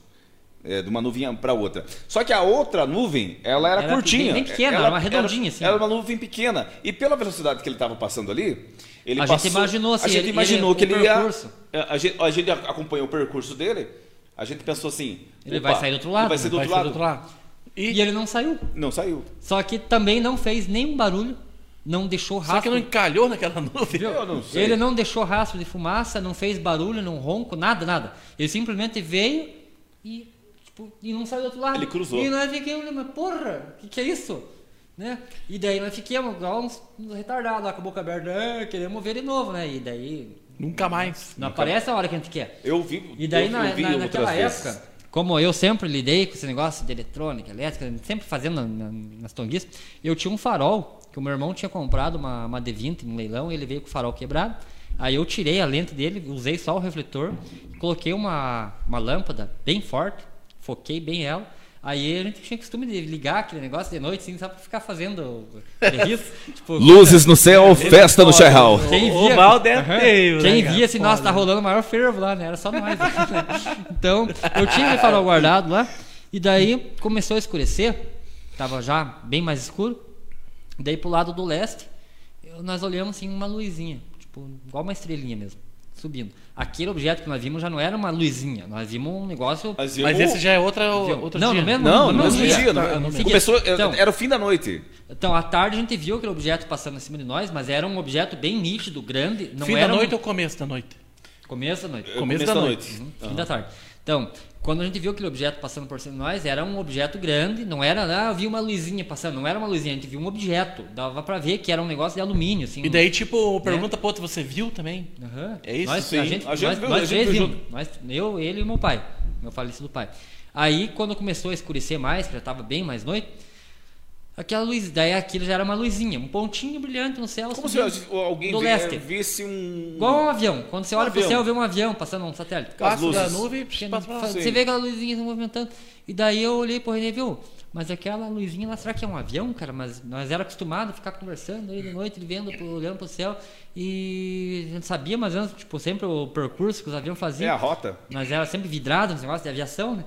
Speaker 7: é, de uma nuvem para outra. Só que a outra nuvem, ela era,
Speaker 3: Era
Speaker 7: curtinha.
Speaker 3: bem- bem pequena,
Speaker 7: ela,
Speaker 3: uma redondinha, assim.
Speaker 7: Era uma nuvem pequena. E pela velocidade que ele estava passando ali, ele
Speaker 3: A gente
Speaker 7: passou,
Speaker 3: imaginou, assim,
Speaker 7: A gente
Speaker 3: ele-
Speaker 7: imaginou
Speaker 3: ele-
Speaker 7: que
Speaker 3: o
Speaker 7: ele ia. É,
Speaker 3: percurso.
Speaker 7: A gente, a gente acompanhou o percurso dele. A gente pensou assim.
Speaker 3: Ele
Speaker 7: "Opa,
Speaker 3: vai sair do outro
Speaker 7: ele
Speaker 3: lado,
Speaker 7: Vai sair do
Speaker 3: vai
Speaker 7: outro lado.
Speaker 3: sair
Speaker 1: Do outro lado. E,
Speaker 3: E ele não saiu.
Speaker 7: Não saiu.
Speaker 3: Só que também não fez nenhum barulho, não deixou
Speaker 1: só
Speaker 3: rastro.
Speaker 1: que não encalhou naquela nuvem.
Speaker 7: Eu não sei.
Speaker 3: Ele não deixou rastro de fumaça, não fez barulho, não ronco, nada, nada. Ele simplesmente veio e, tipo, e não saiu do outro lado.
Speaker 7: Ele cruzou.
Speaker 3: E nós fiquemos, mas porra, o que, que é isso? Né? E daí nós fiquemos igual uns, uns retardados lá com a boca aberta, "Ah, queremos ver de novo, né? E daí
Speaker 1: Nunca mais.
Speaker 3: não aparece a hora que a gente quer.
Speaker 7: Eu vi.
Speaker 3: E daí
Speaker 7: eu,
Speaker 3: na,
Speaker 7: eu vi
Speaker 3: na-
Speaker 7: outras
Speaker 3: naquela
Speaker 7: vezes.
Speaker 3: época, como eu sempre lidei com esse negócio de eletrônica, elétrica, sempre fazendo na- na- nas tonguias, eu tinha um farol que o meu irmão tinha comprado uma, uma D20 no leilão, ele veio com o farol quebrado. Aí eu tirei a lente dele, usei só o refletor, coloquei uma, uma lâmpada bem forte, foquei bem ela. Aí a gente tinha costume de ligar aquele negócio de noite, assim, só pra ficar fazendo isso. tipo,
Speaker 2: Luzes no céu, festa no Chairral.
Speaker 3: quem
Speaker 4: O- o
Speaker 3: via,
Speaker 4: mal deve
Speaker 3: Aham.
Speaker 4: ter, né,
Speaker 3: Quem
Speaker 4: cara?
Speaker 3: via assim, nossa, tá rolando o maior fervo lá, né? Era só nós. então, eu tinha ele farol guardado lá. E daí começou a escurecer. Tava já bem mais escuro. Daí pro lado do leste, eu- nós olhamos assim uma luzinha, tipo, igual uma estrelinha mesmo, subindo. Aquele objeto que nós vimos já não era uma luzinha, nós vimos um negócio.
Speaker 7: Mas,
Speaker 1: Mas
Speaker 7: eu-
Speaker 1: esse já é outra,
Speaker 3: Viu?
Speaker 1: outro
Speaker 3: Não,
Speaker 1: dia. né?
Speaker 3: no mesmo-
Speaker 7: Não, no
Speaker 3: Não,
Speaker 7: mesmo
Speaker 3: não,
Speaker 7: dia.
Speaker 3: não,
Speaker 7: no-
Speaker 3: não, não.
Speaker 7: Começou,
Speaker 3: Então-
Speaker 7: era o fim da noite.
Speaker 3: Então, à tarde a gente viu aquele objeto passando em cima de nós, mas era um objeto bem nítido, grande. Não
Speaker 1: Fim
Speaker 3: era
Speaker 1: da
Speaker 3: um-
Speaker 1: noite ou começo da noite?
Speaker 3: Começo da noite.
Speaker 1: Começo da noite.
Speaker 3: Uhum, Fim da tarde. Então, quando a gente viu aquele objeto passando por cima de nós, era um objeto grande, não era, ah, eu vi uma luzinha passando, não era uma luzinha, a gente viu um objeto, dava pra ver que era um negócio de alumínio, assim.
Speaker 1: E daí, tipo, pergunta pro outro, você viu também?
Speaker 3: um- Aham.
Speaker 1: É isso,
Speaker 3: nós,
Speaker 1: sim.
Speaker 3: A gente,
Speaker 7: A gente
Speaker 3: nós,
Speaker 7: viu,
Speaker 3: nós
Speaker 7: a gente
Speaker 3: três
Speaker 7: viu
Speaker 3: vimos. Nós- eu, ele e meu pai, meu falecido pai. Aí, quando começou a escurecer mais, que já tava bem mais noite, Aquela luz, daí aquilo já era uma luzinha, um pontinho brilhante no céu.
Speaker 2: Como se
Speaker 3: subindo
Speaker 2: alguém
Speaker 3: Uhum. do
Speaker 2: vi-
Speaker 3: leste.
Speaker 2: visse um.
Speaker 3: Igual um avião. Quando você olha pro
Speaker 2: avião.
Speaker 3: céu, vê um avião passando um satélite.
Speaker 1: Passa da
Speaker 2: luzes.
Speaker 1: nuvem
Speaker 3: Porque
Speaker 1: e passa pra lá.
Speaker 3: Você vê aquela luzinha se movimentando. E daí eu olhei pro René e viu, mas aquela luzinha lá, será que é um avião, cara? Mas nós era acostumado a ficar conversando aí de noite, vendo, pro- olhando pro céu. E a gente sabia mais ou menos, tipo, sempre o percurso que os aviões
Speaker 2: É a
Speaker 3: faziam.
Speaker 2: rota?
Speaker 3: Nós era sempre vidrado nos negócios de aviação, né?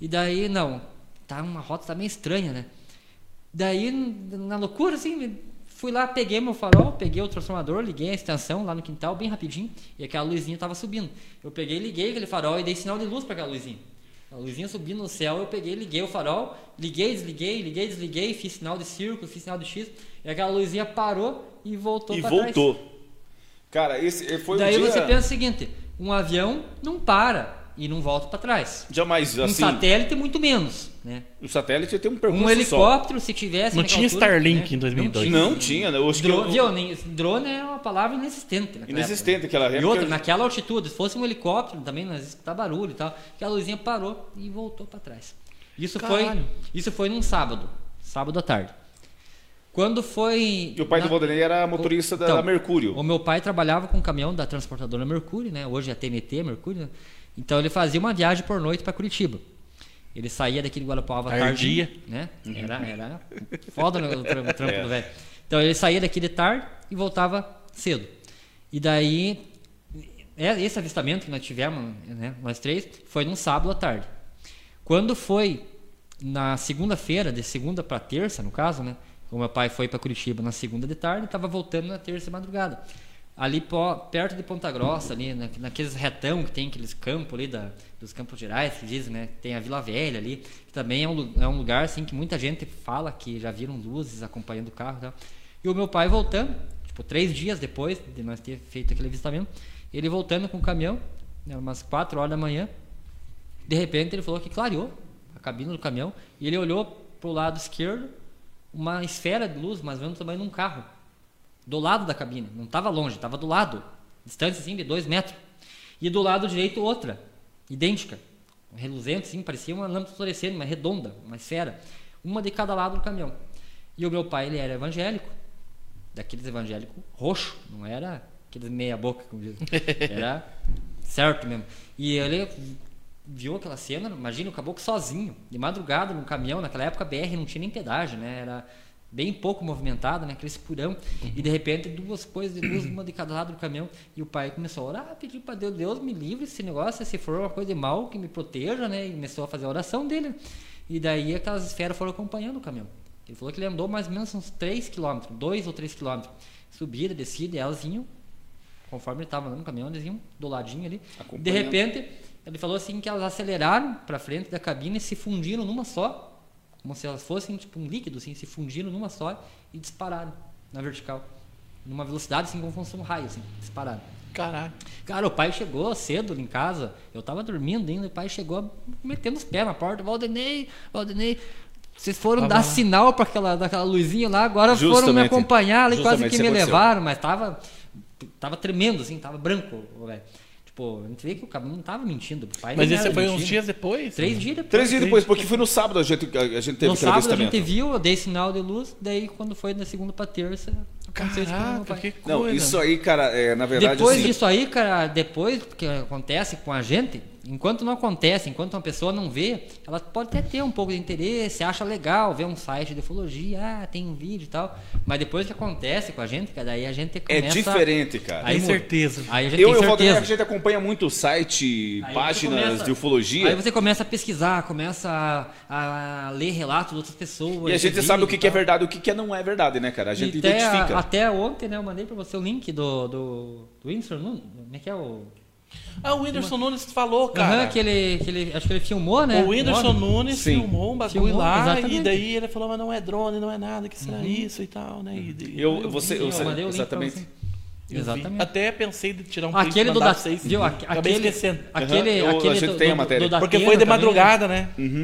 Speaker 3: E daí, não, tá uma rota tá meio estranha, né? Daí, n- na loucura, assim, fui lá, peguei meu farol, peguei o transformador, liguei a extensão lá no quintal, bem rapidinho, e aquela luzinha tava subindo. Eu peguei, liguei aquele farol e dei sinal de luz para aquela luzinha. A luzinha subindo no céu, eu peguei, liguei o farol, liguei, desliguei, liguei, desliguei, fiz sinal de círculo, fiz sinal de X, e aquela luzinha parou e voltou
Speaker 2: E
Speaker 3: pra trás.
Speaker 2: voltou. Cara, esse foi
Speaker 3: Daí
Speaker 2: um dia.
Speaker 3: você pensa o seguinte: um avião não para e não volta para trás.
Speaker 2: Jamais
Speaker 3: Um
Speaker 2: assim.
Speaker 3: satélite, muito menos. Né?
Speaker 2: O satélite tem um
Speaker 3: Um
Speaker 2: percurso só.
Speaker 3: helicóptero, se tivesse.
Speaker 1: Não
Speaker 3: naquela
Speaker 1: tinha
Speaker 3: altura,
Speaker 1: Starlink
Speaker 3: né?
Speaker 1: em 2002.
Speaker 2: Não tinha, né? Eu acho que
Speaker 3: Drone,
Speaker 2: eu-
Speaker 3: viu, nem- drone é uma palavra inexistente. naquela
Speaker 2: Inexistente
Speaker 3: época, né?
Speaker 2: aquela época.
Speaker 3: E outra, naquela altitude, se fosse um helicóptero também, nós ia escutar barulho e tal. Aquela luzinha parou e voltou para trás. Isso foi,
Speaker 1: Caralho.
Speaker 3: isso foi num sábado, sábado à tarde. Quando foi.
Speaker 2: E o pai
Speaker 3: na-
Speaker 2: do Valdenei era motorista da
Speaker 3: Então,
Speaker 2: Mercúrio.
Speaker 3: O meu pai trabalhava com um caminhão da transportadora Mercúrio, né? Hoje é a TNT Mercúrio. né? Então ele fazia uma viagem por noite para Curitiba. Ele saía daqui de Guarapuava
Speaker 1: Tardia.
Speaker 3: tarde, né? Era, era foda o tram- trampo do velho. Então ele saía daqui de tarde e voltava cedo. E daí é, esse avistamento que nós tivemos, né, nós três, foi num sábado à tarde. Quando foi na segunda-feira, de segunda para terça, no caso, né? O meu pai foi para Curitiba na segunda de tarde e estava voltando na terça de madrugada. Ali pó- perto de Ponta Grossa, ali, na, naqueles retão que tem aqueles campos ali, da, dos Campos Gerais, que dizem, né? Tem a Vila Velha ali, que também é um, lu- é um lugar assim, que muita gente fala que já viram luzes acompanhando o carro e tal. E o meu pai voltando, tipo, três dias depois de nós ter feito aquele avistamento, ele voltando com o caminhão, né, umas quatro horas da manhã, de repente ele falou que clareou a cabina do caminhão e ele olhou pro lado esquerdo, uma esfera de luz, mais ou menos do tamanho de um carro, do lado da cabine. Não estava longe, estava do lado, distância assim de dois metros. E do lado direito outra, idêntica, reluzente, sim, parecia uma lâmpada fluorescente, mas redonda, uma esfera, uma de cada lado do caminhão. E o meu pai ele era evangélico, daqueles evangélicos roxo, não era aqueles meia boca, como dizem. Era certo mesmo. E ele viu aquela cena, imagina o caboclo sozinho, de madrugada num caminhão, naquela época a BR não tinha nem pedágio, né? Era bem pouco movimentada, né? Aquele escurão. E de repente duas coisas de luz, uma de cada lado do caminhão. E o pai começou a orar, pedir para Deus, Deus me livre desse negócio, se for uma coisa de mal, que me proteja, né? E começou a fazer a oração dele. E daí aquelas esferas foram acompanhando o caminhão. Ele falou que ele andou mais ou menos uns 3 km, 2 ou 3 km. Subida, descida, e elas iam, conforme ele estava andando no caminhão, eles iam do ladinho ali. De repente, ele falou assim que elas aceleraram para frente da cabine e se fundiram numa só, como se elas fossem tipo um líquido, assim, se fundiram numa só e dispararam na vertical. Numa velocidade assim como se fosse um raio, assim, dispararam.
Speaker 1: Caralho.
Speaker 3: Cara, o pai chegou cedo ali em casa. Eu tava dormindo ainda. O pai chegou metendo os pés na porta. Valdenei, Valdenei. Vocês foram
Speaker 1: Tava
Speaker 3: dar
Speaker 1: lá.
Speaker 3: sinal para aquela, daquela luzinha lá, agora foram me
Speaker 2: Justamente.
Speaker 3: acompanhar ali, quase
Speaker 2: Justamente
Speaker 3: que
Speaker 2: isso
Speaker 3: me
Speaker 2: aconteceu.
Speaker 3: levaram, mas tava, tava tremendo, assim, tava branco, velho. Tipo, a gente vê que o cara não tava mentindo. O pai
Speaker 1: Mas
Speaker 3: não
Speaker 1: esse
Speaker 3: era
Speaker 1: foi
Speaker 3: mentindo.
Speaker 1: uns dias depois?
Speaker 3: É Três dias depois.
Speaker 2: Três dias depois, porque foi no sábado a gente, a gente teve
Speaker 3: no
Speaker 2: aquele
Speaker 3: sábado a gente
Speaker 2: avistamento.
Speaker 3: viu, eu dei sinal de luz, daí quando foi da segunda pra terça, aconteceu isso com o meu
Speaker 1: Caraca,
Speaker 3: pai.
Speaker 1: que
Speaker 2: Não,
Speaker 1: coisa.
Speaker 2: isso aí, cara, é, na verdade.
Speaker 3: Depois
Speaker 2: assim,
Speaker 3: disso aí, cara, depois que acontece com a gente, enquanto não acontece, enquanto uma pessoa não vê, ela pode até ter um pouco de interesse, acha legal, vê um site de ufologia, ah, tem um vídeo e tal. Mas depois que acontece com a gente, cara, daí a gente
Speaker 2: É
Speaker 3: começa...
Speaker 2: diferente, cara.
Speaker 3: Aí
Speaker 1: Tem
Speaker 3: muda.
Speaker 1: certeza.
Speaker 3: Aí a gente
Speaker 2: Eu e
Speaker 3: tem
Speaker 2: o Valdenei, a
Speaker 3: certeza.
Speaker 2: gente acompanha muito site,
Speaker 3: Aí você
Speaker 2: páginas
Speaker 3: começa-
Speaker 2: de ufologia.
Speaker 3: Aí você começa a pesquisar, começa a, a ler relatos de outras pessoas.
Speaker 2: E a gente
Speaker 3: ver
Speaker 2: sabe o
Speaker 3: vídeo
Speaker 2: que,
Speaker 3: e
Speaker 2: que é
Speaker 3: tal.
Speaker 2: verdade e o que, que não é verdade, né, cara? A gente
Speaker 3: tá? E até,
Speaker 2: identifica.
Speaker 3: até ontem, né, eu mandei pra você o link do, do, do Whindersson Nunes, como é que é o...
Speaker 1: Ah, o Whindersson Nunes falou,
Speaker 3: Aham,
Speaker 1: cara.
Speaker 3: que, ele, que ele- acho que ele filmou, né?
Speaker 1: O Whindersson
Speaker 3: Óbvio.
Speaker 1: Nunes
Speaker 2: Sim.
Speaker 1: filmou um bagulho
Speaker 3: Filmou,
Speaker 1: lá
Speaker 3: exatamente. Uhum.
Speaker 1: e daí ele falou, mas não é drone, não é nada, que será isso e tal, né? E, e-
Speaker 2: Eu, você,
Speaker 3: Sim,
Speaker 2: eu, então,
Speaker 3: eu mandei o link pra
Speaker 2: exatamente.
Speaker 3: você.
Speaker 1: eu vi.
Speaker 3: Exatamente.
Speaker 1: Até pensei de tirar um print e
Speaker 3: Aquele do
Speaker 1: mandar
Speaker 3: da,
Speaker 1: pra vocês.
Speaker 3: viu, aque-
Speaker 1: Acabei
Speaker 3: aquele,
Speaker 1: esquecendo.
Speaker 3: aquele,
Speaker 2: Aham, eu-
Speaker 3: aquele
Speaker 2: a gente
Speaker 3: do-
Speaker 2: tem a
Speaker 3: do-
Speaker 2: matéria.
Speaker 3: do da
Speaker 1: Porque
Speaker 3: Atena
Speaker 1: foi de
Speaker 3: também, né?
Speaker 1: madrugada, né?
Speaker 2: Uhum.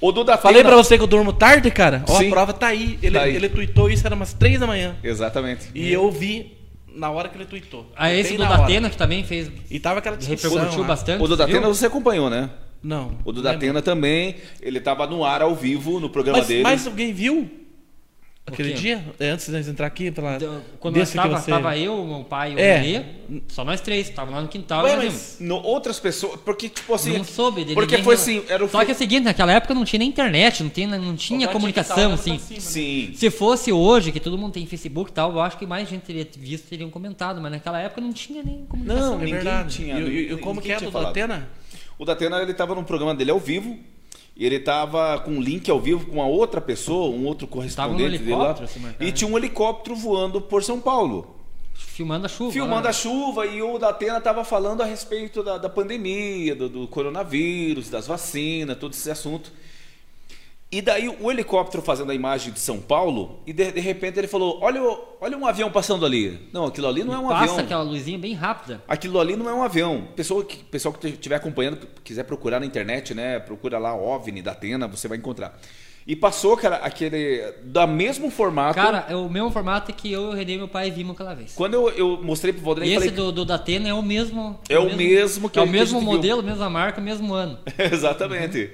Speaker 2: O Duda
Speaker 1: Falei
Speaker 2: Atena-
Speaker 1: pra você que eu durmo tarde, cara. Ó,
Speaker 2: Sim.
Speaker 1: a prova tá aí. Ele,
Speaker 2: Tá aí. É.
Speaker 1: ele tweetou isso, era umas três da manhã.
Speaker 2: Exatamente.
Speaker 1: E eu vi na hora que ele tweetou.
Speaker 3: Ah, esse
Speaker 1: Bem
Speaker 3: do
Speaker 1: na
Speaker 3: da
Speaker 1: hora.
Speaker 3: Atena que também fez
Speaker 1: E tava aquela discussão
Speaker 3: repercutiu
Speaker 1: lá.
Speaker 3: bastante.
Speaker 2: O Duda
Speaker 3: viu?
Speaker 2: Atena você acompanhou, né?
Speaker 1: Não.
Speaker 2: O Duda Atena também, ele tava no ar ao vivo no programa
Speaker 1: Mas,
Speaker 2: dele.
Speaker 1: mas alguém viu? Aquele
Speaker 3: quê?
Speaker 1: dia, é, antes de nós entrar aqui, pela...
Speaker 3: Então, Quando nós
Speaker 1: desse que
Speaker 3: tava,
Speaker 1: você...
Speaker 3: tava eu, meu pai e o
Speaker 1: É.
Speaker 3: Renê, só nós três, tava lá no quintal.
Speaker 2: Ué,
Speaker 3: nós vimos.
Speaker 2: mas no- outras pessoas. Porque, tipo assim.
Speaker 3: Não soube dele.
Speaker 2: Porque
Speaker 3: ninguém
Speaker 2: foi
Speaker 3: rela-
Speaker 2: assim, era o
Speaker 3: Só que é o seguinte, naquela época não tinha nem internet, não tinha, não tinha comunicação, assim.
Speaker 2: Sim.
Speaker 3: Se fosse hoje, que todo mundo tem Facebook e tal, eu acho que mais gente teria visto, teriam comentado, mas naquela época não tinha nem comunicação.
Speaker 1: Não, é
Speaker 2: ninguém
Speaker 1: verdade.
Speaker 2: tinha,
Speaker 1: E- e- e
Speaker 2: ninguém
Speaker 1: como que é
Speaker 2: tinha
Speaker 1: do
Speaker 2: falado.
Speaker 1: Atena?
Speaker 2: O Datena, ele tava num programa dele ao vivo. E ele tava com um link ao vivo com uma outra pessoa, um outro correspondente dele lá.
Speaker 3: helicóptero, se marcar,
Speaker 2: E
Speaker 3: né?
Speaker 2: tinha um helicóptero voando por São Paulo.
Speaker 3: Filmando a chuva. né?
Speaker 2: Filmando
Speaker 3: lá.
Speaker 2: a chuva e o Datena estava falando a respeito da, da pandemia, do, do coronavírus, das vacinas, todo esse assunto. E daí o helicóptero fazendo a imagem de São Paulo e de, de repente ele falou: olha, o- olha um avião passando ali. Não, aquilo ali não é um
Speaker 3: Passa
Speaker 2: avião.
Speaker 3: aquela luzinha bem rápida.
Speaker 2: Aquilo ali não é um avião. Pessoa que, pessoal que estiver acompanhando, quiser procurar na internet, né? Procura lá OVNI da Atena, você vai encontrar. E passou, cara, aquele. Da mesmo formato.
Speaker 3: Cara, é o mesmo formato que eu, o Renê e meu pai vimos aquela vez.
Speaker 2: Tá quando eu, eu mostrei pro Valdinei,
Speaker 3: Esse
Speaker 2: falei.
Speaker 3: do, do Datena é o mesmo.
Speaker 2: É o mesmo que
Speaker 3: É o
Speaker 2: a gente
Speaker 3: mesmo
Speaker 2: viu.
Speaker 3: modelo, mesma marca, mesmo ano.
Speaker 2: Exatamente.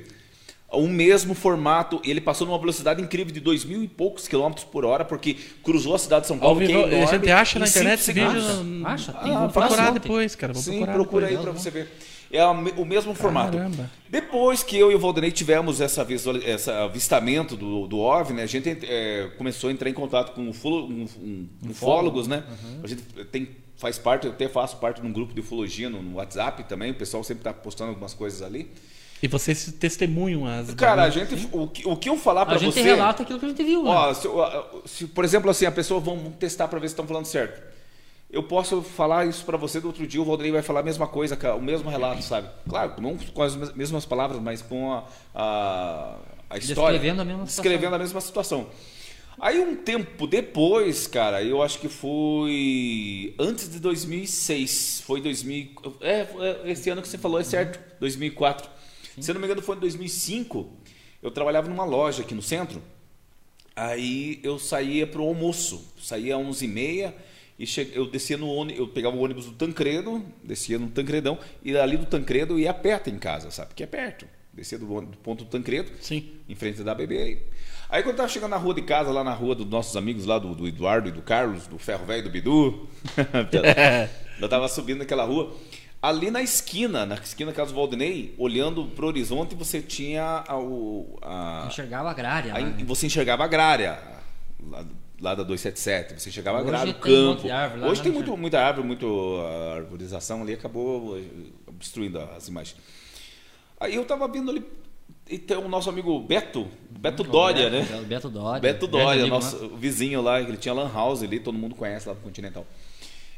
Speaker 2: O mesmo formato, ele passou numa velocidade incrível de dois mil e poucos quilômetros por hora, porque cruzou a cidade de São
Speaker 1: Ao
Speaker 2: Paulo. que
Speaker 1: vivo,
Speaker 2: é
Speaker 1: a
Speaker 2: enorme,
Speaker 1: gente acha
Speaker 2: em
Speaker 1: na
Speaker 2: cinco
Speaker 1: internet esse vídeo.
Speaker 2: segundos.
Speaker 3: Acha?
Speaker 2: Ah,
Speaker 3: Tem, um vamos
Speaker 2: passa
Speaker 1: procurar
Speaker 2: ontem.
Speaker 1: depois, cara. Vamos
Speaker 2: Sim,
Speaker 1: procurar
Speaker 2: procura aí
Speaker 1: depois.
Speaker 2: pra você ver. É a me- o mesmo formato.
Speaker 1: Caramba.
Speaker 2: Depois que eu e o Valdenei tivemos essa visual, esse avistamento do, do OVNI, a gente eh, começou a entrar em contato com ufolo, um, um, ufólogos, né? A gente tem, faz parte, eu até faço parte de um grupo de ufologia no, no WhatsApp também, o pessoal sempre está postando algumas coisas ali.
Speaker 1: E vocês se testemunham as.
Speaker 2: Cara, a gente, o, que- o que eu falar
Speaker 3: A
Speaker 2: pra
Speaker 3: gente
Speaker 2: você...
Speaker 3: relata aquilo que a gente viu. né?
Speaker 2: Ó, se, ó, se, por exemplo, assim, a pessoa, vamos testar para ver se estão falando certo. Eu posso falar isso para você do outro dia, o Valdir vai falar a mesma coisa, cara, o mesmo relato, sabe? Claro, não com as mes- mesmas palavras, mas com a, a, a história.
Speaker 3: Descrevendo a mesma
Speaker 2: Descrevendo
Speaker 3: situação.
Speaker 2: a mesma situação. Aí um tempo depois, cara, eu acho que foi antes de 2006, foi 2000, é, é, esse ano que você
Speaker 3: Uhum.
Speaker 2: falou, é certo, 2004. Se eu não me engano foi em 2005, eu trabalhava numa loja aqui no centro, Aí eu saía pro almoço, saía às 11h30 e che- eu descia no ônibus, eu pegava o ônibus do Tancredo, descia no Tancredão e ali do Tancredo eu ia a pé até em casa, sabe? Que é perto. Descia do, ônibus- do ponto do Tancredo,
Speaker 1: Sim.
Speaker 2: em frente da BB. Aí quando eu tava chegando na rua de casa, lá na rua dos nossos amigos lá, do, do Eduardo e do Carlos, do Ferro Velho e do Bidu, eu tava subindo aquela rua. Ali na esquina, na esquina Casa do Valdinei, olhando pro horizonte, você tinha a, o- a,
Speaker 3: Enxergava a agrária. lá,
Speaker 2: Aí
Speaker 3: né?
Speaker 2: você enxergava a agrária, lá, lá da 277, você enxergava a
Speaker 3: Hoje
Speaker 2: agrária, o
Speaker 3: tem um monte
Speaker 2: campo.
Speaker 3: de árvore lá,
Speaker 2: Hoje
Speaker 3: né?
Speaker 2: tem muito, muita árvore, muita arborização ali, acabou eh, obstruindo as imagens. Aí eu tava vindo ali, e tem o nosso amigo Beto, Beto Dória, né?
Speaker 3: O Beto Dória.
Speaker 2: Beto
Speaker 3: grande
Speaker 2: Dória,
Speaker 3: amigo né?
Speaker 2: nosso vizinho lá, ele tinha Lan House ali, todo mundo conhece lá do Continental.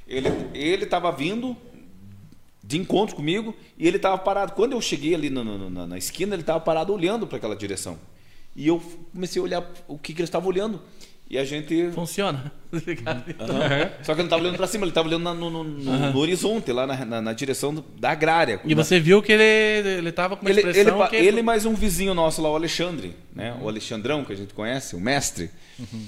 Speaker 2: Ele, ele tava vindo de encontro comigo e ele tava parado. Quando eu cheguei ali na, na- na- na esquina, ele tava parado olhando para aquela direção. E eu comecei a olhar o que, que ele estava olhando. E a gente.
Speaker 1: Funciona. Tá
Speaker 3: Uhum.
Speaker 1: Então,
Speaker 2: Só que ele não tava olhando para cima, ele tava olhando na- no, no- no- no horizonte, lá na, na- na direção do- da agrária.
Speaker 1: E você viu que ele, ele tava com uma
Speaker 2: Ele,
Speaker 1: expressão
Speaker 2: ele, pa-
Speaker 1: que... é
Speaker 2: ele mais um vizinho nosso lá, o Alexandre, né? O Alexandrão, que a gente conhece, o mestre.
Speaker 1: Uhum.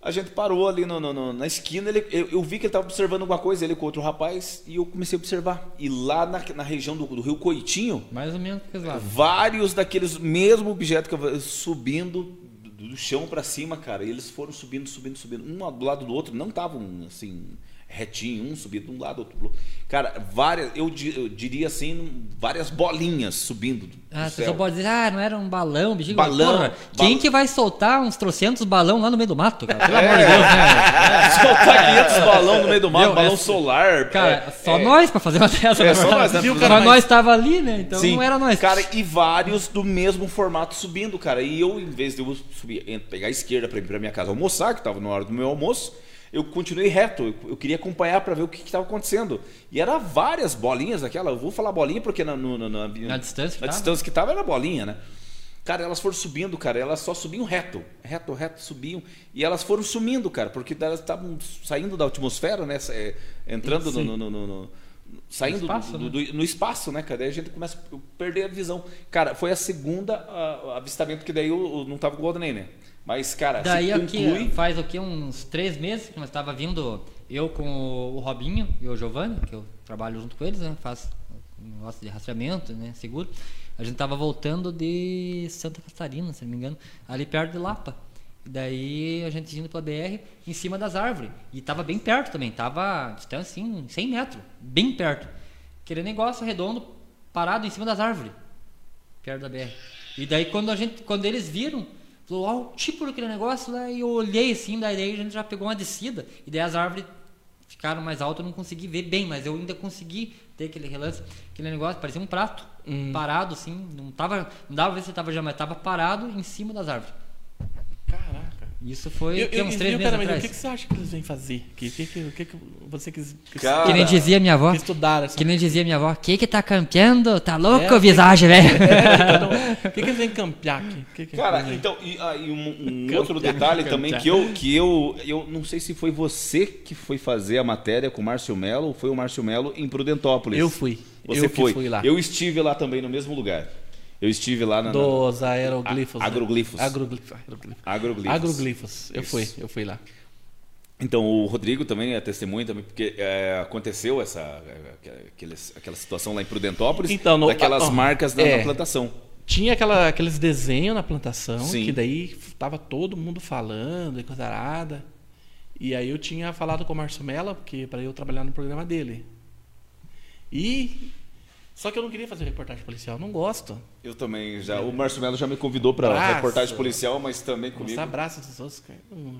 Speaker 2: A gente parou ali no- no- no- na esquina, ele- eu, eu vi que ele estava observando alguma coisa, ele com outro rapaz, e eu comecei a observar. E lá na, na região do, do Rio Coitinho,
Speaker 3: lá. né? Mais ou menos que lá.
Speaker 2: vários daqueles mesmo objetos que eu, eu subindo do, do chão para cima, cara. E eles foram subindo, subindo, subindo, um do lado do outro, não estavam assim retinho, um subindo de um lado, outro. do outro. Cara, várias, eu, di- eu diria assim, várias bolinhas subindo. do- do
Speaker 3: Ah, você
Speaker 2: céu.
Speaker 3: só pode dizer, ah, não era um balão, bichinho.
Speaker 2: Balão,
Speaker 3: Porra, Quem
Speaker 2: balão.
Speaker 3: que vai soltar uns trocentos balão lá no meio do mato, cara?
Speaker 2: É.
Speaker 3: Pelo amor de Deus, né,
Speaker 2: Soltar 500 balão no meio do mato,
Speaker 3: Meu,
Speaker 2: balão
Speaker 3: é-
Speaker 2: solar.
Speaker 3: cara.
Speaker 2: é-
Speaker 3: Só
Speaker 2: é-
Speaker 3: nós pra fazer uma dessa.
Speaker 2: É,
Speaker 3: na
Speaker 2: só
Speaker 3: verdade.
Speaker 2: nós, né? Viu,
Speaker 1: cara,
Speaker 3: Mas
Speaker 1: mas-
Speaker 3: nós tava ali, né? Então
Speaker 2: Sim.
Speaker 3: não era nós.
Speaker 2: Cara, e vários do mesmo formato subindo, cara. E eu, em vez de eu subir, en- pegar a esquerda pra ir pra minha casa almoçar, que tava na hora do meu almoço, eu continuei reto. Eu, eu queria acompanhar pra ver o que, que tava acontecendo. E era várias bolinhas aquela. Eu vou falar bolinha porque na, no- no- na-
Speaker 3: Na distância que
Speaker 2: na
Speaker 3: tava.
Speaker 2: distância que tava era bolinha, né? Cara, elas foram subindo, cara. Elas só subiam reto. Reto, reto, subiam. E elas foram sumindo, cara. Porque elas estavam saindo da atmosfera, né? sa- é, Entrando no- no- no- no- no saindo do- do- do-
Speaker 3: espaço,
Speaker 2: do- no, espaço, né, cara? Daí a gente começa a perder a visão. Cara, foi a segunda ah, avistamento que daí eu, eu não tava com o Golden, né? Mas, cara,
Speaker 3: Daí
Speaker 2: se
Speaker 3: aqui,
Speaker 2: conclui.
Speaker 3: faz o que uns três meses que nós tava vindo eu com o o Robinho e o Giovanni, que eu trabalho junto com eles, né? Faço um negócio de rastreamento, né? Seguro. A gente tava voltando de Santa Catarina, se não me engano, ali perto de Lapa. Daí a gente indo pela BR em cima das árvores. E tava bem perto também, tava distância assim, 100 metros, bem perto. Aquele negócio redondo, parado em cima das árvores, perto da BR. E daí quando, a gente, quando eles viram, falou, ó, o tipo daquele negócio lá, e eu olhei assim, daí a gente já pegou uma descida, e daí as árvores ficaram mais altas, eu não consegui ver bem, mas eu ainda consegui ter aquele relance, aquele negócio, parecia um prato,
Speaker 1: Uhum.
Speaker 3: parado assim, não tava, não dava pra ver se tava já, mas tava parado em cima das árvores.
Speaker 1: Caraca.
Speaker 3: Isso foi
Speaker 1: eu,
Speaker 3: tem
Speaker 1: eu,
Speaker 3: uns
Speaker 1: e,
Speaker 3: três
Speaker 1: viu,
Speaker 3: meses
Speaker 1: pera, mas
Speaker 3: atrás.
Speaker 1: o que, que você acha que eles vêm fazer? O que, que, que, o que, que você quis, quis,
Speaker 3: Que nem dizia minha avó.
Speaker 1: quis estudar? Assim?
Speaker 3: Que nem dizia minha avó. Que que tá campeando? Tá louco,
Speaker 1: É,
Speaker 3: visagem, velho?
Speaker 1: então, O que, que eles vêm campear aqui? O Que que
Speaker 2: Cara,
Speaker 1: eles vêm-
Speaker 2: então, e, ah, e um, um outro detalhe também que eu, que eu. Eu não sei se foi você que foi fazer a matéria com o Márcio Melo ou foi o Márcio Melo em Prudentópolis.
Speaker 1: Eu fui.
Speaker 2: Você
Speaker 1: Eu que
Speaker 2: foi.
Speaker 1: fui lá.
Speaker 2: Eu estive lá também no mesmo lugar. Eu estive lá na. na-
Speaker 1: Dos aeroglifos.
Speaker 2: A-
Speaker 1: né?
Speaker 2: agroglifos.
Speaker 1: Agrogli- Agroglifos.
Speaker 2: Agroglifos.
Speaker 1: Agroglifos. Eu fui, eu fui lá.
Speaker 2: Então, o Rodrigo também é testemunho também, porque é, aconteceu essa, é, aquele- aquela situação lá em Prudentópolis,
Speaker 1: Então, no-
Speaker 2: daquelas
Speaker 1: ó,
Speaker 2: marcas da,
Speaker 1: é.
Speaker 2: na plantação.
Speaker 1: Tinha aquela- aqueles desenhos na plantação,
Speaker 2: Sim.
Speaker 1: que daí tava todo mundo falando e coisa arada. E aí eu tinha falado com o Márcio Mello, porque para eu trabalhar no programa dele. E só que eu não queria fazer reportagem policial, não gosto.
Speaker 2: Eu também já. O Márcio Melo já me convidou para
Speaker 1: Braço.
Speaker 2: reportagem policial, mas também comigo.
Speaker 1: Você abraça essas pessoas, cara. Não,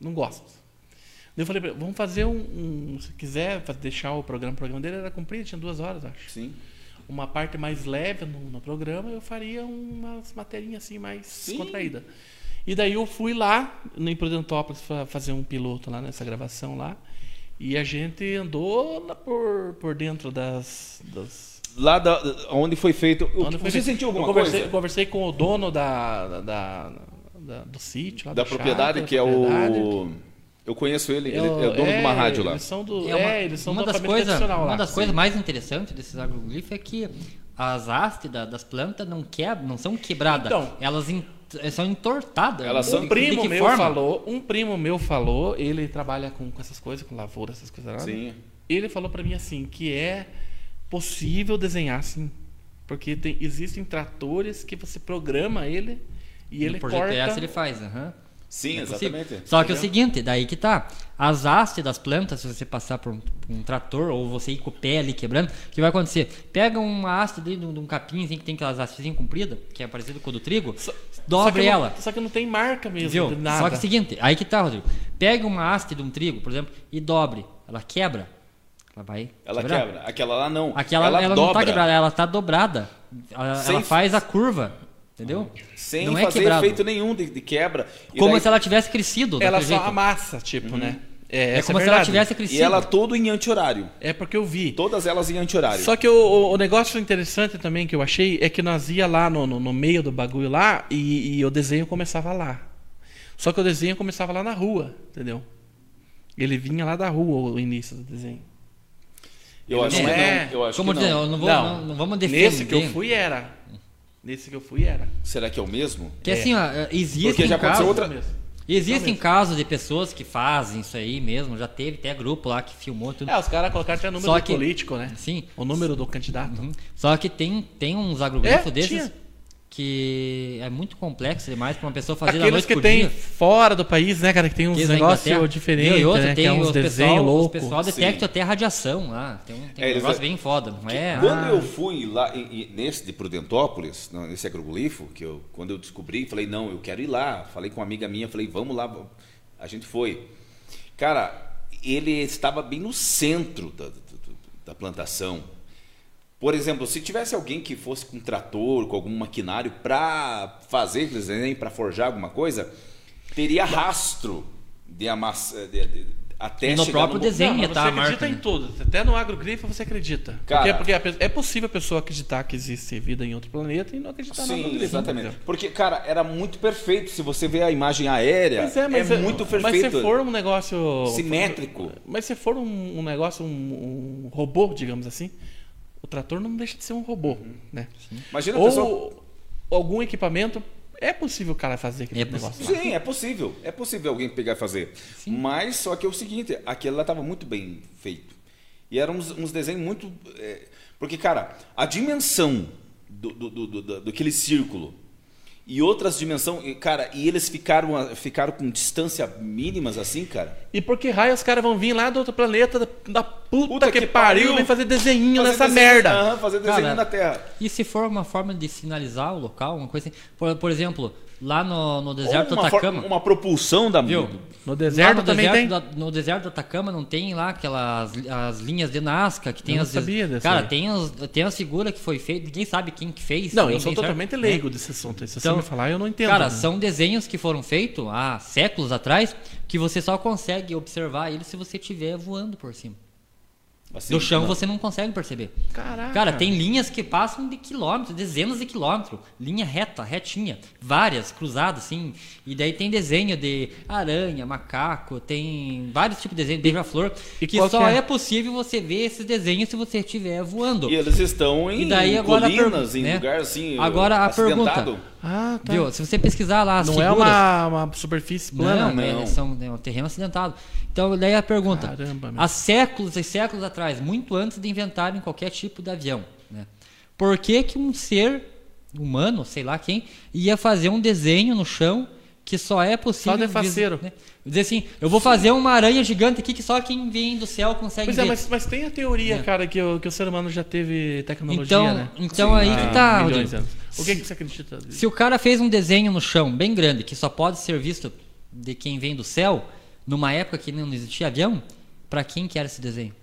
Speaker 1: não gosto. Daí eu falei pra ele, vamos fazer um, um- Se quiser fa- deixar o programa, o programa dele era comprido, tinha duas horas, acho.
Speaker 2: Sim.
Speaker 1: Uma parte mais leve no, no programa, eu faria umas materinhas assim mais contraída. E daí eu fui lá no em Prudentópolis fa- fazer um piloto lá nessa gravação lá. E a gente andou lá por, por dentro das. das
Speaker 2: Lá da, onde foi feito. o-
Speaker 1: Quando foi
Speaker 2: você
Speaker 1: feito-
Speaker 2: sentiu
Speaker 1: eu
Speaker 2: alguma
Speaker 1: conversei,
Speaker 2: coisa?
Speaker 1: Conversei com o dono da, da- da- da- do sítio, lá
Speaker 2: Da
Speaker 1: do Chato,
Speaker 2: propriedade,
Speaker 3: Ah,
Speaker 1: da
Speaker 2: que é
Speaker 1: propriedade.
Speaker 2: o. Eu conheço ele, ele é
Speaker 1: Eu-
Speaker 2: o dono de uma rádio lá.
Speaker 1: Eles são do,
Speaker 3: É
Speaker 1: é,
Speaker 3: uma,
Speaker 1: eles são
Speaker 3: uma
Speaker 1: da
Speaker 3: das
Speaker 1: família
Speaker 3: coisas
Speaker 1: tradicional lá.
Speaker 3: uma das
Speaker 1: Sim.
Speaker 3: coisas mais interessantes desses agroglifos é que as hastes da- das plantas não quebram, não são quebradas,
Speaker 1: Então.
Speaker 3: elas en- são entortadas.
Speaker 2: Elas
Speaker 3: De-
Speaker 2: são-
Speaker 3: de
Speaker 1: Um
Speaker 3: que
Speaker 1: primo meu
Speaker 3: forma?
Speaker 1: falou, um primo meu falou, ele trabalha com, com essas coisas, com lavoura, essas coisas lá.
Speaker 2: Sim.
Speaker 1: Ele falou pra mim assim que é possível desenhar assim, porque tem- existem tratores que você programa ele e ele
Speaker 3: por
Speaker 1: corta.
Speaker 3: GPS ele faz, aham.
Speaker 2: Sim,
Speaker 3: É possível.
Speaker 2: exatamente.
Speaker 3: Só que é o seguinte, daí que tá. As hastes das plantas, se você passar por um, por um trator ou você ir com o pé ali quebrando, o que vai acontecer? Pega uma haste ali de um, de um capim assim, que tem aquelas hastezinhas compridas, que é parecido com o do trigo,
Speaker 1: Só- só
Speaker 3: dobre
Speaker 1: que não-
Speaker 3: ela.
Speaker 1: só que não tem marca mesmo,
Speaker 3: Viu?
Speaker 1: de nada.
Speaker 3: Só que é o seguinte, aí que tá, Rodrigo. Pega uma haste de um trigo, por exemplo, e dobre. Ela quebra. Ela vai.
Speaker 2: Ela
Speaker 3: quebrar.
Speaker 2: quebra. Aquela lá não.
Speaker 3: Aquela ela, não tá quebrada, ela tá dobrada. Ela,
Speaker 2: Sem-
Speaker 3: ela faz a curva. Entendeu?
Speaker 2: Sem
Speaker 3: não é
Speaker 2: fazer
Speaker 3: quebrado.
Speaker 2: efeito nenhum de, de quebra. E
Speaker 3: Como
Speaker 2: daí-
Speaker 3: se ela tivesse crescido.
Speaker 1: ela
Speaker 3: daquele
Speaker 1: só
Speaker 3: jeito.
Speaker 1: amassa, tipo, né?
Speaker 3: É,
Speaker 1: essa
Speaker 3: como
Speaker 1: a
Speaker 3: se ela
Speaker 1: verdade.
Speaker 3: tivesse crescido.
Speaker 2: E ela todo em anti-horário.
Speaker 1: É porque eu vi.
Speaker 2: Todas elas em anti-horário.
Speaker 1: Só que o, o- o negócio interessante também que eu achei é que nós ia lá no, no, no meio do bagulho lá e, e o desenho começava lá. Só que o desenho começava lá na rua, entendeu? Ele vinha lá da rua o início do desenho.
Speaker 2: Eu acho
Speaker 3: É.
Speaker 2: que não. Eu acho
Speaker 3: Como
Speaker 2: que
Speaker 3: dizer,
Speaker 2: não.
Speaker 3: eu não, vou, não.
Speaker 1: Não.
Speaker 3: não vamos defender.
Speaker 1: Nesse que eu fui era. Nesse que eu fui era.
Speaker 2: Será que é o mesmo?
Speaker 3: Que assim, ó, existem
Speaker 2: Porque já aconteceu
Speaker 3: casos,
Speaker 2: outra-
Speaker 1: Mesmo.
Speaker 3: existem casos de pessoas que fazem isso aí mesmo. Já teve até grupo lá que filmou tudo.
Speaker 1: É, os caras colocaram até o número
Speaker 3: Só
Speaker 1: do
Speaker 3: que-
Speaker 1: político, né?
Speaker 3: Sim.
Speaker 1: O número do candidato.
Speaker 3: Uhum. Só que tem, tem uns agroglifos
Speaker 1: É,
Speaker 3: desses
Speaker 1: tinha.
Speaker 3: que é muito complexo demais pra uma pessoa fazer da
Speaker 1: Aqueles
Speaker 3: noite
Speaker 1: que
Speaker 3: pro
Speaker 1: tem
Speaker 3: dia.
Speaker 1: fora do país, né, cara? Que tem uns
Speaker 3: Aqueles da Inglaterra.
Speaker 1: negócios diferentes,
Speaker 3: E outra,
Speaker 1: né?
Speaker 3: tem
Speaker 1: que é uns
Speaker 3: os
Speaker 1: desenhos
Speaker 3: pessoal, os
Speaker 1: loucos.
Speaker 3: pessoal detecta
Speaker 2: Sim.
Speaker 3: até radiação lá. Tem um, tem um
Speaker 2: É, eles-
Speaker 3: negócio bem foda. Não é?
Speaker 2: Quando
Speaker 3: Ah,
Speaker 2: eu fui lá em- em- nesse de Prudentópolis, não, nesse agroglifo, que eu, quando eu descobri, falei, não, eu quero ir lá. Falei com uma amiga minha, falei, vamos lá. vamos. A gente foi. Cara, ele estava bem no centro da, do- do- da plantação. Por exemplo, se tivesse alguém que fosse com um trator, com algum maquinário para fazer aqueles desenhos, para forjar alguma coisa, teria rastro de amassa, de, de- até
Speaker 3: E no
Speaker 2: chegar
Speaker 3: próprio
Speaker 2: bo-
Speaker 3: desenho.
Speaker 1: mas
Speaker 3: tá a
Speaker 1: você acredita
Speaker 3: marca,
Speaker 1: em
Speaker 3: né?
Speaker 1: tudo. Até no agrogrifo você acredita.
Speaker 2: Cara.
Speaker 1: porque, porque a pe- é possível a pessoa acreditar que existe vida em outro planeta e não acreditar no
Speaker 2: Sim,
Speaker 1: agrogrifo.
Speaker 2: exatamente.
Speaker 1: entendeu?
Speaker 2: Porque, cara, era muito perfeito. Se você vê a imagem aérea,
Speaker 1: Mas
Speaker 2: é,
Speaker 1: é, mas é-
Speaker 2: muito
Speaker 1: Mas
Speaker 2: perfeito.
Speaker 1: se for um negócio.
Speaker 2: Simétrico.
Speaker 1: Mas se for um, um negócio, um, um robô, digamos assim, o trator não deixa de ser um robô, né?
Speaker 2: Uhum. Imagina a
Speaker 1: Ou
Speaker 2: pessoa.
Speaker 1: algum equipamento. É possível o cara fazer aquele
Speaker 3: É
Speaker 1: negócio. lá.
Speaker 2: Sim, é possível. É possível alguém pegar e fazer. Mas só que é o seguinte, aquele lá estava muito bem feito. E eram uns, uns desenhos muito. é, porque, cara, a dimensão do, do, do, do- do- daquele círculo
Speaker 7: E outras dimensões, cara, e eles ficaram, a- ficaram com distância mínimas assim, cara?
Speaker 1: E por que raio os caras vão vir lá do outro planeta da, da puta,
Speaker 7: Puta
Speaker 1: que,
Speaker 7: que
Speaker 1: pariu,
Speaker 7: pariu.
Speaker 1: vem fazer desenho nessa
Speaker 7: desenho-
Speaker 1: merda?
Speaker 7: Aham, fazer desenho
Speaker 3: Cara,
Speaker 7: na Terra.
Speaker 3: Ah. E se for uma forma de sinalizar o local, uma coisa assim. Por, por exemplo, lá no, no deserto
Speaker 7: Ou
Speaker 3: do
Speaker 7: uma, for-
Speaker 3: Atacama.
Speaker 7: uma propulsão da
Speaker 3: Viu?
Speaker 1: No
Speaker 3: Lá
Speaker 1: deserto
Speaker 3: no
Speaker 1: também
Speaker 3: deserto,
Speaker 1: tem.
Speaker 3: da- no deserto do Atacama não tem lá aquelas li- as linhas de Nazca que tem
Speaker 1: Eu não
Speaker 3: as.
Speaker 1: sabia dessa
Speaker 3: cara,
Speaker 1: aí.
Speaker 3: tem, as, tem as figuras que foi feita, ninguém sabe quem que fez.
Speaker 1: Não,
Speaker 3: nem-
Speaker 1: eu sou
Speaker 3: nem sabe,
Speaker 1: totalmente
Speaker 3: né?
Speaker 1: leigo desse assunto. Se
Speaker 3: Então,
Speaker 1: você me falar, eu não entendo.
Speaker 3: Cara,
Speaker 1: né?
Speaker 3: são desenhos que foram feitos há séculos atrás que você só consegue observar eles se você estiver voando por cima.
Speaker 7: Assim,
Speaker 3: Do chão
Speaker 7: não.
Speaker 3: você não consegue perceber.
Speaker 1: Caraca.
Speaker 3: Cara, tem linhas que passam de quilômetros, dezenas de quilômetros. Linha reta, retinha. Várias, cruzadas, assim. E daí tem desenho de aranha, macaco, tem vários tipos de desenho, beija-flor.
Speaker 1: e
Speaker 3: Que
Speaker 1: qual
Speaker 3: só
Speaker 1: que é?
Speaker 3: é? possível você ver esses desenhos se você estiver voando.
Speaker 7: E eles estão em
Speaker 3: E daí agora a per-
Speaker 7: colinas, em
Speaker 3: né?
Speaker 7: lugares assim.
Speaker 3: Agora a pergunta.
Speaker 7: acidentado.
Speaker 1: Ah, tá.
Speaker 3: Viu? Se você pesquisar lá as
Speaker 1: não é
Speaker 3: figuras...
Speaker 1: uma, uma superfície plana.
Speaker 3: Não, é, são, é um terreno acidentado. Então, daí a pergunta.
Speaker 1: Caramba, meu.
Speaker 3: há séculos e séculos atrás, muito antes de inventarem qualquer tipo de avião, né? Por que, que um ser humano, sei lá quem, ia fazer um desenho no chão que só é possível...
Speaker 1: Só de
Speaker 3: vis-
Speaker 1: faceiro.
Speaker 3: né? Dizer assim, eu vou fazer uma aranha gigante aqui que só quem vem do céu consegue
Speaker 1: Pois
Speaker 3: ver.
Speaker 1: é, mas, mas tem a teoria,
Speaker 3: É.
Speaker 1: cara, que o, que o ser humano já teve tecnologia,
Speaker 3: então,
Speaker 1: né?
Speaker 3: então aí que tá...
Speaker 1: Há milhões
Speaker 3: Rodrigo.
Speaker 1: de anos. O que, que você acredita?
Speaker 3: Se o cara fez um desenho no chão bem grande, que só pode ser visto de quem vem do céu, numa época que não existia avião, pra quem que era esse desenho?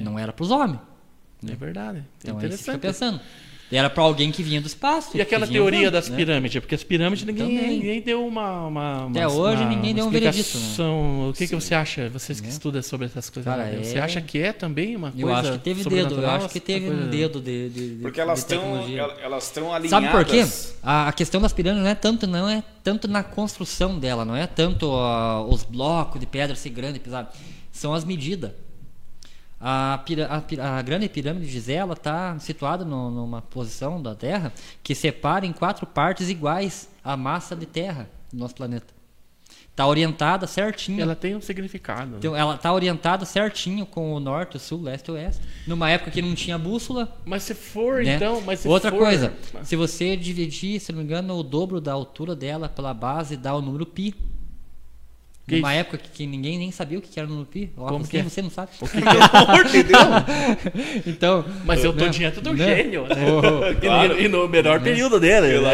Speaker 3: Não era pros homens.
Speaker 1: É verdade.
Speaker 3: Então aí você fica
Speaker 1: interessante.
Speaker 3: pensando. Era pra alguém que vinha do espaço.
Speaker 1: E aquela
Speaker 3: que vinha
Speaker 1: teoria
Speaker 3: voando,
Speaker 1: das
Speaker 3: né?
Speaker 1: pirâmides? Porque as pirâmides ninguém,
Speaker 3: Também.
Speaker 1: ninguém deu uma. uma-
Speaker 3: Até
Speaker 1: uma-
Speaker 3: hoje
Speaker 1: uma-
Speaker 3: ninguém
Speaker 1: uma
Speaker 3: deu um veredito, né?
Speaker 1: explicação. O que, que você acha? Vocês que estudam sobre essas coisas.
Speaker 3: Cara,
Speaker 1: né?
Speaker 3: é-
Speaker 1: Você acha que é também uma
Speaker 3: Eu
Speaker 1: coisa.
Speaker 3: acho que teve dedo, eu
Speaker 1: sobrenatural,
Speaker 3: acho que
Speaker 1: essa
Speaker 3: teve
Speaker 1: coisa?
Speaker 3: um dedo de, de, de
Speaker 7: Porque elas
Speaker 3: de
Speaker 7: estão
Speaker 3: tecnologia.
Speaker 7: el- elas estão alinhadas.
Speaker 3: Sabe por quê? A, a questão das pirâmides não é tanto, não é tanto na construção dela, não é tanto ó, os blocos de pedra ser grande e pesado. São as medidas. A, pira- a pira- a grande pirâmide de Gizé está situada no- numa posição da Terra que separa em quatro partes iguais a massa de Terra do nosso planeta. Está orientada certinho.
Speaker 1: Ela tem um significado. né?
Speaker 3: Então, ela está orientada certinho com o norte, o sul, o leste e o oeste. Numa época que não tinha bússola,
Speaker 1: Mas se for,
Speaker 3: né?
Speaker 1: então. Mas se
Speaker 3: Outra
Speaker 1: for-
Speaker 3: coisa, se você dividir, se não me engano, o dobro da altura dela pela base, dá o número pi.
Speaker 1: Que
Speaker 3: Numa
Speaker 1: isso?
Speaker 3: época que, que ninguém nem sabia o que que era o número pi. Ó,
Speaker 1: Como
Speaker 3: você,
Speaker 1: que é?
Speaker 3: você não sabe.
Speaker 7: Pelo amor de Deus!
Speaker 3: então,
Speaker 1: Mas eu tô
Speaker 3: né?
Speaker 1: diante do
Speaker 3: Né?
Speaker 1: gênio. né? E, no- e no melhor período dele. né?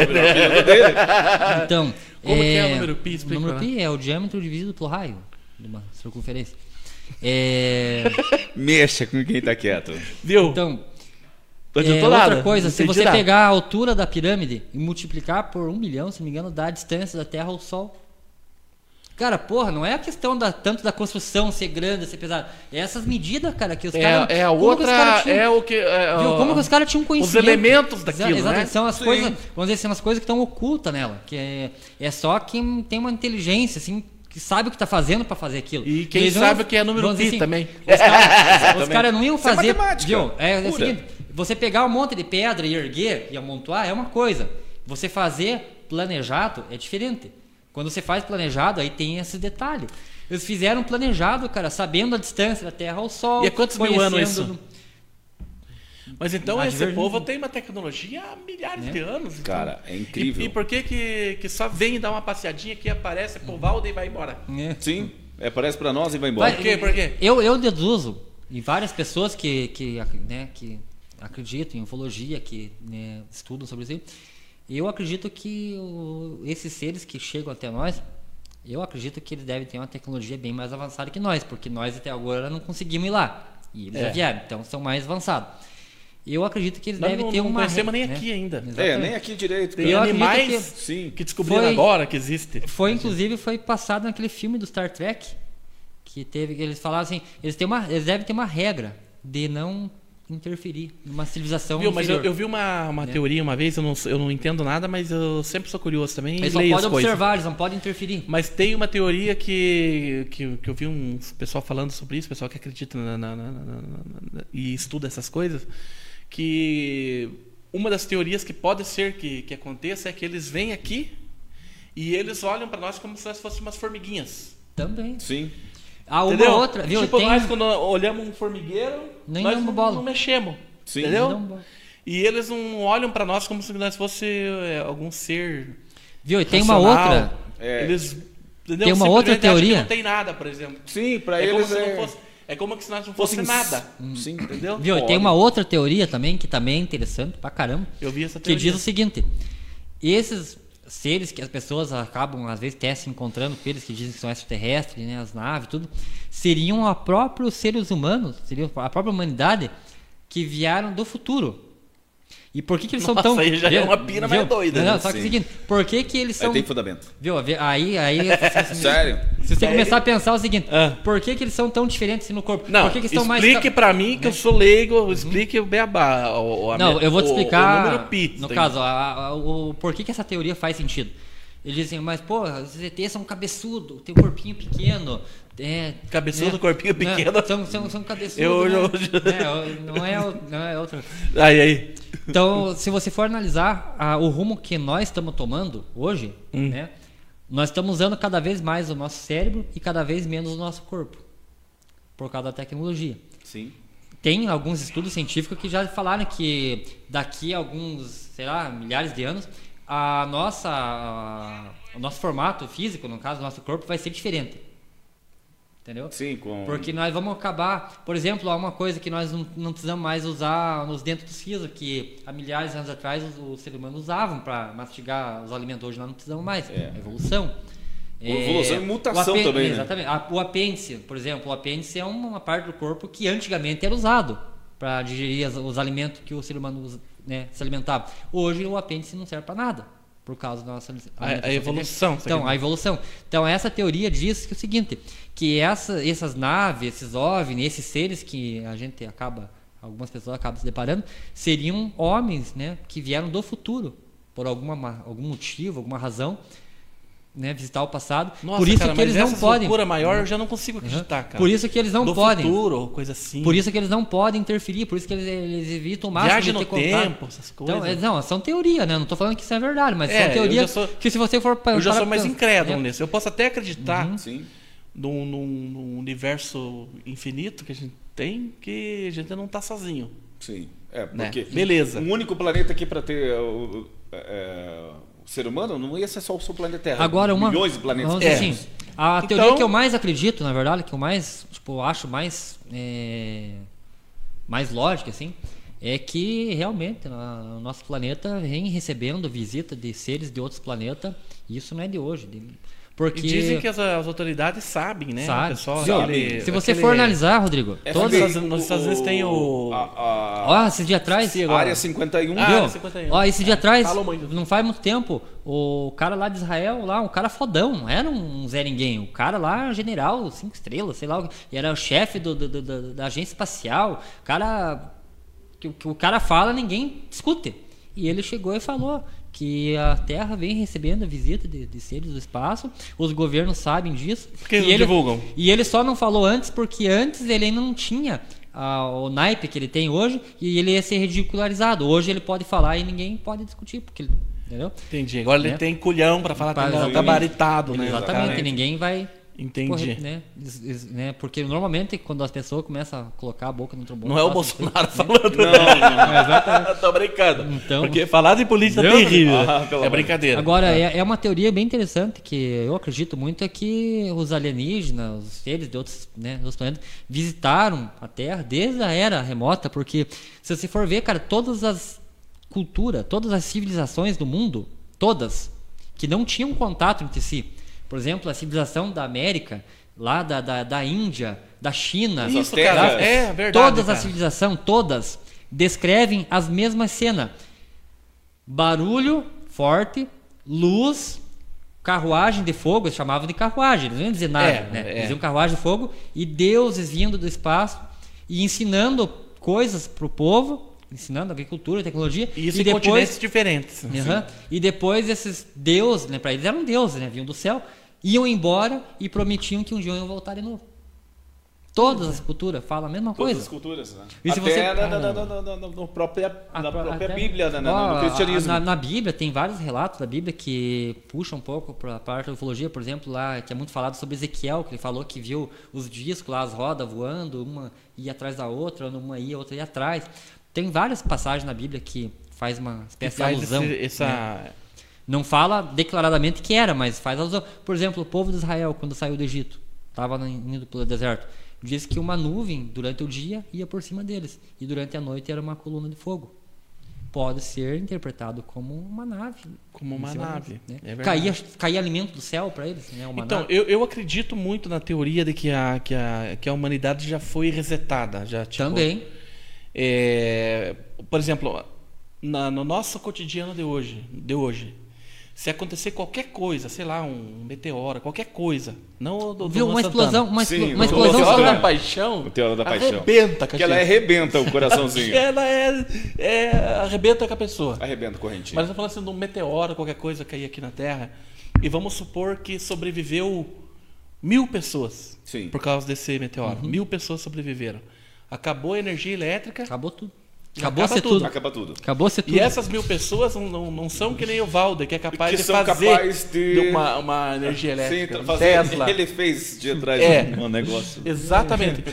Speaker 3: Então,
Speaker 1: Como que é o número pi? Explica
Speaker 3: O número
Speaker 1: lá.
Speaker 3: pi é o diâmetro dividido pelo raio de uma circunferência. É,
Speaker 7: Mexa com quem tá quieto.
Speaker 1: Viu?
Speaker 3: então,
Speaker 1: Tô
Speaker 3: É,
Speaker 1: adiantado
Speaker 3: outra
Speaker 1: nada,
Speaker 3: coisa,
Speaker 1: não
Speaker 3: se
Speaker 1: sei
Speaker 3: você
Speaker 1: tirar.
Speaker 3: pegar a altura da pirâmide e multiplicar por um milhão, se não me engano, dá a distância da Terra ao Sol. Cara, porra, não é a questão da, tanto da construção ser grande, ser pesada. É essas medidas, cara, que os caras.
Speaker 1: É, é a
Speaker 3: como que os
Speaker 1: outra.
Speaker 3: caras tinham-
Speaker 1: É o que. é
Speaker 3: Viu?
Speaker 1: o-
Speaker 3: Como que os caras tinham conhecimento?
Speaker 1: elementos daquilo,
Speaker 3: Exa-
Speaker 1: né?
Speaker 3: São as coisas, vamos dizer assim, umas coisas que estão ocultas nela. Que é, é só quem tem uma inteligência, assim, que sabe o que tá fazendo pra fazer aquilo.
Speaker 1: E quem
Speaker 3: Eles não
Speaker 1: sabe
Speaker 3: iam-
Speaker 1: o que é número
Speaker 3: vamos dizer assim,
Speaker 1: pi também.
Speaker 3: Os caras cara não iam
Speaker 7: Isso é
Speaker 3: fazer...
Speaker 7: matemática
Speaker 3: viu? É, é o
Speaker 7: pura.
Speaker 3: seguinte, você pegar um monte de pedra e erguer e amontoar é uma coisa. Você fazer planejado é diferente. Quando você faz planejado, aí tem esse detalhe. Eles fizeram planejado, cara, sabendo a distância da Terra ao Sol.
Speaker 1: E há quantos mil anos isso?
Speaker 3: conhecendo-
Speaker 1: Mas então
Speaker 3: A
Speaker 1: esse
Speaker 3: divergência.
Speaker 1: povo tem uma tecnologia há milhares
Speaker 3: Né?
Speaker 1: de anos. então.
Speaker 7: Cara, é incrível.
Speaker 1: E, e por que, que que só vem dar uma passeadinha aqui, aparece, povalda e vai embora?
Speaker 3: É.
Speaker 7: Sim, aparece pra nós e vai embora. É,
Speaker 1: Por quê? Por quê?
Speaker 3: Eu, eu deduzo em várias pessoas que, que, né, que acreditam em ufologia, que né, estudam sobre isso, aí, eu acredito que o- esses seres que chegam até nós, eu acredito que eles devem ter uma tecnologia bem mais avançada que nós, porque nós até agora não conseguimos ir lá. E
Speaker 1: É.
Speaker 3: eles já vieram, então são mais avançados. Eu acredito que eles
Speaker 1: Nós
Speaker 3: devem
Speaker 1: não-
Speaker 3: ter
Speaker 1: não
Speaker 3: uma.
Speaker 1: conhecemos
Speaker 3: re- né?
Speaker 1: nem aqui ainda.
Speaker 7: É,
Speaker 3: Exatamente.
Speaker 7: nem aqui direito.
Speaker 1: Tem
Speaker 3: Eu
Speaker 7: Cara.
Speaker 3: acredito
Speaker 1: animais
Speaker 3: que-
Speaker 7: Sim.
Speaker 1: que descobriram
Speaker 3: Foi-
Speaker 1: agora que existe.
Speaker 3: Foi, inclusive, foi passado naquele filme do Star Trek, que teve que eles falaram assim, eles, têm uma, eles devem ter uma regra de não interferir numa civilização
Speaker 1: Viu, mas eu,
Speaker 3: inferior.
Speaker 1: eu vi uma, uma
Speaker 3: Né?
Speaker 1: teoria uma vez, eu não, eu não entendo nada, mas eu sempre sou curioso também e
Speaker 3: Eles só
Speaker 1: leio
Speaker 3: podem
Speaker 1: as coisas.
Speaker 3: observar, eles não podem interferir.
Speaker 1: Mas tem uma teoria que, que, que eu vi um pessoal falando sobre isso, pessoal que acredita na- na- na- na- na- na- e estuda essas coisas, que uma das teorias que pode ser que, que aconteça é que eles vêm aqui e eles olham para nós como se nós fossemos umas formiguinhas.
Speaker 3: Também.
Speaker 7: Sim.
Speaker 3: Ah, uma
Speaker 1: entendeu?
Speaker 3: outra, viu?
Speaker 1: Tipo,
Speaker 3: tem...
Speaker 1: nós quando olhamos um formigueiro,
Speaker 3: Nem
Speaker 1: nós
Speaker 3: damos
Speaker 1: não,
Speaker 3: bola.
Speaker 1: não mexemos.
Speaker 7: Sim.
Speaker 1: Entendeu?
Speaker 3: Nem damos bola.
Speaker 1: E eles não olham pra nós como se nós fosse é, algum ser.
Speaker 3: Viu? E tem uma
Speaker 1: racional.
Speaker 3: outra.
Speaker 7: É.
Speaker 1: Eles. entendeu?
Speaker 3: Tem uma
Speaker 1: Simplesmente
Speaker 3: outra
Speaker 1: acham que
Speaker 3: teoria.
Speaker 1: Não tem nada, por exemplo.
Speaker 7: Sim, pra
Speaker 1: é como
Speaker 7: eles
Speaker 1: se
Speaker 7: é... um
Speaker 1: não fosse. É como se nós não fosse nada.
Speaker 7: Sim.
Speaker 1: Entendeu?
Speaker 3: Hum. Viu? E tem uma outra teoria também, que também é interessante pra caramba.
Speaker 1: Eu vi essa
Speaker 3: que
Speaker 1: teoria.
Speaker 3: diz o seguinte: esses seres que as pessoas acabam às vezes até se encontrando com eles que dizem que são extraterrestres, né, as naves, tudo, seriam a próprios seres humanos, seriam a própria humanidade que vieram do futuro. E por que, que eles
Speaker 4: Nossa,
Speaker 3: são tão
Speaker 4: aí já é
Speaker 3: viu?
Speaker 4: uma pira mais
Speaker 3: Viu?
Speaker 4: doida,
Speaker 3: Não,
Speaker 4: né?
Speaker 3: só que é o
Speaker 7: Sim.
Speaker 3: seguinte, por que que eles
Speaker 7: Aí
Speaker 3: são
Speaker 7: tem fundamento.
Speaker 3: Viu? Aí aí
Speaker 7: Sério?
Speaker 3: se você
Speaker 1: Sério?
Speaker 3: começar a pensar o seguinte,
Speaker 1: Ah.
Speaker 3: por que que eles são tão diferentes no corpo?
Speaker 1: Não,
Speaker 3: por que que estão mais
Speaker 1: explique
Speaker 3: ca- Uhum.
Speaker 1: pra mim que eu sou leigo, explique o beabá. O, o- a
Speaker 3: Não,
Speaker 1: me-
Speaker 3: eu vou te
Speaker 1: o-
Speaker 3: explicar.
Speaker 1: O, número pi.
Speaker 3: no
Speaker 1: Tem-
Speaker 3: caso, a- a- o, por que, que essa teoria faz sentido? Eles dizem, mas pô, os ETs são cabeçudo, tem um corpinho pequeno. É,
Speaker 1: Cabeçudo,
Speaker 3: né?
Speaker 1: corpinho
Speaker 3: Né?
Speaker 1: pequeno.
Speaker 3: São, são, são cabeçudo.
Speaker 1: Eu-
Speaker 3: né?
Speaker 1: eu-
Speaker 3: É, o- não, é, o- não é outro.
Speaker 1: Aí, aí.
Speaker 3: Então, se você for analisar ah, o rumo que nós estamos tomando hoje,
Speaker 1: Hum.
Speaker 3: né? Nós estamos usando cada vez mais o nosso cérebro e cada vez menos o nosso corpo. Por causa da tecnologia.
Speaker 7: Sim.
Speaker 3: Tem alguns estudos científicos que já falaram que daqui a alguns, sei lá, milhares de anos, a nossa, o nosso formato físico, no caso, o nosso corpo, vai ser diferente. Entendeu?
Speaker 7: Sim, com...
Speaker 3: Porque nós vamos acabar, por exemplo, há uma coisa que nós não, não precisamos mais usar nos dentes dos sisos, que há milhares de anos atrás os, os seres humanos usavam para mastigar os alimentos, hoje nós não precisamos mais.
Speaker 7: É.
Speaker 3: Evolução.
Speaker 7: Evolução e
Speaker 3: o
Speaker 7: mutação
Speaker 3: apen-
Speaker 7: também, né?
Speaker 3: Exatamente. A- o apêndice, por exemplo, o apêndice é uma, uma parte do corpo que antigamente era usado para digerir as- os alimentos que o ser humano usa- né, se alimentava. Hoje o apêndice não serve para nada, por causa da nossa
Speaker 1: A, a evolução. isso
Speaker 3: então,
Speaker 1: aqui.
Speaker 3: a evolução. Então, essa teoria diz que é o seguinte, que essa- essas naves, esses OVNIs, esses seres que a gente acaba, algumas pessoas acabam se deparando, seriam homens, né, que vieram do futuro, por alguma, ma- algum motivo, alguma razão, né, visitar o passado.
Speaker 1: Nossa,
Speaker 3: por isso
Speaker 1: cara,
Speaker 3: que eles
Speaker 1: mas
Speaker 3: não
Speaker 1: essa
Speaker 3: podem. Uhum.
Speaker 1: loucura é maior eu já não consigo acreditar, cara.
Speaker 3: Por isso que eles não
Speaker 1: Do
Speaker 3: podem.
Speaker 1: futuro ou coisa assim.
Speaker 3: Por isso que eles não podem interferir, por isso que eles, eles evitam o máximo
Speaker 1: Viagem
Speaker 3: de
Speaker 1: no
Speaker 3: ter contato.
Speaker 1: tempo, essas
Speaker 3: Então, é,
Speaker 1: coisas.
Speaker 3: não, são teoria, né? Não tô falando que isso é verdade, mas
Speaker 1: É, eu
Speaker 3: são teorias
Speaker 1: já sou-
Speaker 3: que se você for
Speaker 1: eu já
Speaker 3: parar
Speaker 1: sou
Speaker 3: pra
Speaker 1: mais
Speaker 3: pensar,
Speaker 1: incrédulo
Speaker 3: né?
Speaker 1: nisso. Eu posso até acreditar
Speaker 3: Uhum.
Speaker 7: Sim.
Speaker 1: num, num- num universo infinito que a gente tem, que a gente não tá sozinho.
Speaker 7: Sim. É,
Speaker 1: Né?
Speaker 7: porque
Speaker 1: Beleza.
Speaker 7: um único planeta aqui para ter o, o- é, o ser humano não ia ser só o seu planeta Terra.
Speaker 3: Agora uma
Speaker 7: Milhões de planetas.
Speaker 3: vamos dizer
Speaker 1: É.
Speaker 3: assim, a
Speaker 1: Então-
Speaker 3: teoria que eu mais acredito, na verdade, que eu mais, tipo, eu acho mais é, mais lógica assim, é que realmente a- o nosso planeta vem recebendo visita de seres de outros planetas, e isso não é de hoje, de- porque
Speaker 1: E dizem que as, as autoridades sabem, né?
Speaker 3: Sabe.
Speaker 1: O pessoal,
Speaker 3: Sim,
Speaker 1: aquele-
Speaker 3: se você
Speaker 1: aquele-
Speaker 3: for analisar, Rodrigo,
Speaker 7: É,
Speaker 3: todas
Speaker 7: também
Speaker 1: as-
Speaker 7: o-
Speaker 1: nos Estados Unidos tem o-
Speaker 7: A, a-
Speaker 3: Ó, esses dias atrás,
Speaker 1: Sim,
Speaker 7: a
Speaker 1: agora.
Speaker 7: Área 51.
Speaker 1: Ah,
Speaker 2: é
Speaker 3: Viu?
Speaker 1: era 51.
Speaker 3: Ó, esse dia atrás,
Speaker 1: Falou muito.
Speaker 3: não faz muito tempo, o cara lá de Israel, lá, um cara fodão, não era um Zé Ninguém. O cara lá, general, cinco estrelas, sei lá, o- e era o chefe do, do- do- do- da agência espacial. O cara. Que, o- que o cara fala, ninguém discute. E ele chegou e falou que a Terra vem recebendo visita de, de seres do espaço, os governos sabem disso.
Speaker 1: Porque
Speaker 3: e
Speaker 1: não divulgam.
Speaker 3: e ele só não falou antes porque antes ele ainda não tinha ah, o naipe que ele tem hoje e ele ia ser ridicularizado. Hoje ele pode falar e ninguém pode discutir, porque ele, entendeu?
Speaker 1: Entendi. Agora ele
Speaker 3: Né?
Speaker 1: tem culhão pra falar,
Speaker 3: Pra-
Speaker 1: tá
Speaker 3: exatamente.
Speaker 1: gabaritado, né?
Speaker 3: Exatamente,
Speaker 1: Cara,
Speaker 3: ninguém vai.
Speaker 1: Entendi.
Speaker 3: correr, né? Is- is- né? Porque normalmente quando as pessoas começam a colocar a boca no trombone.
Speaker 1: Não é o
Speaker 3: fala assim,
Speaker 1: Bolsonaro falando. né? Tô brincando.
Speaker 3: Então-
Speaker 1: Porque falar de política é
Speaker 3: Entendeu?
Speaker 1: terrível.
Speaker 3: Ah,
Speaker 1: é brincadeira.
Speaker 3: Agora, é, é uma teoria bem interessante que eu acredito muito é que os alienígenas, os seres de outros, né, de outros planetas, visitaram a Terra desde a era remota, porque se você for ver, cara, todas as culturas, todas as civilizações do mundo, todas, que não tinham contato entre si. Por exemplo, a civilização da América, lá da, da, da Índia, da China,
Speaker 1: Isso,
Speaker 7: terras-
Speaker 1: cara, é verdade.
Speaker 3: todas
Speaker 1: cara.
Speaker 3: as civilizações, todas, descrevem as mesmas cenas. Barulho forte, luz, carruagem de fogo, eles chamavam de carruagem, eles não iam dizer nada,
Speaker 1: É,
Speaker 3: né?
Speaker 1: é.
Speaker 3: Eles diziam carruagem de fogo e deuses vindo do espaço e ensinando coisas pro povo, ensinando agricultura, tecnologia.
Speaker 1: E isso
Speaker 3: e
Speaker 1: em continentes diferentes. assim.
Speaker 3: Aham. E depois esses deuses, né, para eles eram deuses, né, vinham do céu, iam embora e prometiam que um dia iam voltar de novo. Todas
Speaker 1: é.
Speaker 3: as culturas falam a mesma
Speaker 7: Todas
Speaker 3: coisa.
Speaker 7: as culturas, né?
Speaker 3: E se
Speaker 7: Até
Speaker 3: você-
Speaker 7: na,
Speaker 3: Ah,
Speaker 7: na, na,
Speaker 3: não.
Speaker 7: na- na- na- na própria,
Speaker 3: A
Speaker 7: na
Speaker 3: pró-
Speaker 7: própria
Speaker 3: até-
Speaker 7: Bíblia, né? Na-
Speaker 3: Ó,
Speaker 7: no cristianismo.
Speaker 3: a- Na, na Bíblia tem vários relatos da Bíblia que puxam um pouco para a parte da ufologia, por exemplo, lá que é muito falado sobre Ezequiel, que ele falou que viu os discos lá, as rodas voando, uma ia atrás da outra, uma ia, outra ia atrás. Tem várias passagens na Bíblia que faz uma
Speaker 1: Que
Speaker 3: espécie de
Speaker 1: faz
Speaker 3: alusão. Né?
Speaker 1: esse- essa.
Speaker 3: Não fala declaradamente que era, mas faz alusão. Por exemplo, o povo de Israel, quando saiu do Egito, estava indo pelo deserto, diz que uma nuvem durante o dia ia por cima deles e durante a noite era uma coluna de fogo. Pode ser interpretado como uma nave.
Speaker 1: Como uma
Speaker 3: Em cima
Speaker 1: nave,
Speaker 3: deles, né?
Speaker 1: é verdade.
Speaker 3: caía, caía alimento do céu para eles, né? Uma
Speaker 1: Então,
Speaker 3: nave.
Speaker 1: eu, eu acredito muito na teoria de que a, que a, que a humanidade já foi resetada. Já, tipo,
Speaker 3: Também.
Speaker 1: É, por exemplo, na- no nosso cotidiano de hoje, de hoje, se acontecer qualquer coisa, sei lá, um meteoro, qualquer coisa, não o do, do
Speaker 3: Viu
Speaker 1: Luan
Speaker 3: uma
Speaker 1: Santana.
Speaker 3: explosão, uma,
Speaker 7: Sim,
Speaker 3: explo-
Speaker 7: uma
Speaker 3: uma explosão
Speaker 7: explosão,
Speaker 3: solar.
Speaker 7: né?
Speaker 1: paixão.
Speaker 7: O Teoria da Paixão.
Speaker 1: Arrebenta, com a
Speaker 7: Que ela é
Speaker 1: gente.
Speaker 7: arrebenta o coraçãozinho.
Speaker 1: Ela é, é- arrebenta com a pessoa.
Speaker 7: Arrebenta a correntinha.
Speaker 1: Mas eu tô falando assim de um meteoro, qualquer coisa cair aqui na Terra. E vamos supor que sobreviveu mil pessoas
Speaker 7: Sim. Uhum.
Speaker 1: por causa desse meteoro. Mil pessoas sobreviveram. Acabou a energia elétrica
Speaker 3: Acabou tudo. Acabou
Speaker 1: Acaba
Speaker 3: ser
Speaker 1: tudo.
Speaker 3: tudo.
Speaker 7: Acaba tudo.
Speaker 3: Acabou ser tudo.
Speaker 1: e essas mil pessoas não, não, não são que nem o Valder, que é capaz
Speaker 7: Que
Speaker 1: de
Speaker 7: são
Speaker 1: fazer
Speaker 7: capazes de-
Speaker 1: de uma, uma energia elétrica.
Speaker 7: Sim,
Speaker 1: um
Speaker 7: fazer-
Speaker 1: Tesla.
Speaker 7: Ele fez de atrás
Speaker 1: É.
Speaker 7: um negócio.
Speaker 1: Exatamente.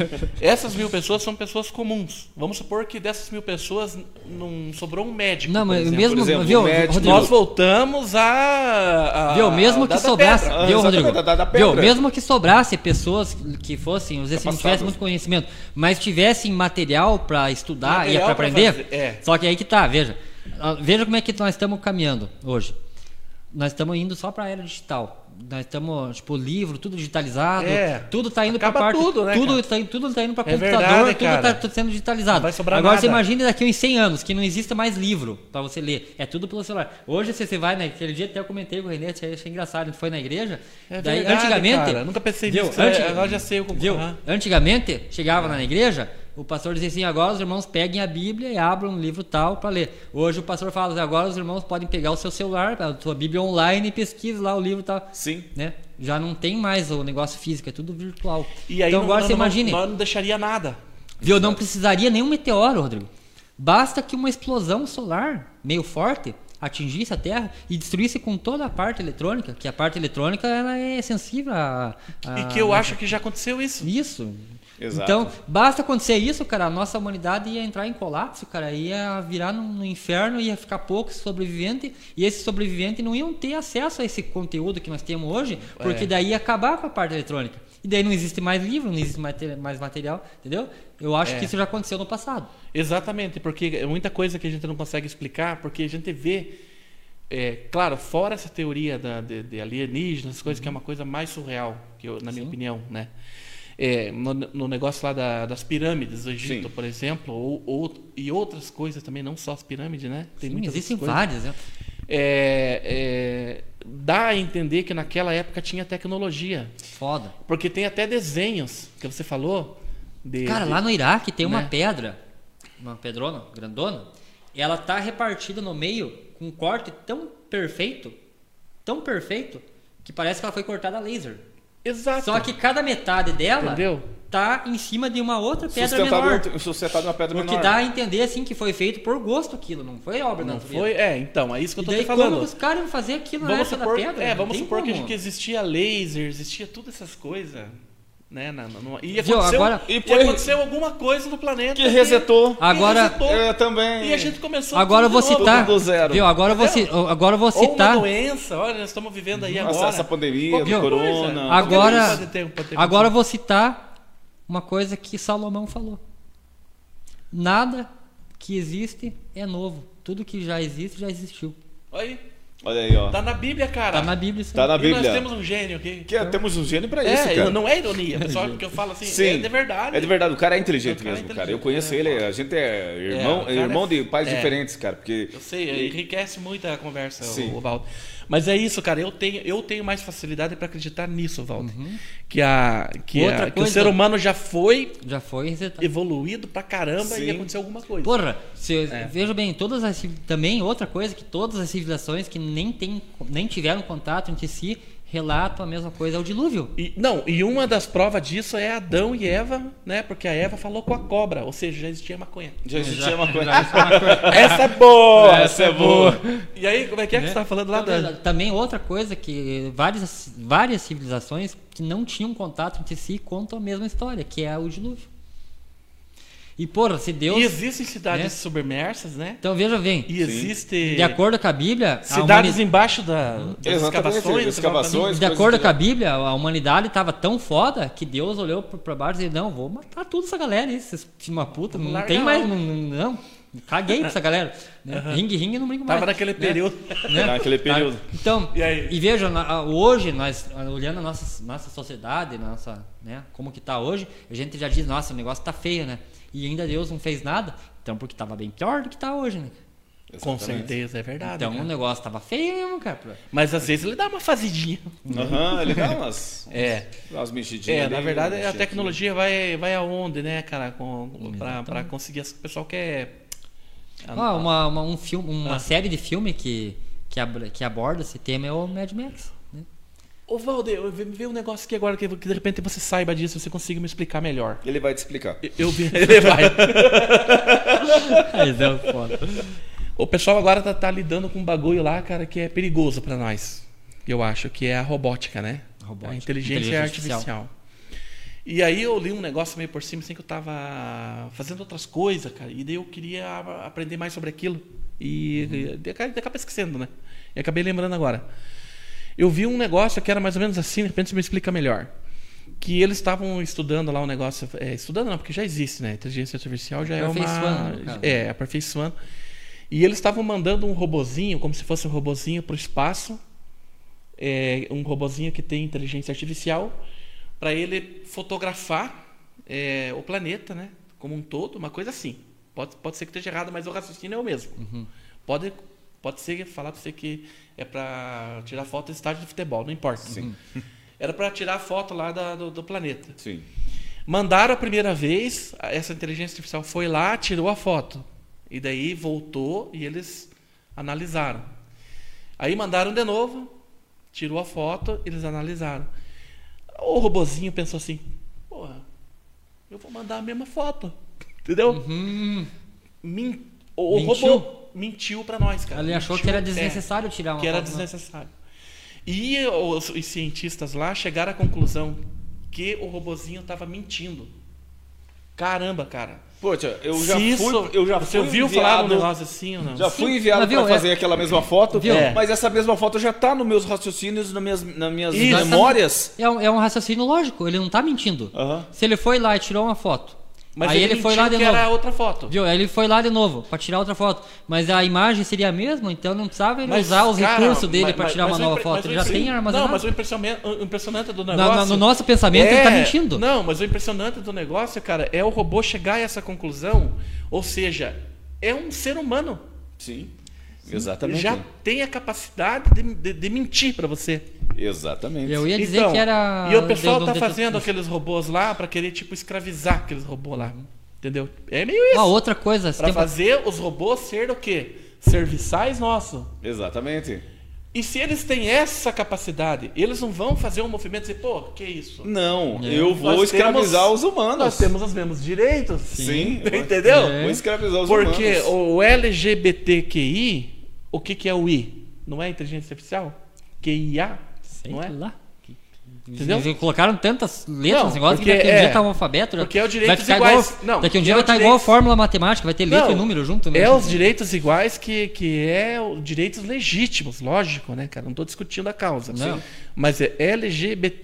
Speaker 1: Essas mil pessoas são pessoas comuns. Vamos supor que dessas mil pessoas não sobrou um médico.
Speaker 3: Não,
Speaker 1: por
Speaker 3: mas
Speaker 1: exemplo.
Speaker 3: mesmo,
Speaker 7: exemplo,
Speaker 3: viu,
Speaker 7: o médico-
Speaker 3: Rodrigo,
Speaker 1: Nós voltamos a. a
Speaker 3: Viu, mesmo que
Speaker 1: da- da
Speaker 3: sobrasse,
Speaker 1: pedra.
Speaker 3: viu,
Speaker 7: Ah,
Speaker 3: Rodrigo?
Speaker 7: exatamente, da- da pedra.
Speaker 3: Viu, mesmo que sobrasse pessoas que fossem, vamos dizer assim, não
Speaker 7: Capacitadas.
Speaker 3: tivessem muito conhecimento, mas tivessem material para estudar
Speaker 1: Material
Speaker 3: e para
Speaker 1: pra
Speaker 3: aprender.
Speaker 1: fazer, é.
Speaker 3: Só que aí que tá, veja. Ah, Veja como é que nós estamos caminhando hoje. Nós estamos indo só para a era digital. Nós estamos, tipo, livro, tudo digitalizado,
Speaker 1: é.
Speaker 3: tudo tá indo para
Speaker 1: Acaba
Speaker 3: parte,
Speaker 1: tudo, né, cara?
Speaker 3: tá, indo- tudo tá indo para
Speaker 1: É
Speaker 3: computador,
Speaker 1: verdade,
Speaker 3: tudo
Speaker 1: cara.
Speaker 3: tá tudo sendo digitalizado.
Speaker 1: Não vai sobrar
Speaker 3: Agora
Speaker 1: nada.
Speaker 3: você imagina daqui uns 100 anos que não exista mais livro para você ler. É tudo pelo celular. Hoje você, você vai, né? Aquele dia até eu comentei com o Renê, achei, achei engraçado. A gente foi na igreja.
Speaker 1: É
Speaker 3: daí,
Speaker 1: verdade,
Speaker 3: antigamente.
Speaker 1: cara, nunca pensei
Speaker 3: viu,
Speaker 1: nisso, é, agora já sei o como-
Speaker 3: viu?
Speaker 1: Aham.
Speaker 3: Antigamente, chegava lá na igreja, o pastor dizia assim: agora os irmãos peguem a Bíblia e abram um livro tal para ler. Hoje o pastor fala: assim, agora os irmãos podem pegar o seu celular, a sua Bíblia online e pesquisa lá o livro tal.
Speaker 7: Sim.
Speaker 3: Né? Já não tem mais o negócio físico, é tudo virtual.
Speaker 1: E aí
Speaker 3: então
Speaker 1: não,
Speaker 3: agora
Speaker 1: não,
Speaker 3: você
Speaker 1: não-
Speaker 3: imagine.
Speaker 1: Não, não deixaria nada.
Speaker 3: Viu? Não precisaria nenhum meteoro, Rodrigo. Basta que uma explosão solar meio forte atingisse a Terra e destruísse com toda a parte eletrônica, que a parte eletrônica ela é sensível a, a-
Speaker 1: e que eu acho que já aconteceu isso.
Speaker 3: isso.
Speaker 7: Exato.
Speaker 3: Então, basta acontecer isso, cara, a nossa humanidade ia entrar em colapso, cara, ia virar no, no inferno, ia ficar poucos sobreviventes, e esses sobreviventes não iam ter acesso a esse conteúdo que nós temos hoje, porque daí ia acabar com a parte eletrônica. E daí não existe mais livro, não existe mate- mais material, entendeu? Eu acho que isso já aconteceu no passado.
Speaker 1: Exatamente, porque é muita coisa que a gente não consegue explicar, porque a gente vê, é, claro, fora essa teoria da, de, de alienígenas, essas coisas, que é uma coisa mais surreal, que eu- na minha opinião, né? É, no, no negócio lá da- das pirâmides do Egito,
Speaker 7: Sim.
Speaker 1: por exemplo, ou, ou- e outras coisas também, não só as pirâmides, né? Tem
Speaker 3: Sim,
Speaker 1: muitas
Speaker 3: existem
Speaker 1: outras coisas.
Speaker 3: várias, né?
Speaker 1: É, é, dá a entender que naquela época tinha tecnologia,
Speaker 3: Foda.
Speaker 1: porque tem até desenhos que você falou. De,
Speaker 3: Cara,
Speaker 1: de-
Speaker 3: lá no Iraque tem uma
Speaker 1: né?
Speaker 3: pedra, uma pedrona grandona, ela tá repartida no meio com um corte tão perfeito, tão perfeito, que parece que ela foi cortada a laser.
Speaker 1: Exato.
Speaker 3: Só que cada metade dela
Speaker 1: Entendeu?
Speaker 3: tá em cima de uma outra pedra menor.
Speaker 7: Sustentado, sustentado uma pedra
Speaker 3: O
Speaker 7: menor.
Speaker 3: que dá a entender assim que foi feito por gosto aquilo, não foi obra
Speaker 1: Não
Speaker 3: natural.
Speaker 1: foi? É, então, é isso que eu
Speaker 3: E
Speaker 1: tô
Speaker 3: daí
Speaker 1: te
Speaker 3: como
Speaker 1: falando.
Speaker 3: que os caras iam fazer aquilo na
Speaker 1: Vamos
Speaker 3: época
Speaker 1: supor,
Speaker 3: da pedra?
Speaker 1: é,
Speaker 3: Não
Speaker 1: vamos
Speaker 3: tem
Speaker 1: supor que,
Speaker 3: como.
Speaker 1: que existia laser, existia todas essas coisas. Né? Na, na, numa- e,
Speaker 3: Viu,
Speaker 1: aconteceu,
Speaker 3: agora-
Speaker 1: e,
Speaker 7: e foi-
Speaker 1: aconteceu alguma coisa no planeta.
Speaker 7: Que resetou.
Speaker 1: que
Speaker 3: Agora-
Speaker 1: resetou.
Speaker 7: Eu É, também.
Speaker 1: E a gente começou.
Speaker 3: Agora eu
Speaker 1: tudo
Speaker 3: vou
Speaker 1: de novo.
Speaker 3: citar.
Speaker 7: do zero.
Speaker 3: Viu? Agora eu vou, ci- agora eu vou
Speaker 1: Ou
Speaker 3: citar.
Speaker 1: uma doença, olha, nós estamos vivendo aí
Speaker 7: Nossa,
Speaker 1: agora.
Speaker 7: essa pandemia,
Speaker 1: Qualquer
Speaker 7: do
Speaker 1: coisa.
Speaker 7: corona.
Speaker 1: Qualquer
Speaker 3: Agora,
Speaker 1: coisa tem- pode ter um.
Speaker 3: agora eu
Speaker 1: acontecido.
Speaker 3: vou citar uma coisa que Salomão falou. Nada que existe é novo. Tudo que já existe já existiu.
Speaker 1: Olha
Speaker 7: Olha aí, ó.
Speaker 1: aí, tá na Bíblia, cara.
Speaker 3: Tá na Bíblia isso.
Speaker 7: Tá
Speaker 3: aí.
Speaker 7: na
Speaker 1: E nós
Speaker 7: Bíblia.
Speaker 1: temos um gênio aqui.
Speaker 7: Que, temos um gênio pra isso,
Speaker 1: é,
Speaker 7: cara.
Speaker 1: não é ironia, pessoal, porque eu falo assim,
Speaker 7: Sim.
Speaker 1: é de verdade.
Speaker 7: É de verdade, o cara é inteligente
Speaker 1: O cara é
Speaker 7: mesmo, cara.
Speaker 1: inteligente,
Speaker 7: Eu conheço
Speaker 1: é.
Speaker 7: ele, a gente é
Speaker 1: o
Speaker 7: irmão,
Speaker 1: cara
Speaker 7: irmão
Speaker 1: é-
Speaker 7: de pais
Speaker 1: é.
Speaker 7: diferentes, cara, porque
Speaker 1: Eu sei, é, enriquece muito a conversa,
Speaker 7: Sim.
Speaker 1: o, o Valdo. Mas é isso, cara. Eu tenho, eu tenho mais facilidade pra acreditar nisso, Valdo.
Speaker 7: Uhum.
Speaker 1: Que, a, que,
Speaker 3: Outra
Speaker 1: a- que o
Speaker 3: coisa-
Speaker 1: ser humano já foi
Speaker 3: Já foi resetado.
Speaker 1: evoluído pra caramba e aconteceu alguma coisa.
Speaker 3: Porra, se,
Speaker 1: É.
Speaker 3: veja bem, todas as civi- também outra coisa que todas as civilizações que nem tem, nem tiveram contato entre si relatam a mesma coisa, é o dilúvio.
Speaker 1: E, não, e uma das provas disso é Adão e Eva, né? Porque a Eva falou com a cobra, ou seja, já existia maconha.
Speaker 7: já existia uma coisa.
Speaker 1: Essa é boa!
Speaker 7: Essa é boa.
Speaker 1: E aí, como é que
Speaker 3: Né?
Speaker 1: é que você tava falando lá
Speaker 3: Também-
Speaker 1: da...
Speaker 3: Então, Também outra coisa que várias, várias civilizações que não tinham contato entre si contam a mesma história, que é o dilúvio. E, porra, se Deus.
Speaker 1: E existem cidades
Speaker 3: Né?
Speaker 1: submersas, né?
Speaker 3: Então veja bem.
Speaker 1: E existe
Speaker 3: De acordo com a Bíblia, a
Speaker 1: cidades
Speaker 3: humani-
Speaker 1: embaixo da, das
Speaker 2: Exatamente,
Speaker 1: escavações.
Speaker 2: escavações.
Speaker 3: de
Speaker 2: coisas
Speaker 3: acordo
Speaker 2: que-
Speaker 3: com a Bíblia, a humanidade estava tão foda que Deus olhou pra pra baixo e disse: Não, vou matar tudo essa galera aí, esses filhos uma puta, não
Speaker 1: Larga
Speaker 3: tem mais,
Speaker 1: a
Speaker 3: não, não, não. caguei pra essa galera. né? Ringue, ringue, não brinco mais.
Speaker 1: Tava naquele
Speaker 3: né?
Speaker 1: período.
Speaker 3: né?
Speaker 7: Tá Naquele período.
Speaker 3: Então,
Speaker 1: E aí?
Speaker 3: e, veja, na- a- hoje, nós, olhando a nossa, nossa sociedade, nossa, né, como que tá hoje, a gente já diz, nossa, o negócio tá feio, né? E ainda Deus não fez nada, então porque tava bem pior do que tá hoje, né?
Speaker 1: Com certeza, é verdade.
Speaker 3: Então o
Speaker 1: cara.
Speaker 3: negócio tava feio mesmo, cara.
Speaker 1: Mas às vezes ele dá uma fazidinha.
Speaker 7: Aham, ele dá umas,
Speaker 1: É.
Speaker 7: umas mexidinhas.
Speaker 1: É,
Speaker 7: ali,
Speaker 1: na verdade
Speaker 7: uma
Speaker 1: a
Speaker 7: mexidinha.
Speaker 1: tecnologia vai, vai aonde, né, cara? Com, pra, pra conseguir. as- O pessoal quer. tá.
Speaker 3: Ah, uma, uma, um filme, uma
Speaker 1: Ah.
Speaker 3: série de filme que, que, abra- que aborda esse tema é o Mad Max. né?
Speaker 1: Ô, Valde, eu vi- vi um negócio aqui agora que, que de repente você saiba disso, você consiga me explicar melhor.
Speaker 7: Ele vai te explicar.
Speaker 1: Eu- Eu vi. Ele vai.
Speaker 3: Mas é foda.
Speaker 1: O pessoal agora tá, tá lidando com um bagulho lá, cara, que é perigoso pra nós. Eu acho que é a robótica, né?
Speaker 3: Robótica.
Speaker 1: A inteligência,
Speaker 3: Inteligência
Speaker 1: artificial.
Speaker 3: artificial.
Speaker 1: E aí eu li um negócio meio por cima, assim, que eu tava fazendo outras coisas, cara. E daí eu queria a- aprender mais sobre aquilo. E e daí acabei daí acabei esquecendo, né? E acabei lembrando agora. Eu vi um negócio que era mais ou menos assim, de repente você me explica melhor. Que eles estavam estudando lá um negócio. é, estudando não, porque já existe, né? Inteligência artificial já é uma.
Speaker 3: Aperfeiçoando, no caso. né?
Speaker 1: É, aperfeiçoando. E eles estavam mandando um robozinho, como se fosse um robozinho para o espaço, é, um robozinho que tem inteligência artificial, para ele fotografar é, o planeta, né? Como um todo, uma coisa assim. Pode, pode ser que esteja errado, mas o raciocínio é o mesmo. Pode, pode ser falar para você que é para tirar foto do estádio de futebol, não importa. Era para tirar foto lá da- do- do planeta.
Speaker 7: Sim.
Speaker 1: Mandaram a primeira vez, essa inteligência artificial foi lá, tirou a foto. E daí voltou e eles analisaram. Aí mandaram de novo, tirou a foto, eles analisaram. O robozinho pensou assim: porra, eu vou mandar a mesma foto. Entendeu?
Speaker 3: Hum,
Speaker 1: Min- o, o
Speaker 3: Uhum. Mentiu.
Speaker 1: robô mentiu pra nós, cara.
Speaker 3: Ele achou
Speaker 1: Mentiu,
Speaker 3: que era
Speaker 1: é,
Speaker 3: desnecessário tirar uma
Speaker 1: que era
Speaker 3: foto, né?
Speaker 1: desnecessário. E os, os cientistas lá chegaram à conclusão que o robozinho estava mentindo. Caramba, cara.
Speaker 7: Pô, tia, eu
Speaker 1: Se
Speaker 7: já fui,
Speaker 1: isso-
Speaker 7: eu já
Speaker 1: você
Speaker 7: fui
Speaker 1: ouviu falar
Speaker 7: enviado,
Speaker 1: um negócio assim ou não?
Speaker 7: Já fui enviado
Speaker 3: Mas, viu,
Speaker 7: pra fazer
Speaker 3: é-
Speaker 7: aquela mesma foto,
Speaker 3: Viu?
Speaker 7: É. mas essa mesma foto já tá nos meus raciocínios, nas minhas, nas minhas
Speaker 1: Isso.
Speaker 7: memórias.
Speaker 3: É um, é um raciocínio lógico, ele não tá mentindo.
Speaker 7: Aham.
Speaker 3: Se ele foi lá e tirou uma foto,
Speaker 1: Mas
Speaker 3: aí ele, foi
Speaker 1: mentiu
Speaker 3: lá de
Speaker 1: que
Speaker 3: novo.
Speaker 1: era outra foto.
Speaker 3: Viu? Aí ele foi lá de novo pra tirar outra foto. Mas a imagem seria a mesma, então não precisava ele usar os
Speaker 1: cara,
Speaker 3: recursos dele
Speaker 1: mas-
Speaker 3: pra
Speaker 1: mas-
Speaker 3: tirar
Speaker 1: mas
Speaker 3: uma
Speaker 1: o
Speaker 3: nova
Speaker 1: impre- mas
Speaker 3: foto.
Speaker 1: o
Speaker 3: Ele já
Speaker 1: impre-
Speaker 3: tem armazenado.
Speaker 1: Não, mas o impressionante, o impressionante do
Speaker 3: Na- na-
Speaker 1: negócio... é
Speaker 3: no nosso pensamento ele tá mentindo.
Speaker 1: Não, mas o impressionante do negócio, cara, é o robô chegar a essa conclusão. Ou seja, é um ser humano.
Speaker 7: Sim. Exatamente.
Speaker 1: Já tem a capacidade de, de- de mentir pra você. Então,
Speaker 7: Exatamente.
Speaker 3: Eu ia dizer que era.
Speaker 1: E o pessoal
Speaker 3: de-
Speaker 1: tá
Speaker 3: de-
Speaker 1: fazendo aqueles robôs lá pra querer, tipo, escravizar aqueles robôs lá. Entendeu? É meio isso.
Speaker 3: Ah, outra coisa. esse
Speaker 1: Pra
Speaker 3: tempo-
Speaker 1: fazer os robôs ser o quê? Serviçais nossos.
Speaker 7: Exatamente.
Speaker 1: E se eles têm essa capacidade, eles não vão fazer um movimento e dizer, pô, que isso?
Speaker 7: Não,
Speaker 3: É.
Speaker 7: eu vou
Speaker 1: Nós
Speaker 7: escravizar
Speaker 1: temos-
Speaker 7: os humanos.
Speaker 1: Nós temos os mesmos direitos.
Speaker 7: Sim.
Speaker 1: Entendeu?
Speaker 7: Eu
Speaker 3: É.
Speaker 7: Vou escravizar os
Speaker 1: Porque
Speaker 7: humanos.
Speaker 1: o LGBTQI, o que, que é o I? Não é inteligência artificial? QIA?
Speaker 3: Sei
Speaker 1: Não é?
Speaker 3: lá.
Speaker 1: Entendeu?
Speaker 3: Eles colocaram tantas letras
Speaker 1: Não,
Speaker 3: nesse negócio que
Speaker 1: porque
Speaker 3: daqui a um
Speaker 1: é-
Speaker 3: dia tá um alfabeto. já-
Speaker 1: porque é o direitos
Speaker 3: vai ficar
Speaker 1: iguais.
Speaker 3: Igual,
Speaker 1: Não,
Speaker 3: daqui a um
Speaker 1: porque
Speaker 3: dia
Speaker 1: é o
Speaker 3: vai estar igual a
Speaker 1: direitos-
Speaker 3: fórmula matemática, vai ter letra
Speaker 1: Não,
Speaker 3: e número junto. né?
Speaker 1: É os direitos iguais que, que é os direitos legítimos, lógico, né, cara? Não estou discutindo a causa.
Speaker 3: Não.
Speaker 1: Mas é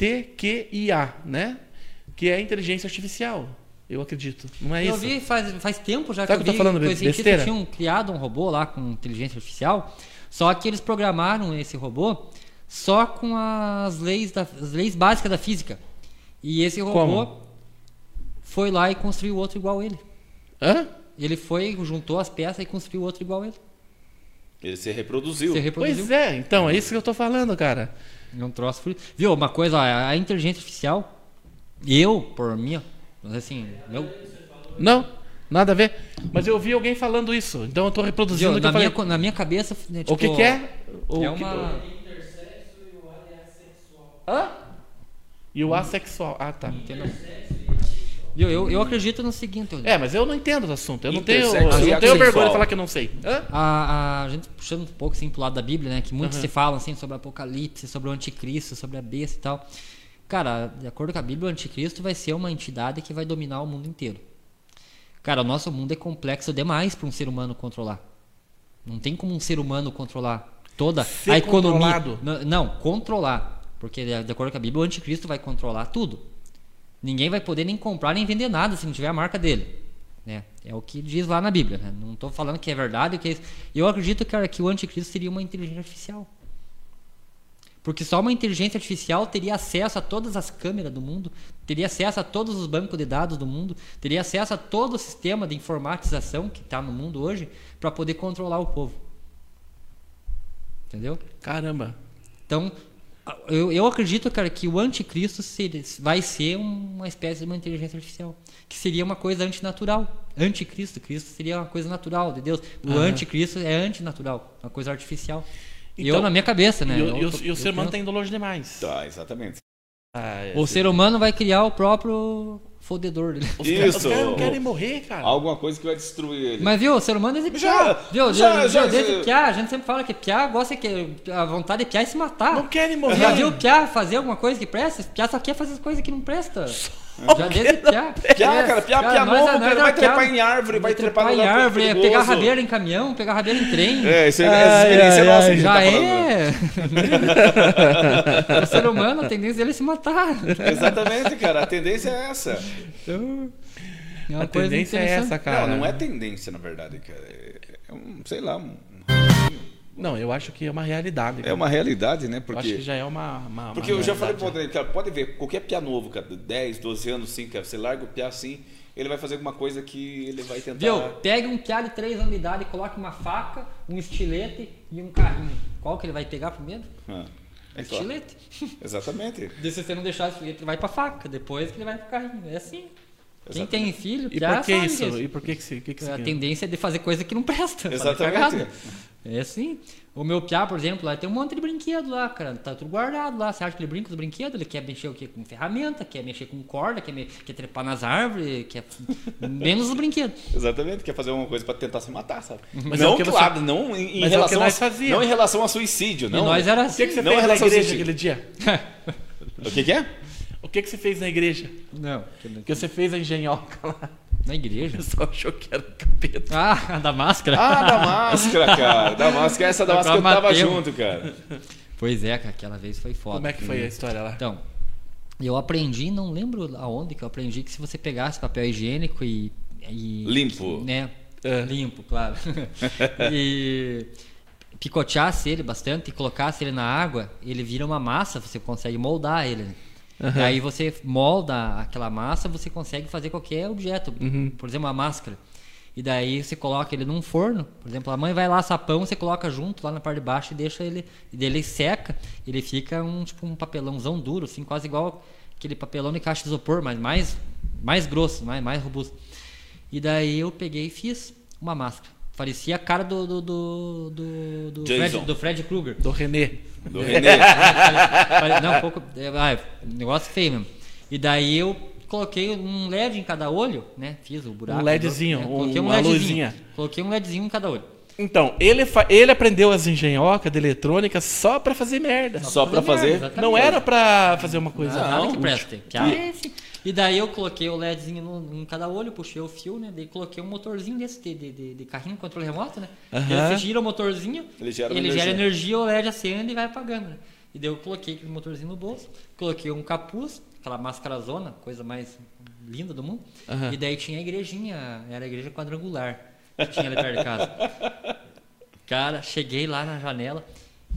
Speaker 1: LGBTQIA, né? Que é inteligência artificial, eu acredito. Não é
Speaker 3: Eu
Speaker 1: isso?
Speaker 3: vi faz, faz tempo já
Speaker 1: Sabe
Speaker 3: que
Speaker 1: que eu
Speaker 3: eu vi
Speaker 1: tô falando
Speaker 3: que os cientistas
Speaker 1: besteira?
Speaker 3: tinham criado um robô lá com inteligência artificial, só que eles programaram esse robô só com as leis, da, as leis básicas da física. E esse robô
Speaker 1: Como?
Speaker 3: foi lá e construiu outro igual ele.
Speaker 1: Hã?
Speaker 3: Ele foi, juntou as peças e construiu outro igual ele.
Speaker 7: Ele se reproduziu.
Speaker 3: Se reproduziu.
Speaker 1: Pois é, então, é isso que eu tô falando, cara.
Speaker 3: É um troço frio. Viu, uma coisa, ó, a inteligência artificial, eu, por mim, ó, mas assim, meu,
Speaker 1: Não, nada a ver. Mas eu vi alguém falando isso, então eu tô reproduzindo
Speaker 3: viu,
Speaker 1: o que eu
Speaker 3: na, minha,
Speaker 1: falei.
Speaker 3: co- na minha cabeça. né,
Speaker 1: O que
Speaker 3: tipo,
Speaker 1: que é? O
Speaker 3: É
Speaker 1: que-
Speaker 3: uma.
Speaker 1: Hã? E o assexual. Ah, tá.
Speaker 3: Entendeu? Viu, eu, eu acredito no seguinte, Eugênio.
Speaker 1: É, mas eu não entendo do assunto. Eu não tenho,
Speaker 7: Intersexo
Speaker 1: eu
Speaker 7: e
Speaker 1: não tenho vergonha
Speaker 7: assexual.
Speaker 1: de falar que eu não sei. Hã?
Speaker 3: A, a- a gente puxando um pouco assim pro lado da Bíblia, né? Que muito se fala assim sobre o apocalipse, sobre o anticristo, sobre a besta e tal. Cara, de acordo com a Bíblia, o anticristo vai ser uma entidade que vai dominar o mundo inteiro. Cara, o nosso mundo é complexo demais para um ser humano controlar. Não tem como um ser humano controlar toda
Speaker 1: Ser
Speaker 3: a economia.
Speaker 1: controlado.
Speaker 3: N- Não, controlar. Porque, de de acordo com a Bíblia, o anticristo vai controlar tudo. Ninguém vai poder nem comprar nem vender nada se não tiver a marca dele. Né? É o que diz lá na Bíblia. né? Não estou falando que é verdade. Que é isso. Eu acredito, cara, que o anticristo seria uma inteligência artificial. Porque só uma inteligência artificial teria acesso a todas as câmeras do mundo, teria acesso a todos os bancos de dados do mundo, teria acesso a todo o sistema de informatização que está no mundo hoje para poder controlar o povo. Entendeu?
Speaker 1: Caramba.
Speaker 3: Então, a- eu, eu acredito, cara, que o anticristo seria- vai ser uma espécie de uma inteligência artificial, que seria uma coisa antinatural. Anticristo, Cristo seria uma coisa natural de Deus. O anticristo é antinatural, uma coisa artificial. E eu
Speaker 1: Então,
Speaker 3: na minha cabeça, né?
Speaker 1: e, o-
Speaker 3: Eu
Speaker 1: e o-
Speaker 3: tô-
Speaker 1: e o
Speaker 3: eu
Speaker 1: ser humano tá
Speaker 3: penso-
Speaker 1: indo longe demais.
Speaker 7: Tá, exatamente.
Speaker 1: Ah, é.
Speaker 3: O ser humano vai criar o próprio fodedor né? dele.
Speaker 1: Os caras-
Speaker 7: Isso.
Speaker 1: Os caras não querem morrer, cara.
Speaker 7: Alguma coisa que vai destruir ele.
Speaker 3: Mas viu, o ser humano é de
Speaker 7: Já-
Speaker 3: piá. Viu,
Speaker 7: já-
Speaker 3: viu,
Speaker 7: já-
Speaker 3: desde piá, a gente sempre fala que piá gosta que a vontade de piá é se
Speaker 7: Ah.
Speaker 3: matar.
Speaker 1: Não querem
Speaker 3: Já
Speaker 1: morrer.
Speaker 3: viu É o Piá fazer alguma coisa que presta? Piá só quer fazer as coisas que não presta. Já desde Piá.
Speaker 7: Piá, cara, Piá, Piá
Speaker 3: é, nós-
Speaker 7: novo,
Speaker 3: nós
Speaker 7: cara,
Speaker 3: é
Speaker 7: vai
Speaker 3: o Piá.
Speaker 7: trepar em árvore, vai trepar no
Speaker 3: em
Speaker 7: lugar
Speaker 3: árvore, é
Speaker 7: perigoso.
Speaker 3: pegar rabeira em caminhão, pegar rabeira em trem.
Speaker 7: É, isso aí, essa experiência é nossa. que a gente
Speaker 3: Já
Speaker 7: tá falando.
Speaker 3: é. o ser humano, a tendência dele é se matar.
Speaker 7: Exatamente, cara. A tendência é essa.
Speaker 3: É uma
Speaker 1: A
Speaker 3: coisa
Speaker 1: tendência é
Speaker 3: interessante.
Speaker 1: essa, cara.
Speaker 7: Não, não é tendência, na verdade, cara. É é um, sei lá, um-
Speaker 1: Não, eu acho que é uma realidade.
Speaker 7: é uma realidade, né?
Speaker 1: Eu acho que
Speaker 7: Porque,
Speaker 1: já é uma. uma- uma
Speaker 7: porque eu já falei pro
Speaker 1: realidade,
Speaker 7: André, cara, pode ver, qualquer piá novo, cara, de 10, 12 anos, sim, cara, você larga o piá assim, ele vai fazer alguma coisa que ele vai tentar...
Speaker 3: Viu?
Speaker 1: Tá.
Speaker 3: Pega um piá de 3 anos de idade, coloca uma faca, um estilete e um carrinho. Qual que ele vai pegar primeiro?
Speaker 7: Ah, é claro.
Speaker 3: Estilete.
Speaker 7: Exatamente.
Speaker 1: Tá
Speaker 3: Daí Se você não deixar esse filho, ele vai pra faca, depois que ele vai pro carrinho. É assim. Quem
Speaker 7: Exatamente.
Speaker 3: tem filho,
Speaker 1: E
Speaker 3: já
Speaker 1: por que
Speaker 3: sabe
Speaker 1: isso?
Speaker 3: disso.
Speaker 1: E por que que se- que que
Speaker 3: A
Speaker 1: se-
Speaker 3: tendência é de fazer coisa que não presta. fazer
Speaker 7: Exatamente.
Speaker 3: cagada. É assim. O meu piá, por exemplo, lá tem um monte de brinquedo lá, cara. Tá tudo guardado lá. Você acha que ele brinca com os brinquedos? Ele quer mexer o quê? Com ferramenta, quer mexer com corda, quer, me- quer trepar nas árvores, quer. menos os brinquedos.
Speaker 7: Exatamente, quer fazer alguma coisa pra tentar se matar, sabe?
Speaker 1: Mas é
Speaker 7: não,
Speaker 1: o que você-
Speaker 7: claro, não em, em
Speaker 1: Mas é o que
Speaker 7: relação
Speaker 1: nós
Speaker 7: a,
Speaker 1: fazia.
Speaker 7: não em relação a suicídio, não.
Speaker 3: e nós era
Speaker 1: O
Speaker 3: assim.
Speaker 1: que, que você
Speaker 7: Não em
Speaker 1: fez na
Speaker 7: relação ao
Speaker 1: igreja
Speaker 7: suicídio.
Speaker 1: aquele dia?
Speaker 7: O que que é?
Speaker 1: O que, que você fez na igreja?
Speaker 3: Não,
Speaker 1: O que você fez a engenhoca lá?
Speaker 3: na
Speaker 1: O
Speaker 3: igreja.
Speaker 1: pessoal achou que era um capeta.
Speaker 3: Ah, a da máscara.
Speaker 7: Ah, da máscara, cara. Da máscara, essa da
Speaker 3: Pra
Speaker 1: Tá
Speaker 7: máscara eu tava
Speaker 3: Mateus.
Speaker 7: junto, cara.
Speaker 3: Pois é, cara, aquela vez foi foda.
Speaker 1: Como é que foi a história lá?
Speaker 3: Então, eu aprendi, não lembro aonde que eu aprendi que se você pegasse papel higiênico e. e-
Speaker 7: Limpo.
Speaker 3: Né? Limpo, claro. e picoteasse ele bastante e colocasse ele na água, ele vira uma massa, você consegue moldar ele. né? E Aí você molda aquela massa, você consegue fazer qualquer objeto, por exemplo, uma máscara. E daí você coloca ele num forno, por exemplo, a mãe vai lá sapão, você coloca junto lá na parte de baixo e deixa ele, e daí ele seca, ele fica um tipo um papelãozão duro, assim, quase igual aquele papelão de caixa de isopor, mas mais mais grosso, mais, mais robusto. E daí eu peguei e fiz uma máscara. Parecia a cara do do do do, do
Speaker 7: Jason.
Speaker 3: Fred, do Fred Krueger.
Speaker 1: Do Renê.
Speaker 7: Do René.
Speaker 3: Pare- Não, um pouco. é, Ah, um negócio feio mesmo. E daí eu coloquei um LED em cada olho, né? Fiz o buraco.
Speaker 1: Um LEDzinho,
Speaker 3: né? Coloquei
Speaker 1: uma
Speaker 3: LEDzinho.
Speaker 1: luzinha.
Speaker 3: Coloquei um LEDzinho em cada olho.
Speaker 1: Então, ele, fa- ele aprendeu as engenhocas de eletrônica só pra fazer merda.
Speaker 7: Só pra fazer.
Speaker 3: Exatamente.
Speaker 1: Não era pra fazer uma coisa.
Speaker 3: Nada, nada que
Speaker 1: útil.
Speaker 3: presta. Piada é esse. E daí eu coloquei o LEDzinho no- em cada olho, puxei o fio, né? Daí coloquei um motorzinho desse de, de, de, de carrinho, controle remoto, né?
Speaker 1: Aham.
Speaker 3: Você gira o motorzinho,
Speaker 7: Ele gera uma
Speaker 3: energia.
Speaker 7: energia.
Speaker 3: o LED acende e vai apagando. né? E daí eu coloquei aquele motorzinho no bolso, coloquei um capuz, aquela máscara zona, coisa mais linda do mundo. E daí tinha a igrejinha, era a igreja quadrangular que tinha ali perto de casa. Cara, cheguei lá na janela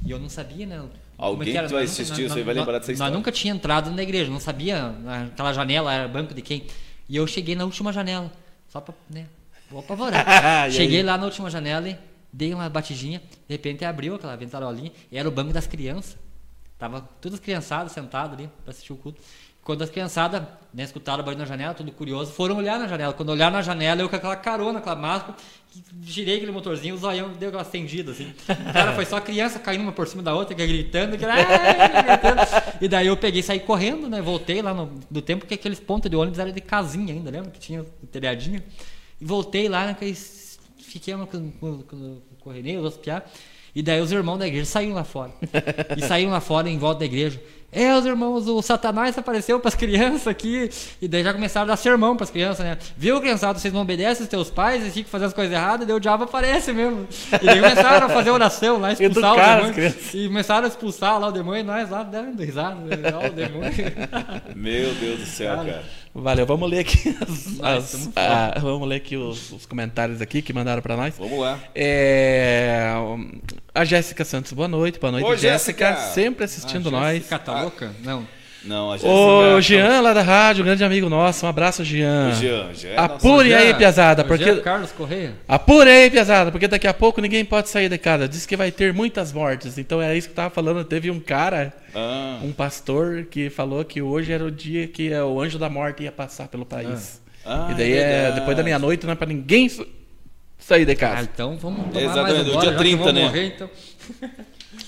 Speaker 3: e eu não sabia, né? como
Speaker 7: Alguém
Speaker 3: que era.
Speaker 7: que vai
Speaker 3: Nós nunca-
Speaker 7: assistir
Speaker 3: nós-
Speaker 7: isso aí vai
Speaker 3: nós-
Speaker 7: lembrar dessa história.
Speaker 3: Nós nunca tinha entrado na igreja, não sabia aquela janela era banco de quem. E eu cheguei na última janela, só pra, né? Vou apavorar.
Speaker 1: E
Speaker 3: cheguei
Speaker 1: aí?
Speaker 3: lá na última janela e dei uma batidinha, de repente abriu aquela ventarolinha e era o banco das crianças. Tava todas as criançadas sentadas ali pra assistir o culto. Quando as criançadas né, escutaram o barulho na janela, tudo curioso, foram olhar na janela. Quando olharam na janela, eu com aquela carona, aquela máscara, que- girei aquele motorzinho, o zoião deu aquela estendida, assim. Cara, foi só a criança caindo uma por cima da outra, que gritando, que era, "Ah", gritando. E daí eu peguei e saí correndo, né? Voltei lá no, do tempo que aqueles pontos de ônibus eram de casinha ainda, lembra? Que tinha o telhadinho. E voltei lá naqueles fiquei lá com, com, com, com o Renê, os outros piá. E daí os irmãos da igreja saíram lá fora. E saíram lá fora em volta da igreja. É, os irmãos, o Satanás apareceu pras crianças aqui. E daí já começaram a dar sermão pras crianças, né? Viu, criançada, vocês não obedecem os teus pais, vocês ficam fazendo as coisas erradas, e daí o diabo aparece mesmo. E daí começaram a fazer oração lá, expulsar o
Speaker 10: Educaram as
Speaker 3: demônio.
Speaker 10: crianças.
Speaker 3: E começaram a expulsar lá o demônio, e nós lá dando risada, né? Ó, o demônio.
Speaker 2: Meu Deus do céu, cara.
Speaker 1: Valeu, vamos ler aqui as- as- ah, vamos ler aqui os, os comentários aqui que mandaram pra nós.
Speaker 2: Vamos lá.
Speaker 1: É, um, a Jéssica Santos, boa noite, boa noite,
Speaker 2: Ô,
Speaker 1: Jéssica,
Speaker 2: Jéssica! Ah,
Speaker 1: sempre assistindo um nós.
Speaker 3: Jéssica, tá louca? Não.
Speaker 2: Não, a
Speaker 1: O
Speaker 2: Jéssica- é
Speaker 1: Jean lá da rádio, grande amigo nosso, um abraço, Jean.
Speaker 2: O Jean, Jean é nosso-
Speaker 1: Apure aí,
Speaker 3: Jean,
Speaker 1: piazada,
Speaker 3: o
Speaker 1: porque
Speaker 3: Jean Carlos Correia?
Speaker 1: Apure aí, pesada, porque daqui a pouco ninguém pode sair de casa. Diz que vai ter muitas mortes. Então era isso que eu tava falando. Teve um cara,
Speaker 2: Ah,
Speaker 1: um pastor, que falou que hoje era o dia que é, o anjo da morte ia passar pelo país.
Speaker 2: Ah. Ah,
Speaker 1: e daí
Speaker 2: é
Speaker 1: é,
Speaker 2: verdade.
Speaker 1: depois da meia-noite não é pra ninguém su- sair de
Speaker 3: Ah,
Speaker 1: casa.
Speaker 3: então vamos tomar
Speaker 2: Exatamente,
Speaker 3: mais um
Speaker 2: o
Speaker 3: gole,
Speaker 2: dia
Speaker 3: já que
Speaker 2: 30,
Speaker 3: vamos
Speaker 2: né?
Speaker 3: morrer, então.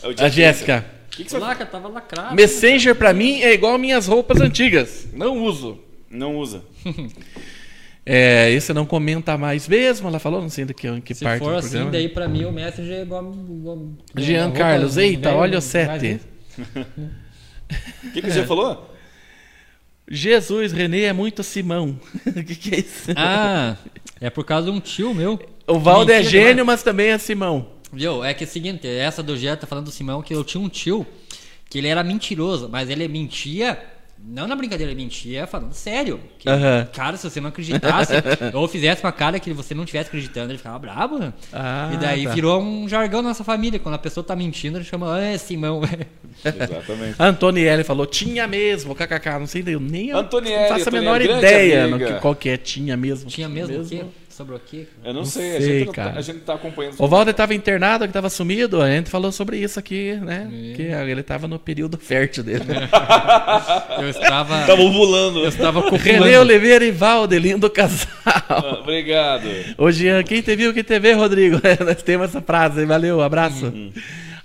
Speaker 2: é o
Speaker 1: a
Speaker 2: Jean
Speaker 1: Jéssica.
Speaker 3: Laca, tava lacrado.
Speaker 1: Messenger pra mim é igual minhas roupas antigas. Não uso.
Speaker 2: Pinto. Não usa.
Speaker 1: É, esse não comenta mais mesmo, ela falou, não sei de que, em que
Speaker 3: Se
Speaker 1: parte
Speaker 3: for
Speaker 1: do
Speaker 3: assim,
Speaker 1: programa.
Speaker 3: daí pra mim o Messenger é igual. é, igual
Speaker 1: Jean é,
Speaker 3: roupa
Speaker 1: Carlos,
Speaker 3: velha,
Speaker 1: eita, olha o
Speaker 3: mais
Speaker 1: sete.
Speaker 3: isso.
Speaker 2: O que, que o Jean falou?
Speaker 1: Jesus, Renê é muito Simão. O que, que é isso?
Speaker 3: Ah, é por causa de um tio meu.
Speaker 1: O Valdo é
Speaker 3: Mentira,
Speaker 1: gênio, mas também é Simão.
Speaker 3: Viu? É que é o seguinte, essa do Jean tá falando do Simão, que eu tinha um tio que ele era mentiroso, mas ele mentia, não na brincadeira, ele mentia falando sério. Que,
Speaker 1: Aham.
Speaker 3: Cara, se você não acreditasse, ou fizesse uma cara que você não estivesse acreditando, ele ficava brabo. né?
Speaker 1: Ah,
Speaker 3: e daí
Speaker 1: tá.
Speaker 3: virou um jargão na nossa família. Quando a pessoa tá mentindo, ele chama, ah, é Simão.
Speaker 2: Exatamente.
Speaker 1: A Antonielli falou, tinha mesmo, kkk, não sei, eu nem eu
Speaker 2: Antonielli,
Speaker 1: faço a
Speaker 2: Antonielli, é
Speaker 1: menor
Speaker 2: grande
Speaker 1: ideia no
Speaker 2: amiga.
Speaker 1: que, qual que é, tinha mesmo.
Speaker 3: Tinha mesmo, o quê? Sobre o quê?
Speaker 2: Eu não,
Speaker 1: Não
Speaker 2: sei, a,
Speaker 1: sei,
Speaker 2: gente não tá,
Speaker 1: cara.
Speaker 2: a gente tá acompanhando.
Speaker 1: O Valdo estava internado, que estava sumido, a gente falou sobre isso aqui, né? Que ele estava no período fértil dele.
Speaker 3: Eu estava...
Speaker 2: Tava ovulando.
Speaker 3: eu estava
Speaker 1: Renê
Speaker 3: copulando.
Speaker 1: Oliveira e Valde, lindo casal.
Speaker 2: Ah, Obrigado.
Speaker 1: Ô Jean, quem te viu, quem te vê, Rodrigo. É, Nós temos essa frase, valeu, abraço.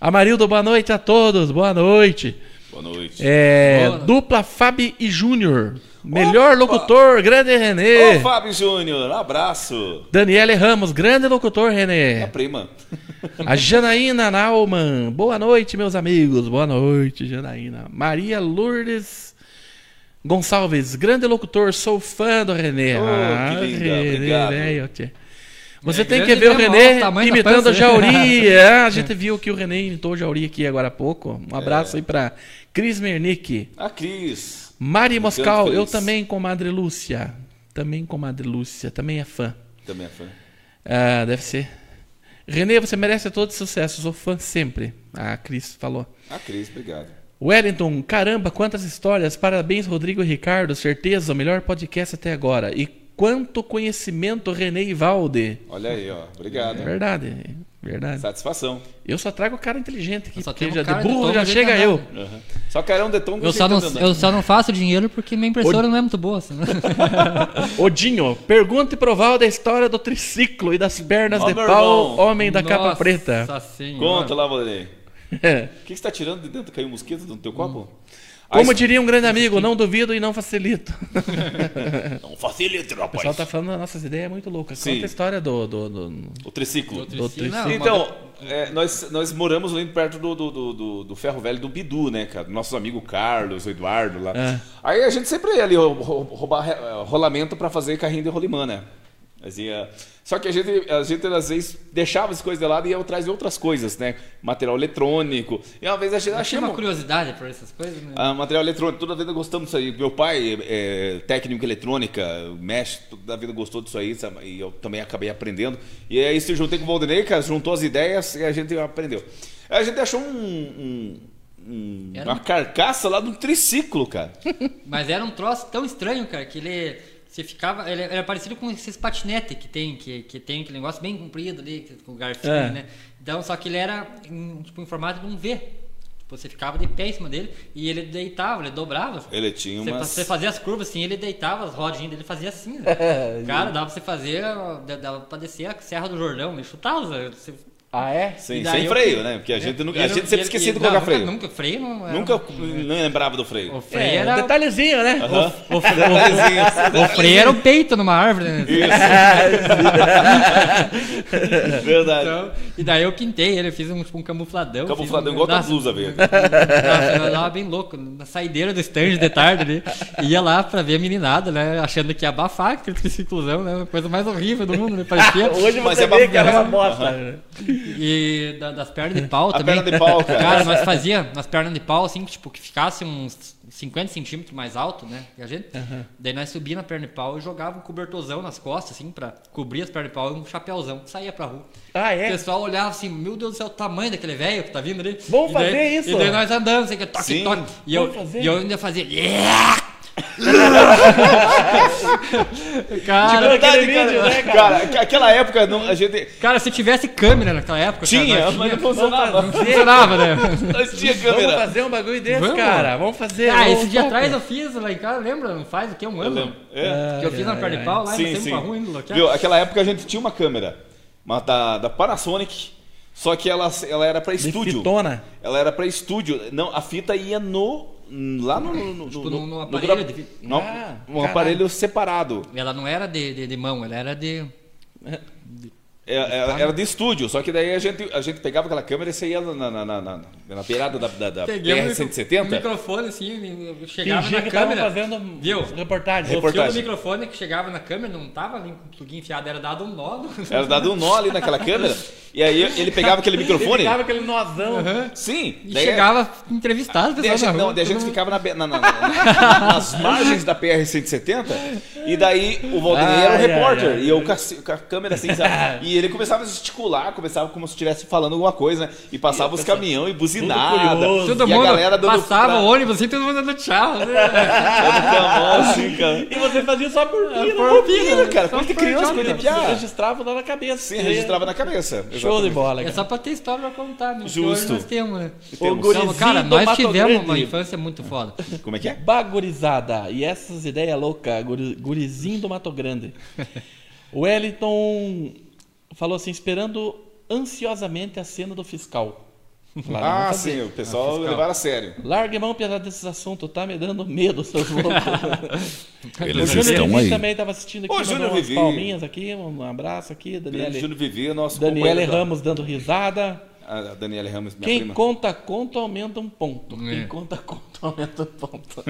Speaker 1: Amarildo, boa noite a todos, boa noite.
Speaker 2: Boa noite.
Speaker 1: É,
Speaker 3: Boa.
Speaker 1: dupla Fábio e Júnior. Melhor locutor, grande Renê.
Speaker 2: Ô, Fábio Júnior, abraço.
Speaker 1: Daniele Ramos, grande locutor,
Speaker 2: É a
Speaker 1: Renê.
Speaker 2: prima.
Speaker 1: A Janaína Nauman, boa noite, meus amigos. Boa noite, Janaína. Maria Lourdes Gonçalves, grande locutor, sou fã do Renê. Ah,
Speaker 2: Oh, que linda, obrigado.
Speaker 1: velho, tchê. Você
Speaker 3: É
Speaker 1: tem que
Speaker 3: grande
Speaker 1: ver o
Speaker 3: mesmo, olha o
Speaker 1: Renê
Speaker 3: tamanho da
Speaker 1: imitando
Speaker 3: pança.
Speaker 1: o Jauri. É, a gente viu que o Renê imitou o Jauri aqui agora há pouco. Um
Speaker 3: É.
Speaker 1: abraço aí pra Cris Mernick.
Speaker 2: A Cris.
Speaker 1: Mari Moscal, eu
Speaker 2: feliz.
Speaker 1: também, comadre Lúcia. Também, comadre Lúcia, também é fã.
Speaker 2: Também é fã.
Speaker 1: Ah, deve ser. Renê, você merece todo sucesso, sou fã sempre. A Cris falou.
Speaker 2: A Cris, obrigado.
Speaker 1: Wellington, caramba, quantas histórias. Parabéns, Rodrigo e Ricardo. Certeza, o melhor podcast até agora. E quanto conhecimento, Renê e Valde.
Speaker 2: Olha aí, ó. Obrigado.
Speaker 1: Verdade, verdade.
Speaker 2: Satisfação.
Speaker 1: Eu só trago cara inteligente aqui,
Speaker 3: Eu só
Speaker 1: porque
Speaker 3: tenho
Speaker 1: já de
Speaker 3: cara de
Speaker 1: burro
Speaker 3: todo
Speaker 1: já
Speaker 3: jeito
Speaker 1: chega
Speaker 3: andado.
Speaker 1: eu.
Speaker 2: Aham. Só carão de tom que
Speaker 3: Eu
Speaker 2: você
Speaker 3: só, não,
Speaker 2: tá dando.
Speaker 3: eu só não faço dinheiro porque minha impressora não é muito boa. Senão...
Speaker 1: Odinho, pergunta e proval da história do triciclo e das pernas
Speaker 2: Ó,
Speaker 1: de
Speaker 2: meu
Speaker 1: pau,
Speaker 2: irmão.
Speaker 1: homem da capa
Speaker 3: Nossa
Speaker 1: preta.
Speaker 3: Senhora.
Speaker 2: Conta lá, Valdei. O que você tá tirando de dentro? Caiu um mosquito no teu copo? A
Speaker 1: Hum. Como diria um grande amigo, não duvido e não facilito.
Speaker 2: Não facilita,
Speaker 1: O pessoal
Speaker 2: rapaz.
Speaker 1: tá falando, nossas ideias é muito loucas.
Speaker 2: Sim.
Speaker 1: Conta a história do. do, do-
Speaker 2: O
Speaker 1: do
Speaker 2: triciclo.
Speaker 1: tá- triciclo.
Speaker 3: Não,
Speaker 2: Então, é, nós, nós moramos ali perto do, do, do, do- do ferro velho do Bidu, né, cara? Nossos amigos Carlos, o Eduardo lá.
Speaker 1: É.
Speaker 2: Aí a gente sempre ia ali rou- rou- roubar eh, rolamento pra fazer carrinho de rolimã, né? Assim, eh, só que a gente, a gente às vezes deixava as coisas de lado e ia atrás de outras coisas, né? Material eletrônico. E uma vez a gente
Speaker 3: Achei
Speaker 2: achei
Speaker 3: uma
Speaker 2: um-
Speaker 3: curiosidade por essas coisas, né?
Speaker 2: Ah, material eletrônico, toda vida gostamos disso aí. Meu pai é técnico em eletrônica, mexe, toda vida gostou disso aí, sabe? e eu também acabei aprendendo. E aí se juntei com o Valdinei, cara, juntou as ideias e a gente aprendeu. Aí A gente achou um- um- um-
Speaker 3: Era
Speaker 2: uma carcaça lá de um triciclo, cara.
Speaker 3: Mas era um troço tão estranho, cara, que ele. Você ficava. Ele era parecido com esses patinetes que tem, que, que tem aquele negócio bem comprido ali, que- com o garfinho,
Speaker 1: É.
Speaker 3: né? Então, só que ele era em, tipo, em formato de um V. Tipo, você ficava de pé em cima dele e ele deitava, ele dobrava.
Speaker 2: Ele tinha
Speaker 3: Você,
Speaker 2: umas...
Speaker 3: você fazia as curvas assim, ele deitava as rodinhas dele fazia assim, né? Cara, dava pra você fazer, dava pra descer a Serra do Jordão, ele chutava, você
Speaker 1: Ah, é?
Speaker 2: Sem,
Speaker 3: E daí
Speaker 2: sem
Speaker 3: eu
Speaker 2: freio,
Speaker 3: que-
Speaker 2: né? Porque a gente, nunca-
Speaker 3: E
Speaker 2: a
Speaker 3: eu
Speaker 2: gente
Speaker 3: não-
Speaker 2: sempre
Speaker 3: e-
Speaker 2: esquecia
Speaker 3: e-
Speaker 2: de colocar
Speaker 3: não,
Speaker 2: freio.
Speaker 3: Nunca, freio não era-
Speaker 2: Nunca não lembrava do freio.
Speaker 3: O freio
Speaker 1: É, um
Speaker 3: era...
Speaker 1: detalhezinho, né?
Speaker 3: O, o, o- o freio era o peito numa árvore, né?
Speaker 2: Verdade.
Speaker 3: Então, e daí eu pintei ele, eu fiz um, tipo, um camufladão.
Speaker 2: Camufladão
Speaker 3: fiz um-
Speaker 2: igual a
Speaker 3: Nossa,
Speaker 2: blusa, velho.
Speaker 3: Nossa, eu tava bem louco, na saideira do stand de tarde ali. Ia lá pra ver a meninada, né? Achando que ia abafar a crítica de inclusão, né? a Coisa mais horrível do mundo, né? Parecia.
Speaker 1: Hoje
Speaker 2: Mas
Speaker 1: você
Speaker 2: é
Speaker 1: vê que era
Speaker 2: bacana.
Speaker 1: uma bosta.
Speaker 3: E da- das pernas de pau
Speaker 2: A
Speaker 3: também.
Speaker 2: perna de pau, cara.
Speaker 3: nós fazia nas pernas de pau, assim, tipo, que ficasse uns 50 centímetros mais alto, né? Que a gente. Daí nós subia na perna de pau e jogava um cobertorzão nas costas, assim, pra cobrir as pernas de pau e um chapéuzão. Saía pra rua.
Speaker 1: Ah,
Speaker 3: O
Speaker 1: é?
Speaker 3: pessoal olhava assim, meu Deus do céu, o tamanho daquele velho que tá vindo ali.
Speaker 1: Vamos
Speaker 3: E daí-
Speaker 1: fazer isso,
Speaker 3: E daí
Speaker 1: ó.
Speaker 3: nós andando, assim, que toque,
Speaker 2: Sim.
Speaker 3: toque. E
Speaker 1: Vamos
Speaker 3: eu,
Speaker 1: fazer.
Speaker 3: e eu ainda fazia. "Yeah!"
Speaker 1: Tipo,
Speaker 3: cara,
Speaker 2: Verdade,
Speaker 1: Aquele vídeo,
Speaker 2: Tá cara.
Speaker 1: né, cara?
Speaker 2: Cara, que- aquela época não, a gente.
Speaker 3: cara, se tivesse câmera naquela época,
Speaker 2: Tinha,
Speaker 3: cara, nós
Speaker 2: mas não
Speaker 3: tínhamos-
Speaker 2: funcionava.
Speaker 3: não funcionava, né?
Speaker 2: Nós tinha
Speaker 1: Vamos
Speaker 2: câmera.
Speaker 1: fazer um bagulho desse,
Speaker 3: Vamos.
Speaker 1: cara. Vamos fazer. um
Speaker 3: Ah, esse
Speaker 1: Vamos
Speaker 3: dia
Speaker 1: só-
Speaker 3: atrás eu fiz lá em casa, lembra? Não faz o que? Um
Speaker 2: Eu
Speaker 3: ano?
Speaker 2: lembro. É.
Speaker 3: Que eu fiz na perna de pau lá,
Speaker 2: Sim,
Speaker 3: sim,
Speaker 2: sim.
Speaker 3: tempo ruim, bloqueado.
Speaker 2: Viu, aquela época a gente tinha uma câmera, uma da, da Panasonic, só que ela, ela era pra
Speaker 1: De
Speaker 2: estúdio.
Speaker 1: fitona.
Speaker 2: Ela era pra estúdio. Não, a fita ia no. Lá no. no, no,
Speaker 3: Tipo, num- num
Speaker 2: gra-
Speaker 3: aparelho de fita.
Speaker 2: no-
Speaker 1: Ah,
Speaker 2: um aparelho separado.
Speaker 3: Ela não era de, de, de mão, ela era de.
Speaker 2: É, é, Era de estúdio, só que daí a gente, a gente pegava aquela câmera e saía na, na, na, na, na beirada da, da, da
Speaker 3: Peguei o micro- o
Speaker 2: PR-170.
Speaker 3: microfone assim, eu chegava
Speaker 1: Fingia
Speaker 3: na
Speaker 1: que tava
Speaker 3: câmera.
Speaker 1: fazendo
Speaker 3: Viu?
Speaker 1: reportagem.
Speaker 2: Repor-
Speaker 3: Tinha o
Speaker 2: Reportagem.
Speaker 3: microfone que chegava na câmera, não tava nem com o plugin enfiado, era dado um nó.
Speaker 2: Era dado um nó ali naquela câmera. E aí ele pegava aquele microfone.
Speaker 1: Ficava aquele nozão.
Speaker 2: Sim.
Speaker 3: E
Speaker 2: daí-
Speaker 3: chegava entrevistado,
Speaker 2: Daí a
Speaker 3: pessoal.
Speaker 2: gente, não, daí a gente ficava na be- na- na- na- nas margens da PR-170 e daí o Valdemir era
Speaker 1: Ai,
Speaker 2: o
Speaker 1: ai,
Speaker 2: repórter
Speaker 1: ai.
Speaker 2: e eu com a, ci- com a câmera assim, sabe? E ele começava a gesticular, começava como se estivesse falando alguma coisa, né? E passava os caminhões e buzinada.
Speaker 1: curioso.
Speaker 3: Todo
Speaker 2: e
Speaker 3: mundo
Speaker 2: a galera dando
Speaker 3: passava
Speaker 2: pra-
Speaker 3: o ônibus assim, todo mundo dando tchau.
Speaker 2: dando com a mão, assim, cara.
Speaker 1: E você fazia só por né? pira.
Speaker 3: Ah, por-
Speaker 1: por-
Speaker 2: Pira, cara,
Speaker 3: Só
Speaker 2: coisa de
Speaker 3: foi
Speaker 2: criança,
Speaker 3: jovem,
Speaker 2: coisa de
Speaker 1: Você
Speaker 2: piá.
Speaker 1: registrava lá na cabeça.
Speaker 2: Sim, registrava na cabeça.
Speaker 1: Show de
Speaker 2: exatamente.
Speaker 1: bola,
Speaker 3: É
Speaker 1: cara.
Speaker 3: só pra ter história pra contar, né? Porque
Speaker 2: Justo.
Speaker 3: Hoje nós temos, né?
Speaker 1: Ô,
Speaker 2: Temos-
Speaker 1: gurizinho
Speaker 3: Então, cara,
Speaker 1: do
Speaker 3: nós
Speaker 1: Mato
Speaker 3: tivemos uma
Speaker 1: Grande.
Speaker 3: infância muito foda.
Speaker 2: Como é que é?
Speaker 1: Bagurizada. E essas ideias loucas, guri- gurizinho do Mato Grande. O Wellington falou assim, esperando ansiosamente a cena do fiscal. Lá na
Speaker 2: Ah,
Speaker 1: nossa
Speaker 2: sim, o pessoal levaram a sério.
Speaker 1: Largue tá- mão pesado desses assuntos, tá me dando medo, seus loucos. o
Speaker 11: Eles
Speaker 1: Júnior
Speaker 11: estão
Speaker 1: Vivi
Speaker 11: aí.
Speaker 1: também tava assistindo aqui,
Speaker 2: Ô,
Speaker 1: mandou
Speaker 2: Júnior
Speaker 1: umas
Speaker 2: Vivi.
Speaker 1: palminhas aqui, um abraço aqui,
Speaker 2: Grande
Speaker 1: Daniele,
Speaker 2: Júnior Vivia, nosso
Speaker 1: Daniele
Speaker 2: companheiro da-
Speaker 1: Ramos dando risada.
Speaker 2: A Daniele Ramos, minha
Speaker 1: Quem
Speaker 2: prima.
Speaker 1: conta conto aumenta um ponto.
Speaker 3: É.
Speaker 1: Quem conta conto aumenta um ponto.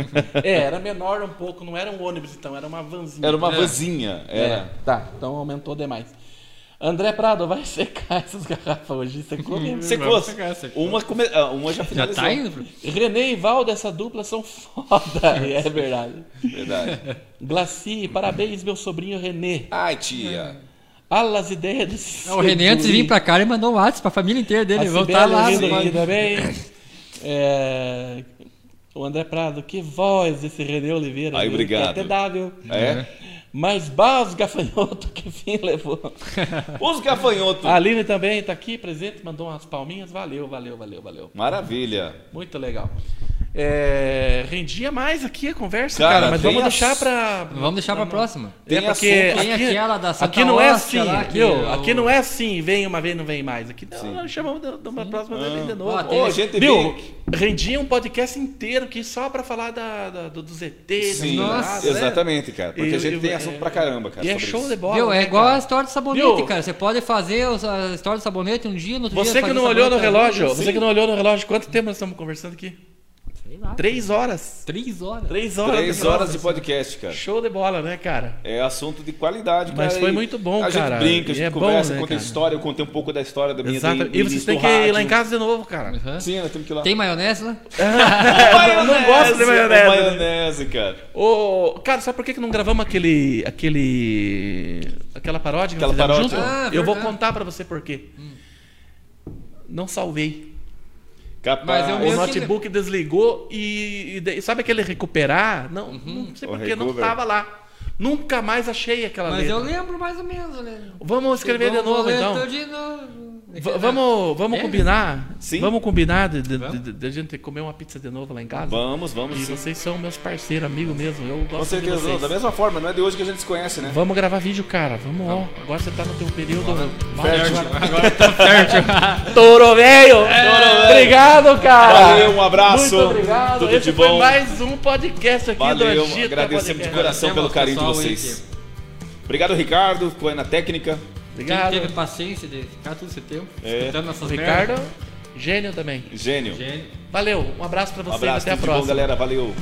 Speaker 1: é, era menor um pouco, não era um ônibus então, era uma vanzinha.
Speaker 2: Era uma vozinha. Era.
Speaker 1: É, tá, então aumentou demais. André Prado, vai secar essas garrafas hoje, é secou mesmo.
Speaker 2: Secou.
Speaker 3: Secar, secou.
Speaker 2: Uma, come... ah, uma já
Speaker 3: Já
Speaker 2: finalizou.
Speaker 3: tá indo, pro-
Speaker 1: René e Val dessa dupla são foda, é verdade.
Speaker 2: Verdade.
Speaker 1: Glaci, parabéns, meu sobrinho Renê.
Speaker 2: Ai, tia.
Speaker 1: Alas ideias desse.
Speaker 3: Não, o René antes de vir pra cá, ele mandou um WhatsApp pra família inteira dele.
Speaker 1: A
Speaker 2: é
Speaker 3: Voltar lá.
Speaker 1: Sibeli rindo
Speaker 3: mano.
Speaker 1: aqui também. É, O André Prado, que voz esse René Oliveira.
Speaker 2: Ai,
Speaker 1: né?
Speaker 2: obrigado.
Speaker 1: Que até dá, viu?
Speaker 2: É?
Speaker 1: Mas bas gafanhoto, que fim levou.
Speaker 2: Os gafanhotos.
Speaker 1: A Aline também tá aqui presente, mandou umas palminhas. Valeu, valeu, valeu, valeu.
Speaker 2: Maravilha.
Speaker 1: Muito legal. É, rendia mais aqui a conversa,
Speaker 2: Cara,
Speaker 1: cara, mas
Speaker 2: tem
Speaker 1: vamos
Speaker 2: as-
Speaker 1: deixar pra.
Speaker 3: Vamos deixar
Speaker 2: Tá
Speaker 3: pra próxima.
Speaker 1: É
Speaker 2: Tem
Speaker 1: porque
Speaker 2: assunto.
Speaker 1: aqui,
Speaker 3: Tem aquela da Santa
Speaker 1: aqui não é
Speaker 3: Hóstia
Speaker 1: assim,
Speaker 3: lá, que
Speaker 1: viu?
Speaker 3: o-
Speaker 1: Aqui não é assim, vem uma vez, não vem mais. Aqui não, nós chamamos de, de uma próxima vez de novo.
Speaker 3: Ó,
Speaker 2: Ô,
Speaker 3: Tem-
Speaker 2: gente
Speaker 1: Viu?
Speaker 2: viu?
Speaker 1: Rendia um podcast inteiro aqui só pra falar da, da- do, dos ETs.
Speaker 2: Sim,
Speaker 1: é.
Speaker 3: Nossa,
Speaker 2: exatamente, cara. Porque
Speaker 1: E-
Speaker 2: a gente
Speaker 1: e-
Speaker 2: tem assunto pra caramba, cara.
Speaker 1: né? E é
Speaker 2: sobre
Speaker 1: show
Speaker 2: isso.
Speaker 1: de bola.
Speaker 3: Viu? É
Speaker 1: né,
Speaker 3: igual
Speaker 1: cara?
Speaker 3: a história do sabonete,
Speaker 1: Viu?
Speaker 3: cara. Você pode fazer os- a história do sabonete um dia, no outro dia.
Speaker 1: Você que
Speaker 3: fazer
Speaker 1: não olhou no
Speaker 3: sabonete,
Speaker 1: relógio,
Speaker 3: outra
Speaker 1: você que não olhou no relógio, quanto tempo nós estamos conversando aqui?
Speaker 3: vez. Sei lá.
Speaker 1: Três horas.
Speaker 3: Três horas.
Speaker 1: Três horas.
Speaker 2: Três
Speaker 1: de
Speaker 2: horas de
Speaker 1: programa.
Speaker 2: podcast, cara.
Speaker 1: Show de bola, né, cara?
Speaker 2: É assunto de qualidade, cara.
Speaker 1: Mas foi
Speaker 2: E
Speaker 1: muito bom,
Speaker 2: a
Speaker 1: cara.
Speaker 2: A gente brinca, a
Speaker 1: E
Speaker 2: gente
Speaker 1: é bom,
Speaker 2: conversa,
Speaker 1: né,
Speaker 2: conta
Speaker 1: cara?
Speaker 2: história. Eu contei um pouco da história da minha
Speaker 1: Exato.
Speaker 2: do- do
Speaker 1: E vocês
Speaker 2: início
Speaker 1: têm
Speaker 2: do
Speaker 1: que ir lá em
Speaker 2: rádio.
Speaker 1: casa de novo, cara.
Speaker 3: Aham.
Speaker 2: Sim, nós temos que ir lá.
Speaker 3: Tem maionese né? lá?
Speaker 1: não gosto de maionese.
Speaker 2: é Maionese, cara.
Speaker 1: Ô, cara, sabe por que que não gravamos aquele. aquele. aquela paródia que
Speaker 2: Aquela
Speaker 1: nós fizemos
Speaker 2: paródia.
Speaker 1: junto?
Speaker 3: Ah,
Speaker 1: Eu vou
Speaker 3: verdade. Hum.
Speaker 1: contar pra você por quê. Não salvei.
Speaker 2: Capaz.
Speaker 3: Mas
Speaker 12: é um
Speaker 1: o
Speaker 3: eu mesmo- que-
Speaker 1: notebook desligou e, e de- sabe aquele recuperar? Não,
Speaker 3: Uhum.
Speaker 1: não sei
Speaker 2: O
Speaker 1: porque não
Speaker 2: recover.
Speaker 1: tava lá. Nunca mais achei aquela
Speaker 3: Mas
Speaker 1: letra.
Speaker 3: eu lembro mais ou menos, né?
Speaker 1: Vamos escrever de
Speaker 3: Vamos
Speaker 1: novo
Speaker 3: ler
Speaker 1: então.
Speaker 3: tudo de novo. né? É?
Speaker 1: V- vamos vamos combinar?
Speaker 2: Sim.
Speaker 1: Vamos combinar de, de- de- de a gente comer uma pizza de novo lá em casa?
Speaker 2: Vamos, vamos.
Speaker 1: E
Speaker 12: assim,
Speaker 2: sim. tá
Speaker 1: vocês são meus parceiros, amigos mesmo. Eu gosto
Speaker 12: Com certeza,
Speaker 1: de
Speaker 12: não,
Speaker 1: vocês.
Speaker 12: da mesma forma, não é de hoje que a gente se conhece, né?
Speaker 1: Vamos gravar vídeo, cara. Vamos, ó. Agora você tá no teu período. tá Mal-
Speaker 2: tá
Speaker 13: Touro velho! Obrigado, cara!
Speaker 2: É. Valeu, um abraço.
Speaker 1: Muito obrigado.
Speaker 2: Tudo
Speaker 1: Esse
Speaker 2: de
Speaker 1: foi
Speaker 2: bom.
Speaker 1: mais um podcast aqui do
Speaker 2: Valeu,
Speaker 1: Agita
Speaker 2: agradecemos de
Speaker 1: Podcast.
Speaker 2: coração pelo
Speaker 3: Agradecemos,
Speaker 2: carinho de
Speaker 3: pessoal,
Speaker 2: vocês. Obrigado, Ricardo, que foi na técnica.
Speaker 1: Obrigado. É.
Speaker 3: Quem é teve paciência de ficar todo esse tempo, escutando nossas
Speaker 1: Ricardo, gênio também.
Speaker 2: Gênio.
Speaker 3: merda. Gênio.
Speaker 1: Valeu, um abraço pra
Speaker 2: Um
Speaker 1: vocês.
Speaker 2: abraço,
Speaker 1: até a
Speaker 2: tudo de bom,
Speaker 1: próxima.
Speaker 2: galera. Valeu.